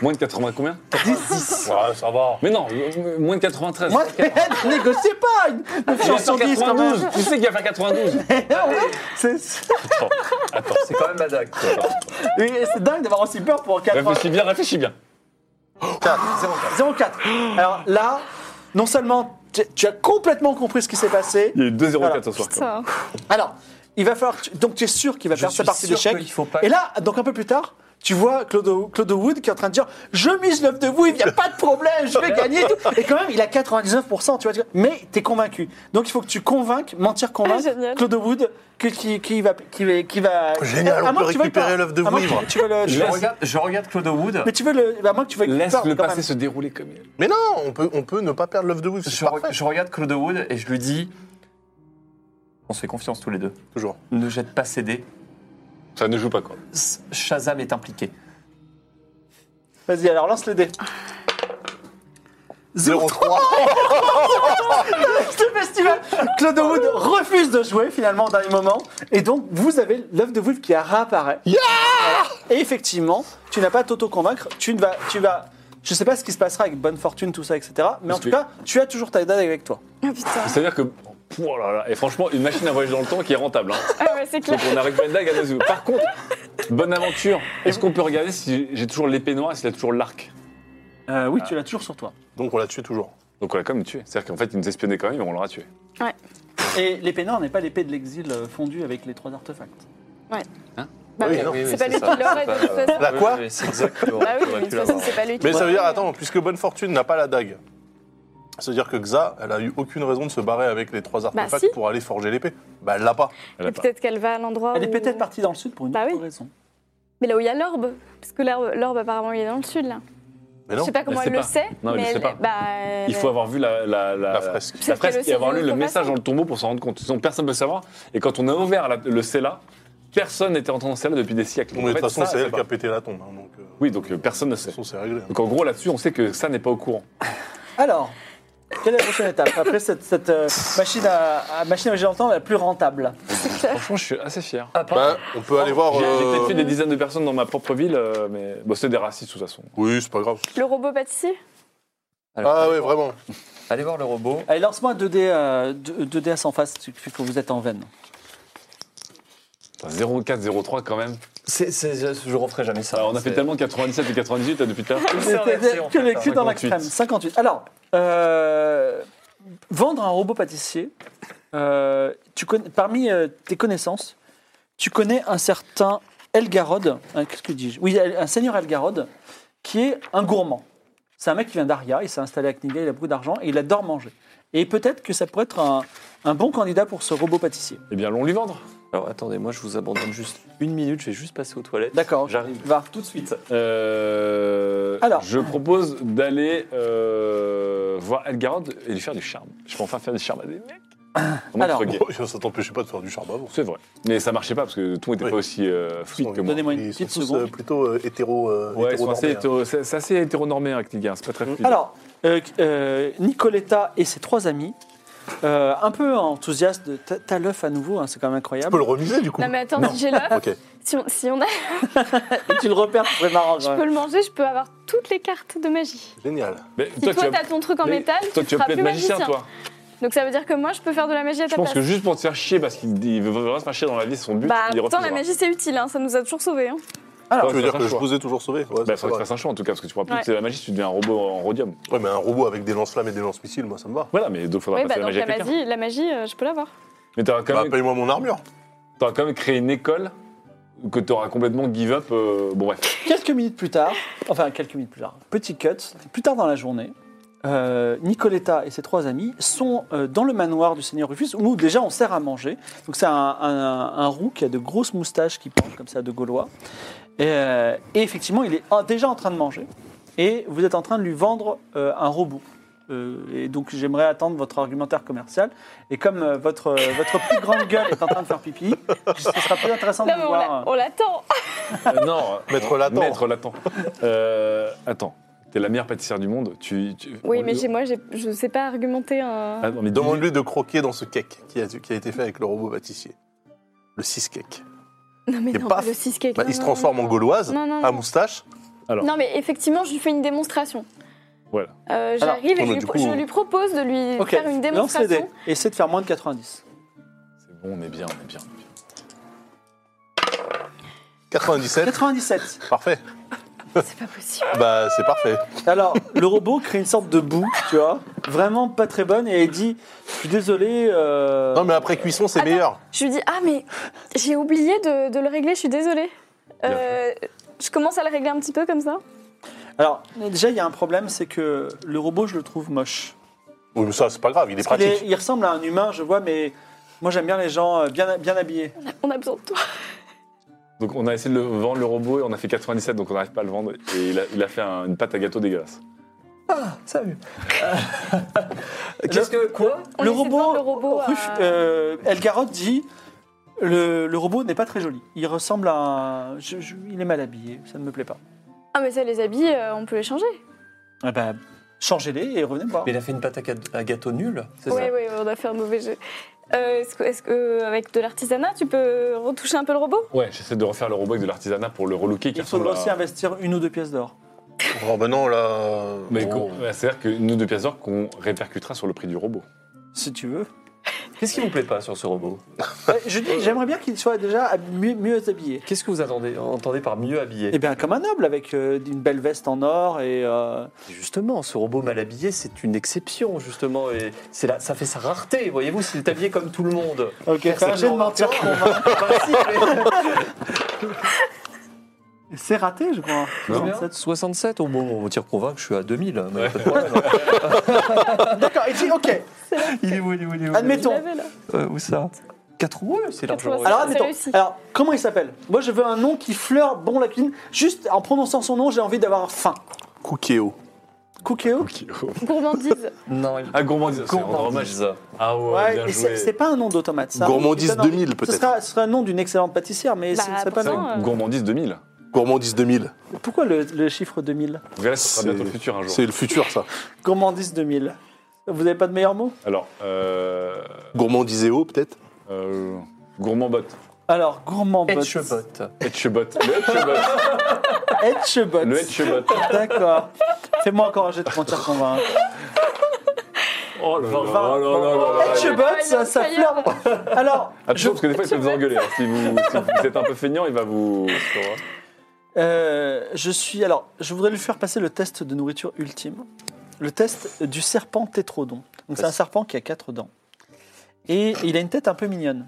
S3: moins de 80 combien
S2: [laughs] 10.
S6: Ah, ça va.
S3: Mais non, euh, moins de 93.
S2: Moi, je [laughs] négociez pas une, une
S3: Il va faire
S2: chanson 10 quand même.
S3: 92. Tu sais qu'il va
S2: [laughs]
S3: faire 92
S2: C'est
S4: Attends, c'est quand même ma dague. quoi.
S2: oui, c'est dingue d'avoir aussi peur pour 4
S3: Réfléchis bien, réfléchis bien.
S2: 04. Alors là, non seulement tu, tu as complètement compris ce qui s'est passé,
S3: Il y a eu 2-0-4
S2: Voilà.
S3: ce soir. quand même.
S5: Ça.
S2: alors il va falloir. que tu- donc tu es sûr qu'il va faire sa partie
S4: sûr
S2: d'échec.
S4: qu'il faut pas.
S2: Et là, donc un peu plus tard, tu vois Claude, Claude Wood qui est en train de dire Je mise l'œuf de vous, il n'y a pas de problème, je vais gagner. et tout. Et quand même, il a 99%, tu vois. Mais tu es convaincu. Donc il faut que tu convainques, mentir, convaincre
S5: Ah, génial.
S2: Claude Wood que, qui, qui va, qui, va- qui va.
S6: Génial,
S2: À
S6: on
S2: moins
S6: peut
S2: que tu veuilles
S6: récupérer
S2: pas.
S6: l'œuf de
S2: À moins que
S6: Wood.
S2: tu- Tu veux le. tu
S4: Je
S2: veux-
S4: regarde, je regarde Claude Wood.
S2: mais tu veux le. À moins que tu veuilles
S3: Laisse
S2: peur,
S3: le
S2: quand
S3: passé
S2: même.
S3: se dérouler comme il est.
S6: Mais non, on peut, on peut ne pas perdre l'œuf de Wood.
S4: Je,
S6: C'est
S4: re-
S6: parfait.
S4: je regarde Claude Wood et je lui dis On se fait confiance tous les deux.
S6: Toujours.
S4: Ne jette pas ses dés.
S3: Ça ne joue pas quoi.
S4: S- Shazam est impliqué.
S2: Vas-y, alors lance le dé.
S6: 0-3.
S2: le festival. Claude Wood refuse de jouer finalement au dernier moment. Et donc, vous avez l'œuf de Wolf qui réapparaît. Voilà. Et effectivement, tu n'as pas à t'auto-convaincre. Tu ne vas, tu vas. Je sais pas ce qui se passera avec Bonne Fortune, tout ça, etc. Mais en
S3: Parce
S2: tout
S3: que-
S2: cas, tu as toujours ta date avec toi.
S5: Ah
S3: [laughs]
S5: putain.
S3: C'est-à-dire que. Pouah là là. Et franchement, une machine à voyager dans le temps qui est rentable. hein.
S5: Ah ouais, c'est
S3: Donc
S5: clair.
S3: on a récupéré une dague à nos yeux. Par contre, bonne aventure. Est-ce qu'on peut regarder si j'ai toujours l'épée noire et s'il a toujours l'arc
S2: Euh, oui, tu l'as toujours sur toi.
S6: Donc on l'a tué toujours.
S3: Donc on l'a quand même tué. C'est-à-dire qu'en fait, il nous espionnait quand même, mais on l'aura tué.
S2: Et l'épée noire n'est pas l'épée de l'exil euh, fondue avec les trois artefacts.
S5: Oh. Bah,
S6: Oui, non.
S5: c'est pas lui qui l'aurait de toute façon.
S4: Bah,
S6: La quoi
S4: C'est exact. qui
S5: Bah
S4: l'aurait-
S5: oui,
S4: qui
S5: mais
S4: aurait pu
S5: de toute
S4: l'avoir.
S5: façon, c'est pas lui qui
S6: Mais ça veut dire,
S5: l'aurait.
S6: attends, puisque Bonne Fortune n'a pas la dague, ça veut dire que Xa, elle a eu aucune raison de se barrer avec les trois artefacts
S5: Bah si.
S6: pour aller forger l'épée. Bah, elle l'a pas.
S3: Elle a
S5: Et
S3: pas.
S5: Peut-être qu'elle va à l'endroit
S2: Elle est
S5: où-
S2: peut-être partie dans le sud pour une
S5: Bah
S2: autre
S5: oui.
S2: raison.
S5: Mais là où il y a l'orbe. Parce que l'orbe, l'orbe, apparemment, il est dans le sud, là.
S6: Mais
S5: Je
S6: non,
S5: sais pas comment
S3: elle
S5: elle,
S3: sait
S5: le
S3: pas.
S5: sait.
S3: Non, elle le
S5: mais
S3: sait pas.
S5: Bah, elle-
S3: Il faut avoir vu la, la, la-
S6: La fresque.
S3: la
S5: Peut-être qu'elle
S3: fresque
S5: aussi
S3: et avoir
S5: veut
S3: lu le
S5: qu'on
S3: message
S5: fasse.
S3: dans le tombeau pour s'en rendre compte. Sinon, personne ne peut savoir. Et quand on a ouvert la- le cella, personne n'était entré dans le cella depuis des siècles.
S6: Mais
S3: Donc,
S6: de
S3: en
S6: toute
S3: fait,
S6: façon,
S3: ça,
S6: c'est
S3: elle
S6: elle
S3: sait
S6: qui a
S3: pas.
S6: pété la tombe. hein, donc, euh, de
S3: Oui, donc euh, personne ne
S6: toute
S3: sait.
S6: façon, c'est réglé. hein.
S3: Donc en gros, là-dessus, on sait que ça n'est pas au courant.
S2: Alors, quelle est la prochaine étape Après cette, cette, euh, machine à, à- machine à voyager dans le temps la plus rentable.
S3: Franchement, je suis assez fier.
S4: Ah, pardon.
S6: Bah, on peut aller voir.
S3: J'ai j'ai
S6: euh,
S3: peut-être fait des dizaines de personnes dans ma propre ville, euh, mais bon, c'est des racistes de toute façon.
S6: Oui, c'est pas grave.
S5: Le robot pâtissier
S4: Alors,
S6: Ah
S4: allez
S6: ouais,
S4: voir-
S6: [laughs] vraiment.
S4: Allez voir le robot.
S2: Allez, lance-moi 2D, euh, 2D à 100 faces, tu fais que vous êtes en veine.
S3: Enfin, 04, 03 quand même.
S4: C'est- c'est- je, je referai jamais ça.
S3: Alors, on a fait
S4: C'est-
S3: tellement 97 et 98 là, depuis tout à l'heure.
S4: C'est inversé, en
S2: que
S4: fait,
S2: les
S4: hein.
S2: culs dans la
S3: 58.
S2: crème. 58. Alors, euh, vendre un robot pâtissier, euh, tu connais, parmi euh, tes connaissances, tu connais un certain Elgarod, hein, qu'est-ce que dis-je Oui, El- un seigneur Elgarod, qui est un gourmand. C'est un mec qui vient d'Aria, il s'est installé à Kniga, il a beaucoup d'argent et il adore manger. Et peut-être que ça pourrait être un, un bon candidat pour ce robot pâtissier.
S3: Eh bien, allons lui vendre.
S4: Alors attendez, moi je vous abandonne juste une minute, je vais juste passer aux toilettes.
S2: D'accord,
S4: J'arrive
S2: va.
S4: tout de suite.
S3: Euh,
S2: Alors.
S3: Je propose d'aller euh, voir Elgarod et lui faire du charme. Je peux enfin faire du charme à des mecs.
S5: Ah.
S3: Vraiment
S2: Alors.
S3: trop gay.
S6: ça t'empêchait pas de faire du charme avant.
S3: C'est vrai. Mais ça marchait pas parce que tout n'était
S6: Oui.
S3: pas aussi euh, fluide que moi.
S2: Donnez-moi une
S6: Ils sont
S2: petite
S6: tous,
S2: seconde.
S6: euh, plutôt euh, hétéro. euh,
S3: Ouais, ils sont assez
S6: hétéronormés, hein.
S3: hétéro- c'est c'est assez hétéronormé avec les gars, c'est pas très
S5: Mm.
S3: fluide.
S2: Alors, euh, euh, Nicoletta et ses trois amis, euh, un peu enthousiastes, de- t'as- t'as l'œuf à nouveau, hein, c'est quand même
S6: Tu peux
S2: incroyable.
S6: le remiser du coup.
S5: Non mais attends, si
S3: [laughs]
S5: j'ai l'œuf,
S6: Ok.
S5: si, on- si on a,
S2: Et [laughs] tu le repères, c'est marrant.
S5: je
S2: quand même.
S5: peux le manger, je peux avoir toutes les cartes de magie.
S6: Génial.
S3: Mais
S5: Si toi,
S3: tu vas-
S5: t'as ton truc en
S3: mais
S5: métal,
S3: toi,
S5: tu
S3: tu vas
S5: seras
S3: peut-être
S5: plus magicien.
S3: magicien, toi.
S5: Donc ça veut dire que moi, je peux faire de la magie à
S3: Je
S5: ta
S3: pense
S5: place.
S3: que juste pour te faire chier, parce qu'il il veut vraiment se faire chier dans la vie, c'est son but.
S5: Bah,
S3: il
S5: pourtant, la
S3: refusera.
S5: magie, c'est utile, hein, ça nous a toujours sauvés. hein.
S3: Faut
S6: Tu veux
S3: que tu
S6: dire
S3: fasses
S6: que
S3: un
S6: je
S3: choix.
S6: vous ai toujours sauvé
S3: Bah,
S6: Ouais, ça
S3: faut que tu
S6: va.
S3: fasses un choix en tout cas, parce que tu pourras plus
S5: Ouais.
S3: que c'est la magie, tu deviens un robot en rhodium.
S6: Ouais, mais un robot avec des lance-flammes et des lance-missiles, moi ça me va.
S3: Voilà, mais donc faudra
S5: Oui,
S3: passer
S5: bah,
S3: la
S5: donc
S3: magie à
S5: la
S3: quelqu'un.
S5: magie, la magie euh, je peux l'avoir.
S3: Mais t'auras quand,
S6: Bah,
S3: même- Mmh.
S6: paye-moi mon armure.
S3: t'auras quand même créé une école que t'auras complètement give up. euh, bon, bref.
S2: Quelques minutes plus tard, enfin quelques minutes plus tard, petit cut, plus tard dans la journée, euh, Nicoletta et ses trois amis sont euh, dans le manoir du seigneur Rufus, où nous déjà on sert à manger. Donc c'est un, un- un roux qui a de grosses moustaches qui pendent comme ça de gaulois. Et, euh, et effectivement, il est en- déjà en train de manger. Et vous êtes en train de lui vendre euh, un robot. Euh, et donc j'aimerais attendre votre argumentaire commercial. Et comme euh, votre, euh, votre plus grande gueule est en train de faire pipi, ce sera plus intéressant de
S5: Non,
S2: vous
S5: mais on
S2: voir.
S5: l'a- on l'attend.
S3: Euh, non, euh,
S6: Maître Latent.
S3: Maître Latent. Euh, attends, t'es la meilleure pâtissière du monde. Tu, tu-
S5: Oui,
S3: on-
S5: mais j'ai- moi, j'ai- je sais pas argumenter euh, un.
S3: Ah, non, mais dis-lui-
S6: Demande-lui de croquer dans ce cake qui a, qui a été fait avec le robot pâtissier. Le 6 cake.
S5: [laughs] non, mais
S6: et
S5: non,
S6: paf,
S5: le 6 cake.
S6: Bah,
S5: non,
S6: il se
S5: non,
S6: transforme
S5: non,
S6: en
S5: non.
S6: gauloise,
S5: Non, non,
S6: à
S5: non.
S6: moustache.
S5: Non, mais effectivement, je lui fais une démonstration.
S3: Voilà.
S5: Euh, J'arrive et
S6: non,
S5: je
S6: mais
S5: lui,
S6: du
S5: pro-
S6: coup-
S5: je lui propose de lui
S2: Ok,
S5: faire une
S2: lance les
S5: démonstration.
S2: dés. Essaie de faire moins de 90.
S3: C'est bon, on est bien, on est bien. on est bien.
S5: [laughs]
S6: 97.
S2: 97.
S6: parfait.
S5: C'est pas possible.
S6: Bah, c'est parfait.
S2: Alors, le robot crée une sorte de boue, tu vois, vraiment pas très bonne, et il dit Je suis désolé. euh,
S6: Non, mais après cuisson, c'est
S5: Attends.
S6: meilleur.
S5: Je lui dis Ah, mais j'ai oublié de, de le régler, je suis désolée. Euh, je commence à le régler un petit peu comme ça.
S2: Alors, déjà, il y a un problème, c'est que le robot, je le trouve moche.
S6: Oui, mais ça, c'est pas grave, il est
S2: Parce qu'il est-
S6: pratique.
S2: il ressemble à un humain, je vois, mais moi, j'aime bien les gens euh, bien, bien habillés.
S5: On a besoin de toi.
S3: Donc on a essayé de le vendre le robot et on a fait 97, donc on n'arrive pas à le vendre. Et il a, il a fait un- une pâte à gâteau dégueulasse. [laughs]
S2: Salut.
S4: Qu'est-ce que. Quoi
S5: On
S2: Le
S5: essaie de vendre
S2: robot,
S5: le robot à-
S2: Ruf- euh, Elgarot dit le, le robot n'est pas très joli. Il ressemble à un. je- je- il est mal habillé, ça ne me plaît pas.
S5: Ah, mais ça, les habits, euh, on peut les changer.
S2: Eh ben, changez-les et revenez me voir.
S4: Mais il a fait une pâte à gâteau- à gâteau nulle, c'est
S5: Oui,
S4: ça
S5: oui, on a fait un mauvais jeu. Euh, est-ce que, est-ce que, avec de l'artisanat, tu peux retoucher un peu le robot
S3: Ouais, j'essaie de refaire le robot avec de l'artisanat pour le relooker. qui
S2: Il faudra
S3: ressemble à-
S2: aussi investir une ou deux pièces d'or.
S6: Oh, bah non, là.
S3: Mais
S6: bon.
S3: qu'on- bah, c'est-à-dire que nous deux pièces d'or qu'on répercutera sur le prix du robot.
S2: Si tu veux.
S4: Qu'est-ce qui vous plaît pas sur ce robot
S2: Euh, je dis, j'aimerais bien qu'il soit déjà hab- mieux, mieux habillé.
S4: Qu'est-ce que vous attendez, entendez par mieux habillé
S2: Eh bien, comme un noble, avec euh, une belle veste en or et. euh,
S4: Justement, ce robot mal habillé, c'est une exception, justement, et c'est là, ça fait sa rareté, voyez-vous, s'il est habillé comme tout le monde.
S2: Ok, fais un jet de mentir [laughs] convaincre. [laughs] C'est raté, je crois.
S4: Combien
S2: 67.
S4: 67, au moment où on tire convainc, je suis à 2000. mais pas de problème.
S2: D'accord, il dit ok,
S4: il est où, il est où, il est où
S5: Je
S2: admettons.
S5: l'avais, là.
S4: Euh, Où ça 4 c'est largement...
S2: Alors,
S5: 80. C'est
S2: admettons.
S5: réussi.
S2: Alors, comment il s'appelle Moi, je veux un nom qui fleure bon la cuisine. Juste en prononçant son nom, j'ai envie d'avoir faim.
S6: Cookéo.
S2: Cookéo
S3: [laughs]
S5: Gourmandise.
S4: Non, il...
S3: [laughs] Ah, gourmandise, c'est rendre hommage.
S4: Gourmandise.
S3: Ah ouais,
S2: Ouais,
S3: bien
S2: et c'est
S3: joué.
S2: c'est pas un nom d'automate, ça.
S6: Gourmandise
S2: Ça donne envie.
S6: 2000,
S2: Ce
S6: peut-être.
S2: sera, ce sera le nom d'une excellente pâtissière, mais
S5: Bah,
S2: ce ne serait pas
S3: C'est
S2: le
S5: pourtant,
S2: nom.
S3: vrai, Gourmandise 2000.
S6: Gourmandise 2000.
S2: Pourquoi le, le chiffre 2000
S3: Verrez, ça sera bientôt le
S6: C'est-
S3: futur un jour.
S6: C'est le futur, ça.
S2: Gourmandise 2000. Vous n'avez pas de meilleur mot
S3: Alors, euh,
S6: Gourmandiseo, peut-être
S3: euh, gourmand bot.
S2: Alors, gourmand bot.
S4: Etchebot.
S2: [laughs]
S3: Etchebot. Le Etchebot.
S2: Etchebot.
S3: le Etchebot.
S2: D'accord. Fais-moi encore un jet de mentir convaincre.
S3: Oh là là
S2: Vingt.
S3: là là là là.
S2: Etchebot, ça, ça fleure. Alors,
S3: Attention, parce que des fois, il peut vous engueuler. hein. Si, vous, si vous êtes un peu feignant, il va vous.
S2: euh, je suis. Alors, je voudrais lui faire passer le test de nourriture ultime. Le test du serpent tétrodon. Donc, c'est un serpent qui a quatre dents. Et il a une tête un peu mignonne.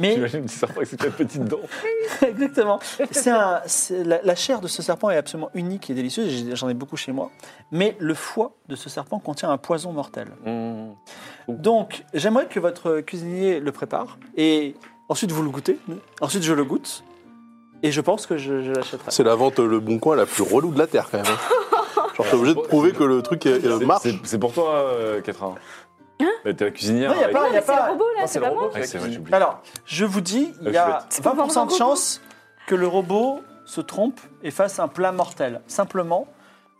S2: Mais
S3: J'imagine petit serpent avec ses quatre petites dents.
S2: [laughs] Exactement. C'est un- c'est- la, la chair de ce serpent est absolument unique et délicieuse. J'ai- J'en ai beaucoup chez moi. Mais le foie de ce serpent contient un poison mortel.
S4: Mmh.
S2: Donc, j'aimerais que votre cuisinier le prépare. Et ensuite, vous le goûtez. Ensuite, je le goûte. Et je pense que je, je l'achèterai.
S6: C'est la vente euh, Le Bon Coin la plus relou de la Terre, quand même. hein. [laughs] Genre, t'es obligé de prouver que le truc est- euh,
S3: C'est-
S6: marche.
S3: c'est- C'est pour toi, euh, Catherine. Bah, T'es la cuisinière.
S2: Hein Non, y a
S3: avec-
S2: pas-
S5: Non,
S2: y
S5: mais
S2: a
S5: c'est le robot là,
S4: Ah,
S5: c'est
S4: le
S5: pas
S4: robot
S5: moi.
S4: qui
S3: Ouais,
S4: l'a
S3: c'est vrai,
S4: cuisine.
S3: j'ai oublié.
S2: Alors, je vous dis, il y
S3: Euh, je
S2: a
S3: vais-
S5: C'est pour
S2: 20%
S5: vendre
S2: de
S5: un robot.
S2: chance que le robot se trompe et fasse un plat mortel. Simplement,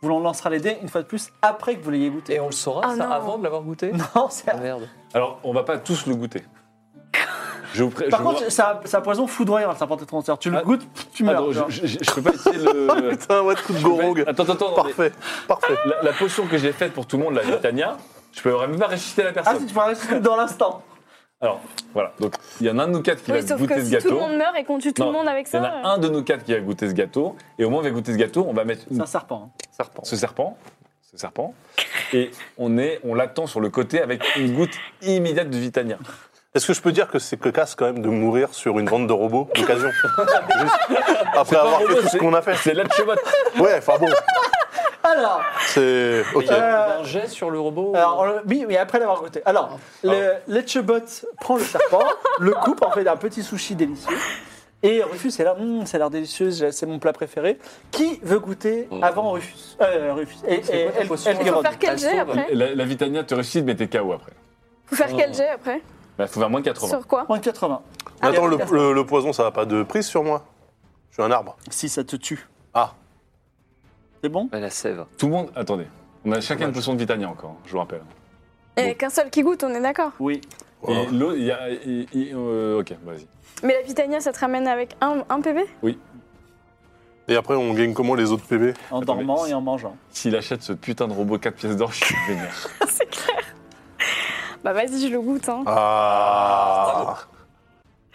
S2: vous l'en lancera les dés une fois de plus après que vous l'ayez goûté. [laughs]
S4: Et on le saura
S5: Ah,
S4: ça,
S5: non.
S4: avant de l'avoir goûté
S2: Non, c'est-
S4: Ah, Merde.
S3: Alors, on va pas tous
S2: [laughs]
S3: le goûter. Je vous pré-
S2: Par
S3: je vous-
S2: contre, ça, ça poison foudroyant le serpent des transferts. Tu le
S3: Ah.
S2: goûtes, pff, tu
S3: Ah
S2: meurs.
S3: non,
S2: tu vois.
S3: je, je- je peux pas essayer le.
S2: [laughs]
S6: Putain, ouais, coup de gorong.
S3: Attends, attends, attends.
S6: Parfait, parfait.
S3: mais La, la potion que j'ai faite pour tout le monde, la Vitania, je peux même pas réciter la
S2: Ah,
S3: personne.
S2: si tu pourrais rester dans l'instant.
S3: Alors, voilà. Donc, il y en a un de nous quatre qui
S5: Oui,
S3: va
S5: sauf que
S3: goûter ce
S5: si
S3: gâteau.
S5: tout le monde meurt et qu'on tue tout
S3: Non,
S5: le monde
S3: Il
S5: avec
S3: y
S5: ça.
S3: en a un de nous quatre qui va goûter ce gâteau. Et au moins, on va goûter ce gâteau. On va mettre
S2: C'est
S3: une-
S2: un serpent. hein.
S4: Serpent.
S3: ce serpent. Ce serpent. Et on, est- on l'attend sur le côté avec une goutte immédiate de Vitania.
S6: Est-ce que je peux dire que c'est cocasse quand même de mourir sur une vente de robots [laughs] d'occasion Juste Après
S3: pas
S6: avoir
S3: un
S6: fait
S3: robot,
S6: tout ce
S3: c'est-
S6: qu'on a fait.
S3: C'est là de chez moi.
S6: Ouais, enfin bon,
S2: Alors,
S6: c'est. Ok.
S4: Il y a
S2: Euh,
S4: un jet sur le robot
S2: alors, le- oui, mais après l'avoir goûté. Alors, le Letchbot prend le serpent, [laughs] le coupe en fait d'un petit sushi délicieux. Et Rufus est là, Hum, ça a l'air délicieux, c'est mon plat préféré. Qui veut goûter avant Rufus Euh, Rufus. Et,
S4: C'est
S2: et
S4: quoi ta
S2: El-
S4: potion
S5: Il faut
S2: Elgerod.
S5: faire quel
S4: Elle
S5: jet
S4: sauve.
S5: après
S3: La, la Vitania te réussit, mais t'es KO après.
S5: Faut faire quel jet après
S3: Bah, faut faire moins de 80.
S5: Sur quoi
S2: Moins de 80.
S6: Ah, Attends, le, le- le poison, ça n'a pas de prise sur moi Je suis un arbre.
S2: Si ça te tue.
S6: Ah.
S2: C'est bon
S4: Ah, La sève.
S3: Tout le monde, attendez. On a chacun une potion de Vitania encore, hein, je vous rappelle.
S5: Et qu'un seul qui goûte, on est d'accord.
S2: Oui.
S3: Et l'autre, il y a. il- il- euh, ok, vas-y.
S5: Mais la Vitania, ça te ramène avec un, un PV
S6: Et après, on gagne comment les autres PB
S2: En
S3: Attends,
S2: dormant
S3: mais-
S2: et en mangeant.
S3: S'il achète ce putain de robot 4 pièces d'or, je suis vénère.
S5: C'est clair. Bah vas-y, je le goûte. Hein.
S6: Ah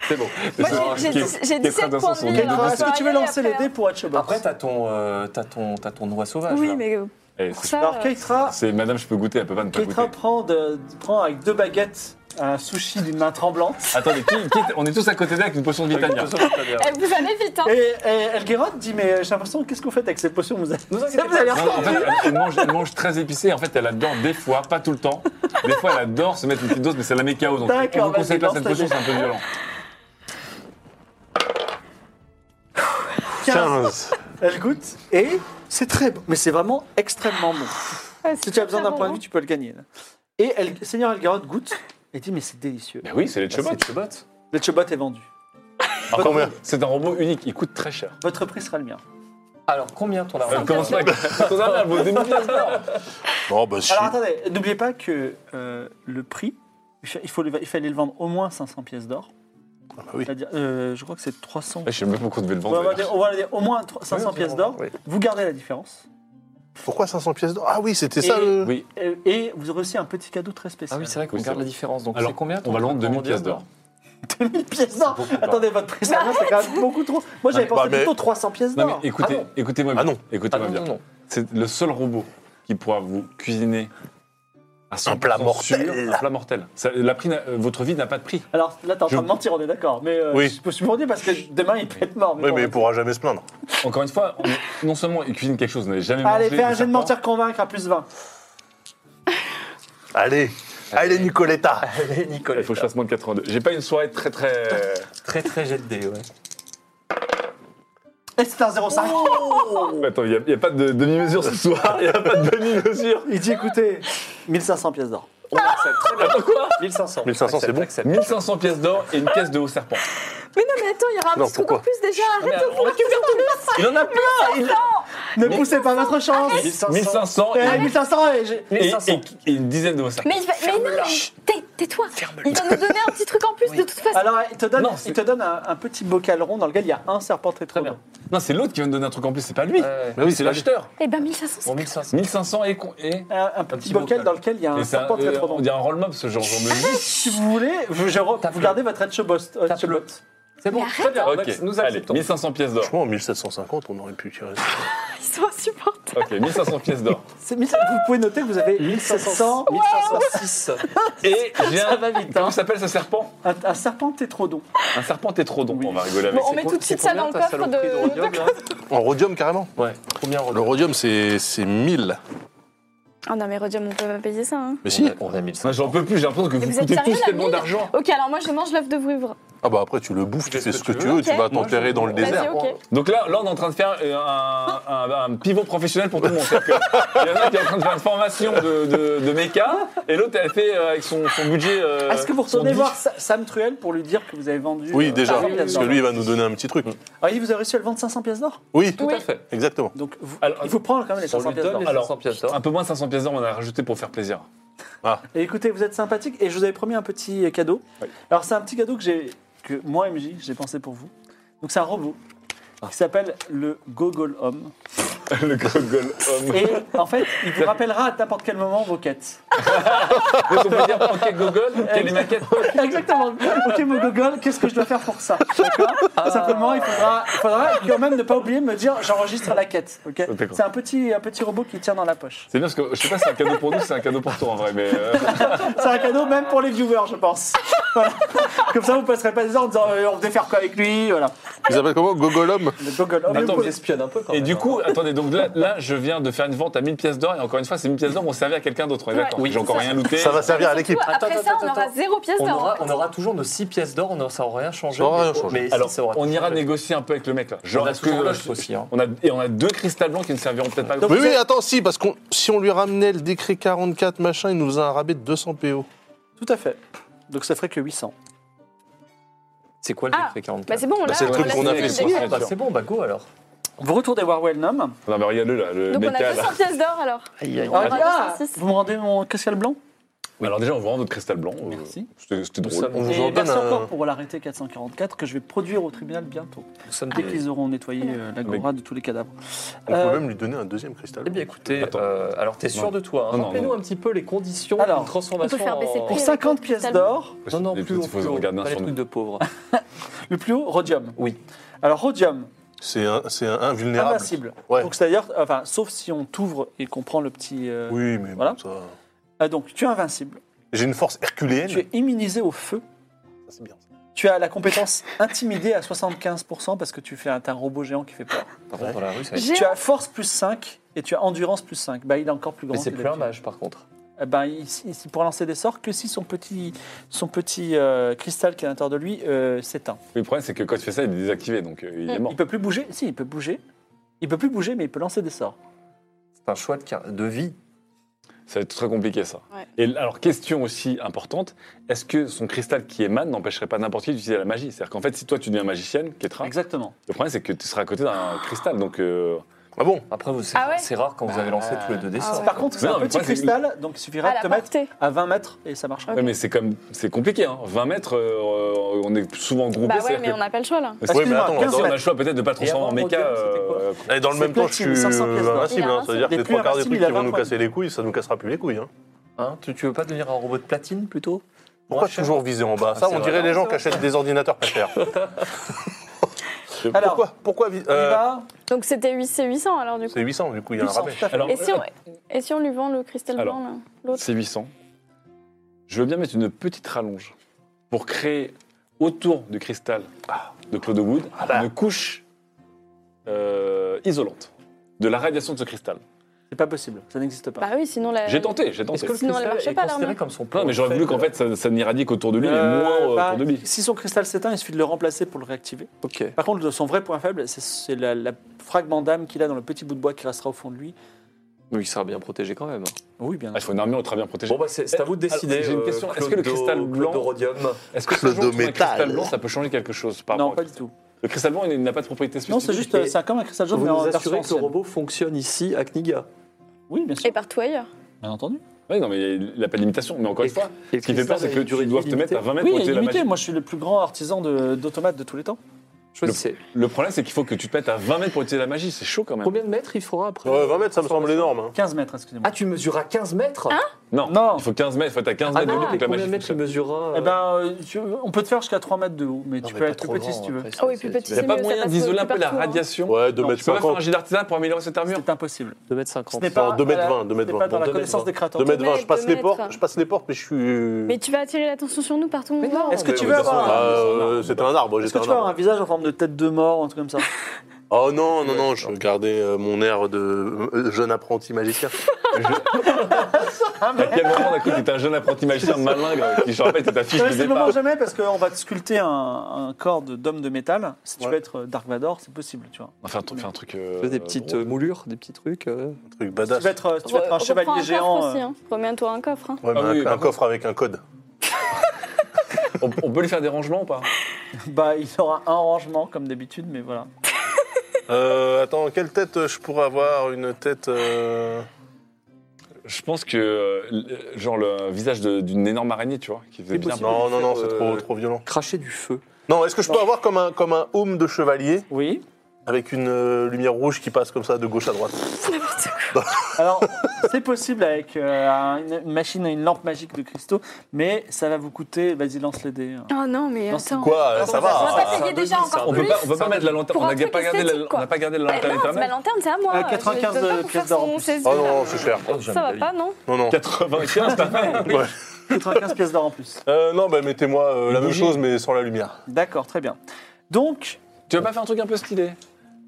S3: C'est bon.
S5: Moi, j'ai- j'ai j'ai
S3: T'es
S5: 17
S3: prêt dans
S5: points
S3: son
S5: de vie.
S3: second
S5: alors
S2: Keitra,
S5: on
S2: est-ce
S5: peut
S2: que tu veux
S5: y aller
S2: lancer les
S5: ah, après,
S2: dés pour Letchbot
S4: Après, t'as ton, euh, t'as ton, t'as ton doigt
S5: hein.
S4: sauvage.
S5: Oui,
S4: là.
S5: mais euh,
S3: Eh,
S5: pour
S3: c'est-
S5: ça.
S2: Alors,
S5: euh,
S2: Keitra,
S3: C'est madame, je peux goûter, elle peut pas ne pas
S2: Keitra
S3: goûter.
S2: prend, de- prend avec deux baguettes un sushi d'une main tremblante.
S3: Attendez, qui, qui- on est tous à côté d'elle avec une potion de Vitania.
S5: eh, vous allez vite, hein
S2: Et, et Elgerod dit Mais j'ai l'impression, qu'est-ce que vous faites avec ces potions Vous avez,
S4: Nous inquiétez
S2: vous allez
S4: pas.
S3: Non, en fait, elle, elle mange, elle mange très épicé. En fait, elle adore des fois, pas tout le temps. Des fois, elle adore se mettre une petite dose, mais c'est la met KO. Donc,
S2: D'accord,
S3: on vous
S2: vas-y,
S3: conseille pas
S2: lance
S3: cette
S2: ta
S3: potion, c'est un peu violent.
S6: 15
S2: Elle goûte et c'est très bon. Mais c'est vraiment extrêmement bon.
S5: Ah,
S2: Si
S5: c'est
S2: tu as besoin d'un
S5: très
S2: point de
S5: bon.
S2: vue, tu peux le gagner. là. Et El- Seigneur Elgerod goûte et dit Mais c'est délicieux.
S3: Mais Eh oui, Bah, c'est les Chobot.
S2: Letchbot est vendu.
S3: Par
S6: Combien
S3: contre, C'est un robot unique, il coûte très cher.
S2: Votre prix sera le mien.
S4: Alors, combien ton
S3: Elle
S4: argent
S3: commence pas avec ton arme, elle vaut 2000 pièces d'or.
S6: Oh bah si.
S2: Alors attendez, n'oubliez pas que euh, le prix, il faut, le- il fallait le vendre au moins 500 pièces d'or.
S6: Ah bah oui. Bah,
S2: C'est-à-dire, euh, je crois que c'est 300.
S3: Je sais même pas pourquoi on devait le
S2: On va
S3: vendre.
S2: dire, on va dire au moins 300 500 pièces d'or.
S4: Oui.
S2: Vous gardez la différence.
S6: Pourquoi 500 pièces d'or Ah oui, c'était ça
S2: Et-
S6: le.
S3: Oui,
S2: Et, et vous aurez aussi un petit cadeau très
S4: Ah
S2: spécial.
S4: oui, c'est vrai qu'on
S3: Oui, c'est
S4: garde
S3: vrai.
S4: la différence. Donc,
S3: Alors,
S4: c'est combien
S3: on
S4: ton-
S3: va le vendre
S4: ton
S3: 2000 pièces
S4: rendez-vous
S3: d'or.
S2: 2000 pièces d'or. Attendez, votre [laughs] prix, serment, Ah, c'est quand même beaucoup trop. Moi, j'avais
S6: mais-
S2: pensé
S6: bah, mais-
S2: plutôt 300 pièces
S3: Non,
S2: d'or.
S3: mais écoutez,
S4: Ah non.
S3: écoutez-moi bien.
S6: Ah non.
S4: Ah
S3: Écoutez-moi
S4: non,
S3: bien.
S4: non, non.
S3: C'est le seul robot qui pourra vous cuisiner à 100%
S6: Un plat mortel.
S3: sûr, un plat mortel. Ça- la prix n'a- euh, votre vie n'a pas de prix.
S2: Alors là, t'es en
S3: Je-
S2: train de mentir, on est d'accord. Mais euh,
S6: Oui.
S2: je peux supporter parce que demain, il peut être mort. mais
S6: Oui,
S2: bon,
S6: mais
S2: on-
S6: il pourra jamais se plaindre.
S3: Encore une fois, on- non seulement il cuisine quelque chose, vous n'avez jamais
S2: Allez,
S3: mangé
S2: fais un
S3: de
S2: jeu de
S3: serpent.
S2: mentir convaincre à plus 20.
S6: Allez Allez, Nicoletta
S4: Allez, Nicolas.
S3: Il faut que je fasse moins de 82. J'ai pas une soirée très très.
S4: Très, très jet de dés, ouais.
S2: Et c'est un 0,5.
S6: Oh,
S3: Attends, il n'y a, pas de demi-mesure ce soir. [laughs] Il n'y a pas de demi-mesure.
S2: Il dit écoutez, 1500 pièces d'or.
S4: On accepte. Très bien.
S2: 1500.
S6: 1500, c'est bon
S4: Accepte.
S3: 1500 pièces d'or et une caisse de haut serpent.
S5: Mais non, mais attends, il y aura un
S6: Non,
S5: petit truc en
S6: pourquoi
S5: plus déjà.
S4: Mais
S5: Arrête
S4: on récupère tout. Il en a plein.
S2: Ah, Ne poussez pas votre chance.
S3: 1500
S2: Eh,
S3: et,
S2: 1500 et j'ai-
S3: et- et- et une dizaine de haut serpent.
S5: Mais, il va... mais non, mais tais- tais-toi. Il va nous donner un petit truc en plus de toute façon.
S2: Alors, il te donne,
S3: Non,
S2: il
S3: c'est-
S2: te donne un, un petit bocal rond dans lequel il y a un serpent très
S3: Très
S2: très
S3: bien. Non, c'est l'autre qui vient de donner un truc en plus, c'est pas lui.
S4: Ouais.
S3: Mais oui, c'est l'acheteur.
S5: Eh ben 1500, c'est
S4: Bon, 1500.
S3: 1500 et. con- et...
S2: Un, un petit
S3: petit
S2: bocal,
S3: bocal.
S2: dans lequel il y a un
S3: Et ça,
S2: serpent Ah, très
S3: euh,
S2: très
S3: on
S2: bon.
S3: [laughs] dirait un roll-mob ce genre, j'en me dis.
S2: Si vous voulez, vous, je re-
S4: Tape-le.
S2: euh, vous gardez votre Hatchobot.
S4: Tape-le. C'est bon, très bien, Max,
S3: Ok,
S4: nous
S3: allez,
S4: acceptons.
S3: 1500 pièces d'or.
S6: Franchement, en 1750, on aurait pu tirer. ça.
S5: Ils sont insupportables.
S3: Ok, 1500 pièces d'or.
S2: C'est- mais ça, Vous pouvez noter que vous avez 1700
S4: 1506.
S3: Et j'ai
S4: Ça
S3: un...
S4: va vite, hein.
S3: Comment s'appelle ce serpent
S2: un, un serpent tétrodon.
S3: Un serpent tétrodon. On va rigoler avec
S5: Bon, on met tout de suite ça dans le coffre de.
S6: En rhodium, carrément.
S4: Ouais.
S6: Combien Le rhodium, c'est c'est 1000.
S5: Ah non, mais Rodium, on peut pas payer ça. hein.
S6: Mais si.
S4: On a mis le
S3: Moi, J'en peux plus, j'ai l'impression que
S5: Mais
S3: vous,
S5: vous êtes
S3: coûtez
S5: sérieux,
S3: tous
S5: la
S3: tellement
S5: mine
S3: d'argent.
S5: Ok, alors moi je mange l'œuf de vouivre.
S6: Ah bah après, tu le bouffes, tu fais ce que tu veux,
S5: Ok.
S6: tu vas t'enterrer dans le
S5: Vas-y,
S6: désert.
S5: ok.
S3: Donc là, là, on est en train de faire euh, un, un- un pivot professionnel pour tout le monde. C'est-à-dire que Il y en a un qui est en train de faire une formation de, de, de méca, et l'autre, elle fait euh, avec son, son budget. euh,
S2: Est-ce que vous
S3: son
S2: retournez
S3: dix.
S2: voir Sa- Sam Truel pour lui dire que vous avez vendu
S6: Oui,
S2: euh,
S6: déjà.
S2: par exemple,
S6: Parce que lui, il va nous donner un petit truc.
S2: Ah, il vous a réussi à le vendre 500 pièces d'or
S6: Oui,
S4: Tout à fait.
S6: exactement.
S2: Donc, vous,
S3: Alors,
S2: il faut prendre quand même les
S4: On
S2: 500
S4: lui
S2: pièces
S4: donne
S2: d'or.
S4: les
S3: Alors,
S4: 500 pièces d'or.
S3: Un peu moins de 500 pièces d'or, on en a rajouté pour faire
S5: [laughs]
S3: plaisir.
S2: Et écoutez, vous êtes sympathique et je vous avais promis un petit cadeau. Alors, c'est un petit cadeau que j'ai, que moi, MJ, j'ai pensé pour vous. Donc, c'est un robot qui s'appelle le Gogol Homme.
S3: le gogol homme.
S2: Et en fait, il vous rappellera à n'importe quel moment vos quêtes.
S3: Donc on peut dire, ok, gogol, quelle est ma quête
S2: [laughs] Exactement. Ok, mon Gogol, qu'est-ce que je dois faire pour ça D'accord
S6: Ah.
S2: Simplement, il faudra, il faudra quand même ne pas oublier de me dire j'enregistre la quête. Ok
S6: Ah,
S3: D'accord.
S2: c'est un petit, un petit robot qui tient dans la poche.
S3: C'est bien parce que je sais pas si c'est un cadeau pour nous, c'est un cadeau pour toi en vrai, mais. euh,
S2: C'est un cadeau même pour les viewers, je pense. Voilà. Comme ça, vous passerez pas des heures en disant euh, on devait faire quoi avec lui Voilà.
S6: Ils appellent comment Gogolom
S2: Le Gogol Homme.
S3: Attends,
S4: On espionne un peu quand
S3: Et
S4: même,
S3: du
S4: hein.
S3: coup, attendez, donc là, là, je viens de faire une vente à 1000 pièces d'or, et encore une fois, ces 1000 pièces d'or vont servir à quelqu'un d'autre, on est
S5: Ouais.
S3: d'accord
S4: Oui,
S3: J'ai encore
S5: ça-
S3: rien looté.
S6: Ça va servir à l'équipe.
S5: Après
S4: Attends,
S5: ça,
S4: attends,
S5: on aura
S4: attends.
S5: zéro pièce
S4: On
S5: d'or.
S4: aura, on aura toujours nos 6 pièces d'or, on- ça aura rien changé.
S6: Ça aura
S4: mais-
S6: rien changé.
S4: Mais si,
S3: Alors,
S4: ça aura
S3: on
S4: tout
S3: ira
S4: changé.
S3: négocier un peu avec le mec là.
S4: On
S3: Genre,
S4: a
S3: est-ce que.
S4: toujours l'œuf aussi. hein.
S3: On a, et on a deux cristals blancs qui ne serviront peut-être pas.
S2: Donc,
S6: Oui,
S2: vous
S6: oui,
S2: êtes-
S6: attends, si, parce que si on lui ramenait le décret 44, machin, il nous faisait un rabais de 200 PO.
S2: Tout à fait. Donc ça ferait que 800.
S4: C'est quoi le
S5: Ah,
S4: décret 44
S5: Bah c'est bon, on l'a.
S6: c'est le
S5: on
S6: truc
S5: l'a
S6: qu'on a
S5: signé
S6: fait,
S5: depuis
S6: c'est
S5: le
S3: pour
S5: début.
S3: ça.
S4: Bah, c'est bon, bah go alors.
S2: Vous retournez voir Wellnum.
S3: Non, mais regarde-le là, le
S5: Donc on
S3: méca
S5: a
S3: là.
S5: 200 pièces d'or alors.
S2: Ah,
S5: aura
S2: ah,
S5: 206.
S2: vous me rendez mon cascal blanc
S3: Alors déjà, on vous rend notre cristal blanc. euh,
S2: Merci.
S3: C'était c'était
S4: Nous
S3: drôle.
S4: sommes,
S6: On vous
S2: Et
S6: en donne
S2: merci encore
S6: un.
S2: pour l'arrêté 444 que je vais produire au tribunal bientôt.
S4: nous sommes
S2: Dès
S4: des...
S2: qu'ils auront nettoyé euh, l'agora de tous les cadavres.
S6: On
S2: Euh,
S6: peut même lui donner un deuxième cristal.
S4: Eh bien écoutez,
S3: Attends.
S4: euh, alors t'es sûr
S3: Non.
S4: de toi hein.
S3: Non, non,
S4: Rappelez-nous
S3: non.
S4: un petit peu les conditions
S2: Alors,
S4: d'une transformation.
S5: on peut faire baisser le
S4: en-
S5: prix.
S2: Pour
S5: Et
S2: 50
S5: avec
S2: pièces
S5: Crystal
S2: d'or,
S4: Non, non,
S3: Les
S4: plus
S3: petits,
S4: haut,
S3: faut
S4: plus
S3: se
S4: haut.
S3: regarder un
S4: Pas les
S3: sur
S4: trucs
S3: nous.
S4: de pauvres.
S2: le plus haut, rhodium.
S4: Oui.
S2: Alors rhodium,
S6: C'est un, c'est un invulnérable.
S2: invincible.
S6: Ouais.
S2: Donc c'est-à-dire, enfin, sauf si on t'ouvre et qu'on prend le petit... euh,
S6: Oui, mais bon,
S2: Voilà.
S6: ça-
S2: ah, donc tu es invincible,
S6: J'ai une force herculéenne.
S2: tu es immunisé au feu,
S6: Ça, C'est bien. ça.
S2: tu as la
S4: [laughs]
S2: compétence intimidée à 75% parce que tu fais un, t'as un robot géant qui fait peur.
S4: Par contre, dans la rue, ça va être-
S5: J'ai
S2: Tu as force plus 5 et tu as endurance plus 5. Bah, il est encore plus grand.
S4: Mais c'est
S2: que
S4: plus un
S2: d'habitude.
S4: mage par contre.
S2: Eh ben, il, il- il pourra lancer des sorts que si son petit, son petit euh, cristal qui est à l'intérieur de lui euh, s'éteint.
S3: Le problème, c'est que quand tu fais ça, il est désactivé, donc euh, il est mort.
S2: Il peut plus bouger. Si, il peut bouger. Il peut plus bouger, mais il peut lancer des sorts.
S4: C'est un choix de, car- de vie.
S3: Ça va être très compliqué ça.
S5: Ouais.
S3: Et l- alors, question aussi importante, est-ce que son cristal qui émane n'empêcherait pas n'importe qui d'utiliser la magie C'est-à-dire qu'en fait, si toi tu deviens magicienne, Ketra,
S2: Exactement.
S3: le problème c'est que tu seras à côté d'un cristal. Donc, euh,
S6: Ah bon
S4: Après, vous, c'est,
S5: Ah ouais
S4: c'est rare quand vous avez lancé tous les deux dessins.
S5: Ah ouais.
S2: Par contre, c'est
S3: Non,
S2: un
S3: mais
S2: petit
S3: moi, c'est-
S2: cristal, donc il suffira
S5: à
S2: de
S5: la
S2: te mettre
S5: portée.
S2: à 20 mètres et ça marchera.
S5: Ok.
S3: ouais, mais c'est comme c'est compliqué. Hein. 20 mètres, euh, on est souvent groupés.
S5: Bah ouais,
S3: c'est-à-dire
S5: mais on n'a pas le choix là.
S3: que-
S6: Ouais, mais
S2: Excuse-moi,
S6: attends,
S2: 15
S3: Si on a le
S2: mètres.
S3: choix peut-être de pas transformer
S2: avant,
S3: en méca.
S2: Rodion, c'était quoi
S3: euh,
S6: Et dans le
S2: C'est
S6: même temps, je
S2: platine,
S6: suis
S2: 500 pièces d'or.
S6: invincible. hein. C'est-à-dire que
S2: Il
S6: les
S2: est
S6: trois quarts des
S2: invincible,
S6: trucs
S2: il a
S6: qui vont
S2: 20
S6: nous
S2: points.
S6: casser les couilles, ça nous cassera plus les couilles. hein.
S4: Hein, tu, tu veux pas devenir un robot de platine plutôt
S6: Pourquoi
S4: Moins cher
S6: toujours viser en bas
S4: Ah,
S6: Ça,
S4: c'est
S6: on
S4: vrai.
S6: dirait les gens qui achètent des ordinateurs pas chers.
S2: Alors,
S6: pourquoi pourquoi vis-
S2: on y
S6: euh,
S2: va.
S5: Donc c'était 8, c'est 800 alors du coup.
S6: C'est 800, du coup, il y a un
S2: 800,
S6: rabais.
S2: tout à fait.
S3: alors,
S5: Et si, on, et si on lui vend le cristal
S3: Alors.
S5: blanc là L'autre
S3: C'est 800. Je veux bien mettre une petite rallonge pour créer autour du cristal de Claude Wood une couche euh, isolante de la radiation de ce cristal.
S5: Euh,
S2: C'est pas possible. Ça n'existe pas.
S5: Bah oui, sinon la.
S3: J'ai tenté, j'ai tenté.
S4: Est-ce que le
S5: Sinon, elle
S4: cristal
S5: marche
S4: est
S5: pas,
S4: considéré
S5: l'armée.
S4: comme son plan
S3: Non, mais j'aurais voulu
S4: Euh,
S3: qu'en fait ça, ça n'irradie qu'autour de lui et moins euh,
S2: Euh, bah,
S3: autour de lui.
S2: Si son cristal s'éteint, il suffit de le remplacer pour le réactiver.
S4: Ok.
S2: Par contre, son vrai point faible, c'est- c'est la, la fragment d'âme qu'il a dans le petit bout de bois qui restera au fond de lui.
S4: Oui, il sera bien protégé quand même.
S2: Oui, bien
S3: Ah, il faut une armure ultra bien protégée.
S4: Bon, bah, c'est, c'est à vous de décider.
S3: Alors, j'ai une
S4: euh,
S3: question. Est-ce que le
S4: Claude
S3: cristal
S4: Claude
S3: blanc-
S4: rhodium
S3: Est-ce que ce
S6: Claude
S3: jour où on trouve un
S6: métal.
S3: cristal blanc, ça peut changer quelque chose par
S2: Non,
S3: rapport à-
S2: pas du tout.
S3: Le cristal blanc, Euh, il n'a pas de propriété
S2: Non,
S3: spécifique.
S2: c'est juste, euh,
S4: Et
S2: c'est comme un cristal jaune,
S4: Vous
S2: mais en
S4: nous
S2: version
S4: assurez que le
S2: ancienne.
S4: robot fonctionne ici à Kniga.
S2: Oui, bien sûr.
S5: Et partout ailleurs.
S2: Bien entendu.
S3: Oui, non, mais il n'a pas de limitation. Mais encore une fois,
S4: Et
S3: ce qui fait peur, c'est que tu dois te mettre à 20 mètres
S2: Oui, il est
S3: pour utiliser la
S2: limité.
S3: magie.
S2: Moi, je suis le plus grand artisan de- d'automates de, tous les temps.
S4: Choisissez.
S3: Le problème, c'est qu'il faut que tu te pètes à 20 mètres pour utiliser la magie. C'est chaud quand même.
S4: Combien de mètres il faudra après
S6: Ouais, 20 mètres, ça me semble énorme. hein.
S2: 15 mètres, excusez-moi.
S4: Ah, tu mesures à 15 mètres
S3: Non,
S2: Non.
S3: il faut 15 mètres. Il faut être à 15
S4: Ah
S3: mètres de
S4: non, mais
S3: lui pour que la
S4: combien de
S3: magie
S4: mètres tu
S3: fonctionne.
S4: mesuras
S2: Eh ben, euh, tu- on peut te faire jusqu'à 3 mètres de haut, mais tu peux être tout petit si tu veux.
S1: Ah oui, plus petit,
S3: Il n'y a
S1: c'est
S3: pas
S1: mieux, ça
S3: moyen
S1: passe
S3: d'isoler un peu
S1: partout,
S3: la
S1: hein.
S3: radiation.
S6: Ouais, 2
S3: Non,
S6: mètres
S3: Tu peux pas faire un
S6: 50.
S3: jet d'artisanat pour améliorer cette armure
S2: C'est impossible.
S4: 2 mètres 50.
S2: Ce n'est pas,
S6: Non, deux mètres
S2: à la-
S6: vingt, deux
S2: ce
S6: mètres
S2: n'est pas
S6: vingt.
S2: dans la
S4: Deux
S2: connaissance
S4: mètres
S2: des créateurs.
S6: 2 mètres 20,
S5: mètres,
S6: je passe
S5: deux
S6: les portes,
S5: mètres.
S6: je passe les portes, mais je suis.
S5: Mais tu vas attirer l'attention sur nous par ton mouvement.
S2: Est-ce que tu
S6: Mais
S2: veux
S6: de toute façon,
S2: avoir,
S6: euh, C'était un arbre,
S2: est-ce que
S6: j'étais
S2: tu
S6: un
S2: veux avoir un
S6: arbre.
S2: visage en forme de tête de mort, un truc comme
S6: [laughs]
S2: ça
S6: Oh non, non, non, je gardais euh, mon air de euh, jeune apprenti magicien.
S3: À quel moment on a cru que t'étais un jeune apprenti magicien malingre qui, je rappelle, était ta fiche
S2: Ouais,
S3: de
S2: C'est le moment
S3: départ
S2: ou jamais parce qu'on va te sculpter un, un corps de- d'homme de métal. Si tu
S6: Ouais.
S2: veux être euh, Dark Vador, c'est possible, tu vois.
S3: On va faire un truc- faire un truc. euh,
S4: Des petites
S3: drôle.
S4: euh, moulures, des petits trucs. euh.
S6: Un truc
S2: Si tu
S6: badass.
S2: veux être, euh, si tu veux être un
S5: Reprends
S2: chevalier
S5: coffre
S2: géant.
S5: aussi,
S2: euh,
S5: hein. Remets-toi un coffre. hein.
S6: Ouais, mais
S3: Ah
S6: un-
S3: oui,
S6: un,
S3: par contre-
S6: coffre avec un code.
S3: On on peut lui faire des rangements ou pas
S2: bah, il aura un rangement comme d'habitude, mais voilà.
S6: Euh, attends, quelle tête euh, je pourrais avoir Une tête. euh,
S3: Je pense que, euh, le- genre, le visage de- d'une énorme araignée, tu vois, qui faisait bien
S4: possible.
S3: mal.
S6: Non, non, non, c'est
S4: Euh,
S6: trop, trop violent.
S4: Cracher du feu.
S6: Non, est-ce que je peux avoir comme un, comme un home de chevalier
S2: Oui.
S6: avec une euh, lumière rouge qui passe comme ça de gauche à droite
S2: Alors, [laughs] c'est possible avec euh, une une machine à une lampe magique de cristaux, mais ça va vous coûter. Vas-y, lance les dés. hein.
S5: Oh non, mais
S2: Non, c'est
S5: attends.
S6: Quoi euh,
S2: Non,
S6: Ça
S5: On va
S6: va
S5: pas
S4: c'est un
S5: payer
S4: demi, c'est
S5: déjà
S4: un
S3: On
S5: encore
S3: peut
S5: plus.
S3: pas, on peut pas mettre la lanterne,
S5: Pour
S3: on
S5: un
S3: n'a
S5: truc
S3: pas, gardé la-
S5: esthétique,
S3: on
S5: quoi.
S3: n'a pas gardé la
S5: Bah
S3: lanterne
S5: non, c'est ma
S3: éternelle.
S5: lanterne, c'est à moi.
S2: Euh,
S5: Je-
S2: 95
S5: je peux pas vous
S2: pièces
S5: faire
S2: d'or en
S5: son
S2: plus.
S5: 16
S6: Oh
S5: là.
S6: non, c'est cher.
S5: Ça va pas, non
S6: Non, non.
S3: 95, [laughs] t'as fait
S6: Ouais.
S2: 95 pièces d'or en plus.
S6: Euh, non, bah mettez-moi euh, la même
S3: Bougie.
S6: chose mais sans la lumière.
S2: D'accord, très bien. Donc,
S3: Tu veux pas faire un truc un peu stylé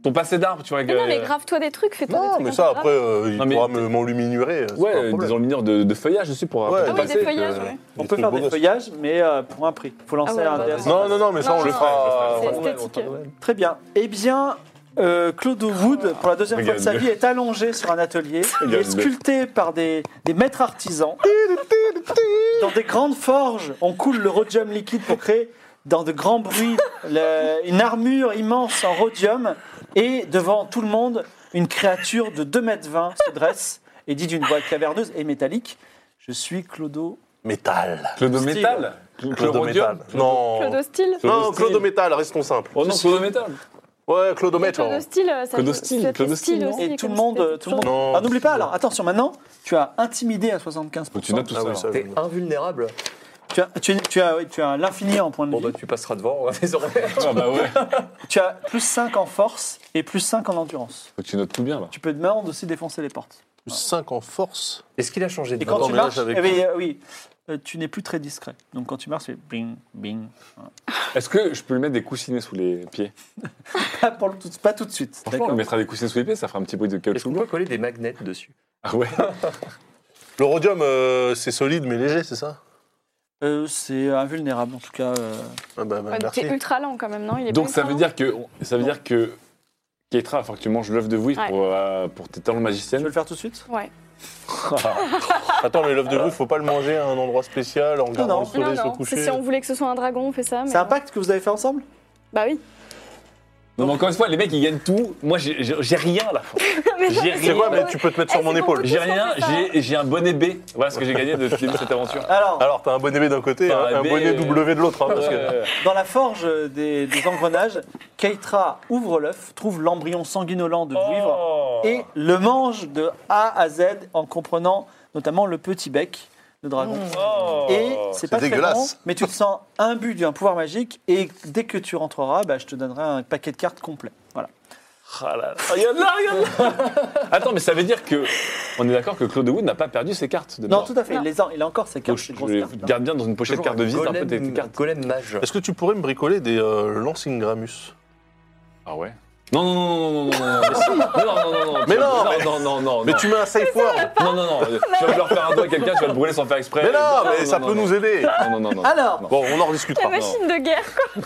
S3: Ton passé d'arbre, tu vois.
S5: Mais non,
S3: euh,
S5: mais grave-toi des trucs, fais-toi des
S6: Non,
S5: trucs. hein.
S6: mais ça
S5: imparables.
S6: après, euh, il
S3: Non, mais
S6: pourra
S3: t'es-
S6: me- m'enluminurer. euh, c'est pas un
S3: Ouais,
S6: problème.
S3: des enluminures de, de feuillage aussi pour
S6: Ouais,
S3: pour
S5: Ah
S3: ton
S5: oui,
S3: passé,
S5: des feuillages,
S3: que-
S5: ouais.
S2: on
S6: Des
S2: peut
S6: trucs
S2: faire
S6: beaux
S2: des
S6: gosses.
S2: feuillages, mais euh, pour un prix. Faut lancer
S5: Ah ouais,
S2: un
S5: bah,
S2: dé à
S5: bah,
S2: cent
S6: Non, non, non, mais ça,
S5: Non,
S6: on le
S5: non,
S6: fera.
S5: Oh, c'est
S6: euh,
S5: esthétique.
S2: Très bien. Eh bien, euh, Claude Wood, pour la deuxième fois de sa vie, est allongé sur un atelier. Il est
S3: Regarde-le.
S2: sculpté par des, des maîtres artisans. Dans des grandes forges, on coule le rhodium liquide pour créer, dans de grands bruits, [laughs] le- une armure immense en rhodium. Et devant tout le monde, une créature de 2 mètres 20 se dresse et dit d'une voix caverneuse et métallique Je suis Clodo.
S6: Métal.
S3: Claude
S2: Style.
S3: métal Claude
S6: Clodo
S3: rhodium
S6: métal. Non.
S5: Clodo style.
S6: Non,
S3: Clodo
S6: Clodo
S3: style.
S6: métal, restons simples.
S3: Oh non, Claude métal
S6: Ouais, Clodo
S5: Mais
S6: métal.
S2: hein.
S5: Clodo style, ça
S3: Clodo
S5: peut-
S3: style,
S5: ça peut
S3: Clodo style, non
S5: aussi,
S2: Et tout
S5: comme
S2: le
S5: c'était
S2: monde. Tout le monde.
S6: Non.
S2: Ah, N'oublie pas, alors, attention, maintenant, tu as intimidé à 75%.
S3: Faut que tu notes tout
S6: Ah oui,
S3: ça.
S6: ça,
S3: alors.
S4: T'es invulnérable.
S2: Tu as, tu, tu as, oui, tu as l'infini en points de
S4: Bon,
S2: vie.
S4: bah, tu passeras devant, hein, désormais.
S3: Ah bah ouais, faut
S2: Tu as plus 5 en force et plus 5 en endurance.
S3: que tu notes tout bien là.
S2: Tu peux demain aussi défoncer les portes.
S6: Plus 5 en force.
S4: [laughs] Est-ce qu'il a changé de
S2: Et quand
S6: Attends,
S2: tu
S6: mais là,
S2: marches,
S6: j'avais-
S2: eh bien, euh, oui, euh, tu n'es plus très discret. Donc quand tu marches, c'est bing, bing. [laughs]
S3: Est-ce que je peux lui mettre des coussinets sous les pieds
S2: Pas, pour le tout, pas tout de suite.
S3: Franchement, on lui
S2: D'accord.
S3: mettra des coussinets sous les pieds, ça fera un petit bruit de
S4: Est-ce qu'on
S3: caoutchouc.
S4: peut coller des magnets dessus
S3: Ah ouais
S6: Le rhodium, euh, c'est solide mais léger, c'est ça
S2: Euh, c'est invulnérable en tout cas. euh.
S6: Ah bah, bah,
S5: Ouais,
S6: merci.
S5: T'es ultra lent quand même, non Il est
S3: Donc
S5: pas
S3: ça
S5: ultra
S3: veut
S5: lent
S3: dire que ça veut dire que Keitra, il va falloir que tu manges l'œuf de Wii
S5: Ouais.
S3: pour, euh, pour tes talents de
S2: Tu veux
S3: magicienne.
S2: le faire tout de suite
S5: Ouais.
S3: [laughs]
S6: Attends, mais l'œuf de bœuf, faut pas le manger à un endroit spécial en regardant
S2: non.
S6: le
S5: Non,
S6: soleil se
S5: non, c'est
S6: coucher.
S5: si on voulait que ce soit un dragon, on fait ça. mais-
S2: C'est un pacte que vous avez fait ensemble
S5: Bah oui. [laughs]
S3: Non mais encore une fois, les mecs ils gagnent tout, moi j'ai- j'ai j'ai rien là.
S5: Mais non,
S3: J'ai
S5: mais
S6: C'est
S3: rien,
S6: quoi,
S5: ouais,
S6: mais tu peux te mettre
S5: Eh,
S6: sur mon
S5: c'est pour
S6: épaule.
S5: tout.
S3: J'ai rien, j'ai j'ai un bonnet B. Voilà ce que j'ai gagné de début de cette aventure.
S2: Alors,
S6: Alors, t'as un bonnet B d'un côté et
S3: T'as
S6: un,
S3: un
S6: un
S3: B,
S6: bonnet
S3: euh,
S6: W de l'autre. hein, parce que-
S3: Euh,
S2: dans la forge des, des engrenages, Keitra ouvre l'œuf, trouve l'embryon sanguinolent
S5: Oh.
S2: de vivre. et le mange de A à Z en comprenant notamment le petit bec de dragon.
S3: Oh.
S2: Et c'est pas très
S6: dégueulasse.
S2: bon, mais tu te sens imbu d'un pouvoir magique et dès que tu rentreras, bah, je te donnerai un paquet de cartes complet. Voilà.
S3: Ah là là. Regarde là, regarde là. Attends, mais ça veut dire que on est d'accord que Claude Wood n'a pas perdu ses cartes de
S2: Non,
S3: mort.
S2: tout à fait, il, les a, il a encore ses
S3: Donc,
S2: cartes,
S3: je
S2: ses grosses cartes. hein.
S3: garde bien dans une pochette
S4: Toujours
S3: carte de visite un peu tes
S4: golem-
S3: cartes.
S4: Golem mage.
S6: Est-ce que tu pourrais me bricoler des euh, Lancingramus
S3: Ah ouais. Non non non non non non non non non non non non
S6: Mais
S3: tu-
S6: non, mais-
S3: non non non
S6: Mais
S3: non.
S6: tu mets un safe word
S3: non non non tu vas vouloir faire un doigt à quelqu'un tu vas le brûler sans faire exprès
S6: Mais non, mais ça
S3: non,
S6: peut
S3: non.
S6: nous aider
S3: non non non non
S2: Alors,
S3: Non.
S6: Bon, on en
S5: La
S6: rediscutera.
S5: machine de guerre.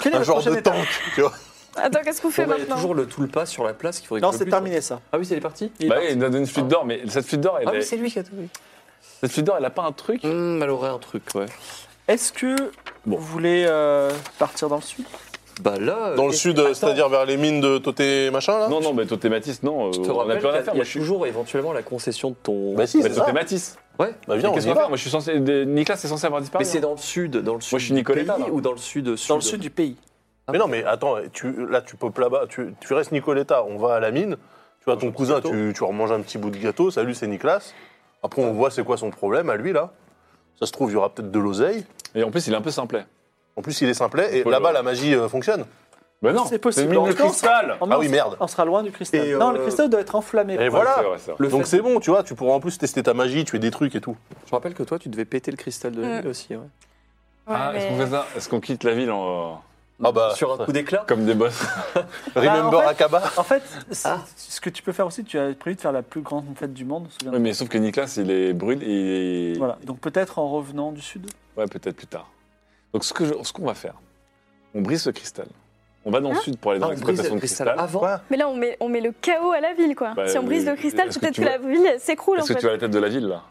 S2: quel est
S6: Un
S2: le
S6: genre
S2: prochain
S6: de
S2: étape
S6: tank, tu vois.
S5: Attends, qu'est-ce qu'on fait
S4: Bon, bah, Il y a
S5: maintenant
S4: toujours le tout le pas sur la place qu'il faudrait
S2: Non,
S4: que je
S2: c'est
S4: bute.
S2: terminé ça.
S4: Ah oui, c'est les parties
S2: Il est
S3: bah oui,
S2: parti.
S3: il nous a donné une fuite d'or mais cette fuite d'or elle
S4: Ah oui,
S3: est-
S4: c'est lui qui a tout vu.
S3: cette fuite d'or elle a pas un truc
S4: Hum, elle aurait un truc, ouais.
S2: Est-ce que
S3: Bon.
S2: vous voulez euh, partir dans le sud
S4: Bah là.
S6: Dans le
S4: est-ce-
S6: sud,
S4: Attends,
S6: c'est-à-dire vers les mines de Toté machin, là
S3: non non mais toi t'es Matisse non euh,
S4: Je te
S3: on a
S4: rappelle
S3: plus rien à
S4: qu'il
S3: faire
S4: y
S3: moi
S4: a
S3: je suis
S4: toujours éventuellement la concession de ton.
S6: Bah si,
S3: mais
S6: c'est
S3: toi
S6: ça.
S3: t'es Matisse
S4: Ouais.
S6: Bah
S3: Mais
S6: viens, on y
S3: qu'est-ce qu'on va faire
S6: va.
S3: moi je suis censé Nicolas c'est censé avoir disparu
S4: Mais c'est dans le sud, dans le sud.
S3: hein. je suis
S4: du
S3: Nicoletta,
S4: pays
S3: là.
S4: ou dans le sud
S2: Dans le sud du pays.
S6: Mais non, mais attends, tu, là, tu popes là-bas, tu, tu restes Nicoletta, on va à la mine, tu vois ton cousin, tu, tu remanges un petit bout de gâteau, salut, c'est Nicolas. Après, on voit c'est quoi son problème à lui, là. Ça se trouve, il y aura peut-être de l'oseille.
S3: hein. Et en plus, il est un peu simplet.
S6: En plus, il est simplet, et
S3: Faut le-
S6: là-bas, la magie euh, fonctionne.
S3: Ben non,
S2: C'est possible.
S3: une mine
S2: En
S3: de
S2: tout cas,
S3: cristal.
S2: Oh,
S6: Ah
S2: mince,
S6: oui, merde.
S2: On sera loin du cristal.
S6: Et,
S2: Non,
S6: euh,
S2: le cristal doit être enflammé.
S6: Et
S3: Ouais,
S6: voilà.
S3: c'est vrai, c'est vrai.
S4: Le
S6: Donc
S4: fait-
S6: c'est bon, tu vois, tu pourras en plus tester ta magie, tuer des trucs et tout.
S4: Je rappelle que toi, tu devais péter le cristal de
S2: Mm.
S4: la ville aussi. hein. ouais.
S5: Ouais,
S3: Ah, est-ce
S5: mais-
S3: qu'on fait ça Est-ce qu'on quitte la ville en...
S6: Ah bah,
S4: Sur un
S6: ça-
S4: coup d'éclat
S3: comme des boss [laughs]
S6: remember
S2: Bah, en fait-
S6: Akaba
S2: En fait, c'est- ce que tu peux faire aussi, tu as prévu de faire la plus grande fête du monde. souviens-toi.
S3: Oui, mais sauf que Nicolas, il est brûlé et...
S2: Voilà. Donc peut-être en revenant du sud.
S3: Ouais, peut-être plus tard. Donc ce que je- ce qu'on va faire, on brise ce cristal. On va dans le sud pour aller dans
S4: Ah, on brise
S3: l'exploitation
S4: le
S3: de
S4: cristal
S3: cristal.
S4: avant.
S6: Quoi
S5: Mais là, on met, on met le chaos à la ville, quoi.
S3: Bah,
S5: si on brise
S3: mais-
S5: le cristal,
S3: est-ce que
S5: peut-être
S3: tu
S5: que, la ville s'écroule, en
S3: Parce que
S5: fait.
S3: tu as la tête de la ville là.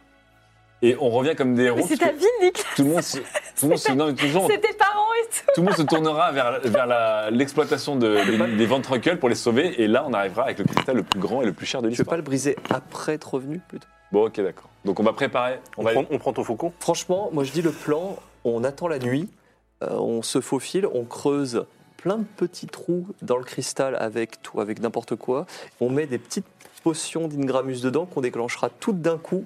S3: Et on revient comme des héros.
S5: Mais c'est ta
S3: parce que
S5: ville, Nick.
S3: tout le monde,
S2: [laughs]
S3: se, tout le monde, se, non, mais tout le monde-
S5: C'est tes parents et tout.
S3: tout le monde se tournera vers, vers la- l'exploitation de, des, des ventricules pour les sauver. Et là, on arrivera avec le cristal le plus grand et le plus cher de
S4: Tu veux pas
S3: l'histoire.
S4: le briser après être revenu plutôt
S3: Bon, ok, d'accord. Donc on va préparer.
S6: on,
S3: On va
S6: prend, on prend ton faucon
S4: Franchement, moi je dis le plan, on attend la nuit, euh, on se faufile, on creuse plein de petits trous dans le cristal avec tout, avec n'importe quoi. On met des petites potions d'Ingramus dedans qu'on déclenchera toutes d'un coup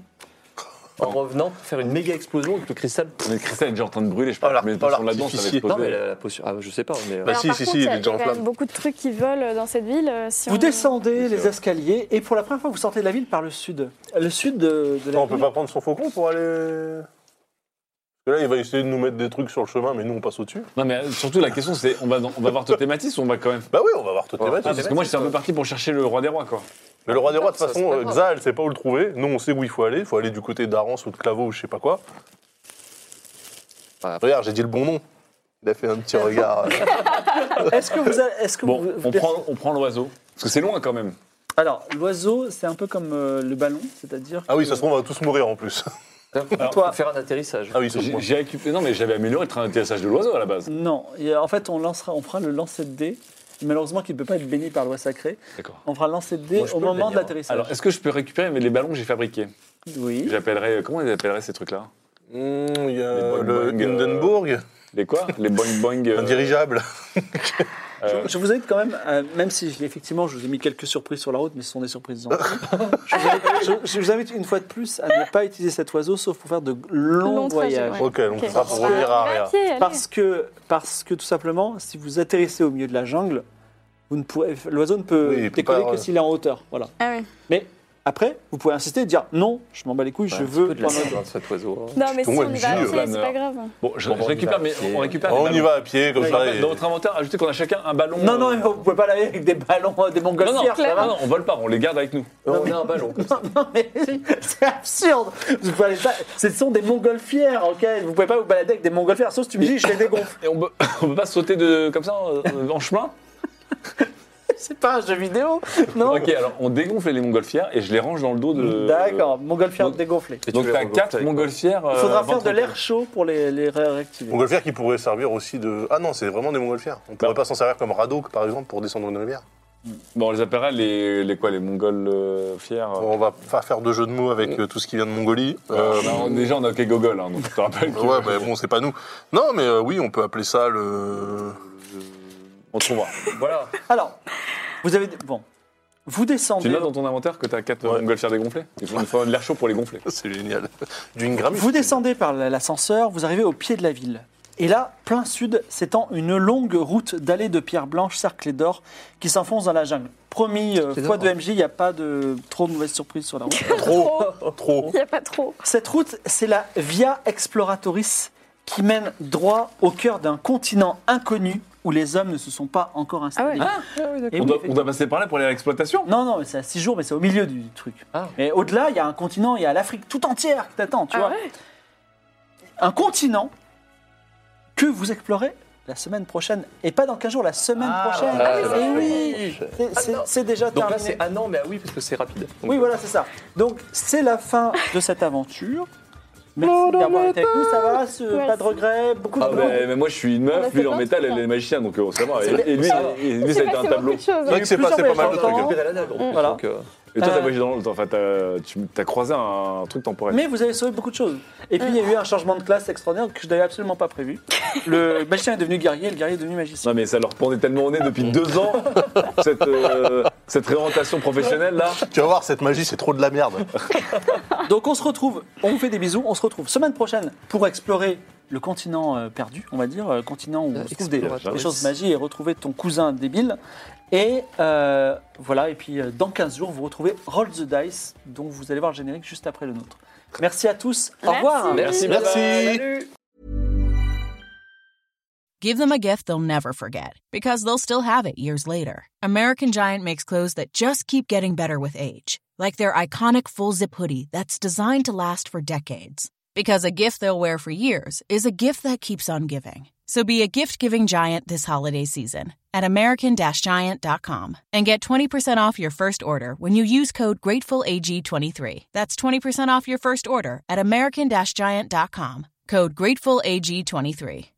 S4: en revenant pour faire une méga explosion avec le cristal.
S3: Mais le cristal est déjà en train de brûler, je
S6: Oh,
S3: pense.
S6: l'art-
S3: mais
S6: oh,
S3: parce qu'on l'a dedans, ça va
S6: l'artificier.
S4: Non mais
S3: exploser.
S4: la, la potion, ah, je sais pas, mais euh,
S6: Bah
S5: Alors,
S6: si,
S5: par
S6: si,
S5: contre,
S6: si, il
S5: y
S6: est
S5: a-
S6: déjà en
S5: y a quand
S6: flamme.
S5: même beaucoup de trucs qui volent dans cette ville. euh, si
S2: vous
S5: on-
S2: descendez
S3: c'est
S2: les
S3: vrai.
S2: escaliers et pour la première fois, vous sortez de la ville par le sud. Le sud de, de la
S6: Non, on peut
S2: ville.
S6: pas prendre son faucon pour aller... Parce que là, il va essayer de nous mettre des trucs sur le chemin, mais nous, on passe au-dessus.
S3: Non, mais euh, surtout, la question, c'est on va, dans- on va voir Totematis ou on va quand même.
S6: Bah oui, on va voir
S3: Ah,
S6: Totematis.
S3: parce que moi, j'étais un peu parti pour chercher le roi des rois, quoi.
S6: mais le roi des rois, de toute
S4: Ça, c'est
S6: façon,
S4: pas
S6: euh,
S4: grave.
S6: Xa, elle sait pas où le trouver. Nous, on sait où il faut aller. Il faut aller du côté d'Arance ou de Claveau ou je sais pas quoi.
S4: Ah,
S6: Regarde, j'ai dit le bon nom. Il a fait un petit regard. euh.
S2: Est-ce que vous, a- est-ce que
S3: Bon,
S2: vous- vous
S3: on prend, on prend l'oiseau. Parce que c'est loin quand même.
S2: Alors l'oiseau, c'est un peu comme euh, le ballon, c'est-à-dire.
S6: Ah oui,
S2: que-
S6: ça se trouve, on va tous mourir en plus.
S4: toi, Bah, faire un atterrissage.
S6: Ah oui, c'est
S3: J'ai
S6: moi.
S3: j'ai récupéré. Non, mais j'avais amélioré le train d'atterrissage de l'oiseau à la base.
S2: Non. Il y a- en fait, on lancera, on fera le lancer de dés. Malheureusement, qui ne peut pas être béni par loi sacrée.
S3: D'accord.
S2: On fera le lancer de dés
S4: Moi, je
S2: au
S4: peux
S2: moment
S4: le
S2: de
S4: bénir.
S2: l'atterrissage.
S3: Alors, est-ce que je peux récupérer mais les ballons que j'ai fabriqués
S2: oui.
S3: J'appellerai. Comment ils appelleraient ces trucs-là
S6: Mmh, Il y
S3: Les
S6: a
S3: boing
S6: le
S3: boing, euh,
S6: Hindenburg,
S3: Les quoi Les boing boing. euh,
S6: un dirigeable.
S3: euh,
S2: Je vous invite quand même, euh, même si je- effectivement je vous ai mis quelques surprises sur la route, mais ce sont des surprises gentils. je, vous invite, je- je vous invite une fois de plus à ne pas utiliser cet oiseau sauf pour faire de longs
S5: Long trajet,
S2: voyages.
S5: ouais.
S6: Ok, donc
S5: Ok.
S6: ça sera pour revenir à
S4: Ah,
S5: On va
S6: Aria.
S5: pied, allez.
S2: Parce que, parce que tout simplement, si vous atterrissez au milieu de la jungle, vous ne pourrez, l'oiseau ne peut
S6: Oui, il peut
S2: décoller
S6: pas,
S2: que
S6: ouais.
S2: s'il est en hauteur. Voilà.
S5: Ah oui.
S2: Après, vous pouvez insister et dire non, je m'en bats les couilles, je veux.
S4: de la
S2: prendre-
S4: saison de cet oiseau. hein.
S5: Non, mais si
S6: Putain,
S5: on y va à
S6: Dieu.
S5: pied, c'est pas grave.
S3: Bon, je,
S4: Bon,
S3: je
S4: on y
S3: récupère.
S4: va,
S3: Mais
S4: c'est-
S3: on récupère. les
S6: On y
S3: ballons.
S6: va à pied, comme
S3: Je
S6: ça.
S3: rappelle,
S6: et-
S3: Dans votre inventaire, ajoutez qu'on a chacun un ballon.
S2: Non, non,
S3: euh,
S2: vous pouvez pas l'aller avec des ballons, euh, des
S3: Non, non,
S2: montgolfières. ça
S3: non,
S2: va.
S3: non, on vole pas, on les garde avec nous.
S4: on a un ballon comme ça.
S2: Non, mais [laughs] c'est absurde. Vous pouvez aller pas- Ce sont des montgolfières, ok Vous pouvez pas vous balader avec des montgolfières, sauf si tu me dis je les dégonfle.
S3: Et on peut, [laughs] on peut pas sauter de, comme ça euh, en chemin
S2: C'est [laughs] pas un jeu vidéo, non
S3: Ok, alors on dégonfle les montgolfières et je les range dans le dos de.
S2: D'accord, montgolfières
S3: Euh, donc-
S2: dégonflées.
S4: Et tu
S3: Donc
S4: les
S3: t'as
S4: regonfles
S3: 4
S4: avec quoi
S3: montgolfières.
S2: Il
S3: euh,
S2: faudra faire de
S3: ventricules.
S2: l'air chaud pour les, les ré- réactiver.
S6: Montgolfière qui pourrait servir aussi de. Ah non, c'est vraiment des montgolfières. On pourrait pas s'en servir comme radeau, par exemple, pour descendre une rivière.
S3: Bon, on les appellera les, les quoi Les montgolfières euh,
S6: On va fa- faire deux jeux de mots avec euh, tout ce qui vient de Mongolie. Euh,
S3: Euh, bah, on- déjà, on a OK Google, hein, donc je te rappelle que-
S6: ouais, mais bon, c'est pas nous. Non, mais euh, oui, on peut appeler ça le. [laughs]
S3: on trouvera.
S2: [laughs]
S4: Voilà.
S2: Alors, vous avez. Bon. Vous descendez.
S3: Tu l'as dans ton inventaire que t'as 4
S6: Ouais.
S3: montgolfières dégonflées Il faut il faut de l'air chaud pour les gonfler.
S6: C'est génial. Du Ingram.
S2: Vous descendez par l'ascenseur, vous arrivez au pied de la ville. Et là, plein sud, s'étend une longue route d'allées de pierres blanches cerclées d'or qui s'enfonce dans la jungle. Promis, euh,
S4: C'est
S2: fois
S4: d'or,
S2: de MJ, il n'y a pas de trop de mauvaises surprises sur la route.
S6: Trop. Trop.
S5: Il n'y a pas trop.
S2: Cette route, c'est la Via Exploratoris qui mène droit au cœur d'un continent inconnu où les hommes ne se sont pas encore installés.
S5: Ah
S2: Et
S3: On
S2: oui,
S3: doit, on doit passer par là pour aller à l'exploitation
S2: Non, non, mais c'est à 6 jours, mais c'est au milieu du truc.
S4: Ah.
S2: Mais au-delà, il y a un continent, il y a l'Afrique tout entière qui t'attend, tu
S5: Ah
S2: vois.
S5: ouais
S2: Un continent que vous explorez la semaine prochaine, et pas dans 15 jours, la semaine prochaine.
S4: ah,
S2: Eh
S4: la semaine
S2: oui
S4: prochaine.
S2: C'est- c'est-
S4: Ah, non.
S2: C'est déjà
S4: Donc là
S2: terminé.
S4: c'est ah non mais ah oui parce que c'est rapide. Donc,
S2: oui, voilà, c'est ça. Donc, c'est la fin de cette aventure. Merci d'avoir été avec nous, ça va, ce-
S5: Merci.
S2: pas de regrets, beaucoup de
S3: Ah,
S2: boulot.
S3: mais, mais moi je suis une
S5: On a
S3: meuf,
S5: fait
S3: lui il est en
S5: plein de
S3: métal,
S5: trucs,
S3: elle est
S5: hein.
S3: magicien, donc euh, ça va. Et, et lui, et lui,
S5: Il
S3: ça a
S5: s'est
S3: été un
S5: passé
S3: tableau.
S5: beaucoup de choses.
S6: C'est vrai
S5: hein.
S6: que c'est
S2: plusieurs
S6: passé pas mal
S2: voyages dans
S6: de trucs.
S2: le temps.
S4: pédale à la dague, en plus,
S2: Voilà.
S4: donc, euh,
S3: Et toi,
S2: Euh.
S3: t'as voyagé dans le temps, enfin, t'as- euh, tu as croisé un, truc temporel.
S2: Mais vous avez sauvé beaucoup de choses. Et puis il y a eu un changement de classe extraordinaire que je n'avais absolument pas prévu. Le magicien est devenu guerrier, le guerrier est devenu magicien.
S3: Non mais ça leur pendait tellement au nez depuis deux ans, cette, euh, cette réorientation professionnelle là.
S6: Tu vas voir, cette magie, c'est trop de la merde.
S2: Donc on se retrouve, on vous fait des bisous, on se retrouve semaine prochaine pour explorer le continent euh, perdu, on va dire, euh, continent où
S8: Euh,
S2: se trouvent des,
S8: explorateur.
S2: des choses de magie et retrouver ton cousin débile. Et euh, voilà, et puis euh, dans 15 jours, vous retrouvez Roll the Dice, dont vous allez voir le générique juste après le nôtre. Merci à tous, au revoir
S4: Merci,
S6: Merci.
S4: bye-bye. Salut.
S9: Give them a gift they'll never forget because they'll still have it years later. American Giant makes clothes that just keep getting better with age, like their iconic full zip hoodie that's designed to last for decades. Because a gift they'll wear for years is a gift that keeps on giving. So be a gift giving giant this holiday season at American Giant.com and get 20% off your first order when you use code GratefulAG23. That's 20% off your first order at American Giant.com. Code GratefulAG23.